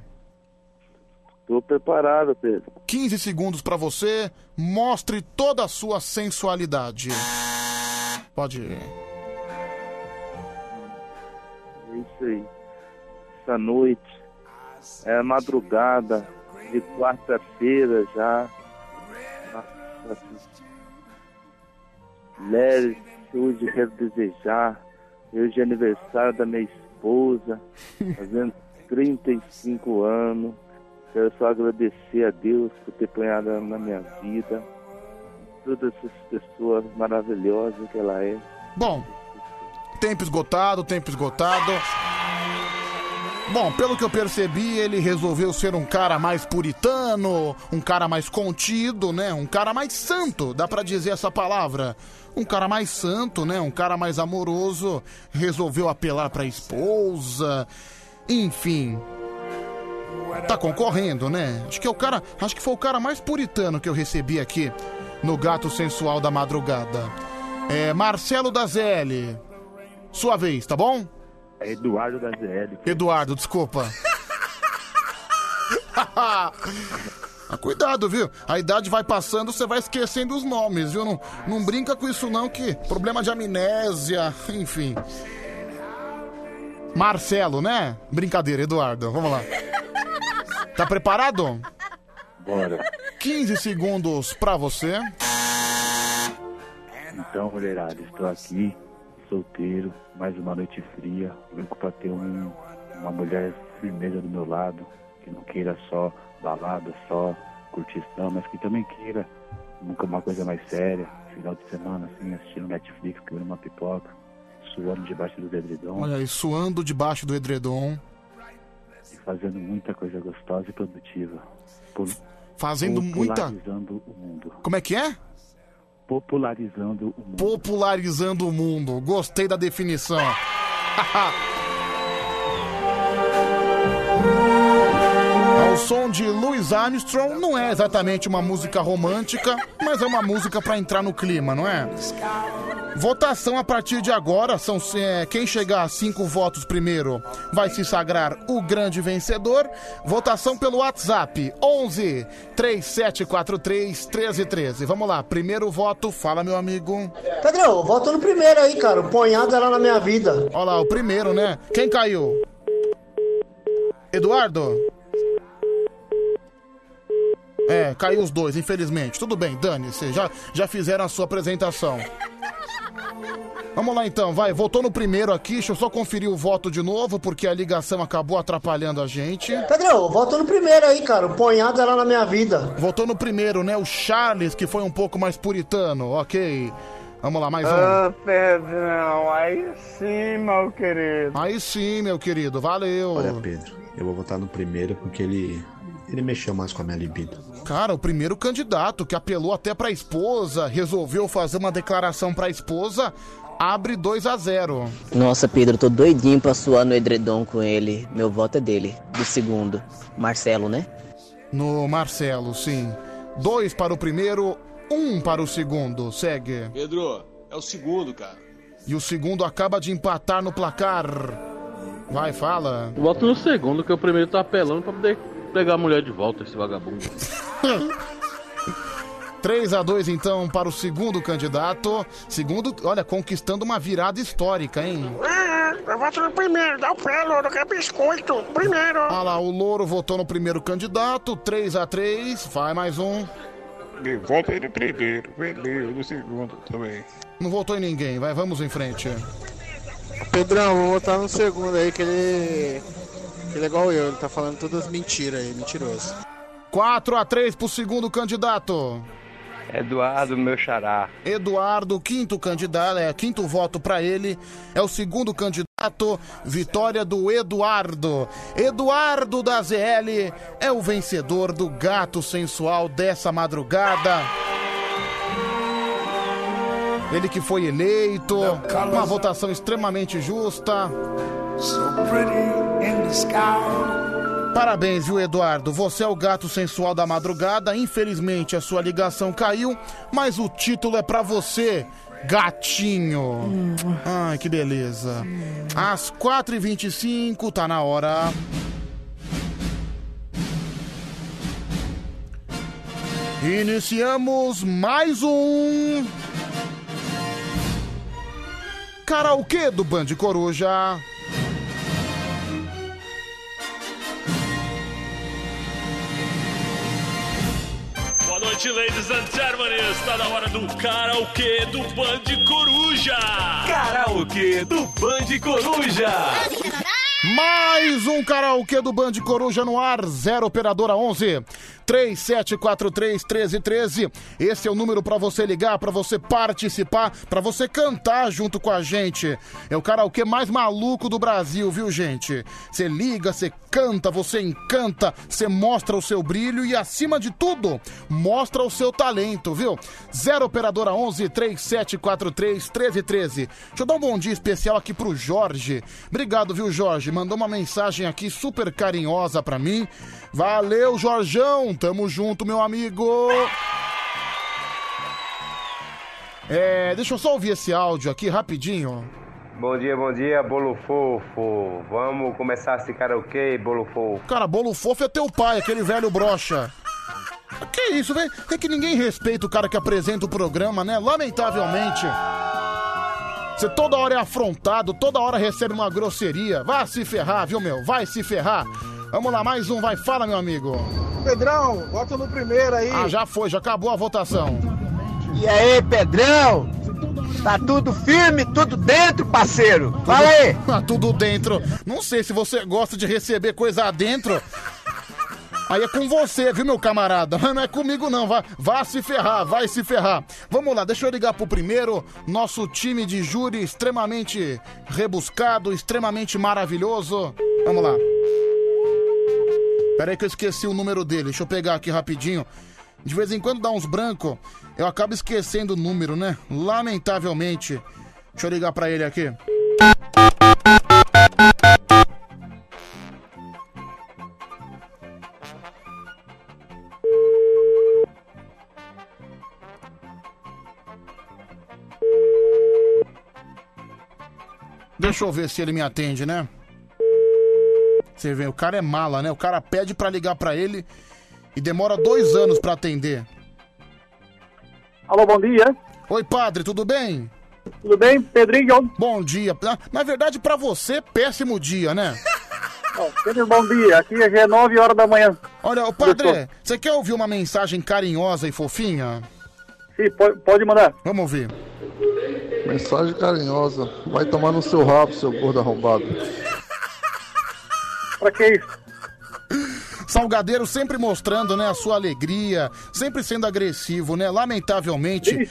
Tô preparado, Pedro. 15 segundos pra você, mostre toda a sua sensualidade. Pode ir. É isso aí. Essa noite. É madrugada de quarta-feira já. Nossa, mulheres, hoje eu quero desejar. Hoje é aniversário da minha esposa, fazendo 35 anos. Quero só agradecer a Deus por ter apanhado ela na minha vida. Todas essas pessoas maravilhosas que ela é. Bom, tempo esgotado, tempo esgotado. Bom, pelo que eu percebi, ele resolveu ser um cara mais puritano, um cara mais contido, né? Um cara mais santo, dá pra dizer essa palavra. Um cara mais santo, né? Um cara mais amoroso, resolveu apelar pra esposa. Enfim. Tá concorrendo, né? Acho que é o cara, acho que foi o cara mais puritano que eu recebi aqui no Gato Sensual da Madrugada. É Marcelo da ZL. Sua vez, tá bom? É Eduardo da ZL. Eduardo, desculpa. [LAUGHS] Ah, cuidado, viu? A idade vai passando, você vai esquecendo os nomes, viu? Não, não brinca com isso não, que problema de amnésia, enfim. Marcelo, né? Brincadeira, Eduardo. Vamos lá. Tá preparado? Bora. 15 segundos pra você. Então, mulherada, estou aqui, solteiro, mais uma noite fria, louco pra ter um- uma mulher firmeza do meu lado, que não queira só balada, só curtição, mas que também queira nunca uma coisa mais séria, final de semana, assim, assistindo Netflix, comendo uma pipoca, suando debaixo dos Então. edredom, Olha aí, suando debaixo do edredom, e fazendo muita coisa gostosa e produtiva. Pol- fazendo muita... Popularizando o mundo. Como é que é? Popularizando o mundo. Popularizando o mundo. Gostei da definição. [LAUGHS] Ao É som de Louis Armstrong não é exatamente uma música romântica, mas é uma música pra entrar no clima, não é? Votação a partir de agora. São, é, quem chegar a cinco votos primeiro vai se sagrar o grande vencedor. Votação pelo WhatsApp: 11 3743 1313. Vamos lá, primeiro voto. Fala, meu amigo. Pedrão, vota no primeiro aí, cara. O ponhado era na minha vida. Olha lá, o primeiro, né? Quem caiu? Eduardo? É, caiu os dois, infelizmente. Tudo bem, Dani, você já, já fizeram a sua apresentação. Vamos lá então, vai. Voltou no primeiro aqui, deixa eu só conferir o voto de novo, porque a ligação acabou atrapalhando a gente. Pedrão, vota no primeiro aí, cara. O ponhado é era na minha vida. Voltou no primeiro, né? O Charles, que foi um pouco mais puritano, ok. Vamos lá, mais um. Ah, Pedrão, aí sim, meu querido. Aí sim, meu querido, valeu. Olha, É, Pedro, eu vou votar no primeiro porque ele. Ele mexeu mais com a minha libido. Cara, o primeiro candidato que apelou até pra esposa, resolveu fazer uma declaração pra esposa, abre 2 a 0 Nossa, Pedro, eu tô doidinho pra suar no edredom com ele. Meu voto é dele, do segundo. Marcelo, né? No Marcelo, sim. Dois para o primeiro, um para o segundo. Segue. Pedro, é o segundo, cara. E o segundo acaba de empatar no placar. Vai, fala. Voto no segundo, que o primeiro tá apelando pra poder pegar a mulher de volta, esse vagabundo. 3 a 2 então para o segundo candidato. Segundo, olha, conquistando uma virada histórica, hein? Ah, eu voto no primeiro, dá o pé, louro, que é biscoito. Primeiro. Olha lá, o Louro votou no primeiro candidato, 3 a 3 Vai mais um. Me volta aí no primeiro, beleza, no segundo também. Não votou em ninguém, vai, vamos em frente. Pedrão, vou votar no segundo aí, que ele. Ele é igual eu, ele tá falando todas mentiras aí, mentiroso. 4 a 3 para o segundo candidato. Eduardo, meu xará. Eduardo, quinto candidato, é, quinto voto para ele, é o segundo candidato, vitória do Eduardo. Eduardo da ZL é o vencedor do gato sensual dessa madrugada. Ele que foi eleito, uma votação extremamente justa. Parabéns, viu, Eduardo? Você é o gato sensual da madrugada. Infelizmente, a sua ligação caiu, mas o título é pra você, gatinho. Ai, que beleza. Às 4h25, tá na hora. Iniciamos mais um. Karaokê do Band Coruja. Boa noite, ladies and gentlemen. Está na hora do karaokê do Band Coruja. Karaokê do Band Coruja. Mais um karaokê do Band Coruja no ar, 0 operadora 11 3743 1313. Esse é o número pra você ligar, pra você participar, pra você cantar junto com a gente. É o karaokê mais maluco do Brasil, viu, gente? Você liga, você canta, você encanta, você mostra o seu brilho e acima de tudo, mostra o seu talento, viu? 0 operadora 11 3743 1313. Deixa eu dar um bom dia especial aqui pro Jorge. Obrigado, viu, Jorge? Mandou uma mensagem aqui super carinhosa pra mim. Valeu, Jorjão. Tamo junto, meu amigo. É, deixa eu só ouvir esse áudio aqui rapidinho. Bom dia, bom dia, bolo fofo. Vamos começar esse karaokê, bolo fofo. Cara, bolo fofo é teu pai, aquele velho brocha. Que isso, velho? É que ninguém respeita o cara que apresenta o programa, né? Lamentavelmente. Você toda hora é afrontado, toda hora recebe uma grosseria. Vai se ferrar, viu, meu? Vai se ferrar. Vamos lá, mais um, vai, fala, meu amigo. Pedrão, vota no primeiro aí. Ah, já foi, já acabou a votação. E aí, Pedrão? Tá tudo firme, tudo dentro, parceiro. Fala aí. Tá tudo dentro. Não sei se você gosta de receber coisa dentro. Aí é com você, viu, meu camarada? Não é comigo, não. Vá, vá se ferrar, vai se ferrar. Vamos lá, deixa eu ligar pro primeiro. Nosso time de júri extremamente rebuscado, extremamente maravilhoso. Vamos lá. Pera aí que eu esqueci o número dele. Deixa eu pegar aqui rapidinho. De vez em quando dá uns brancos, eu acabo esquecendo o número, né? Lamentavelmente. Deixa eu ligar pra ele aqui. Deixa eu ver se ele me atende, né? Você vê, o cara é mala, né? O cara pede pra ligar pra ele e demora dois anos pra atender. Alô, bom dia. Oi, padre, tudo bem? Tudo bem, Pedrinho? Bom dia. Na, na verdade, pra você, péssimo dia, né? bom dia. Aqui já é 9 horas da manhã. Olha, o padre, Doutor. você quer ouvir uma mensagem carinhosa e fofinha? Sim, pode, pode mandar. Vamos ouvir. Mensagem carinhosa. Vai tomar no seu rabo, seu gordo arrombado. Pra que isso? Salgadeiro sempre mostrando, né, a sua alegria, sempre sendo agressivo, né? Lamentavelmente.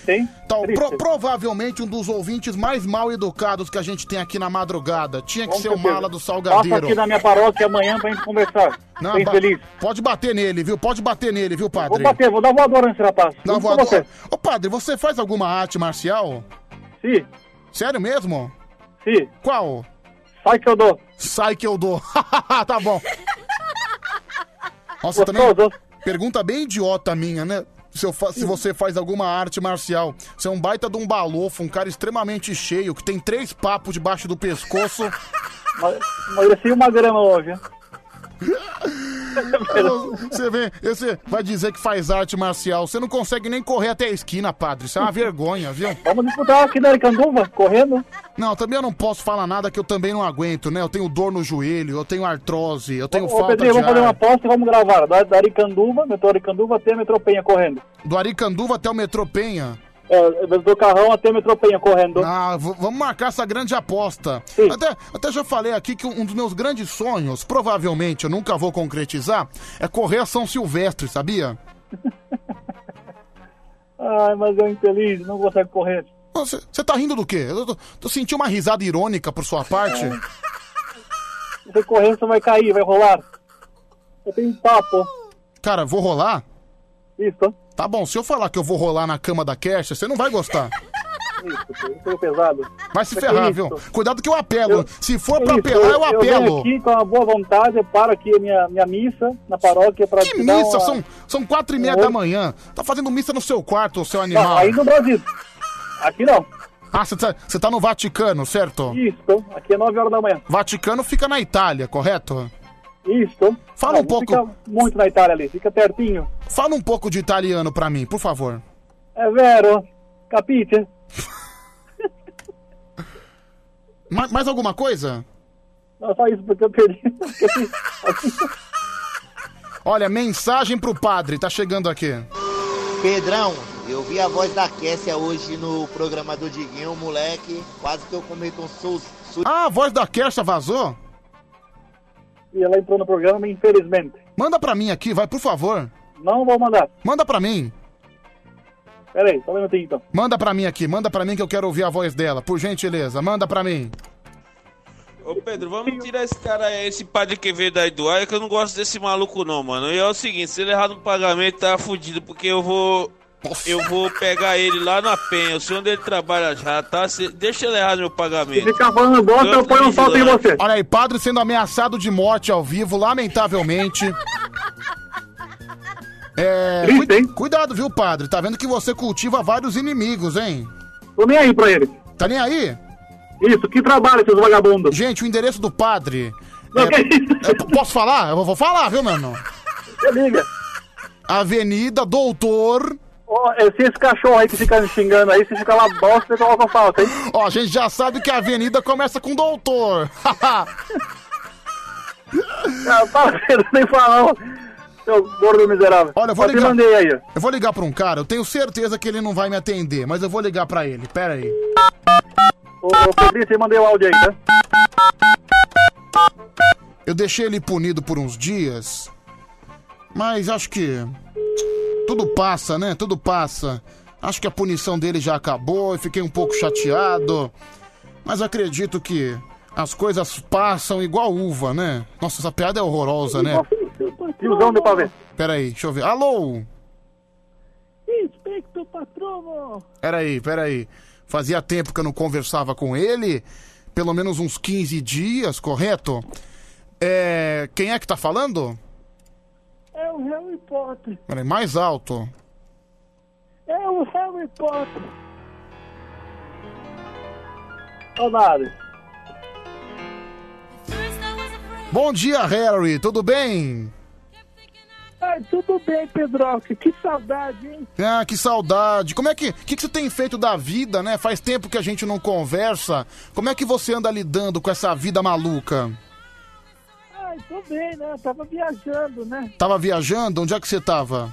Tal, pro- provavelmente um dos ouvintes mais mal educados que a gente tem aqui na madrugada. Tinha que Com ser o certeza. mala do Salgadeiro. Passa aqui na minha paróquia amanhã pra gente conversar. Bem ba- feliz. Pode bater nele, viu? Pode bater nele, viu, padre? Vou bater, vou dar voadora nesse rapaz. Dá Junto com voadora. você. Ô, padre, você faz alguma arte marcial? Sim. Sério mesmo? Sim. Qual? Sai que eu dou. Sai que eu dou. [LAUGHS] tá bom. Nossa, também. Pergunta bem idiota minha, né? Se, eu fa- se você faz alguma arte marcial. Você é um baita de um balofo, um cara extremamente cheio, que tem três papos debaixo do pescoço. Emagreci uma grama hoje. Você vê, você vai dizer que faz arte marcial. Você não consegue nem correr até a esquina, padre. Isso é uma vergonha, viu? Vamos Tá disputar aqui na Aricanduva, correndo. Não, também eu não posso falar nada que eu também não aguento, né? Eu tenho dor no joelho, eu tenho artrose, eu tenho Ô, falta Pedrinho, de vamos fazer ar. uma aposta e vamos gravar. Da, da Aricanduva, metrô Aricanduva até metrô Penha correndo. Do Aricanduva até o metrô Penha. É, do Carrão até metrô Penha correndo. Ah, v- vamos marcar essa grande aposta. Até, até já falei aqui que um dos meus grandes sonhos, provavelmente eu nunca vou concretizar, é correr a São Silvestre, sabia? Ai, mas eu infeliz, não consegue correr. Você você tá rindo do quê? Eu tô, tô sentindo uma risada irônica por sua parte. Se você correr, você vai cair, vai rolar. Eu tenho um papo. Cara, vou rolar? Isso. Tá bom, se eu falar que eu vou rolar na cama da Kersia, você não vai gostar. Isso, isso é pesado. Vai se Mas que ferrar, É isso? É viu? Cuidado que eu apelo. se for pra Isso, apelar, eu venho apelo. aqui com uma boa vontade, eu paro aqui a minha, minha missa na paróquia pra Que missa? São, são quatro e meia Oi? da manhã. Tá fazendo missa no seu quarto, seu animal. aí no Brasil. Aqui não. Ah, você tá, você tá no Vaticano, certo? Isso, aqui é 9 horas da manhã. Vaticano fica na Itália, correto? Isso. Fala um pouco. Fica muito na Itália ali, fica pertinho. Fala um pouco de italiano pra mim, por favor. É vero, capite? [LAUGHS] Ma- mais alguma coisa? Não, só isso porque [LAUGHS] eu perdi. Olha, mensagem pro padre, tá chegando aqui. Pedrão, eu vi a voz da Kessia hoje no programa do Diguinho, moleque. Quase que eu cometo um susto. Ah, a voz da Kersa vazou? E ela entrou no programa, infelizmente. Manda pra mim aqui, vai, por favor. Não vou mandar. Manda pra mim. Peraí, só um minutinho então. Manda pra mim aqui, manda pra mim que eu quero ouvir a voz dela, por gentileza. Manda pra mim. Ô Pedro, vamos tirar esse cara aí, esse padre que veio daí do ar, que eu não gosto desse maluco não, mano. E é o seguinte, se ele errar no pagamento, tá fudido, porque eu vou. Eu vou pegar ele lá na penha, eu sei onde ele trabalha já, tá? Se- deixa ele errar no meu pagamento. Tanto um de lã. Olha aí, padre sendo ameaçado de morte ao vivo, lamentavelmente. [LAUGHS] É. cui- Cuidado, viu, padre? Tá vendo que você cultiva vários inimigos, hein? Tô nem aí pra ele. Tá nem aí? Isso, que trabalho, seus vagabundos. Gente, o endereço do padre. é- é- posso falar? Eu vou falar, viu, [LAUGHS] mano? Liga. Avenida Doutor. se esse cachorro aí que fica me xingando aí, se fica lá bosta, você coloca falta, hein? Ó, a gente já sabe que a avenida começa com doutor. Não, para, Pedro, nem falar, ó. seu gordo miserável. Olha, eu vou Só te ligar. mandei aí, ó. Eu vou ligar pra um cara, eu tenho certeza que ele não vai me atender, mas eu vou ligar pra ele. Pera aí. Ô, ô Pedrinho, você mandei o áudio aí, tá? Eu deixei ele punido por uns dias, mas acho que tudo passa, né? Tudo passa. Acho que a punição dele já acabou e fiquei um pouco chateado. Mas acredito que as coisas passam igual uva, né? Nossa, essa piada é horrorosa, né? Tiozão do pavê. Pera aí, deixa eu ver. Alô? Inspecto patrono. Peraí, peraí. Fazia tempo que eu não conversava com ele, pelo menos uns 15 dias, correto? É. Quem é que tá falando? É o Harry Potter. Peraí, mais alto. É o Harry Potter. Ô, Nari. Bom dia, Harry, tudo bem? Ai, tudo bem, Pedroca. Que saudade, hein? Ah, que saudade. Como é que, que, que você tem feito da vida, né? Faz tempo que a gente não conversa. Como é que você anda lidando com essa vida maluca? Ai, tô bem, né? Eu tava viajando, né? Tava viajando? Onde é que você tava?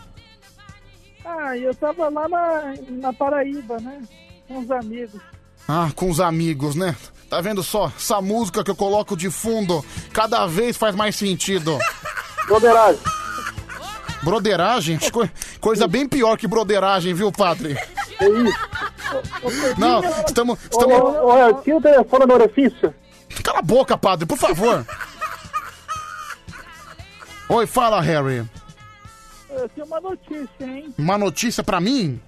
Ah, eu tava lá na, na Paraíba, né? Com os amigos. Ah, com os amigos, né? Tá vendo só? Essa música que eu coloco de fundo cada vez faz mais sentido. Broderagem. Broderagem? Co- Coisa bem pior que broderagem, viu, padre? É isso. Não, estamos. estamos... Ô, ô, ô, tira o telefone no orifício. Cala a boca, padre, por favor. Oi, fala, Harry. Eu tenho uma notícia, hein? Uma notícia pra mim?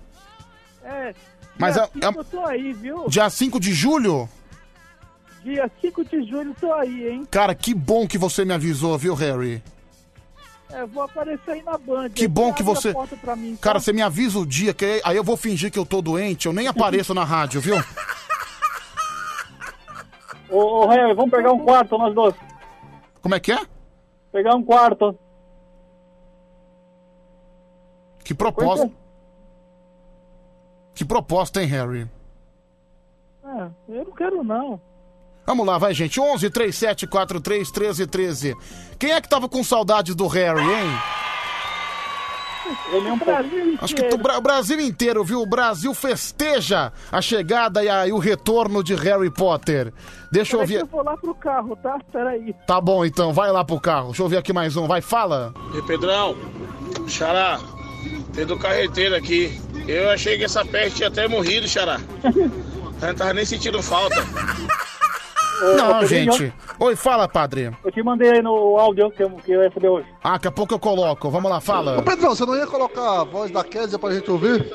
É. Mas dia é- cinco eu tô aí, viu? Dia 5 de julho? Dia 5 de julho eu tô aí, hein? Cara, que bom que você me avisou, viu, Harry? É, vou aparecer aí na Band. Que bom Abre que a você. porta pra mim, tá? Cara, você me avisa o dia, que aí- aí eu vou fingir que eu tô doente, eu nem apareço na rádio, viu? Ô, ô, Harry, vamos pegar um quarto, nós dois. Como é que é? Pegar um quarto. é. Que proposta. Que proposta, hein, Harry? Ah, eu não quero, não. Vamos lá, vai, gente. 11 37 43 13 13. Quem é que tava com saudades do Harry, hein? Ele é um Brasil Acho que o Bra- o Brasil inteiro, viu? O Brasil festeja a chegada e, a- e o retorno de Harry Potter. Deixa eu Peraí que ouvir. Eu vou lá pro carro, tá? Peraí. Tá bom, então, vai lá pro carro. Deixa eu ver aqui mais um. Vai, [LAUGHS] fala. E Pedrão, Xará, Pedro Carreteiro aqui. Eu achei que essa peste tinha até morrido, Xará. Eu não tava nem sentindo falta. Não, ô, Pedrinho. gente. Oi, fala, padre. Eu te mandei aí no áudio que eu, que eu recebi hoje. Ah, daqui a pouco eu coloco. Vamos lá, fala. Ô Pedrão, você não ia colocar a voz da Kézia pra gente ouvir?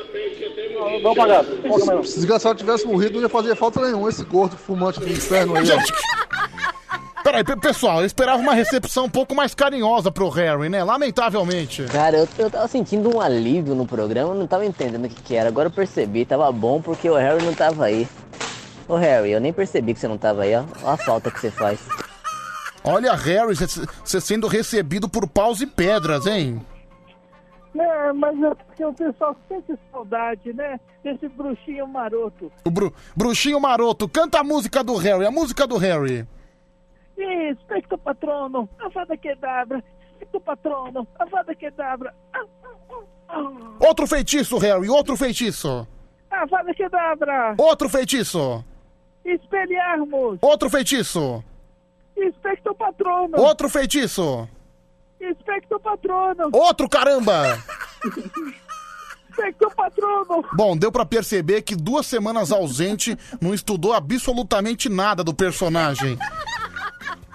Vou pagar. Nossa, se esse desgraçado tivesse morrido, não ia fazer falta nenhuma esse gordo fumante do inferno aí. Gente, Peraí, pe- pessoal, eu esperava uma recepção um pouco mais carinhosa pro Harry, né? Lamentavelmente. Cara, eu, eu tava sentindo um alívio no programa, eu não tava entendendo o que, que era. Agora eu percebi, tava bom porque o Harry não tava aí. Ô Harry, eu nem percebi que você não tava aí, ó. Ó a falta que você faz. Olha, Harry, você sendo recebido por paus e pedras, hein? É, mas é porque o pessoal sente saudade, né? Desse bruxinho maroto. O Bru- Bruxinho Maroto, canta a música do Harry, a música do Harry. Espectro patrono, avada quedabra. Espectro patrono, avada Ah, quedabra. ah. Outro feitiço, Harry, outro feitiço. Avada quedabra. Outro feitiço. Espelharmos. Outro feitiço. Espectro patrono. Outro feitiço. Espectro patrono. Outro caramba. Espectro patrono. Bom, deu pra perceber que duas semanas ausente não estudou absolutamente nada do personagem.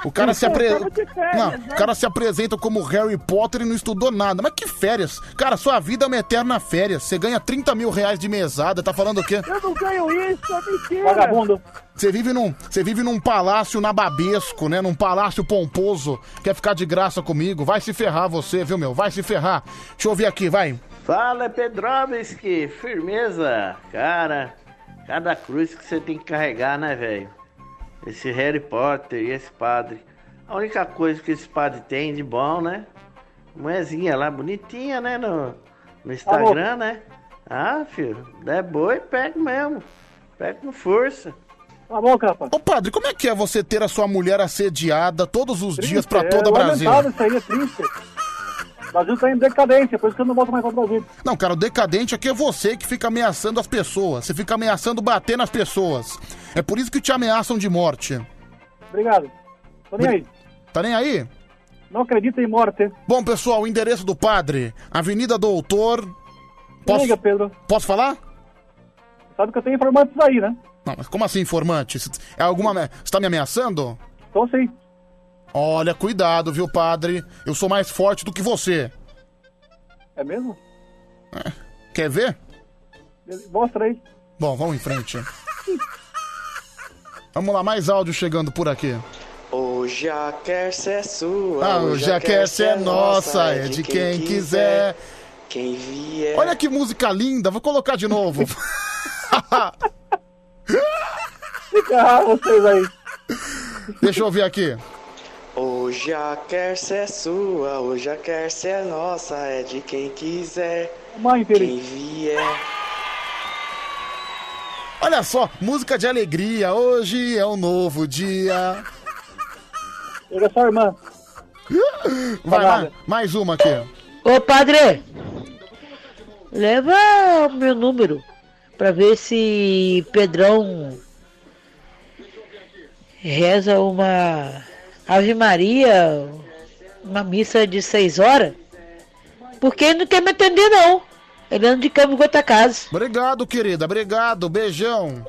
O cara se apre... Eu Então, tava de férias, Não, né? o cara se apresenta como Harry Potter e não estudou nada. Mas que férias? Cara, sua vida é uma eterna férias. Você ganha 30 mil reais de mesada, tá falando o quê? Eu não ganho isso, é mentira. Você vive num, você vive num palácio nababesco, né? Num palácio pomposo. Quer ficar de graça comigo? Vai se ferrar você, viu, meu? Vai se ferrar. Deixa eu ver aqui, vai. Fala, Pedrovski, firmeza! Cara, cada cruz que você tem que carregar, né, velho? Esse Harry Potter e esse padre. A única coisa que esse padre tem de bom, né? Moezinha lá, bonitinha, né, no, no Instagram, Alô? né? Ah, filho, der boi, pega mesmo. Pega com força. Tá bom, capa. Ô, padre, como é que é você ter a sua mulher assediada todos os dias pra Triste, toda é, o Brasil? lamentável isso aí, é triste. O Brasil tá em decadência, por isso que eu não volto mais pra Brasil. Não, cara, o decadente aqui é você que fica ameaçando as pessoas. Você fica ameaçando bater nas pessoas. É por isso que te ameaçam de morte. Obrigado. Tô nem aí. Tá nem aí? Não acredito em morte. Bom, pessoal, o endereço do padre, Avenida Doutor. Posso, Liga, Pedro. posso falar? Sabe que eu tenho informantes aí, né? Não, mas como assim, informante? Cê- É alguma. Você tá me ameaçando? Então sim. Olha, cuidado, viu, padre? Eu sou mais forte do que você. É, É mesmo? Quer ver? Mostra aí. Bom, vamos em frente. Vamos lá, mais áudio chegando por aqui. Hoje a Kersa é sua. Ah, hoje a Kersa é nossa, é de quem quiser. Quem vier. Olha que música linda, vou colocar de novo. [LAUGHS] Fica vocês aí. Deixa eu ver aqui. Hoje a querce é sua, hoje a querce é nossa, é de quem quiser. Mãe, quem vier. Olha só, música de alegria, hoje é um novo dia. Pega sua irmã. Vai lá, mais uma aqui. ó. Ô padre, leva é o meu número pra ver se Pedrão reza uma Ave Maria, uma missa de seis horas, porque ele não quer me atender não. Ele anda de cama em outra casa. Obrigado, querida, obrigado, beijão.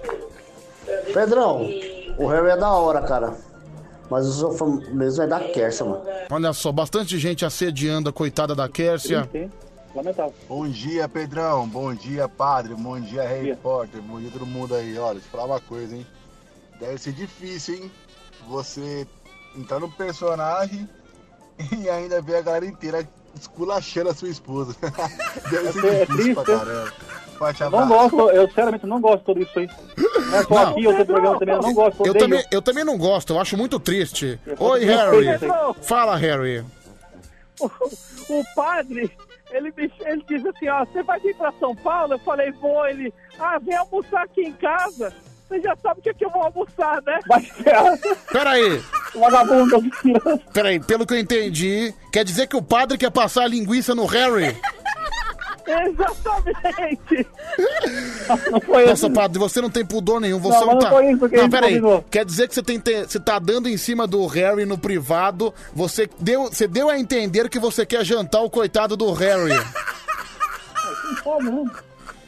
Pedrão, o Harry é da hora, cara. Mas o sofá mesmo é da Kersa, mano. Olha só, bastante gente assediando a coitada da Kércia. Lamentável. [LAUGHS] Bom dia, Pedrão. Bom dia, padre. Bom dia, Harry Potter. Bom dia todo mundo aí. Olha, te falar uma coisa, hein? Deve ser difícil, hein? Você entrar no personagem [LAUGHS] e ainda ver a galera inteira esculachando a sua esposa. Deve ser É difícil pra triste, hein? caramba. Forte Eu não abraço. gosto, eu sinceramente não gosto de tudo isso aí. Não é só Não. aqui, outro programa também, eu não gosto. Eu odeio. também, eu também não gosto, eu acho muito triste. sou Oi, muito Harry. triste, hein? Fala, Harry. O, o padre, ele, me, ele diz assim, ó, você vai vir pra São Paulo? Eu falei, vou. Ele, ah, vem almoçar aqui em casa. Você já sabe o que, é que eu vou almoçar, né? Peraí. Vagabundo, Peraí, pelo que eu entendi, quer dizer que o padre quer passar a linguiça no Harry? [LAUGHS] Exatamente. Nossa, padre, você não tem pudor nenhum, você Não, não, mas não tá. foi isso que a gente peraí. combinou. Quer dizer que você, tem te- você tá dando em cima do Harry no privado, você deu, você deu a entender que você quer jantar o coitado do Harry. Não pode, não.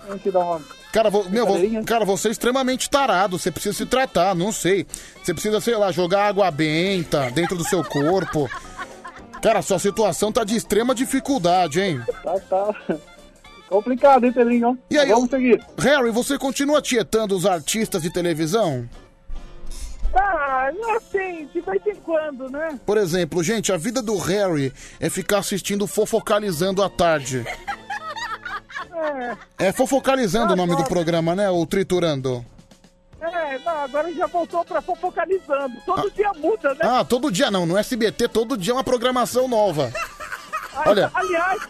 Vamos te dar uma... Cara, vo- meu, vo- cara, você é extremamente tarado, você precisa se tratar, não sei. Você precisa, sei lá, jogar água benta dentro do seu corpo. Cara, sua situação tá de extrema dificuldade, hein? Tá, tá. Complicado, hein, Pedrinho? E aí, Vamos seguir. Harry, você continua tietando os artistas de televisão? Ah, assim, de vez em quando, né? Por exemplo, gente, a vida do Harry é ficar assistindo Fofocalizando à tarde. É, É Fofocalizando o nome do programa, né? Ou Triturando. é não, agora já voltou pra fofocalizando. Todo dia muda, né? Ah, todo dia não, no SBT todo dia é uma programação nova. Ah, Olha, Aliás,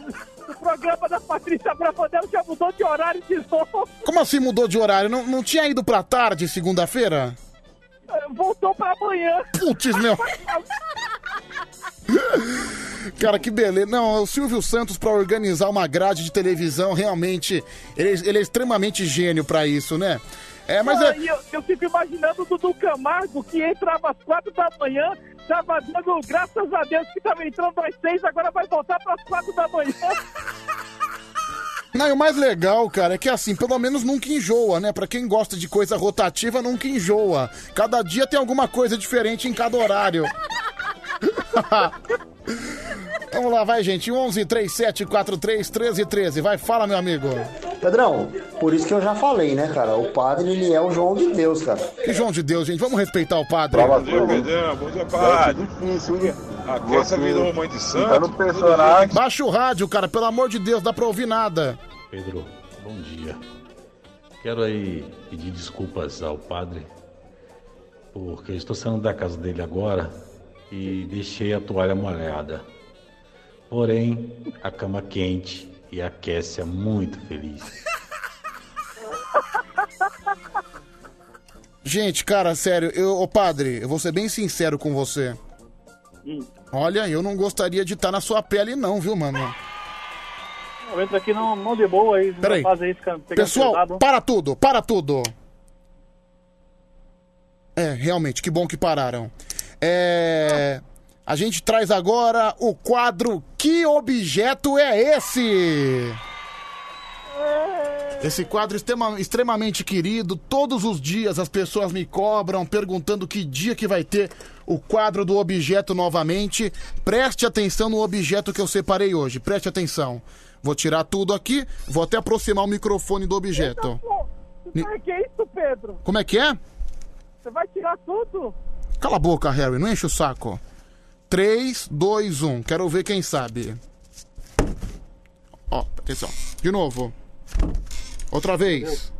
o programa da Patrícia Brafadel já mudou de horário de novo. como assim mudou de horário? Não, não tinha ido pra tarde segunda-feira? Voltou pra amanhã. Putz, meu. Cara, que beleza. Não, o Silvio Santos, pra organizar uma grade de televisão, realmente, ele, ele é extremamente gênio pra isso, né? É, mas Ah, é. e eu, eu fico imaginando o Dudu Camargo que entrava às quatro da manhã, tava dando graças a Deus que tava entrando às seis, agora vai voltar pras quatro da manhã. [LAUGHS] Não, e o mais legal, cara, é que assim, pelo menos nunca enjoa, né? Pra quem gosta de coisa rotativa, nunca enjoa. Cada dia tem alguma coisa diferente em cada horário. [LAUGHS] Vamos lá, vai, gente. 11 37 43 13 13. Vai, fala, meu amigo. Pedrão, por isso que eu já falei, né, cara? O padre, ele é o João de Deus, cara. Que João de Deus, gente. Vamos respeitar o padre. Fala, Pedrão, Pedrão, bom dia, Deve padre. ser É difícil, hein? A Kessa virou mãe de santo. Tá no personagem. Baixa o rádio, cara. Pelo amor de Deus, dá pra ouvir nada. Pedro, bom dia. Quero aí pedir desculpas ao padre, porque eu estou saindo da casa dele agora e deixei a toalha molhada. Porém, a cama quente e a Kessia muito feliz. Gente, cara, sério, eu, ô padre, eu vou ser bem sincero com você. Olha, eu não gostaria de estar na sua pele, não, viu, mano? Eu entro aqui não, não de boa aí. Peraí. Não fazem isso, cara, pegando Pessoal, pesado. para tudo, para tudo. É, realmente, que bom que pararam. É. A gente traz agora o quadro Que Objeto é Esse? Esse quadro extrema- extremamente querido. Todos os dias as pessoas me cobram perguntando que dia que vai ter o quadro do objeto novamente. Preste atenção no objeto que eu separei hoje. Preste atenção. Vou tirar tudo aqui, vou até aproximar o microfone do objeto. Ni- Cara, que isso, Pedro? Como é que é? Você vai tirar tudo? Cala a boca, Harry, não enche o saco. 3, 2, 1. Quero ver quem sabe. Ó, atenção. De novo. Outra vez.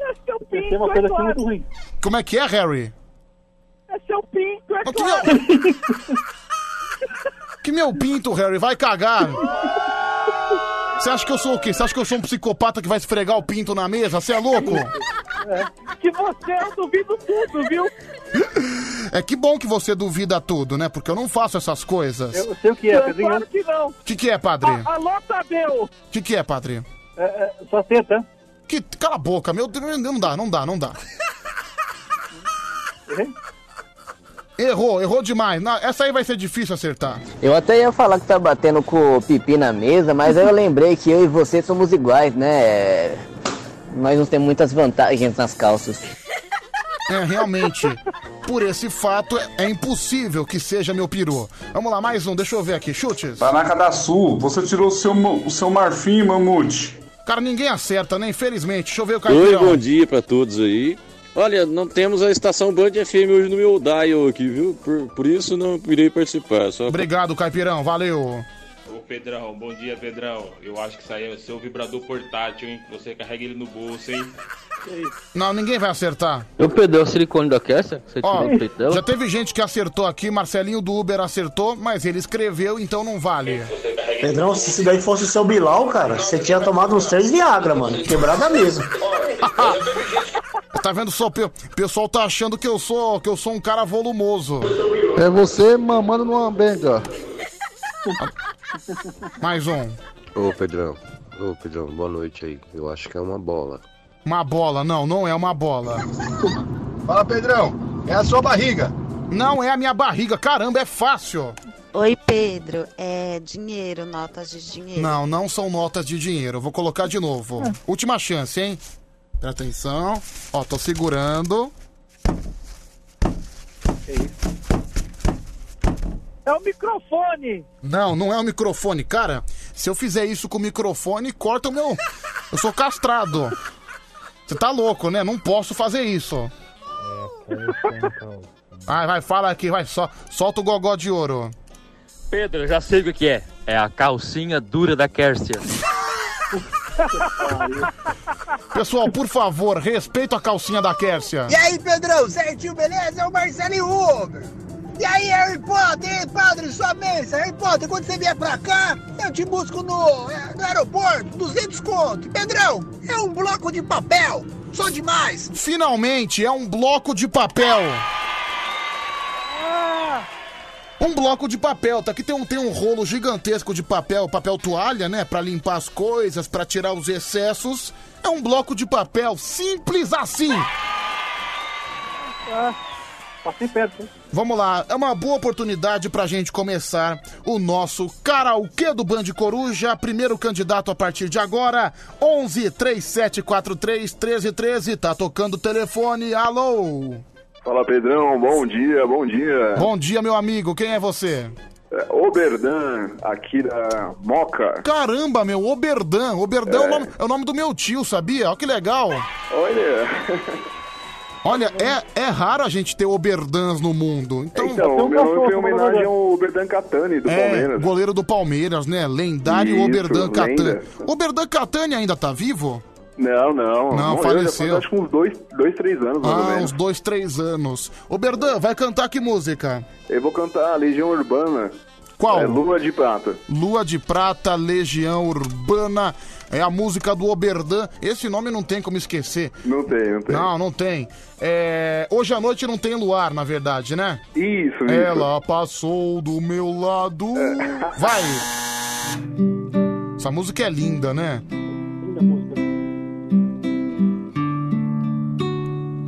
Acho que eu pinto. Achei uma coisa aqui muito ruim. Como é que é, Harry? É seu pinto, é que, que meu pinto, Harry, vai cagar. Você acha que eu sou o quê? Você acha que eu sou um psicopata que vai esfregar o pinto na mesa? Você é [LAUGHS] louco? É. [LAUGHS] Que você, eu duvido tudo, viu? É que bom que você duvida tudo, né? Porque eu não faço essas coisas. Eu sei o que é, Pedrinho. Claro que não. O que, que é, padre? Ah, A- alô, Tadeu! O que, que é, padre? É, é, sua teta. Que... Cala a boca, meu Deus. Não dá, não dá, não dá. Errou, errou demais. Não, essa aí vai ser difícil acertar. Eu até ia falar que tá batendo com o pipi na mesa, mas aí eu lembrei que eu e você somos iguais, né? Nós não temos muitas vantagens nas calças. É, realmente. Por esse fato, é, é impossível que seja meu peru. Vamos lá, mais um, deixa eu ver aqui. Chutes. Panaca da Sul, você tirou o seu, mo- o seu marfim, mamute. Cara, ninguém acerta, né? Infelizmente. Deixa eu ver o Oi, bom cartão. dia pra todos aí. Olha, não temos a estação Band FM hoje no meu dial aqui, viu? Por, por isso não irei participar. Só Obrigado, Caipirão. Valeu. Ô Pedrão, bom dia Pedrão. Eu acho que isso aí é o seu vibrador portátil, hein? Você carrega ele no bolso, hein? Não, ninguém vai acertar. Eu perdi é o silicone da Kessia, que você Ó, tirou do peito dela. já teve gente que acertou aqui, Marcelinho do Uber acertou, mas ele escreveu, então não vale. Pedrão, se isso daí fosse o seu Bilal, cara, você tinha tomado uns três Viagra, mano. Quebrado a mesa. [LAUGHS] Tá vendo só? pe- O pessoal tá achando que eu sou, que eu sou um cara volumoso. É você mamando numa benga. [LAUGHS] Mais um. Ô Pedrão, ô Pedrão, boa noite aí. Eu acho que é uma bola. Uma bola, não, não é uma bola. Fala, Pedrão. É a sua barriga. Não é a minha barriga, caramba, é fácil. Oi, Pedro. É dinheiro, notas de dinheiro. Não, não são notas de dinheiro. Eu Vou colocar de novo. Última chance, hein? Presta atenção. Ó, tô segurando. É o microfone. Não, não é o microfone. Cara, se eu fizer isso com o microfone, corta o meu. Eu sou castrado. Você tá louco, né? Não posso fazer isso. Vai, vai, fala aqui, vai, só, solta o gogó de ouro. Pedro, eu já sei o que é. É a calcinha dura da Kércia. Pessoal, por favor, respeito a calcinha da Kércia. E aí, Pedrão, certinho, beleza? É o Marcelinho Uber. E aí, Harry Potter, hein, padre, sua mesa. Harry Potter, quando você vier pra cá, eu te busco no, é, no aeroporto, 200 conto. Pedrão, é um [LAUGHS] bloco de papel, sou demais. Finalmente, é um bloco de papel. Ah. Um bloco de papel, tá aqui tem um, tem um rolo gigantesco de papel, papel toalha, né, Pra limpar as coisas, pra tirar os excessos. É um bloco de papel simples assim. Ah. Tá Passei né? perto, hein? Vamos lá, é uma boa oportunidade pra gente começar o nosso karaokê do Band Coruja. Primeiro candidato a partir de agora, 11 3743 1313, tá tocando o telefone. Alô? Fala Pedrão, bom dia, bom dia. Bom dia, meu amigo. Quem é você? É, Oberdan, aqui da Moca. Caramba, meu, Oberdan. Oberdan é, o É. nome, é o nome do meu tio, sabia? Olha que legal. Olha. Olha, é, é raro a gente ter Oberdans no mundo. Então, né? Então, o meu nome foi em homenagem ao Oberdan Catani do é, Palmeiras. goleiro do Palmeiras, né? Lendário Isso, Oberdan Catani. lenda. Oberdan Catani ainda tá vivo? Não, não. Não, morreu, faleceu. Já faz, acho que uns dois, dois três anos, mais ou Ah, menos. uns dois, três anos. Oberdan, vai cantar que música? Eu vou cantar a Legião Urbana. Qual? É Lua de Prata. Lua de Prata, Legião Urbana, é a música do Oberdan. Esse nome não tem como esquecer. Não tem, não tem. Não, não tem. É, Hoje à noite não tem luar, na verdade, né? Isso, isso. Ela passou do meu [LAUGHS] lado. Vai! Essa música é linda, né?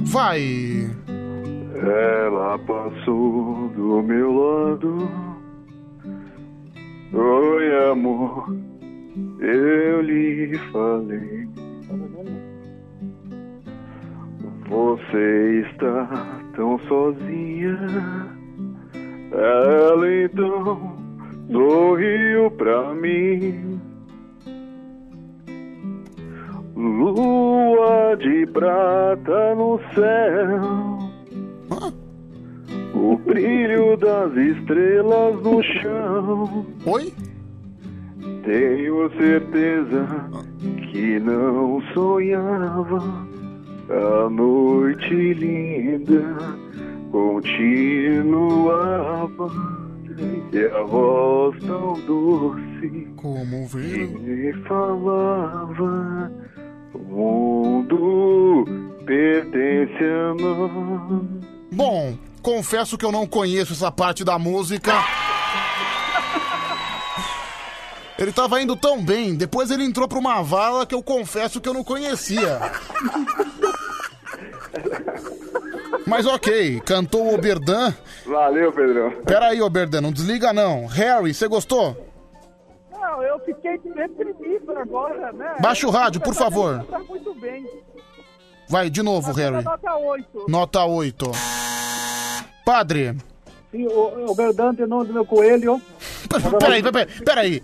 Vai! Ela É, passou do meu lado. Oi, amor, eu lhe falei. Você está tão sozinha. É Ela então sorriu pra mim. Lua de prata no céu. O brilho das estrelas no chão. Oi? Tenho certeza que não sonhava. A noite linda continuava e a voz tão doce Como que me falava o mundo pertence a nós. Bom, confesso que eu não conheço essa parte da música. Ele tava indo tão bem, depois ele entrou pra uma vala que eu confesso que eu não conhecia. Mas ok, cantou o Oberdan. Valeu, Pedrão. Pera aí, Oberdan, não desliga não. Harry, você gostou? Não, eu fiquei deprimido agora, né? Baixa o rádio, por Você tá- favor. Tá muito bem. Vai, de novo, Harry. Nota 8. Nota 8. Padre, Sim, o, o Verdante, em nome do meu coelho. peraí, peraí, peraí.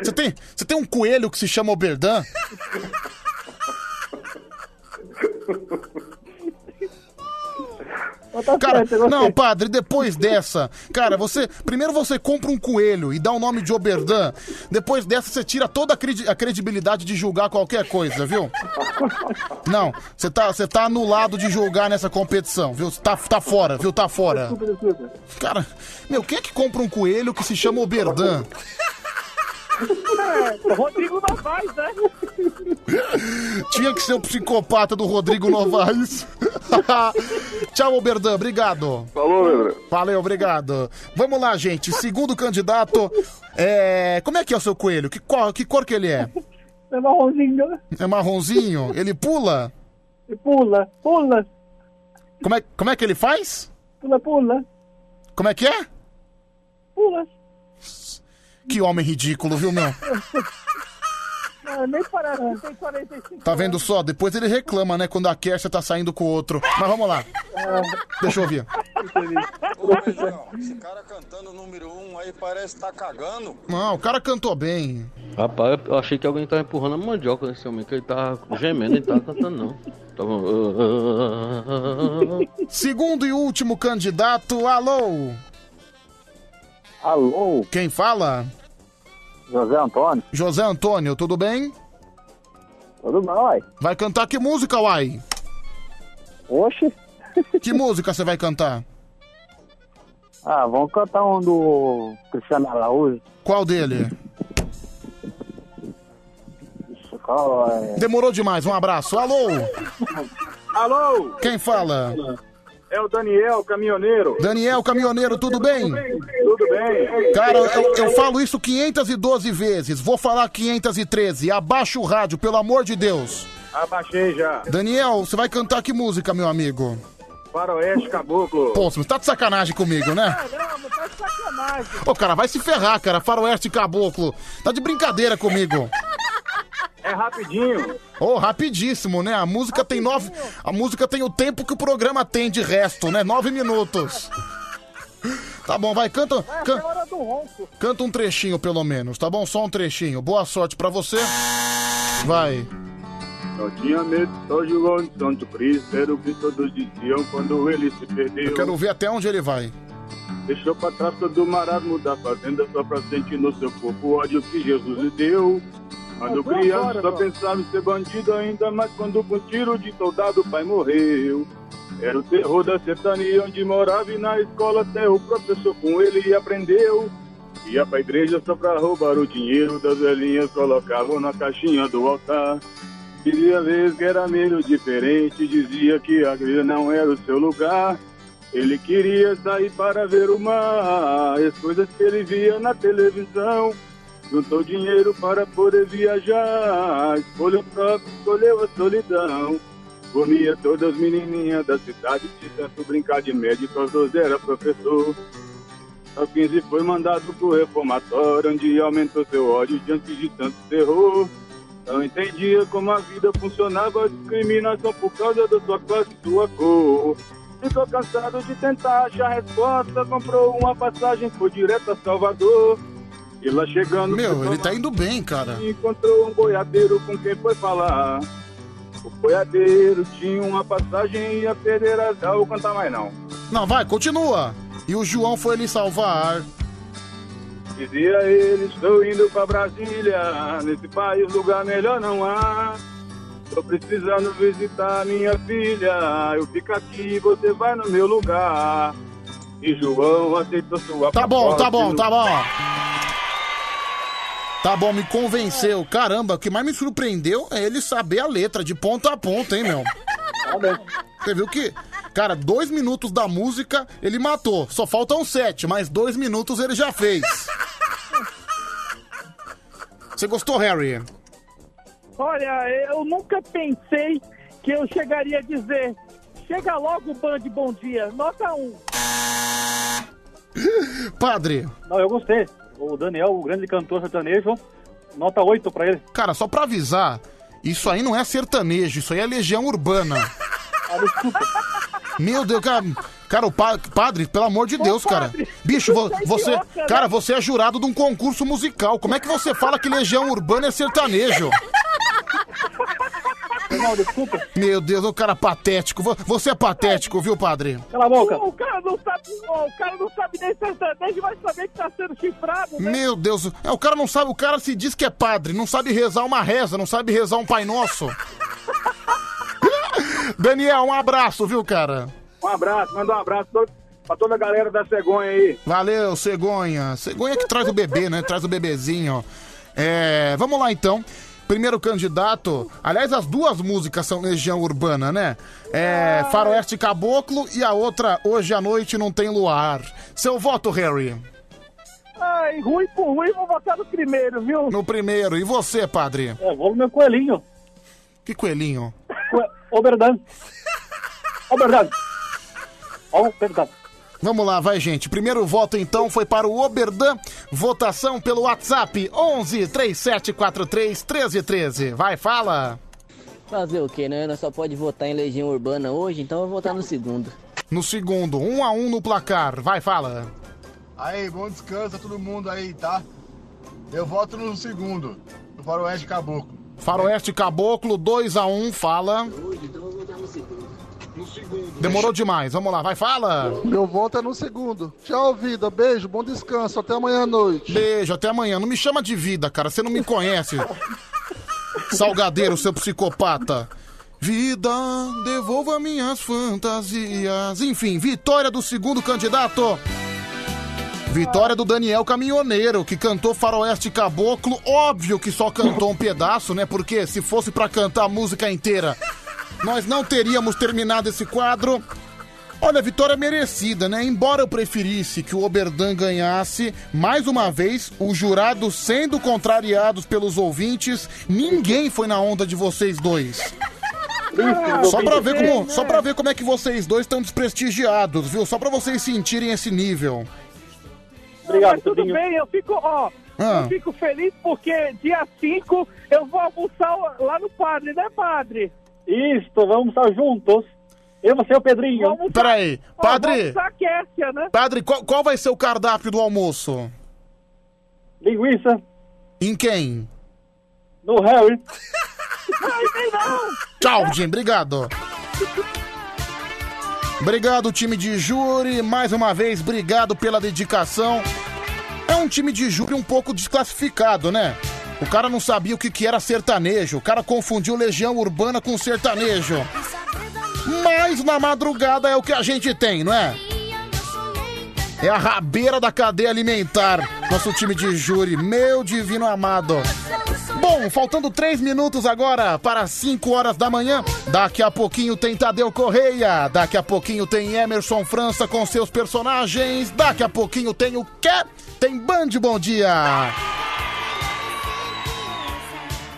Você tem, você tem um coelho que se chama [LAUGHS] Oberdan? tá Cara, não, padre, depois dessa, cara, você. Primeiro você compra um coelho e dá o nome de Oberdan. Depois dessa, você tira toda a, credi- a credibilidade de julgar qualquer coisa, viu? Não, você tá, você tá anulado de julgar nessa competição, viu? Você Tá, tá fora, viu? Tá fora. Desculpa, desculpa. Cara, meu, quem é que compra um coelho que se chama Oberdan? É, Rodrigo Novaes, né? Tinha que ser o psicopata do Rodrigo Novaes. [LAUGHS] Tchau, Oberdan, obrigado. Falou, Pedrão. Valeu, obrigado. Vamos lá, gente. Segundo candidato, é... como é que é o seu coelho? Que cor, que cor que ele é? É marronzinho. É marronzinho? Ele pula? Pula, pula, Como é, como é que ele faz? pula, pula, Como é que é? pula. Que homem ridículo, viu, meu? Não, nem parece que tem 45 Tá vendo só? Depois ele reclama, né, quando a Kersia tá saindo com o outro. Mas vamos lá. É. Deixa eu ouvir. um tá Não, o cara cantou bem. Rapaz, eu achei que alguém tava empurrando a mandioca nesse homem, que ele tava gemendo, ele tava um, "Ah, cantando não. Tava. Segundo e último candidato, alô! Alô? Quem fala? José Antônio. José Antônio, tudo bem? Tudo bem, uai. Vai cantar que música, uai? Oxe. [LAUGHS] Que música você vai cantar? Ah, vamos cantar um do Cristiano Araújo. Qual dele? é? Demorou demais, um abraço. Alô? Alô, Quem fala? é o Daniel, caminhoneiro. Daniel Caminhoneiro, tudo bem? Tudo bem? Cara, eu, eu falo isso 512 vezes, vou falar 513. Abaixa o rádio, pelo amor de Deus. ah, Abaixei já. Daniel, você vai cantar que música, meu amigo? Faroeste Caboclo. Pô, você tá de sacanagem comigo, né? Caramba, tá de sacanagem. Ô, cara, vai se ferrar, cara. Faroeste Caboclo. Tá de brincadeira comigo. É rapidinho. Ô, rapidíssimo, né? A música tem nove. A música tem o tempo que o programa tem de resto, né? Nove minutos. Tá bom, vai, canta. É can- a hora do ronco. Canta um trechinho, pelo menos, tá bom? Só um trechinho. Boa sorte pra você. Vai. Não tinha medo, só jogou um em Santo Cristo, era o que todos diziam quando ele se perdeu. Eu quero ver até onde ele vai. Deixou pra trás todo o marasmo da fazenda, só pra sentir no seu corpo o ódio que Jesus lhe deu. Quando Ah, duas criança horas, só ó. pensava em ser bandido, ainda mais quando com tiro de soldado o pai morreu. Era o terror da sertania onde morava e na escola até o professor com ele aprendeu. Ia pra igreja só pra roubar o dinheiro das velhinhas, colocavam na caixinha do altar. Dizia vez que era meio diferente, dizia que a igreja não era o seu lugar. Ele queria sair para ver o mar, as coisas que ele via na televisão. Juntou dinheiro para poder viajar, escolheu o próprio, escolheu a solidão. Comia todas as menininhas da cidade, de tanto brincar de médico, aos 12 era professor. Aos 15 foi mandado pro reformatório, onde aumentou seu ódio diante de tanto terror. Não entendia como a vida funcionava, discriminação por causa da sua classe e sua cor. Ficou cansado de tentar achar resposta, comprou uma passagem, foi direto a Salvador. E lá chegando... Meu, ele tá indo bem, cara. Encontrou um boiadeiro com quem foi falar. O boiadeiro tinha uma passagem e ia perder as... Ah, vou cantar mais não. Não, vai, continua. E o João foi lhe salvar. Dizia ele, estou indo pra Brasília, nesse país lugar melhor não há. Tô precisando visitar minha filha. Eu fico aqui e você vai no meu lugar. E João aceitou sua Tá bom, proposta tá bom, e tá bom. Tá bom, me convenceu. Caramba, o que mais me surpreendeu é ele saber a letra de ponta a ponta, hein, meu? Você viu que, cara, dois minutos da música ele matou. Só faltam sete, mas dois minutos ele já fez. Você gostou, Harry? Olha, eu nunca pensei que eu chegaria a dizer: chega logo, Band Bom Dia, nota 1. Padre. Não, eu gostei. O Daniel, o grande cantor sertanejo, nota 8 pra ele. Cara, só pra avisar, isso aí não é sertanejo, isso aí é legião urbana. [LAUGHS] Ah, Meu Deus, cara. Cara, o pa- padre, pelo amor de Deus, cara. Bicho, [LAUGHS] vo- é você. né? Cara, você é jurado de um concurso musical. Como é que você fala que Legião Urbana é sertanejo? Meu Deus, o cara patético. Vo- Você é patético, viu, padre? Cala a O cara não sabe, o cara não sabe nem é sertanejo, vai saber que tá sendo chifrado, né? Meu Deus, é, o cara não sabe, o cara se diz que é padre, não sabe rezar uma reza, não sabe rezar um Pai Nosso. [LAUGHS] Daniel, um abraço, viu, cara? Um abraço, manda um abraço to- pra toda a galera da Cegonha aí. Valeu, cegonha. Cegonha que traz o bebê, né? Traz o bebezinho. É, vamos lá então. Primeiro candidato. Aliás, as duas músicas são Legião Urbana, né? É, Faroeste Caboclo e a outra Hoje à Noite Não Tem Luar. Seu voto, Harry? Ai, ruim por ruim, vou votar no primeiro, viu? No primeiro. E você, padre? É, vou no meu coelhinho. Que coelhinho? Oberdan. Oberdan. Oberdan. Vamos lá, vai, gente. Primeiro voto, então, foi para o Oberdan. Votação pelo WhatsApp 11 3743 1313. Vai, fala. Fazer o quê, né? Nós só pode votar em Legião Urbana hoje, então eu vou votar no segundo. No segundo, um a um no placar. Vai, fala. Aí, bom descanso a todo mundo aí, tá? Eu voto no segundo, no Faroeste Caboclo. Faroeste Caboclo, 2 a 1 fala. Demorou demais, vamos lá, vai, fala. Meu voto é no segundo. Tchau, vida. Beijo, bom descanso. Até amanhã à noite. Beijo, até amanhã. Não me chama de vida, cara, você não me [LAUGHS] conhece. Salgadeiro, seu psicopata. Vida, devolva minhas fantasias. Enfim, vitória do segundo candidato. Vitória do Daniel Caminhoneiro, que cantou Faroeste Caboclo. Óbvio que só cantou um pedaço, né? Porque se fosse pra cantar a música inteira, nós não teríamos terminado esse quadro. Olha, vitória é merecida, né? Embora eu preferisse que o Oberdan ganhasse, mais uma vez, os jurados sendo contrariados pelos ouvintes, ninguém foi na onda de vocês dois. Só pra, ver como, só pra ver como é que vocês dois estão desprestigiados, viu? Só pra vocês sentirem esse nível. Obrigado, Mas tudo bem, eu fico, ó, Ah. eu fico feliz porque dia 5 eu vou almoçar lá no padre, né, padre? Isso, vamos estar juntos. Eu, você e o Pedrinho. Peraí, padre, Almoçar Kécia, né? padre, qual, qual vai ser o cardápio do almoço? Linguiça. Em quem? No Harry. Ai, nem não! Tchau, Jim, obrigado. Obrigado, time de júri. Mais uma vez, obrigado pela dedicação. É um time de júri um pouco desclassificado, né? O cara não sabia o que, que era sertanejo. O cara confundiu Legião Urbana com sertanejo. Mas na madrugada é o que a gente tem, não é? É a rabeira da cadeia alimentar. Nosso time de júri, meu divino amado. Bom, faltando três minutos agora para 5 horas da manhã. Daqui a pouquinho tem Tadeu Correia. Daqui a pouquinho tem Emerson França com seus personagens. Daqui a pouquinho tem o quê? Tem Band Bom Dia.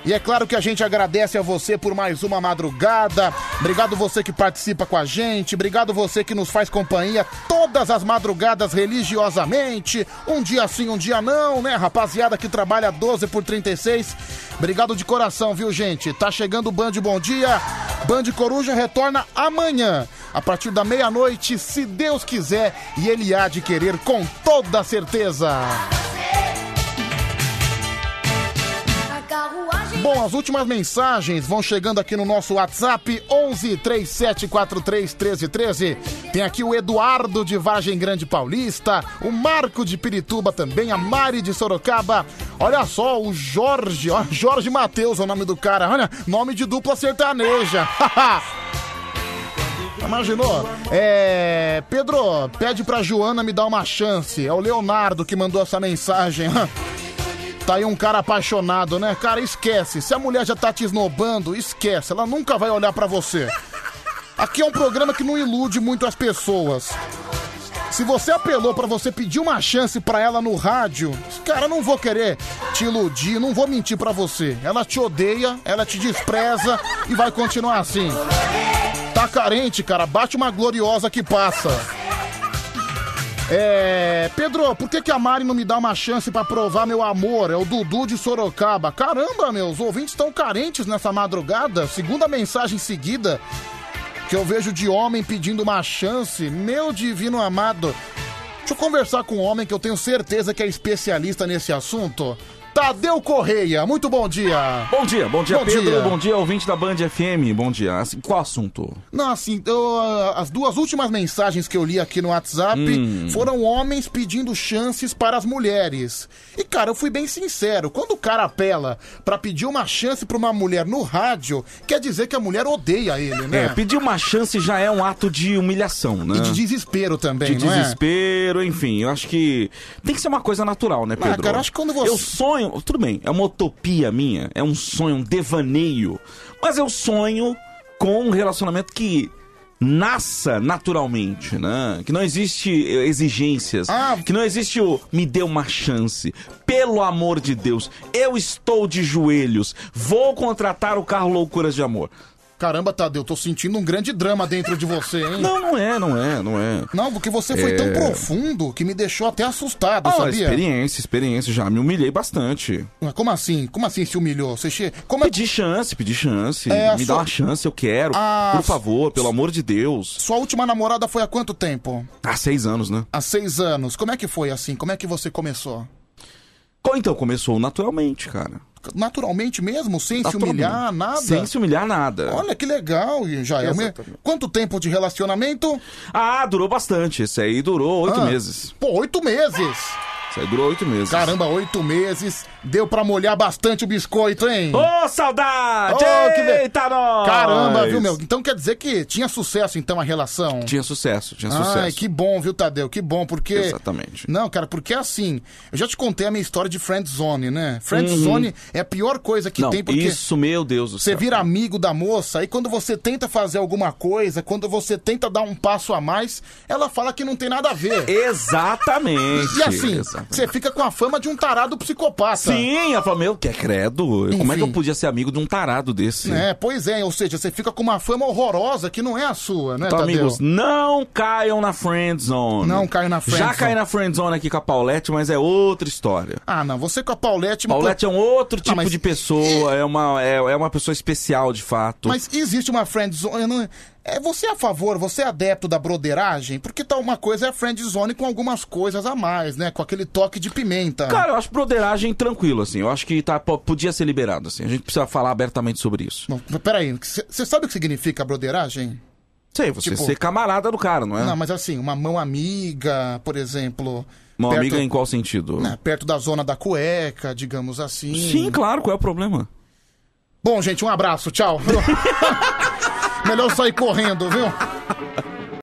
E é claro que a gente agradece a você por mais uma madrugada. Obrigado você que participa com a gente. Obrigado você que nos faz companhia todas as madrugadas religiosamente. Um dia sim, um dia não, né, rapaziada que trabalha 12 por 36. Obrigado de coração, viu, gente? Tá chegando o Band Bom Dia. Band Coruja retorna amanhã, a partir da meia-noite, se Deus quiser, e ele há de querer com toda certeza. A carruagem Bom, as últimas mensagens vão chegando aqui no nosso WhatsApp, 11 3743 1313. Tem aqui o Eduardo de Vargem Grande Paulista, o Marco de Pirituba também, a Mari de Sorocaba. Olha só, o Jorge, ó, Jorge Matheus é o nome do cara. Olha, nome de dupla sertaneja. [LAUGHS] Imaginou? É. Pedro, pede pra Joana me dar uma chance. É o Leonardo que mandou essa mensagem. [LAUGHS] Tá aí um cara apaixonado, né? Cara, esquece. Se a mulher já tá te esnobando, esquece. Ela nunca vai olhar pra você. Aqui é um programa que não ilude muito as pessoas. Se você apelou pra você pedir uma chance pra ela no rádio, cara, eu não vou querer te iludir, não vou mentir pra você. Ela te odeia, ela te despreza e vai continuar assim. Tá carente, cara, bate uma gloriosa que passa. É. Pedro, por que, que a Mari não me dá uma chance pra provar meu amor? É o Dudu de Sorocaba. Caramba, meus ouvintes estão carentes nessa madrugada. Segunda mensagem seguida que eu vejo de homem pedindo uma chance. Meu divino amado. Deixa eu conversar com um homem que eu tenho certeza que é especialista nesse assunto. Tadeu Correia, muito bom dia. Bom dia, bom dia, Bom Pedro. dia. Bom dia, ouvinte da Band FM. Bom dia. Assim, qual assunto? Não, assim, eu, ah, as duas últimas mensagens que eu li aqui no WhatsApp Hum. foram homens pedindo chances para as mulheres. E, cara, eu fui bem sincero. Quando o cara apela pra pedir uma chance pra uma mulher no rádio, quer dizer que a mulher odeia ele, né? É, pedir uma chance já é um ato de humilhação, né? E de desespero também, De não é? desespero, enfim, eu acho que tem que ser uma coisa natural, né, Ah, Pedro? cara, eu acho que quando você- Eu sonho, tudo bem, é uma utopia minha, é um sonho, um devaneio, mas eu sonho com um relacionamento que nasça naturalmente, né? Que não existe eh, exigências, Ah. que não existe o me dê uma chance. Pelo amor de Deus, eu estou de joelhos, vou contratar o carro Loucuras de Amor. Caramba, Tadeu, tô sentindo um grande drama dentro de você, hein? Não, não é, não é, não é. Não, porque você foi tão É. profundo que me deixou até assustado, Ah, sabia? experiência, experiência, já me humilhei bastante. Mas Como assim? Como assim se humilhou? Você che... Como Pedi chance, pedi chance. É, a Me sua- dá uma chance, eu quero. Ah, Por favor, pelo amor de Deus. Sua última namorada foi há quanto tempo? Há seis anos, né? Há seis anos. Como é que foi assim? Como é que você começou? Co- Então, começou naturalmente, cara. Naturalmente mesmo? Sem se Naturalmente. humilhar, nada? Sem se humilhar, nada. Olha que legal, Jael. Exatamente. um Quanto tempo de relacionamento? Ah, durou bastante. Esse aí durou oito Ah. meses. Pô, oito meses! Isso aí durou oito meses. Caramba, oito meses. Deu pra molhar bastante o biscoito, hein? Ô, saudade! Ô, que be- Eita, nós! Caramba, viu, meu? Então quer dizer que tinha sucesso, então, a relação? Tinha sucesso, tinha Ai, sucesso. que bom, viu, Tadeu? Que bom, porque... Exatamente. Não, cara, porque assim, eu já te contei a minha história de friend zone, né? Friend Uhum. zone é a pior coisa que Não, tem, porque... isso, meu Deus do Você céu. vira amigo da moça e quando você tenta fazer alguma coisa, quando você tenta dar um passo a mais, ela fala que não tem nada a ver. Exatamente. E assim, exatamente. você fica com a fama de um tarado psicopata. Sim, ela falou, meu, que é credo. Como é que eu podia ser amigo de um tarado desse? É, pois é, ou seja, você fica com uma fama horrorosa que não é a sua, né, Então, Tadeu? amigos, não caiam na friend zone. Não caiam na friend Já zone. caí na friend zone aqui com a Paulette, mas é outra história. Ah, não, você com a Paulette... Paulette é um outro tipo de pessoa, é uma, é, é uma pessoa especial de fato. Mas existe uma friend zone. não- É, você é a favor, você é adepto da broderagem? Porque tá uma coisa é a friend zone com algumas coisas a mais, né? Com aquele toque de pimenta. Cara, eu acho broderagem tranquilo, assim. Eu acho que tá, po- podia ser liberado, assim. A gente precisa falar abertamente sobre isso. Peraí, você sabe o que significa broderagem? Sei, você Tipo- ser camarada do cara, não é? Não, mas assim, uma mão amiga, por exemplo. Uma perto- amiga é em qual sentido? né, perto da zona da cueca, digamos assim. Sim, claro, qual é o problema? [LAUGHS] Bom, gente, um abraço, tchau. Melhor sair correndo, viu?